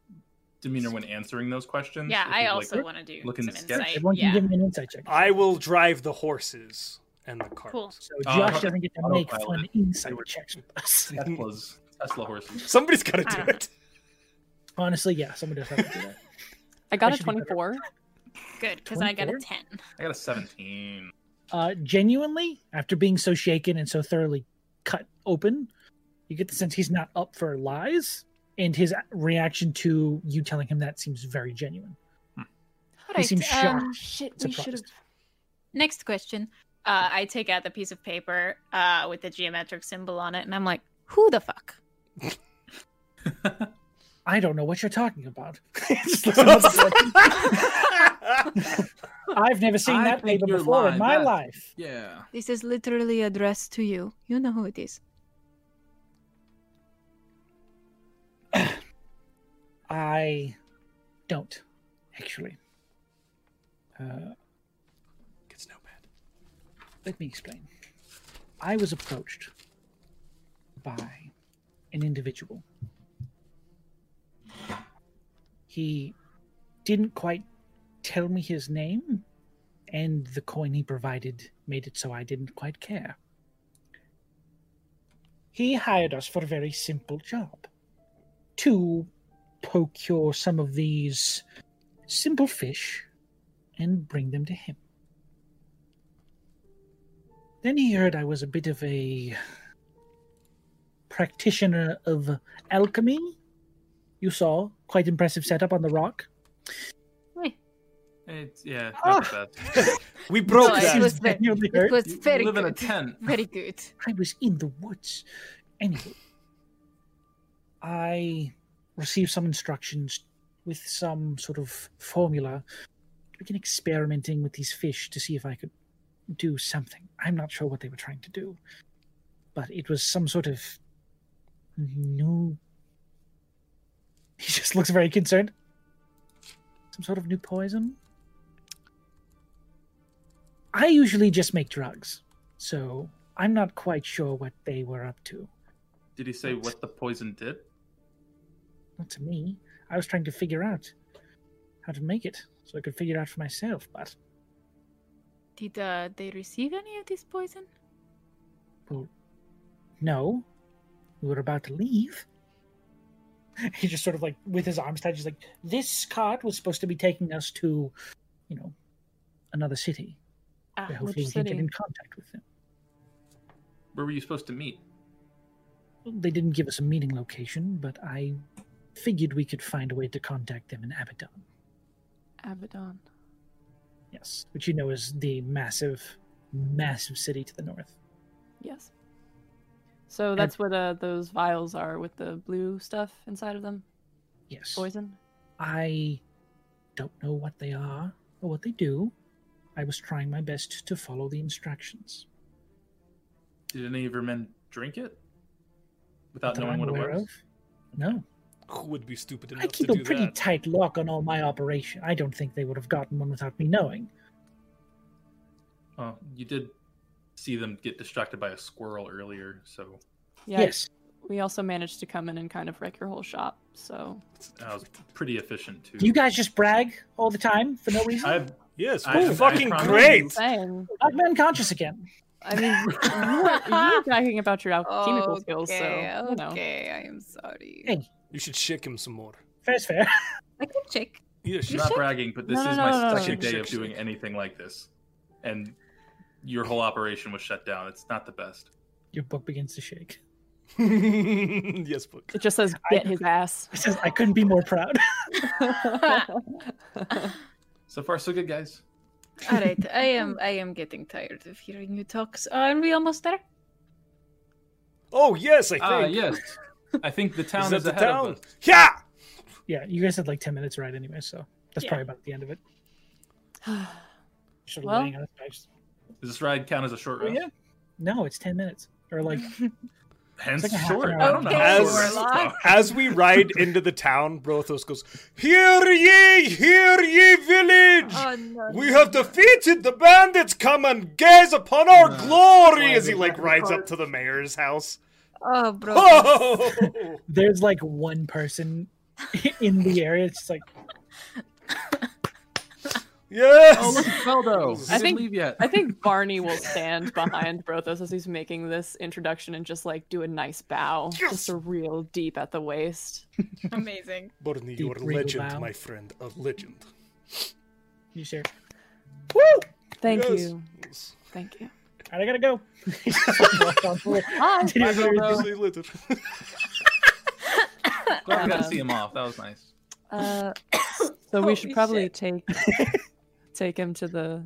Speaker 3: demeanor when answering those questions?
Speaker 5: Yeah,
Speaker 3: If
Speaker 5: I
Speaker 3: he's like,
Speaker 5: also want to do
Speaker 3: looking
Speaker 5: some
Speaker 3: sketch.
Speaker 5: insight.
Speaker 1: Everyone
Speaker 5: Yeah.
Speaker 1: can give me an insight
Speaker 11: (laughs)
Speaker 1: check.
Speaker 4: I will drive the horses and the cart.
Speaker 5: Cool.
Speaker 1: So
Speaker 3: Uh,
Speaker 1: Josh doesn't get to
Speaker 3: autopilot.
Speaker 1: make fun insight
Speaker 3: They
Speaker 1: checks with us.
Speaker 3: Tesla's Tesla horses.
Speaker 4: Somebody's got to
Speaker 5: I
Speaker 4: do
Speaker 5: don't
Speaker 4: it.
Speaker 1: (laughs) Honestly, yeah, someone does have to do that.
Speaker 2: I got
Speaker 1: I
Speaker 2: a
Speaker 1: should be better.
Speaker 2: 24.
Speaker 5: Good, because I got a
Speaker 1: 24?
Speaker 5: ten.
Speaker 3: I got a 17.
Speaker 1: Uh, genuinely, after being so shaken and so thoroughly cut open, you get the sense he's not up for lies, and his reaction to you telling him that seems very genuine.
Speaker 16: All
Speaker 1: He seems shocked.
Speaker 16: um,
Speaker 2: Shit, we should have.
Speaker 1: surprised.
Speaker 16: next question.
Speaker 5: Uh, I take out the piece of paper uh, with the geometric symbol on it, and I'm like, who the fuck?
Speaker 1: I don't know what you're talking about. (laughs) It's
Speaker 3: (laughs)
Speaker 1: like someone's like, I've never seen
Speaker 3: I
Speaker 1: that
Speaker 3: think
Speaker 1: paper
Speaker 3: you're
Speaker 1: before in
Speaker 3: lying.
Speaker 1: my
Speaker 3: That's-
Speaker 1: life.
Speaker 3: Yeah.
Speaker 16: This is literally addressed to you. You know who it is.
Speaker 1: I don't, actually. Uh,
Speaker 11: It's no bad.
Speaker 1: let me explain. I was approached by an individual. He didn't quite tell me his name, and the coin he provided made it so I didn't quite care. He hired us for a very simple job to procure some of these simple fish and bring them to him. Then he heard I was a bit of a practitioner of alchemy. You saw quite impressive setup on the rock.
Speaker 3: It's yeah, not the best.
Speaker 5: (laughs)
Speaker 11: We broke
Speaker 5: No,
Speaker 11: that.
Speaker 5: it
Speaker 1: (laughs)
Speaker 5: was very,
Speaker 1: You only
Speaker 5: it
Speaker 1: heard-
Speaker 5: was very
Speaker 3: You live in a
Speaker 5: good.
Speaker 3: tent.
Speaker 5: (laughs) Very good.
Speaker 1: I was in the woods. Anyway, I received some instructions with some sort of formula to begin experimenting with these fish to see if I could do something. I'm not sure what they were trying to do, but it was some sort of new. He (laughs) just looks very concerned. Some sort of new poison. I usually just make drugs, so I'm not quite sure what they were up to.
Speaker 3: Did he say what the poison did?
Speaker 1: Not to me. I was trying to figure out how to make it so I could figure it out for myself, but
Speaker 5: Did uh, they receive any of this poison?
Speaker 1: no. We were about to leave. (laughs) He just sort of like, with his arms tied, just like, this cart was supposed to be taking us to, you know, another city.
Speaker 2: Ah,
Speaker 1: Where hopefully
Speaker 2: which
Speaker 1: we can get
Speaker 2: city?
Speaker 1: in contact with them.
Speaker 3: Where were you supposed to meet?
Speaker 1: They didn't give us a meeting location, but I figured we could find a way to contact them in Abaddon.
Speaker 2: Abaddon.
Speaker 1: Yes, which you know is the massive, massive city to the north.
Speaker 2: Yes. So that's what uh, those vials are with the blue stuff inside of them.
Speaker 1: Yes.
Speaker 2: Poison.
Speaker 1: I don't know what they are or what they do. I was trying my best to follow the instructions.
Speaker 3: Did any of your men drink it? Without
Speaker 1: that
Speaker 3: knowing
Speaker 1: I'm
Speaker 3: what it
Speaker 1: aware
Speaker 3: was?
Speaker 1: of. No.
Speaker 11: Who would be stupid enough
Speaker 1: I keep
Speaker 11: to
Speaker 1: a
Speaker 11: do
Speaker 1: pretty
Speaker 11: that?
Speaker 1: tight lock on all my operation. I don't think they would have gotten one without me knowing.
Speaker 3: Oh, you did see them get distracted by a squirrel earlier, so
Speaker 2: Yeah,
Speaker 1: Yes.
Speaker 2: We also managed to come in and kind of wreck your whole shop. So
Speaker 3: that was pretty efficient too.
Speaker 1: Do you guys just brag all the time for no reason?
Speaker 3: I've
Speaker 11: yes,
Speaker 3: I-
Speaker 11: cool.
Speaker 3: I
Speaker 11: fucking
Speaker 3: promise.
Speaker 11: great.
Speaker 2: saying,
Speaker 1: I've been unconscious again.
Speaker 2: I
Speaker 3: (laughs)
Speaker 2: mean, you were, you (laughs) were bragging about your alchemical skills, so
Speaker 5: okay,
Speaker 2: you know.
Speaker 5: okay, I am sorry.
Speaker 1: Hey.
Speaker 11: You should shake him some more.
Speaker 1: Fair's fair. (laughs)
Speaker 5: I can (laughs) check.
Speaker 11: Yeah,
Speaker 3: I'm
Speaker 11: shake.
Speaker 3: not bragging, but this
Speaker 2: No, no,
Speaker 3: is
Speaker 2: no,
Speaker 3: my
Speaker 2: no, no, no.
Speaker 3: second
Speaker 11: Shake,
Speaker 3: day of
Speaker 11: shake,
Speaker 3: doing
Speaker 11: shake.
Speaker 3: anything like this, and your whole operation was shut down. It's not the best.
Speaker 1: Your book begins to shake.
Speaker 11: (laughs)
Speaker 1: (laughs)
Speaker 11: yes, book.
Speaker 2: It just says
Speaker 1: I-
Speaker 2: get his (laughs) ass. (sighs)
Speaker 1: It says, I couldn't be more proud. (laughs)
Speaker 3: So far, so good, guys.
Speaker 5: All right, I am. I am getting tired of hearing you talk. So are we almost (laughs) there?
Speaker 11: Oh yes, I think.
Speaker 3: Ah, yes. (laughs) I think the town
Speaker 11: Is
Speaker 3: is,
Speaker 11: that the
Speaker 3: ahead
Speaker 11: town?
Speaker 3: of us.
Speaker 11: Yeah.
Speaker 1: yeah, you guys had like 10 minutes right anyway, so that's
Speaker 5: Yeah.
Speaker 1: probably about the end of it. Sort of
Speaker 2: Well-
Speaker 1: laying on its back.
Speaker 3: Does this ride count as a short
Speaker 1: Oh,
Speaker 3: rest?
Speaker 1: yeah. No, it's 10 minutes. Or like
Speaker 3: Hence
Speaker 1: It's like a half an
Speaker 3: short.
Speaker 1: hour.
Speaker 3: I don't know.
Speaker 5: Okay,
Speaker 3: how
Speaker 11: As-
Speaker 3: short it's
Speaker 11: As we ride into the town, Brothos goes, "Hear ye, hear ye, village!
Speaker 5: Oh, no!
Speaker 11: We have defeated the bandits. Come and gaze upon our
Speaker 3: Uh,
Speaker 11: glory!"
Speaker 3: why
Speaker 11: As he
Speaker 3: we
Speaker 11: like
Speaker 3: have to
Speaker 11: rides up
Speaker 3: part.
Speaker 11: to the mayor's house.
Speaker 5: Oh, bro.
Speaker 11: Oh!
Speaker 1: there's like one person (laughs) in the area. It's just like
Speaker 11: (laughs) yes.
Speaker 3: Oh, look at Feldo.
Speaker 11: I
Speaker 3: I didn't
Speaker 2: think-
Speaker 3: leave yet.
Speaker 2: I think Barney will stand behind Brothos as he's making this introduction and just like do a nice bow, just a real deep at the waist.
Speaker 5: Amazing.
Speaker 11: Barney,
Speaker 1: Deep
Speaker 11: you're a
Speaker 1: regal
Speaker 11: legend,
Speaker 1: bow.
Speaker 11: my friend. A legend.
Speaker 1: you sure?
Speaker 2: Thank
Speaker 11: Yes.
Speaker 2: you, thank you.
Speaker 1: All right, I gotta go. (laughs) He just, like, walked on forward.
Speaker 2: Hi.
Speaker 1: Did you
Speaker 3: Bye,
Speaker 1: ever-
Speaker 3: Feldo.
Speaker 11: See you later.
Speaker 3: Glad we got to
Speaker 2: Um,
Speaker 3: see him off. That was nice.
Speaker 2: Uh, (coughs) so we should
Speaker 5: Holy
Speaker 2: probably take take him to the.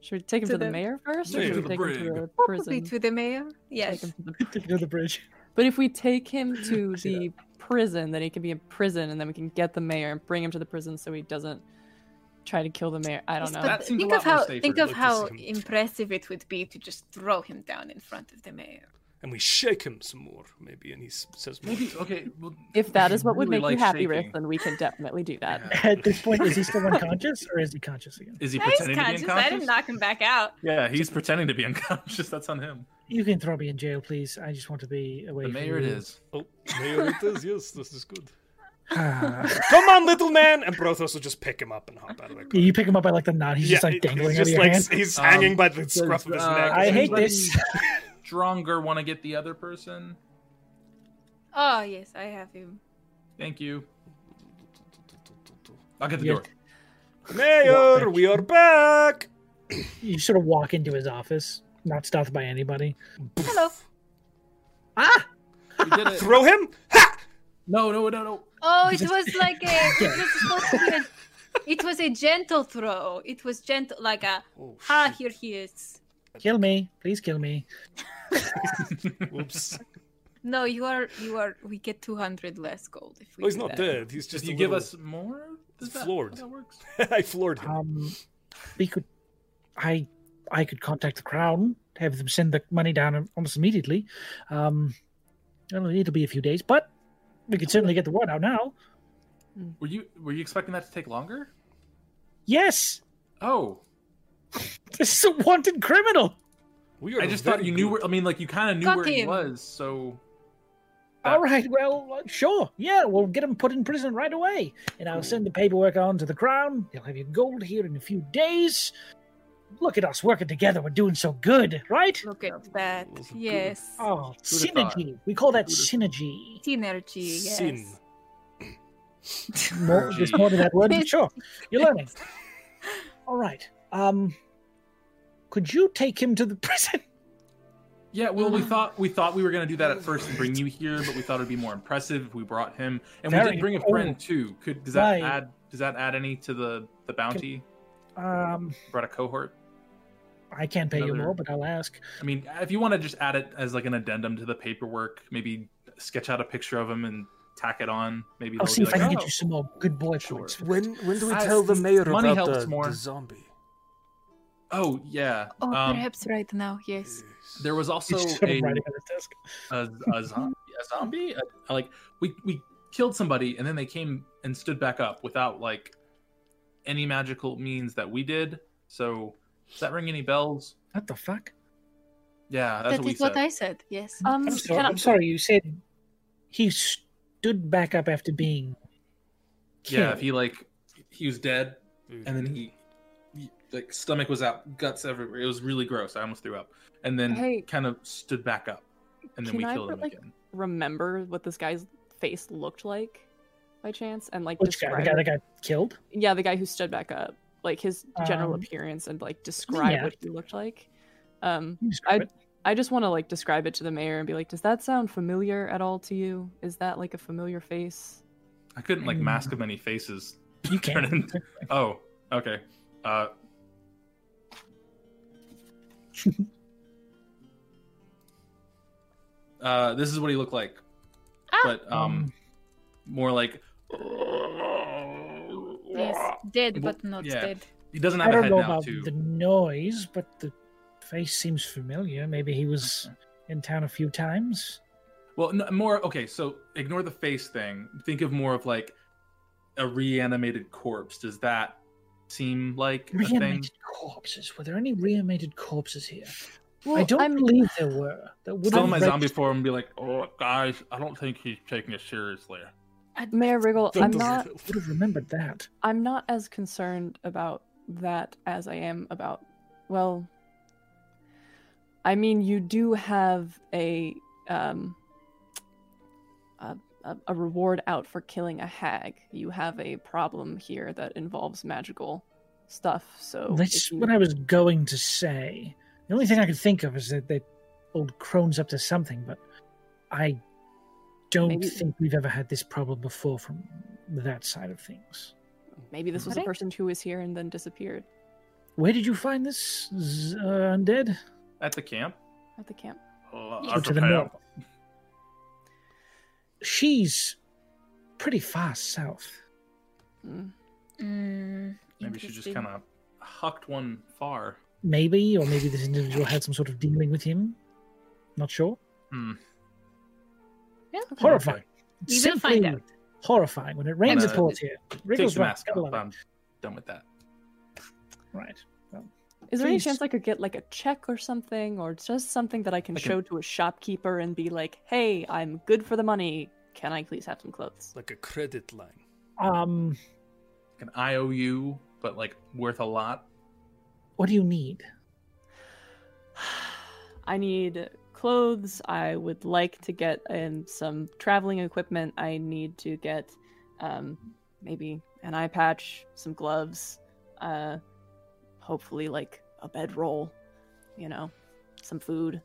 Speaker 2: Should we take him
Speaker 5: To
Speaker 2: to, the
Speaker 5: the-
Speaker 2: mayor first, or
Speaker 3: Mayor.
Speaker 2: should we
Speaker 3: To the
Speaker 2: take him to
Speaker 3: brig.
Speaker 2: the
Speaker 5: Probably
Speaker 2: prison?
Speaker 5: to the mayor.
Speaker 2: Take
Speaker 5: Yes.
Speaker 2: him to the-
Speaker 1: Took you to the bridge.
Speaker 2: But if we take him to
Speaker 1: see
Speaker 2: the prison, then he can be in prison, and then we can get the mayor and bring him to the prison so he doesn't try to kill the mayor. I don't
Speaker 5: Yes,
Speaker 2: know.
Speaker 3: That
Speaker 5: but
Speaker 3: seems a
Speaker 5: think
Speaker 3: lot
Speaker 5: of
Speaker 3: more
Speaker 5: how
Speaker 3: safer
Speaker 5: think
Speaker 3: than
Speaker 5: of
Speaker 11: what you
Speaker 5: how
Speaker 11: seem.
Speaker 5: impressive it would be to just throw him down in front of the mayor.
Speaker 11: (laughs) and we shake him some more, maybe, and he s- says, more.
Speaker 3: Maybe oh. okay. Well,
Speaker 2: If that is what would
Speaker 3: really
Speaker 2: make
Speaker 3: like
Speaker 2: you happy,
Speaker 3: shaking.
Speaker 2: Riff, then we can definitely do that.
Speaker 1: At this point, is he still unconscious or is he conscious again?
Speaker 3: Is he
Speaker 6: Yeah, he's
Speaker 3: pretending to be
Speaker 6: conscious. I didn't
Speaker 3: unconscious?
Speaker 6: knock him back out.
Speaker 3: Yeah, he's pretending to be unconscious. That's on him.
Speaker 1: You can throw me in jail, please. I just want to be away
Speaker 3: The
Speaker 1: from
Speaker 3: mayor it
Speaker 1: you.
Speaker 3: is.
Speaker 11: "Oh, there it is. Yes, this is good."
Speaker 1: (sighs) yeah,
Speaker 11: Come on, little man! And Brothos will just pick him up and hop out of the car.
Speaker 1: you pick him up by like the knot. He's just like
Speaker 11: it-
Speaker 1: dangling
Speaker 11: he's
Speaker 1: out of
Speaker 11: just
Speaker 1: your
Speaker 11: like
Speaker 1: hand.
Speaker 11: he's
Speaker 3: Um,
Speaker 11: hanging by the scruff of his
Speaker 3: uh,
Speaker 11: neck.
Speaker 1: I
Speaker 11: It's
Speaker 1: hate
Speaker 11: like,
Speaker 1: this.
Speaker 3: (laughs) Stronger want to get the other person.
Speaker 5: Oh, yes, I have him.
Speaker 3: Thank you. I'll get the
Speaker 1: Yes.
Speaker 3: door.
Speaker 11: Mayor, we are back.
Speaker 1: You sort of walk into his office, not stopped by anybody.
Speaker 5: Hello.
Speaker 1: Ah!
Speaker 3: We did it.
Speaker 11: Throw him. Ha!
Speaker 3: (laughs) No, no, no, no.
Speaker 5: Oh, it was like a. It was supposed to be a. It was a gentle throw. It was gentle, like a.
Speaker 11: Oh,
Speaker 5: Ah, here he is.
Speaker 1: Kill me. Please kill me.
Speaker 2: (laughs)
Speaker 11: Oops.
Speaker 5: No, you are. You are. We get two hundred less gold if
Speaker 4: Oh,
Speaker 5: we.
Speaker 11: Well, he's
Speaker 5: do
Speaker 11: not
Speaker 5: that.
Speaker 11: dead. He's just.
Speaker 3: If
Speaker 11: a
Speaker 3: you give
Speaker 11: little-
Speaker 3: us more, does that,
Speaker 11: floored.
Speaker 3: that works?
Speaker 11: (laughs) I floored him.
Speaker 1: Um, we could, I, I could contact the crown, have them send the money down almost immediately. Um, well, it'll be a few days, but we could certainly get the word out now.
Speaker 3: Were you were you expecting that to take longer?
Speaker 1: Yes, (laughs)
Speaker 3: Oh,
Speaker 1: this is a wanted criminal.
Speaker 11: We are
Speaker 3: I just thought
Speaker 11: very
Speaker 3: you knew
Speaker 11: good. (laughs)
Speaker 3: where. I mean, like you kind of knew
Speaker 5: Got
Speaker 3: where he
Speaker 5: him.
Speaker 3: was. So Ah.
Speaker 1: All right, well, uh, sure, yeah, we'll get him put in prison right away, and I'll send the paperwork on to the crown. You'll have your gold here in a few days. Look at us working together. We're doing so good, right?
Speaker 5: Look at that.
Speaker 11: was a good-
Speaker 5: Yes.
Speaker 1: Oh,
Speaker 3: Who'd have thought?
Speaker 1: synergy. We call that
Speaker 3: Who'd have-
Speaker 1: synergy.
Speaker 5: Synergy. Yes.
Speaker 11: Sin.
Speaker 1: more, there's more to that word, but sure. You're learning. (laughs) All right. Um, could you take him to the (laughs) prison?
Speaker 3: yeah, well,
Speaker 1: Mm-hmm.
Speaker 3: we thought we thought we were gonna do that at first and bring you here, but we thought it'd be more impressive if we brought him, and we
Speaker 1: Very-
Speaker 3: did bring a
Speaker 1: oh.
Speaker 3: friend too. Could does that
Speaker 1: Right.
Speaker 3: add does that add any to the the bounty?
Speaker 1: Um,
Speaker 3: Brought a cohort.
Speaker 1: I can't pay you
Speaker 3: Another-
Speaker 1: more, but I'll ask.
Speaker 3: I mean, if you want to just add it as like an addendum to the paperwork, maybe sketch out a picture of him and tack it on. Maybe
Speaker 1: I'll
Speaker 3: they'll
Speaker 1: see
Speaker 3: be
Speaker 1: if I
Speaker 3: like,
Speaker 1: can get
Speaker 3: "Oh."
Speaker 1: you some more good boy
Speaker 3: Sure.
Speaker 1: points. for
Speaker 4: When when do we
Speaker 3: Ah,
Speaker 4: tell the mayor
Speaker 3: money
Speaker 4: about
Speaker 3: helps
Speaker 4: the,
Speaker 3: more.
Speaker 4: the zombie?
Speaker 3: Oh yeah.
Speaker 5: Oh,
Speaker 3: Um,
Speaker 5: perhaps right now. Yes.
Speaker 3: there was
Speaker 1: (laughs)
Speaker 3: also
Speaker 1: He's just sort
Speaker 3: a
Speaker 1: of writing on his desk.
Speaker 3: a, a zombie, a zombie? A- like we we killed somebody and then they came and stood back up without like any magical means that we did. So does that ring any bells?
Speaker 1: What the fuck?
Speaker 3: Yeah, that's
Speaker 5: That
Speaker 3: what we
Speaker 5: is what
Speaker 3: said.
Speaker 5: I said. Yes.
Speaker 11: Oh,
Speaker 2: (laughs) Um,
Speaker 1: I'm sorry.
Speaker 2: can I-
Speaker 1: I'm sorry. You said he stood back up after being killed.
Speaker 3: Yeah, if he like he was dead and then he, he- like stomach was out, guts everywhere. It was really gross. I almost threw up. And then
Speaker 2: Hey.
Speaker 3: kind of stood back up, and then
Speaker 2: Can
Speaker 3: we
Speaker 2: I
Speaker 3: killed
Speaker 2: put,
Speaker 3: him
Speaker 2: like,
Speaker 3: again.
Speaker 2: remember what this guy's face looked like by chance and like
Speaker 1: Which guy? The
Speaker 2: describe
Speaker 1: guy that got killed?
Speaker 2: yeah the guy who stood back up like his general
Speaker 1: Um,
Speaker 2: appearance and like describe
Speaker 1: yeah.
Speaker 2: what he looked like um
Speaker 1: Can you describe
Speaker 2: I-
Speaker 1: it?
Speaker 2: i just want to like describe it to the mayor and be like does that sound familiar at all to you is that like a familiar face
Speaker 3: I couldn't like
Speaker 2: Mm.
Speaker 1: Hmm.
Speaker 3: mask of many faces.
Speaker 1: You can.
Speaker 3: Brennan. Oh, okay. Uh, (laughs) uh, this is what he looked like, but (laughs) um, more like
Speaker 5: Yes. Dead,
Speaker 3: Well,
Speaker 5: but not
Speaker 3: yeah.
Speaker 5: dead.
Speaker 3: he doesn't
Speaker 1: I
Speaker 3: have a
Speaker 1: don't
Speaker 3: head
Speaker 1: know
Speaker 3: now
Speaker 1: about
Speaker 3: too.
Speaker 1: the noise, but the face seems familiar. Maybe he was in town a few times.
Speaker 3: Well, no, more okay. So ignore the face thing. Think of more of like a reanimated corpse. Does that seem like a thing?
Speaker 1: Reanimated corpses. Were there any reanimated corpses here? I
Speaker 2: Well,
Speaker 1: don't
Speaker 2: I'm-
Speaker 1: believe there were. That would
Speaker 3: Still
Speaker 1: have
Speaker 3: in my
Speaker 1: reg-
Speaker 3: zombie form and be like, oh guys, I don't think he's taking it seriously.
Speaker 2: mayor wriggle i'm not
Speaker 1: Would have remembered that.
Speaker 2: i'm not as concerned about that as i am about well i mean you do have a um a, a, a reward out for killing a hag you have a problem here that involves magical stuff so
Speaker 1: That's
Speaker 2: Oh, if you-
Speaker 1: what I was going to say. The only thing I could think of is that they old crone's up to something, but I don't
Speaker 2: Maybe-
Speaker 1: think we've ever had this problem before from that side of things.
Speaker 2: maybe this was a
Speaker 5: Right.
Speaker 2: person who was here and then disappeared
Speaker 1: Where did you find this z- uh, undead?
Speaker 3: At the camp?
Speaker 2: at the camp
Speaker 3: Uh,
Speaker 1: Or to the north. She's pretty far south.
Speaker 2: Mm.
Speaker 5: Mm,
Speaker 3: Maybe she just
Speaker 5: interesting.
Speaker 3: kind of hucked one far.
Speaker 1: Maybe, or maybe this individual had some sort of dealing with him. Not sure. Horrifying.
Speaker 6: You will find
Speaker 1: Simply Horrifying. When it rains, it
Speaker 3: Gonna
Speaker 1: pours here.
Speaker 3: Take
Speaker 1: Wriggles
Speaker 3: your
Speaker 1: right.
Speaker 3: mask
Speaker 1: Gotta
Speaker 3: off.
Speaker 1: love it.
Speaker 3: I'm done with that.
Speaker 1: Right.
Speaker 2: Is there any
Speaker 1: Please.
Speaker 2: chance I could get like a check or something, or just something that I can
Speaker 3: I can-
Speaker 2: show to a shopkeeper and be like, "Hey, I'm good for the money. Can I please have some clothes?" (sighs)
Speaker 11: Like a credit line.
Speaker 1: Um,
Speaker 3: An IOU, but like worth a lot.
Speaker 1: what do you need?
Speaker 2: I need clothes. I would like to get um, some traveling equipment. I need to get um, maybe an eye patch, some gloves, uh, hopefully like a bedroll, you know, some food.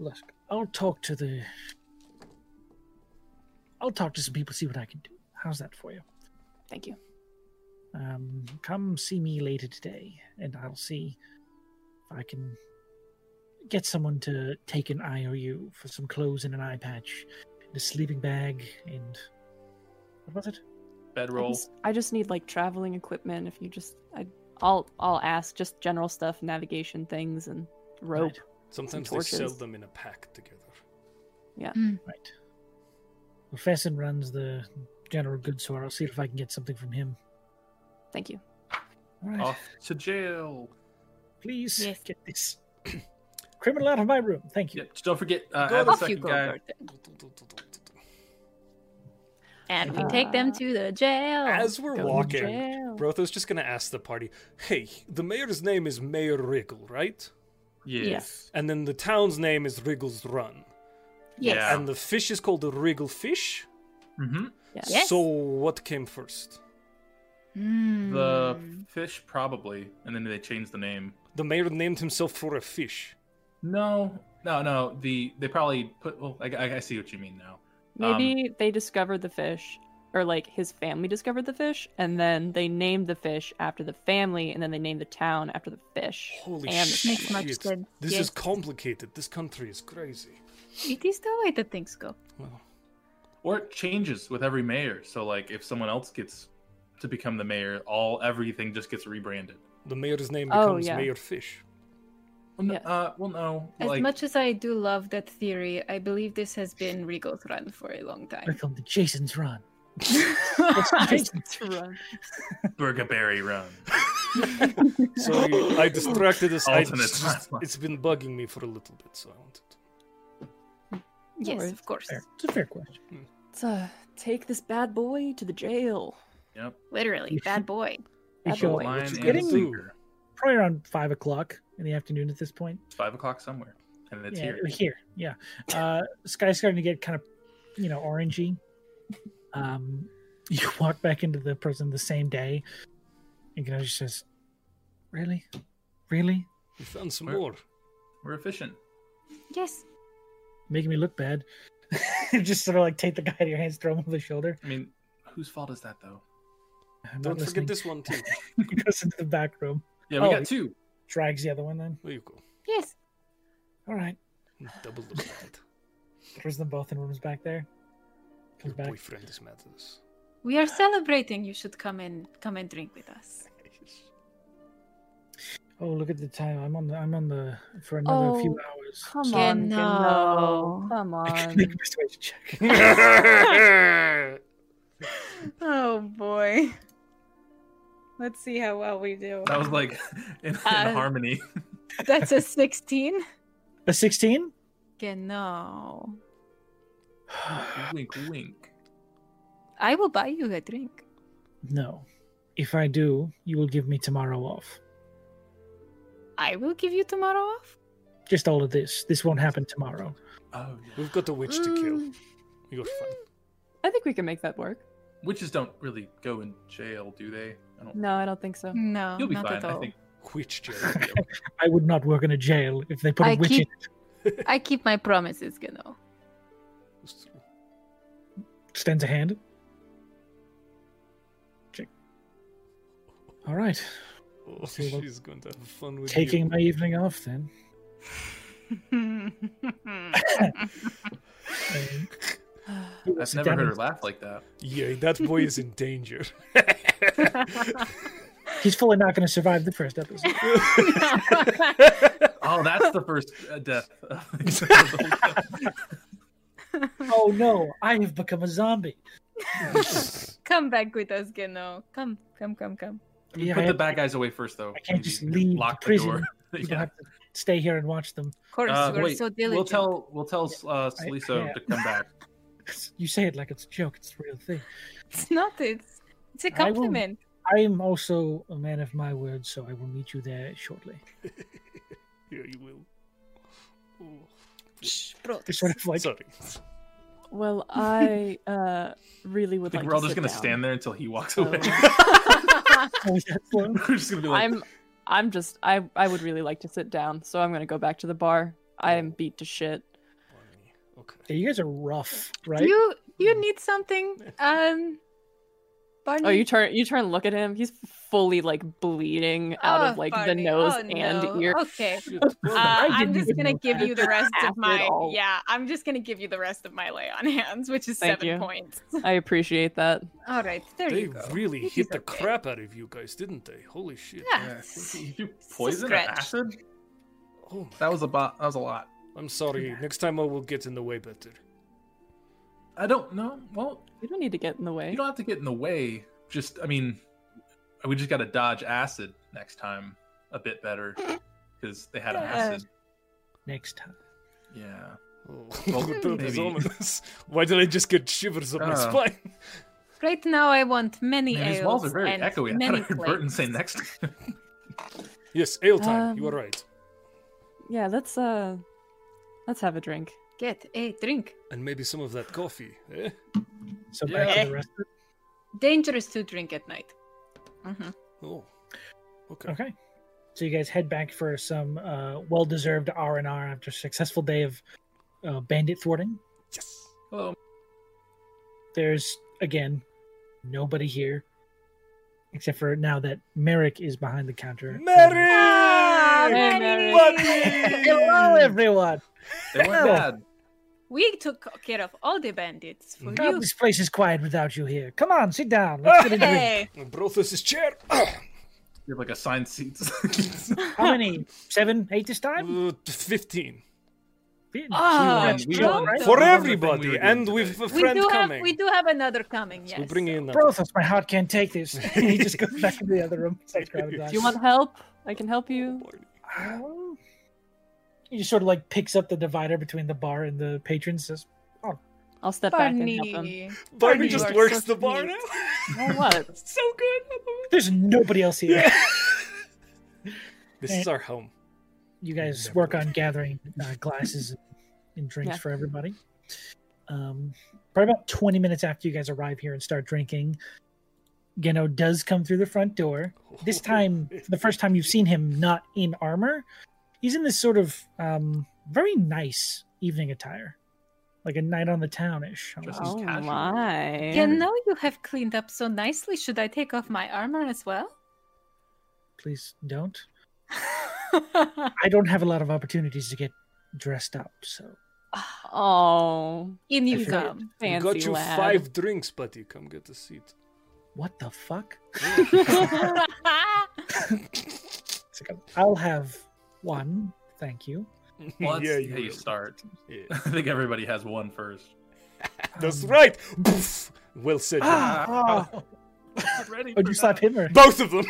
Speaker 1: Look, I'll talk to the. I'll talk to some people, see what I can do. How's that for you?
Speaker 2: Thank you.
Speaker 1: Um, come see me later today, and I'll see if I can get someone to take an IOU for some clothes and an eye patch, and a sleeping bag, and what was it?
Speaker 2: I
Speaker 3: Bedroll.
Speaker 2: just, I just need like traveling equipment. If you just, I, I'll, I'll ask just general stuff, navigation things, and rope.
Speaker 1: Right.
Speaker 11: Sometimes
Speaker 2: Some
Speaker 11: they sell
Speaker 2: torches.
Speaker 11: them in a pack together.
Speaker 1: Right. Well, Fessin runs the general goods store. I'll see if I can get something from him.
Speaker 2: Thank you.
Speaker 1: All right.
Speaker 3: Off to jail.
Speaker 1: Please
Speaker 5: Yes.
Speaker 1: get this (clears throat) criminal out of my room. Thank you.
Speaker 3: Yeah, don't forget, uh,
Speaker 11: Go
Speaker 3: add
Speaker 11: to-
Speaker 3: a
Speaker 11: Off
Speaker 3: second guy.
Speaker 5: And we take them to the jail.
Speaker 11: As we're
Speaker 2: Go Oh, to
Speaker 11: walking,
Speaker 2: jail.
Speaker 11: Brotho's just gonna ask the party, "Hey, the mayor's name is Mayor Wriggle, right?
Speaker 3: Yes.
Speaker 11: And then the town's name is Wriggle's Run,
Speaker 6: Yes.
Speaker 3: Yeah.
Speaker 11: and the fish is called the Wriggle Fish.
Speaker 3: hmm
Speaker 2: Yes.
Speaker 5: Yes.
Speaker 11: So what came first?
Speaker 3: The
Speaker 5: Mm.
Speaker 11: Mm.
Speaker 3: fish, probably. And then they changed the name.
Speaker 11: The mayor named himself for a fish.
Speaker 3: No, no, no. The They probably put. Well, I, I, I see what you mean now. Um,
Speaker 2: Maybe they discovered the fish, or like his family discovered the fish, and then they named the fish after the family, and then they named the town after the
Speaker 4: (laughs)
Speaker 2: fish.
Speaker 11: Holy
Speaker 2: and the
Speaker 11: shit!
Speaker 2: family.
Speaker 5: much sense,
Speaker 11: This
Speaker 5: yes.
Speaker 11: is complicated. This country is crazy.
Speaker 5: It is the way that things go.
Speaker 3: Or it changes with every mayor. So, like, if someone else gets to become the mayor, all everything just gets rebranded.
Speaker 11: The mayor's name
Speaker 2: Oh,
Speaker 11: becomes
Speaker 2: yeah.
Speaker 11: Mayor Fish.
Speaker 3: Well, no,
Speaker 2: Yeah.
Speaker 3: uh, well, no.
Speaker 5: As
Speaker 3: like, (laughs)
Speaker 5: much as I do love that theory, I believe this has been Regal's run for a long
Speaker 1: I
Speaker 5: time.
Speaker 1: call the Jason's Run.
Speaker 2: To run.
Speaker 3: Burgerberry Run.
Speaker 11: So you- I distracted us. I
Speaker 3: Alternate
Speaker 11: just- just-
Speaker 3: timeline.
Speaker 11: it's been bugging me for a little bit, so I wanted. to-
Speaker 2: Don't
Speaker 5: yes,
Speaker 2: worry.
Speaker 5: of course.
Speaker 1: Fair. It's a fair question.
Speaker 2: So, uh, take this bad boy to the jail.
Speaker 3: Yep. (laughs)
Speaker 5: Literally, bad boy.
Speaker 1: We
Speaker 2: Bad
Speaker 1: shall-
Speaker 2: boy.
Speaker 3: Line
Speaker 11: Which is
Speaker 3: and
Speaker 1: getting-
Speaker 3: sinker.
Speaker 1: probably around five o'clock in the afternoon at this point.
Speaker 3: It's five o'clock somewhere, and it's
Speaker 1: yeah,
Speaker 3: here.
Speaker 1: here. Yeah. Uh, (laughs) sky's starting to get kind of, you know, orangey. Um, (laughs) you walk back into the prison the same day, and Gnosis says, "Really, really,
Speaker 11: We found some
Speaker 3: Where-
Speaker 11: more.
Speaker 3: We're efficient.
Speaker 5: Yes.
Speaker 1: making me look bad." (laughs) Just sort of like take the guy to your hands, throw him over the shoulder.
Speaker 3: I mean, whose fault is that though?
Speaker 1: I'm
Speaker 11: Don't
Speaker 1: not
Speaker 11: forget
Speaker 1: listening.
Speaker 11: this one too.
Speaker 1: He (laughs) goes into the back room,
Speaker 3: Yeah, we
Speaker 1: Oh,
Speaker 3: got two.
Speaker 1: drags the other one. Then,
Speaker 11: There you go.
Speaker 5: Yes.
Speaker 1: all right,
Speaker 11: Double the bad.
Speaker 1: throws them both in rooms back there.
Speaker 11: Your
Speaker 1: Comes back.
Speaker 11: boyfriend is mad at us.
Speaker 5: We are celebrating. You should come and come and drink with
Speaker 3: (laughs)
Speaker 5: us.
Speaker 1: Oh, look at the time. I'm on the. I'm on the for another few
Speaker 2: Oh,
Speaker 1: hours.
Speaker 2: Come
Speaker 1: So- (laughs)
Speaker 2: on,
Speaker 5: Geno.
Speaker 2: Geno. Come on.
Speaker 1: Make a persuasion check.
Speaker 7: Oh boy. Let's see how well we do.
Speaker 3: That was like (laughs) in, in
Speaker 5: Uh,
Speaker 3: harmony.
Speaker 5: (laughs) That's a 16?
Speaker 1: A 16?
Speaker 5: no.
Speaker 3: wink, wink.
Speaker 5: I will buy you a drink.
Speaker 1: (sighs) No. If I do, you will give me tomorrow off.
Speaker 5: I will give you tomorrow off.
Speaker 1: Just all of this. This won't happen tomorrow.
Speaker 3: Oh, yeah.
Speaker 11: We've got a witch to kill. You're fine.
Speaker 2: I think we can make that work.
Speaker 3: witches don't really go in jail, do they? I don't.
Speaker 2: No, I don't think
Speaker 3: Mm.
Speaker 2: so.
Speaker 5: No,
Speaker 3: You'll be
Speaker 5: not
Speaker 3: fine.
Speaker 5: at all.
Speaker 3: I think.
Speaker 11: Witch jail.
Speaker 1: I would not work in a jail if they put a
Speaker 5: I
Speaker 1: witch
Speaker 5: keep-
Speaker 1: (laughs)
Speaker 5: I keep my promises,
Speaker 3: (laughs)
Speaker 5: Geno.
Speaker 11: It's true.
Speaker 1: in. Extends a hand. Check. All right.
Speaker 11: Oh,
Speaker 1: See what-
Speaker 11: she's going to have fun with
Speaker 1: Taking
Speaker 11: you.
Speaker 4: (laughs)
Speaker 1: my evening off then.
Speaker 5: (sighs)
Speaker 1: Um, he will
Speaker 3: I've
Speaker 1: sit
Speaker 3: never
Speaker 1: down
Speaker 3: heard her
Speaker 1: and-
Speaker 3: laugh like that.
Speaker 11: Yeah, that boy is in danger.
Speaker 1: He's fully not going to survive the first
Speaker 5: (laughs)
Speaker 1: episode.
Speaker 3: Oh, that's the first
Speaker 1: (laughs)
Speaker 3: uh, death. (laughs)
Speaker 1: oh no, I have become a zombie.
Speaker 5: (laughs) Come back with us, Geno. Come, come, come, come.
Speaker 1: Yeah, I,
Speaker 3: Put the bad guys away first, though.
Speaker 1: I can't just leave
Speaker 3: Lock
Speaker 1: the
Speaker 3: the
Speaker 1: prison.
Speaker 3: door. (laughs)
Speaker 1: You don't
Speaker 3: Yeah.
Speaker 1: have to stay here and watch them. (laughs)
Speaker 5: Of course,
Speaker 3: Uh,
Speaker 5: we're
Speaker 3: wait,
Speaker 5: so diligent.
Speaker 3: We'll tell we'll tell uh, Saliso
Speaker 1: yeah.
Speaker 3: to come
Speaker 2: (laughs)
Speaker 3: back.
Speaker 1: You say it like it's a joke. It's the real thing.
Speaker 5: It's not. It's it's a
Speaker 1: I won't.
Speaker 5: compliment.
Speaker 1: I am also a man of my word, so I will meet you there shortly. (laughs)
Speaker 11: Yeah, you will.
Speaker 4: Oh,
Speaker 5: Shh, (laughs) bro.
Speaker 1: They're sort of like
Speaker 11: Sorry.
Speaker 2: Well, I uh, really
Speaker 3: I
Speaker 2: would
Speaker 3: think
Speaker 2: like
Speaker 3: we're all
Speaker 2: to
Speaker 3: just
Speaker 2: sit
Speaker 3: gonna
Speaker 2: down.
Speaker 3: stand there until he walks
Speaker 2: So-
Speaker 1: (laughs)
Speaker 2: (laughs)
Speaker 3: away. (laughs)
Speaker 1: always that slow.
Speaker 3: we're just gonna be like,
Speaker 2: I'm I'm just I I would really like to sit down, so I'm gonna go back to the bar. I am beat to shit.
Speaker 1: Yeah, you guys are rough, right?
Speaker 5: You you need something, um, Barney.
Speaker 2: Oh, you turn you turn and look at him. He's fully like bleeding out of
Speaker 5: Oh,
Speaker 2: like the
Speaker 5: Barney.
Speaker 2: nose
Speaker 5: Oh,
Speaker 2: and
Speaker 5: no. (laughs)
Speaker 2: ear.
Speaker 5: Okay.
Speaker 2: (laughs)
Speaker 6: Uh,
Speaker 1: Well, I
Speaker 6: I'm
Speaker 1: didn't
Speaker 6: just
Speaker 1: even
Speaker 6: gonna
Speaker 1: know
Speaker 6: give
Speaker 1: that.
Speaker 6: you the
Speaker 3: (laughs)
Speaker 6: rest
Speaker 2: After
Speaker 6: of my
Speaker 2: all.
Speaker 6: yeah. I'm just gonna give you the rest of my lay on hands, which is
Speaker 2: Thank
Speaker 6: seven
Speaker 2: you.
Speaker 6: points.
Speaker 2: I appreciate that.
Speaker 5: All right, there
Speaker 4: They
Speaker 5: you go.
Speaker 4: really
Speaker 5: This is
Speaker 4: hit the
Speaker 5: okay.
Speaker 4: crap out of you guys, didn't they? Holy shit.
Speaker 5: Yeah.
Speaker 3: "Did you poison or
Speaker 5: scratch.
Speaker 3: acid?
Speaker 4: Oh, my-
Speaker 3: That was a bo- that was a lot.
Speaker 4: I'm sorry. Next time I will get in the way better.
Speaker 3: I don't know. Well,
Speaker 2: You don't need to get in the way.
Speaker 3: you don't have to get in the way. Just I mean, we just got to dodge acid next time a bit
Speaker 5: (laughs)
Speaker 3: better because they had
Speaker 5: Yeah.
Speaker 3: acid.
Speaker 1: Next time.
Speaker 3: Yeah.
Speaker 4: Oh,
Speaker 3: Well,
Speaker 5: (laughs)
Speaker 4: that is
Speaker 3: maybe-
Speaker 4: ominous. (laughs) Why did I just get shivers up my
Speaker 3: Uh,
Speaker 4: spine? (laughs)
Speaker 5: Right now, I want many
Speaker 3: Man, these
Speaker 5: ales
Speaker 3: walls are very
Speaker 5: and
Speaker 3: echoey. I thought I
Speaker 5: many
Speaker 3: heard Burton say
Speaker 5: plates.
Speaker 3: next. time. (laughs)
Speaker 4: Yes, ale time.
Speaker 2: Um,
Speaker 4: you are right.
Speaker 2: Yeah, let's uh let's have a drink.
Speaker 5: Get a drink.
Speaker 4: And maybe some of that coffee. Eh?
Speaker 1: So back to
Speaker 5: Yeah.
Speaker 1: the rest. Of
Speaker 5: Dangerous to drink at night.
Speaker 4: Oh.
Speaker 5: Mhm.
Speaker 1: it.
Speaker 3: Oh,
Speaker 4: Okay.
Speaker 1: Okay. So you guys head back for some uh, well-deserved R and R after a successful day of uh, bandit thwarting.
Speaker 4: Yes.
Speaker 3: Hello.
Speaker 1: There's again nobody here, except for now that Merrick is behind the counter.
Speaker 5: Ah,
Speaker 4: Mary!
Speaker 2: Hey,
Speaker 5: Mary!
Speaker 1: Hello, everyone.
Speaker 3: They weren't bad.
Speaker 5: We took care of all the bandits for
Speaker 1: God,
Speaker 5: you.
Speaker 1: this place is quiet without you here. Come on, sit down.
Speaker 4: (laughs)
Speaker 1: Let's get a drink.
Speaker 5: Hey,
Speaker 4: Brothos' chair. (coughs) Uh,
Speaker 3: They have like assigned seats. (laughs)
Speaker 1: How many? Seven, eight this time?
Speaker 4: Uh, 15.
Speaker 5: Ah,
Speaker 1: Two rounds,
Speaker 3: we won.
Speaker 1: right?
Speaker 5: So-
Speaker 4: For
Speaker 3: the
Speaker 4: everybody,
Speaker 3: thing we were
Speaker 4: and
Speaker 3: doing
Speaker 4: with a
Speaker 5: we
Speaker 4: friend
Speaker 5: do
Speaker 4: coming.
Speaker 5: have we do have another coming. Yes.
Speaker 4: We'll bring in another.
Speaker 1: Brothos, my heart can't take this. (laughs) he just goes back into the other room. Starts grabbing
Speaker 2: Do
Speaker 1: knives.
Speaker 2: you want help? I can help you.
Speaker 1: Oh. He just sort of like picks up the divider between the bar and the patrons. Says,
Speaker 2: I'll step back and help him.
Speaker 4: Barney
Speaker 5: Barney. Barney,
Speaker 4: just
Speaker 5: you are
Speaker 4: works
Speaker 5: so
Speaker 4: the bar
Speaker 5: sweet.
Speaker 4: now. (laughs)
Speaker 2: Oh,
Speaker 5: (laughs)
Speaker 2: what?
Speaker 4: so good.
Speaker 1: "There's nobody else here."
Speaker 4: (laughs) This is our home.
Speaker 1: You guys work on gathering uh, glasses and drinks
Speaker 2: Yeah.
Speaker 1: for everybody. Um, probably about 20 minutes after you guys arrive here and start drinking, Geno does come through the front door.
Speaker 4: (laughs)
Speaker 1: This time, for the first time you've seen him not in armor, he's in this sort of um, very nice evening attire, like a night on the town ish.
Speaker 3: Just- This is
Speaker 2: Oh
Speaker 3: casual.
Speaker 2: my.
Speaker 5: Yeah, now you have cleaned up so nicely. Should I take off my armor as well? (laughs)
Speaker 1: Please don't. I don't have a lot of opportunities to get dressed up, so
Speaker 2: Oh,
Speaker 5: In you
Speaker 1: feel-
Speaker 5: (laughs) come.
Speaker 4: We
Speaker 2: fancy
Speaker 4: got you
Speaker 2: lad.
Speaker 4: five drinks, buddy. Come get a
Speaker 3: (laughs)
Speaker 4: seat.
Speaker 1: what the fuck?
Speaker 5: Thank
Speaker 1: It's like, I'll have one, thank you.
Speaker 3: Well, that's
Speaker 4: (laughs) yeah,
Speaker 3: how you
Speaker 4: will.
Speaker 3: start. (laughs) I
Speaker 4: Yeah.
Speaker 3: think everybody has one first.
Speaker 4: That's
Speaker 1: Um,
Speaker 4: right. Poof. Well said.
Speaker 1: Ah,
Speaker 3: Ah.
Speaker 1: oh.
Speaker 3: I'm ready
Speaker 1: Oh,
Speaker 3: for
Speaker 1: you slap
Speaker 3: that.
Speaker 1: him or?
Speaker 4: (laughs) Johnny. Both
Speaker 11: (laughs)
Speaker 3: (laughs)
Speaker 4: of them.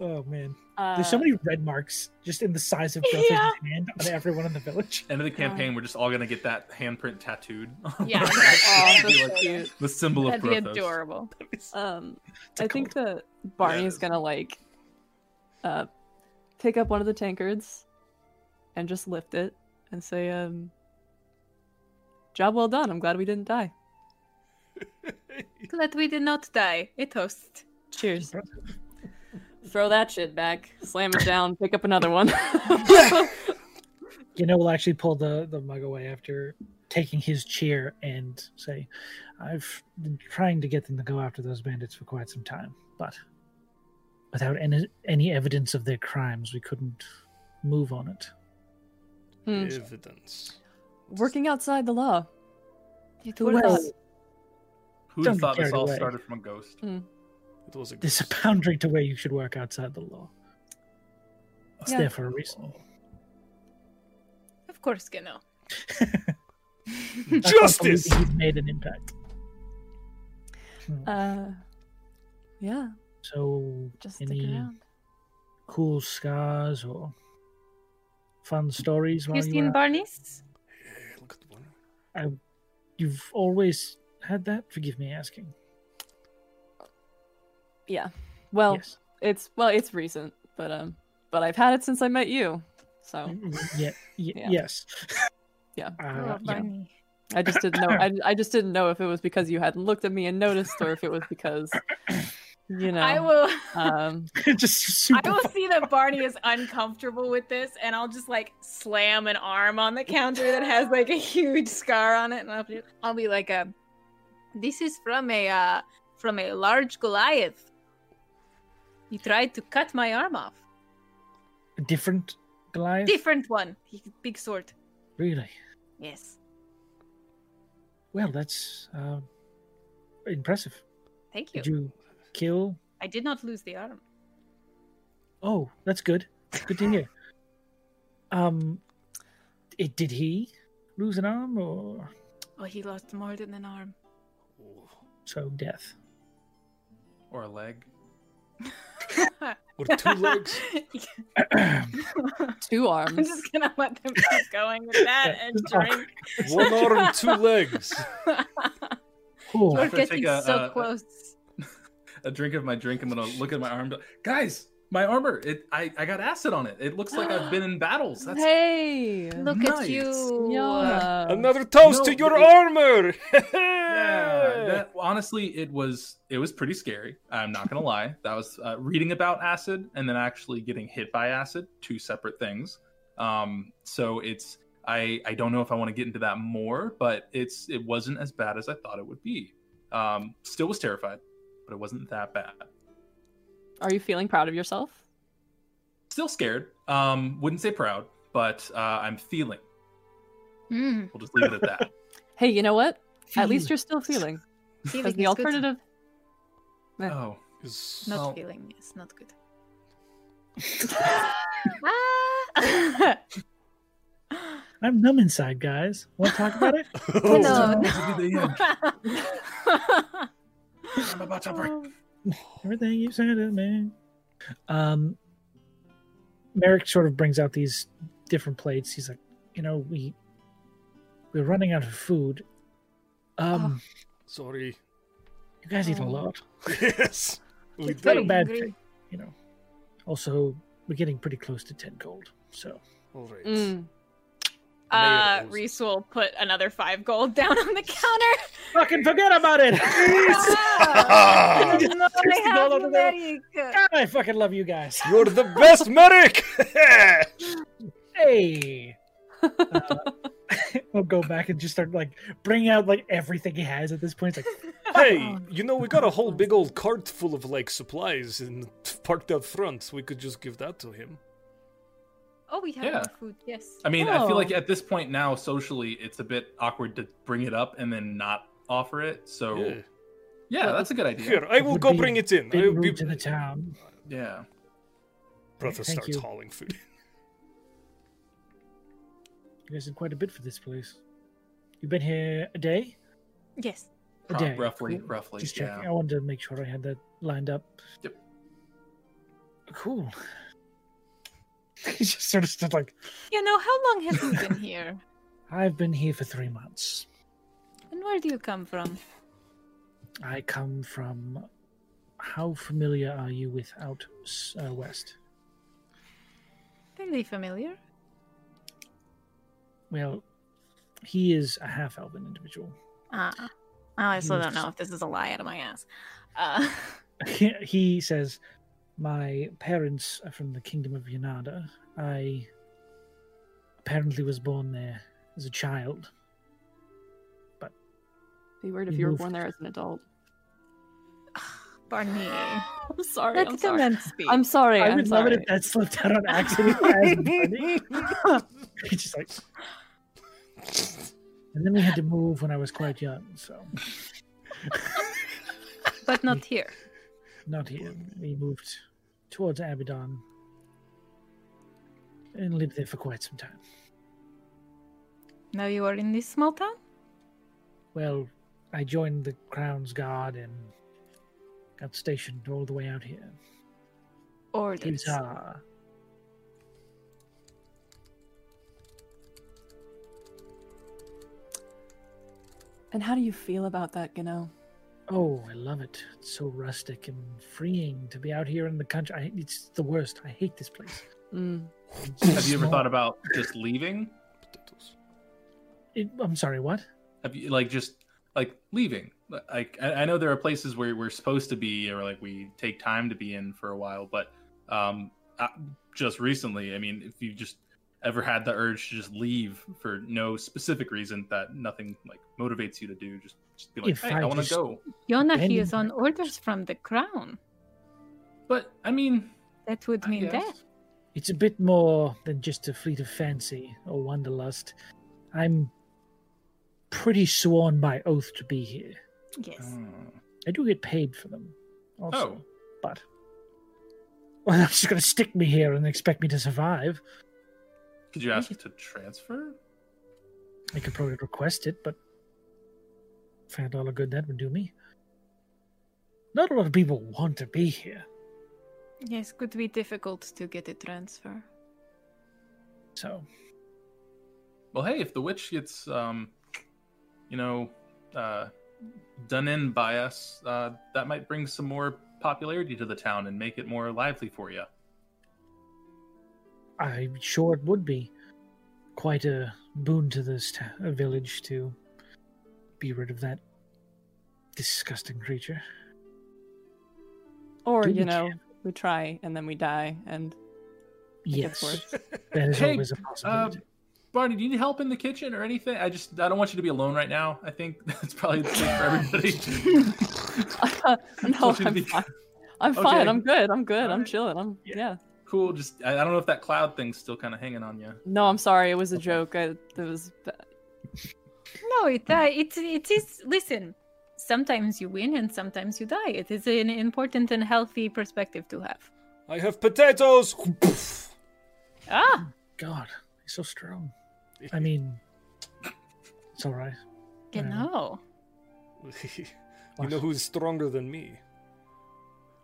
Speaker 1: Oh man,
Speaker 2: Uh,
Speaker 1: there's so (laughs) many red marks just in the size of Brother's
Speaker 5: Yeah.
Speaker 1: hand on everyone in the village.
Speaker 3: End of the campaign, we're just all gonna get that handprint tattooed.
Speaker 6: Yeah.
Speaker 2: Oh,
Speaker 3: (laughs) Be
Speaker 2: that's so
Speaker 3: like
Speaker 2: cute.
Speaker 3: the symbol
Speaker 6: That'd
Speaker 3: of
Speaker 6: be
Speaker 3: Brothos.
Speaker 6: adorable.
Speaker 2: Um, I think that
Speaker 3: Yeah, it
Speaker 2: Barney's
Speaker 3: is.
Speaker 2: gonna like, uh, pick up one of the tankards, and just lift it and say, um, "Job well done. I'm glad we didn't die.
Speaker 5: Glad we did not die. A toast.
Speaker 2: Cheers." (laughs) Throw that shit back. Slam it down. Pick up another (laughs) one. Hmm.
Speaker 1: You know, we'll actually pull the the mug away after taking his chair and say, "I've been trying to get them to go after those bandits for quite some time, but without any any evidence of their crimes, we couldn't move on it."
Speaker 2: Hmm.
Speaker 4: Evidence.
Speaker 2: Working outside the law.
Speaker 5: It
Speaker 2: Who
Speaker 5: was
Speaker 2: knows?
Speaker 3: Who'd
Speaker 1: Don't
Speaker 3: have
Speaker 1: get
Speaker 3: thought this
Speaker 1: carried
Speaker 3: all
Speaker 1: away.
Speaker 3: started from a ghost?
Speaker 11: It was a
Speaker 1: There's a boundary to where you should work outside the law. It's
Speaker 2: Yeah.
Speaker 1: there for a reason.
Speaker 5: Of course, Gano.
Speaker 1: I can't believe
Speaker 11: Justice!
Speaker 1: that He's made an impact.
Speaker 2: Uh, yeah,
Speaker 1: So,
Speaker 2: just stick
Speaker 1: any
Speaker 2: around.
Speaker 1: cool scars or fun stories while
Speaker 5: You
Speaker 1: you
Speaker 5: seen Barney's?
Speaker 11: Hey, look at the one.
Speaker 1: You've always had that. Forgive me asking.
Speaker 2: Yeah. Well,
Speaker 1: yes.
Speaker 2: it's well, it's recent, but um, but I've had it since I met you,
Speaker 1: Hmm.
Speaker 2: so
Speaker 1: Mm, Yeah, y-
Speaker 2: Yeah.
Speaker 1: Yes.
Speaker 2: (laughs) Yeah.
Speaker 1: Uh, yeah.
Speaker 5: Oh, Barney.
Speaker 2: I just didn't know.
Speaker 1: (laughs)
Speaker 2: I, I just didn't know if it was because you hadn't looked at me and noticed, or if it was because, you know,
Speaker 6: I will.
Speaker 2: um,
Speaker 1: (laughs) Just
Speaker 6: I
Speaker 1: super.
Speaker 6: will see that Barney is uncomfortable with this, and I'll just like slam an arm on the counter that has like a huge scar on it, and I'll be, I'll be like, um, a,
Speaker 5: This is from a uh, from a large Goliath. He tried to cut my arm off.
Speaker 1: different Goliath.
Speaker 5: Different one. He, big sword.
Speaker 1: really?
Speaker 5: Yes.
Speaker 1: Well, that's uh, impressive.
Speaker 5: Thank you.
Speaker 1: Did you kill?
Speaker 5: I did not lose the arm.
Speaker 1: Oh, that's good. Good to hear. Um, it, did he lose an arm or
Speaker 5: Oh, he lost more than an arm.
Speaker 11: Oh.
Speaker 1: so death?
Speaker 3: Or a leg?
Speaker 11: Or two
Speaker 3: (laughs)
Speaker 11: legs.
Speaker 2: two
Speaker 6: (laughs) I'm
Speaker 2: arms.
Speaker 6: just gonna let them keep going with that
Speaker 1: Yeah,
Speaker 6: and
Speaker 1: it's
Speaker 6: drink.
Speaker 11: One arm, two legs.
Speaker 1: Cool.
Speaker 5: We're
Speaker 3: I'm gonna take
Speaker 5: getting
Speaker 3: a-
Speaker 5: so
Speaker 3: a- a-
Speaker 5: close.
Speaker 3: A drink of my drink. I'm gonna look at my arm. Guys, my armor. It. I. I got acid on it. It looks like I've been in battles. That's.
Speaker 2: hey,
Speaker 5: Look
Speaker 3: nice.
Speaker 5: at you.
Speaker 2: yeah.
Speaker 11: Another toast
Speaker 3: Um, No,
Speaker 11: to your
Speaker 3: but it-
Speaker 11: armor. (laughs)
Speaker 3: Yeah, that, honestly, it was it was pretty scary. I'm not gonna lie. That was uh, reading about acid and then actually getting hit by acid, two separate things. Um, so it's I I don't know if I want to get into that more, but it's it wasn't as bad as I thought it would be. Um, still was terrified, but it wasn't that bad.
Speaker 2: Are you feeling proud of yourself?
Speaker 3: Still scared. Um, wouldn't say proud, but uh, I'm feeling.
Speaker 5: Mm,
Speaker 3: We'll just leave it at (laughs) that.
Speaker 2: Hey, you know what? At least you're still feeling.
Speaker 5: feeling
Speaker 2: Because the
Speaker 5: is good.
Speaker 2: alternative,
Speaker 3: oh,
Speaker 11: Is-
Speaker 5: Not
Speaker 3: Well-
Speaker 5: feeling. It's
Speaker 3: (laughs)
Speaker 5: not good.
Speaker 3: Oh,
Speaker 6: Ah!
Speaker 1: I'm numb inside, guys. Want to talk about it?
Speaker 5: Oh, no, (laughs)
Speaker 3: This will be the end. I'm about to break.
Speaker 1: Everything you said to me. Um, Merrick sort of brings out these different plates. He's like, you know, we we're running out of food. Um,
Speaker 11: Sorry. (laughs)
Speaker 1: you guys eat a
Speaker 2: Oh.
Speaker 1: lot.
Speaker 11: Yes. We
Speaker 5: It's
Speaker 1: Not
Speaker 11: do.
Speaker 1: a
Speaker 5: very
Speaker 1: bad
Speaker 3: (laughs)
Speaker 5: hungry.
Speaker 1: thing, you know. Also, we're getting pretty close to ten gold, so
Speaker 11: All right. (laughs)
Speaker 2: mm,
Speaker 6: uh,
Speaker 11: Tomatoes.
Speaker 6: Reese will put another five gold down on the
Speaker 3: (laughs)
Speaker 6: counter.
Speaker 1: fucking forget about it.
Speaker 5: (laughs)
Speaker 11: Ah,
Speaker 5: No, I
Speaker 1: Sixty
Speaker 5: have
Speaker 1: dollars
Speaker 5: you,
Speaker 1: over there.
Speaker 5: Merrick.
Speaker 1: God, I fucking love you guys.
Speaker 11: You're the best medic.
Speaker 1: Hey. Uh, (laughs) we'll go back and just start like bringing out like everything he has at this point. It's
Speaker 11: (laughs)
Speaker 1: like,
Speaker 11: hey, you know we got a whole big old cart full of like supplies and parked up front. We could just give that to him.
Speaker 5: Oh, we have
Speaker 3: Yeah.
Speaker 5: more food. Yes.
Speaker 3: I mean, I
Speaker 2: Oh.
Speaker 3: feel like at this point now, socially, it's a bit awkward to bring it up and then not offer it. So yeah,
Speaker 11: Yeah.
Speaker 3: that's a good idea.
Speaker 11: Here, I will
Speaker 1: Would
Speaker 11: go
Speaker 1: be
Speaker 11: bring it in. I
Speaker 1: big
Speaker 11: will be.
Speaker 1: rude to the town.
Speaker 3: Yeah.
Speaker 11: Brother
Speaker 1: Thank
Speaker 11: starts
Speaker 1: you.
Speaker 11: hauling food.
Speaker 1: You guys did quite a bit for this place. You've been here a day?
Speaker 5: Yes.
Speaker 1: A
Speaker 3: Pro-
Speaker 1: day.
Speaker 3: roughly,
Speaker 1: cool.
Speaker 3: roughly.
Speaker 1: Just
Speaker 3: yeah.
Speaker 1: checking. I wanted to make sure I had that lined up.
Speaker 3: Yep.
Speaker 1: Cool. (laughs) He just sort of stood like,
Speaker 5: You know, how long have you been here?
Speaker 1: I've been here for three months.
Speaker 5: And where do you come from?
Speaker 1: I come from. How familiar are you with out s- uh, west?
Speaker 5: Fairly familiar.
Speaker 1: Well, he is a half elven individual.
Speaker 5: Ah. I still don't
Speaker 1: Yes.
Speaker 5: know if this is a lie out of my ass. Uh, (laughs)
Speaker 1: he says, "My parents are from the kingdom of Yanada. I apparently was born there as a child.
Speaker 2: be weird
Speaker 1: You
Speaker 2: if you were
Speaker 1: moved.
Speaker 2: born there as an adult.
Speaker 5: Barney.
Speaker 2: I'm sorry.
Speaker 5: Let
Speaker 2: I'm
Speaker 5: the
Speaker 2: sorry.
Speaker 5: man speak.
Speaker 2: I'm sorry.
Speaker 1: I
Speaker 2: I'm
Speaker 1: would love it
Speaker 2: sorry.
Speaker 1: if that slipped out on accident. as (laughs) Bunny. He's just like, and then we had to move when I was quite young. So
Speaker 5: but not here.
Speaker 1: Not here. We moved towards Abaddon and lived there for quite some time.
Speaker 5: Now you are in this small town?
Speaker 1: Well, I joined the Crown's Guard and got stationed all the way out here.
Speaker 5: Orders.
Speaker 1: These
Speaker 5: uh,
Speaker 1: are
Speaker 2: And how do you feel about that, Gano?
Speaker 1: Oh, I love it. It's so rustic and freeing to be out here in the country. I, it's the worst. I hate this
Speaker 3: (laughs)
Speaker 1: place.
Speaker 2: Mm.
Speaker 3: Have you ever thought about just leaving?
Speaker 1: It, I'm sorry, what?
Speaker 3: Have you like just like leaving? Like I, I know there are places where we're supposed to be or like we take time to be in for a while, but um, I, just recently, I mean, if you just ever had the urge to just leave for no specific reason that nothing like motivates you to do, just just be like,
Speaker 1: If
Speaker 3: hey,
Speaker 1: I
Speaker 3: I, want
Speaker 1: just-
Speaker 3: to go.
Speaker 5: Yona, he
Speaker 1: Bending
Speaker 5: is on
Speaker 1: back.
Speaker 5: orders from the crown.
Speaker 3: But I mean,
Speaker 5: That would
Speaker 3: I
Speaker 5: mean
Speaker 3: guess.
Speaker 5: death.
Speaker 1: It's a bit more than just a fleet of fancy or wanderlust. I'm pretty sworn by oath to be here.
Speaker 5: Yes.
Speaker 3: Hmm.
Speaker 1: I do get paid for them. Also,
Speaker 3: Oh.
Speaker 1: but (laughs) well, they're just going to stick me here and expect me to survive.
Speaker 3: Could you ask to transfer?
Speaker 1: I could probably request it, but for a dollar good that would do me. Not a lot of people want to be here,
Speaker 5: Yes, could be difficult to get a transfer.
Speaker 1: so
Speaker 3: Well, hey, if the witch gets, um, you know, uh, done in by us, uh, that might bring some more popularity to the town and make it more lively for you.
Speaker 1: I'm sure it would be quite a boon to this t- village to be rid of that disgusting creature.
Speaker 2: Or
Speaker 1: Do
Speaker 2: you
Speaker 1: we
Speaker 2: know,
Speaker 1: can-
Speaker 2: we try and then we die, and
Speaker 1: Yes,
Speaker 2: worse.
Speaker 1: (laughs) that is
Speaker 3: Hey,
Speaker 1: always a possibility.
Speaker 3: Barney, do you need help in the kitchen or anything? I just, I don't want you to be alone right now. I think (laughs) that's probably the thing for
Speaker 2: (laughs)
Speaker 3: everybody.
Speaker 2: no,
Speaker 3: Want you to
Speaker 2: I'm
Speaker 3: be-
Speaker 2: fine. I'm
Speaker 3: Okay.
Speaker 2: fine. I'm good. I'm good. I'm
Speaker 3: Alright.
Speaker 2: chilling. I'm
Speaker 3: Yeah.
Speaker 2: yeah.
Speaker 3: cool. Just, I, I don't know if that cloud thing's still kind of hanging on you.
Speaker 2: No, I'm sorry. It was a joke. I, it was.
Speaker 5: No, it, uh, it, it is. Listen, sometimes you win and sometimes you die. It is an important and healthy perspective to have.
Speaker 4: I have
Speaker 11: (laughs)
Speaker 4: potatoes.
Speaker 5: Ah,
Speaker 1: God, he's so strong. I mean, it's all right.
Speaker 5: you
Speaker 1: Yeah.
Speaker 5: know.
Speaker 4: you know who's stronger than me?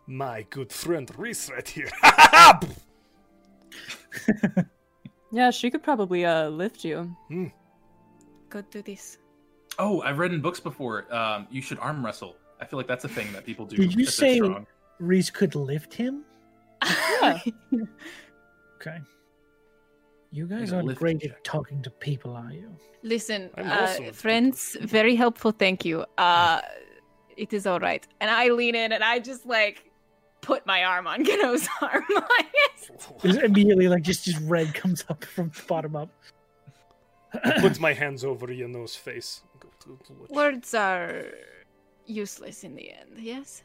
Speaker 4: My good friend Reese right here.
Speaker 2: Yeah, she could probably uh lift you.
Speaker 5: Go do this.
Speaker 3: Oh, I've read in books before. Um, you should arm wrestle. I feel like that's a thing that people do.
Speaker 1: Did you
Speaker 3: if they're
Speaker 1: say-
Speaker 3: strong.
Speaker 1: Reese could lift him.
Speaker 5: (laughs)
Speaker 1: Okay. You guys
Speaker 3: can
Speaker 1: aren't
Speaker 3: lift
Speaker 1: great
Speaker 3: check.
Speaker 1: at talking to people, are you?
Speaker 5: Listen,
Speaker 4: I'm
Speaker 5: uh,
Speaker 4: also-
Speaker 5: friends, very helpful. Thank you. Uh, it is all right.
Speaker 6: And I lean in and I just like put my arm
Speaker 5: (laughs)
Speaker 6: on Gano's arm.
Speaker 1: There's
Speaker 11: (laughs)
Speaker 1: immediately, like, just just red (laughs) comes up from the bottom up. (coughs)
Speaker 4: Put my hands over Yano's face. Go to the witch.
Speaker 5: Words are useless in the end, yes?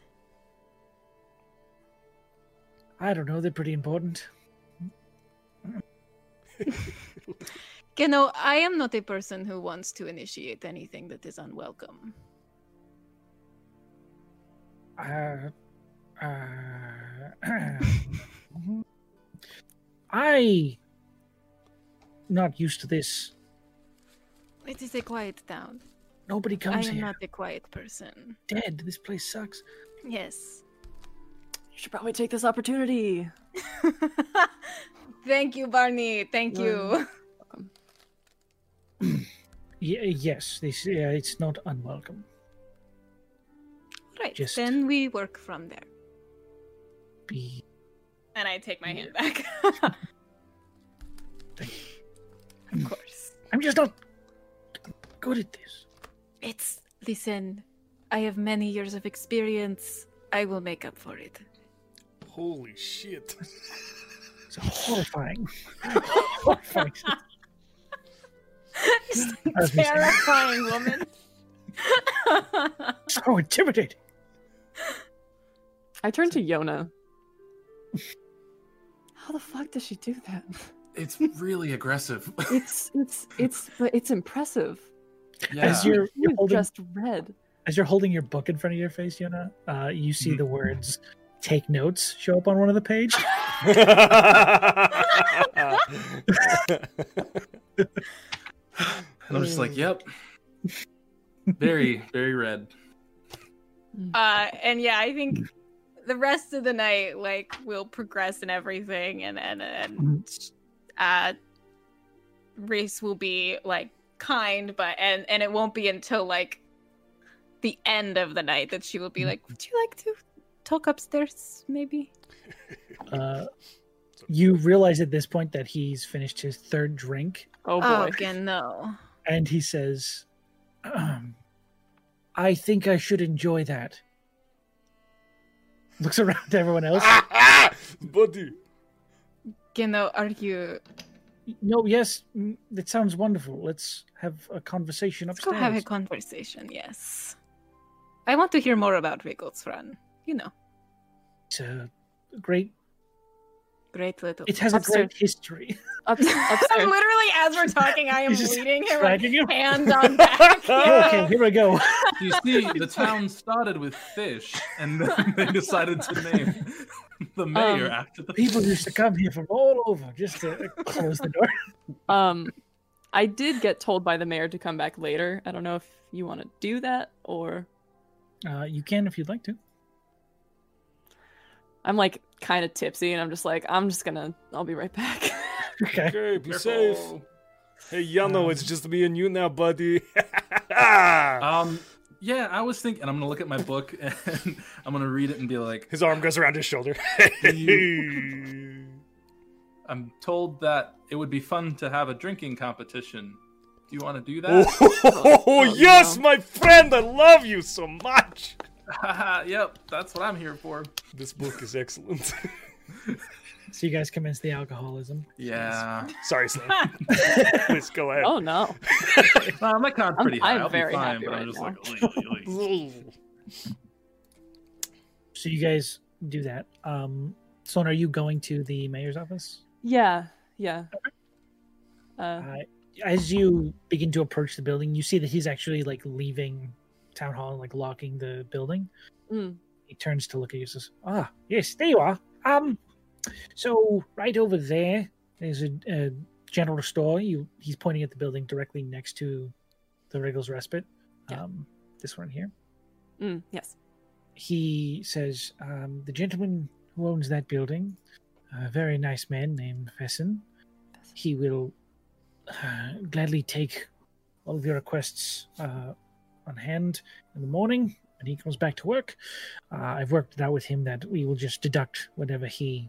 Speaker 1: I don't know. They're pretty important.
Speaker 5: You know, I am not a person who wants to initiate anything that is unwelcome.
Speaker 1: Uh, (coughs) uh, I not used to this.
Speaker 5: It is a quiet town.
Speaker 1: Nobody
Speaker 5: I
Speaker 1: comes
Speaker 5: am
Speaker 1: here.
Speaker 5: not a quiet person.
Speaker 1: Dead. This place sucks.
Speaker 5: (laughs) Yes.
Speaker 2: You should probably take this opportunity.
Speaker 6: Thank you, Barney. Thank you.
Speaker 1: Y- yes, this yeah, it's not unwelcome.
Speaker 5: Right.
Speaker 1: Just-
Speaker 5: Then we work from there.
Speaker 1: Be
Speaker 6: And I take my hand back.
Speaker 1: Thank
Speaker 6: of course.
Speaker 1: I'm just not good at this.
Speaker 5: It's. Listen, I have many years of experience. I will make up for it.
Speaker 4: Holy shit.
Speaker 1: It's
Speaker 5: (laughs)
Speaker 1: horrifying. horrifying. As we
Speaker 6: (laughs)
Speaker 1: say,
Speaker 6: Terrifying woman.
Speaker 1: so intimidating.
Speaker 2: I turned to Yona. (laughs) How the fuck does she do that?
Speaker 3: It's really aggressive. (laughs)
Speaker 2: It's it's it's it's impressive.
Speaker 3: yeah.
Speaker 1: As you're,
Speaker 2: you
Speaker 1: you're holding,
Speaker 2: just read.
Speaker 1: As you're holding your book in front of your face, Yona, uh, you see the words "Take notes" show up on one of the page. Uh,
Speaker 3: And I'm just like, yep. Very, very red.
Speaker 2: Mm.
Speaker 6: Uh, and yeah, I think the rest of the night, like, will progress and everything, and and and
Speaker 1: Mm-hmm.
Speaker 6: uh, Reese will be like kind, but and and it won't be until like the end of the night that she will
Speaker 1: Mm-hmm.
Speaker 6: be like,
Speaker 5: Would you like to talk upstairs, maybe?
Speaker 1: Uh, you realize at this point that he's finished his third drink
Speaker 2: Oh boy.
Speaker 5: Oh, again, no.
Speaker 1: and he says, "Ahem. "I think I should enjoy that." Looks around to everyone else.
Speaker 4: Ah! (laughs) Buddy.
Speaker 5: Geno, are you?
Speaker 1: no, yes, mm, it sounds wonderful. Let's have a conversation
Speaker 5: Let's go
Speaker 1: upstairs.
Speaker 5: have a conversation. Yes, I want to hear more about Riggles Run. You know,
Speaker 1: it's a great.
Speaker 5: great little.
Speaker 1: It has a great history.
Speaker 2: Up,
Speaker 6: I'm
Speaker 2: (laughs) upstairs.
Speaker 6: literally as we're talking,
Speaker 1: (laughs)
Speaker 6: I am
Speaker 1: He's just
Speaker 6: leading
Speaker 5: (laughs)
Speaker 6: him
Speaker 1: dragging you.
Speaker 6: hand
Speaker 1: (laughs)
Speaker 6: on back.
Speaker 1: okay, here I go. (laughs)
Speaker 3: You see,
Speaker 2: (laughs)
Speaker 3: the town started with fish, and then (laughs) they decided to name (laughs) the mayor
Speaker 2: Um,
Speaker 3: after the
Speaker 1: People used to come here from all over just to close the door. (laughs)
Speaker 2: Um, I did get told by the mayor to come back later. I don't know if you want to do that or
Speaker 1: Uh, you can if you'd like to.
Speaker 2: I'm like kind of tipsy and I'm just like I'm just gonna I'll be right back.
Speaker 1: Okay.
Speaker 4: Okay, be safe.
Speaker 3: Careful.
Speaker 4: Hey, Yano,
Speaker 1: Um,
Speaker 4: it's just me and you now, buddy.
Speaker 3: (laughs) Um, yeah, I was thinking, and I'm gonna look at my book (laughs) and I'm gonna read it and be like,
Speaker 11: His arm goes around his shoulder.
Speaker 3: I'm told that it would be fun to have a drinking competition. Do you want to do that? (laughs)
Speaker 4: oh, yes, my friend, I love you so much.
Speaker 3: Haha, yep, that's what I'm here for.
Speaker 4: This book is excellent. (laughs)
Speaker 1: So you guys commence the alcoholism.
Speaker 3: Yeah,
Speaker 11: Sorry, Slim. Please go ahead.
Speaker 2: oh no.
Speaker 3: Well, my card's
Speaker 2: I'm-
Speaker 3: pretty high.
Speaker 2: I'm
Speaker 3: I'll
Speaker 2: very
Speaker 3: be fine,
Speaker 2: happy
Speaker 3: but I'm
Speaker 2: right
Speaker 3: just
Speaker 2: now.
Speaker 3: like, "Oy, oy,
Speaker 2: (laughs)
Speaker 3: oy."
Speaker 1: So you guys do that. Um, Sloan, are you going to the mayor's office?
Speaker 2: Yeah, yeah. Uh,
Speaker 1: Uh, as you begin to approach the building, you see that he's actually like leaving town hall and like locking the building.
Speaker 2: Mm.
Speaker 1: He turns to look at you and says, "Ah, yes, there you are. Um, so right over there, there's a, a general store. You, he's pointing at the building directly next to the Wriggles Respite.
Speaker 2: Yeah.
Speaker 1: Um, this one here.
Speaker 2: mm, yes.
Speaker 1: He says, um, the gentleman who owns that building, a very nice man named Fesson, he will uh, gladly take all of your requests uh, on hand in the morning when he comes back to work. Uh, I've worked it out with him that we will just deduct whatever he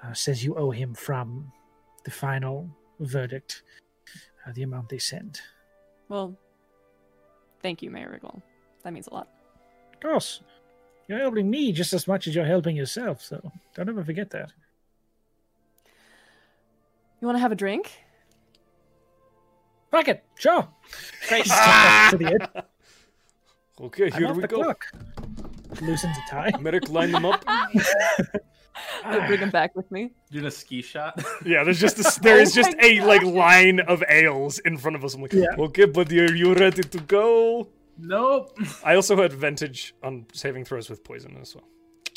Speaker 1: uh, says you owe him from the final verdict, uh, the amount they send.
Speaker 2: Well, thank you, Mayor Riggle. That means a lot.
Speaker 1: Of course, you're helping me just as much as you're helping yourself, so don't ever forget that.
Speaker 2: You want to have a drink?
Speaker 1: Fuck it, sure. to
Speaker 3: Ah.
Speaker 1: the edge.
Speaker 4: Okay,
Speaker 1: I'm
Speaker 4: here
Speaker 1: off
Speaker 4: we
Speaker 1: the
Speaker 4: go.
Speaker 1: clock. Loosens a tie.
Speaker 3: (laughs)
Speaker 4: Merrick, line them up.
Speaker 2: I bring him back with me.
Speaker 3: doing a ski shot. (laughs)
Speaker 11: Yeah, there's just
Speaker 2: (laughs)
Speaker 11: this, there is
Speaker 2: Oh
Speaker 11: just
Speaker 2: my
Speaker 11: a like line of ales in front of us. I'm like,
Speaker 1: Yeah.
Speaker 4: Okay, buddy, are you ready to go?
Speaker 3: nope.
Speaker 11: I also had advantage on saving throws with poison as well.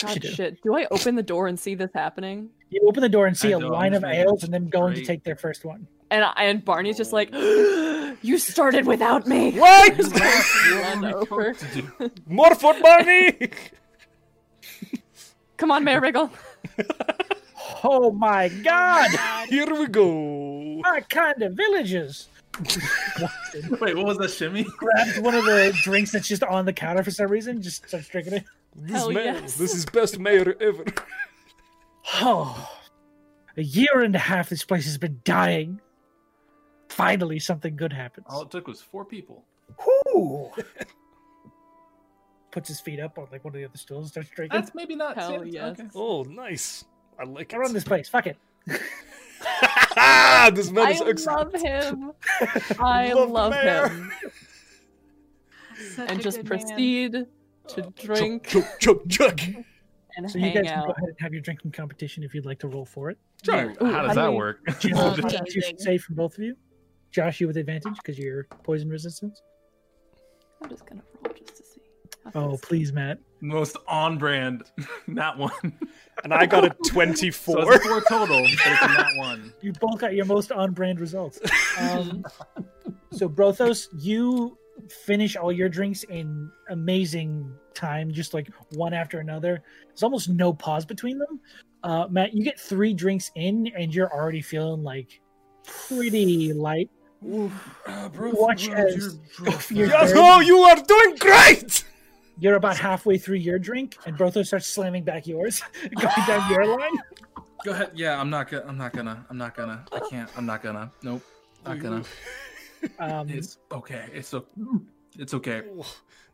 Speaker 1: you
Speaker 2: God
Speaker 1: do.
Speaker 2: shit. Do I open the door and see this happening?
Speaker 1: You open the door and see
Speaker 3: I
Speaker 1: a
Speaker 3: don't
Speaker 1: line of
Speaker 3: think
Speaker 1: ales
Speaker 3: it's
Speaker 1: and them going to
Speaker 3: great.
Speaker 1: take their first one.
Speaker 2: And I, and Barney's just like, (gasps) you started without
Speaker 4: (laughs)
Speaker 2: me.
Speaker 11: What?
Speaker 2: Just run
Speaker 3: What are we
Speaker 2: over.
Speaker 3: supposed to do?
Speaker 11: More for
Speaker 2: (laughs)
Speaker 11: money!
Speaker 2: Come on, Mayor Riggle.
Speaker 1: Oh my god!
Speaker 3: (laughs)
Speaker 11: Here we go.
Speaker 1: What kind of villages?
Speaker 3: Wait, what was that shimmy?
Speaker 1: Grabs one of the drinks that's just on the counter for some reason, just starts drinking it.
Speaker 4: This
Speaker 2: Hell
Speaker 4: man,
Speaker 2: yes.
Speaker 4: this is best mayor ever.
Speaker 1: Oh, a year and a half this place has been dying. Finally, something good happens.
Speaker 3: All it took was four people. (laughs)
Speaker 1: Whoo! Puts his feet up on like one of the other stools and starts drinking.
Speaker 3: That's maybe not.
Speaker 2: Hell
Speaker 3: yeah,
Speaker 2: yes.
Speaker 3: okay.
Speaker 4: Oh, nice. I like
Speaker 1: I
Speaker 4: it.
Speaker 11: (laughs)
Speaker 1: run this place. Fuck it.
Speaker 4: Ah, this man
Speaker 2: I
Speaker 4: is excellent.
Speaker 2: love him. I
Speaker 4: Love
Speaker 2: love,
Speaker 4: the mayor.
Speaker 2: him.
Speaker 5: Such
Speaker 2: And
Speaker 5: a
Speaker 2: just
Speaker 5: good man.
Speaker 2: proceed to drink
Speaker 4: Chug, chug, chug.
Speaker 2: and
Speaker 1: So you
Speaker 2: hang
Speaker 1: guys can go
Speaker 2: out.
Speaker 1: ahead and have your drinking competition if you'd like to roll for it.
Speaker 3: Sure.
Speaker 2: Ooh,
Speaker 3: How
Speaker 2: how
Speaker 3: does
Speaker 2: do
Speaker 3: that
Speaker 2: we-
Speaker 3: work? (laughs)
Speaker 1: Choose
Speaker 6: Oh,
Speaker 1: the best you
Speaker 6: amazing.
Speaker 1: save from both of you. Josh, you with advantage because you're poison resistance.
Speaker 2: I'm just gonna roll just to see.
Speaker 1: Oh, please, Matt.
Speaker 3: Most on brand, (laughs) not one.
Speaker 11: and I
Speaker 2: (laughs)
Speaker 11: got a
Speaker 3: So
Speaker 11: 24.
Speaker 3: it's four total, but it's not one.
Speaker 1: You both got your most on brand results. Um, so, Brothos, you finish all your drinks in amazing time, just like one after another. There's almost no pause between them. Uh, Matt, you get three drinks in, and you're already feeling like pretty light.
Speaker 3: Uh,
Speaker 1: Watch as
Speaker 11: (laughs)
Speaker 1: you're,
Speaker 11: Yes, oh, you are doing great!
Speaker 1: you're about halfway through your drink, and Brothos starts slamming back yours, (laughs) going down
Speaker 2: (laughs)
Speaker 1: your line.
Speaker 3: Go ahead. Yeah, I'm not gonna. I'm not gonna. I'm not gonna. I can't. I'm not gonna. Nope. Not gonna.
Speaker 1: Um,
Speaker 3: It's okay. It's okay. It's okay.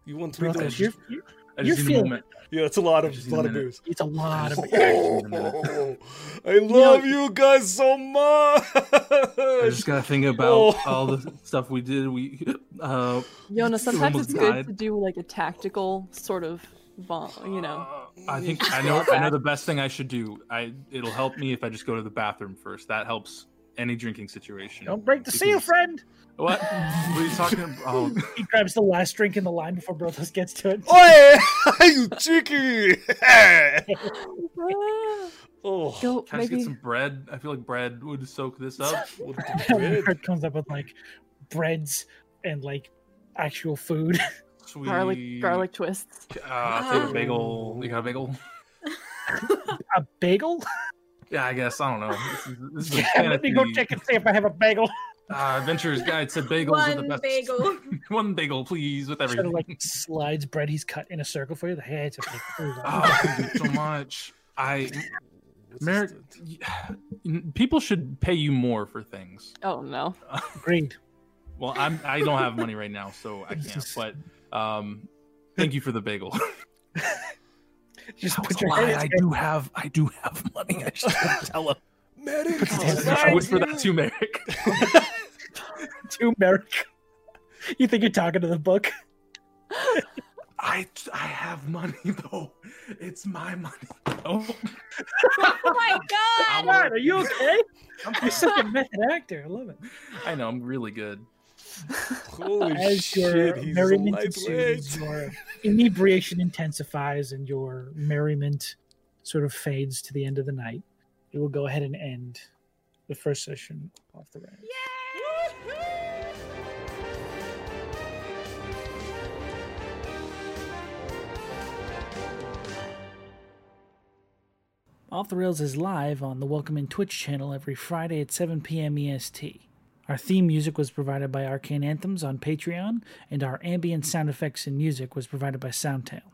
Speaker 11: You want three
Speaker 3: I
Speaker 1: Brothos,
Speaker 11: dollars?
Speaker 1: you're,
Speaker 3: just-
Speaker 1: you're,
Speaker 3: I
Speaker 1: You're
Speaker 3: just need a
Speaker 1: feeling
Speaker 3: moment.
Speaker 11: Yeah, it's a lot
Speaker 3: I just
Speaker 11: of
Speaker 3: need a
Speaker 11: lot of
Speaker 3: minute.
Speaker 11: booze.
Speaker 1: it's a lot
Speaker 3: (laughs)
Speaker 1: of.
Speaker 11: Oh, I love you guys so much.
Speaker 3: I just gotta think about
Speaker 11: Oh.
Speaker 3: all the stuff we did. We, uh,
Speaker 2: (laughs) Yona, sometimes
Speaker 3: almost
Speaker 2: it's good
Speaker 3: died.
Speaker 2: to do like a tactical sort of, vol- you know.
Speaker 1: (laughs)
Speaker 3: I think I know. I know the best thing I should do. I it'll help me if I just go to the bathroom first. That helps any drinking situation.
Speaker 1: Don't break the seal,
Speaker 3: Because-
Speaker 1: friend.
Speaker 3: What? What are you talking
Speaker 1: (laughs)
Speaker 3: oh, about?
Speaker 1: He grabs the last drink in the line before Brothos gets to
Speaker 3: Oh,
Speaker 1: it.
Speaker 11: Oi, (laughs) you cheeky!
Speaker 2: Ah,
Speaker 11: oh,
Speaker 2: Go,
Speaker 3: Can I just get
Speaker 2: maybe.
Speaker 3: some bread? I feel like bread would soak
Speaker 1: (laughs)
Speaker 3: this up.
Speaker 11: what
Speaker 1: Kurt comes up with like breads and like actual food. (laughs)
Speaker 3: Sweet.
Speaker 2: Garlic, garlic twists.
Speaker 3: Uh, I'll take a bagel. You got a bagel?
Speaker 1: A bagel?
Speaker 3: Yeah, I guess. I don't know. This is, this is a
Speaker 1: (laughs) Yeah, let me go
Speaker 3: fantasy.
Speaker 1: check and see if I have a bagel.
Speaker 3: Uh, Adventurer's Guide said bagels are the
Speaker 6: One
Speaker 3: best.
Speaker 6: bagel.
Speaker 3: (laughs)
Speaker 6: (laughs)
Speaker 3: One bagel, please, with
Speaker 1: Sort
Speaker 3: everything.
Speaker 1: of like slides bread he's cut in a circle for you. The hey, it's a bagel.
Speaker 3: oh, thank you so much. I, (sighs) Merrick, y- (sighs) people should pay you more for things.
Speaker 2: Oh no.
Speaker 1: Agreed.
Speaker 3: Well, I'm I don't have money right now, so I (laughs) can't. But um, thank you for the bagel.
Speaker 1: Just
Speaker 3: That
Speaker 1: put
Speaker 3: was a
Speaker 1: your
Speaker 3: lie.
Speaker 1: head.
Speaker 3: I
Speaker 1: in-
Speaker 3: (laughs) do have I do have money. I should tell him.
Speaker 11: Merrick,
Speaker 3: (laughs) I whisper that to Merrick.
Speaker 1: to Merrick. You think you're talking to the
Speaker 3: (laughs)
Speaker 1: book?
Speaker 3: I I have money though. It's my money. Oh,
Speaker 6: oh my
Speaker 3: (laughs)
Speaker 6: god!
Speaker 3: I'm-
Speaker 1: Matt, are you okay?
Speaker 3: I'm-
Speaker 1: You're such a method actor. I love it.
Speaker 3: I know I'm really good.
Speaker 11: Holy
Speaker 1: As your
Speaker 11: shit, he's
Speaker 1: merriment
Speaker 11: lightweight.
Speaker 1: ensues, your
Speaker 11: (laughs)
Speaker 1: inebriation intensifies, and your merriment sort of fades to the end of the night. It will go ahead and end the first session off the rails. Off the Rails is live on the Welcome In Twitch channel every Friday at 7 p.m. EST. Our theme music was provided by Arcane Anthems on Patreon, and our ambient sound effects and music was provided by Soundtail.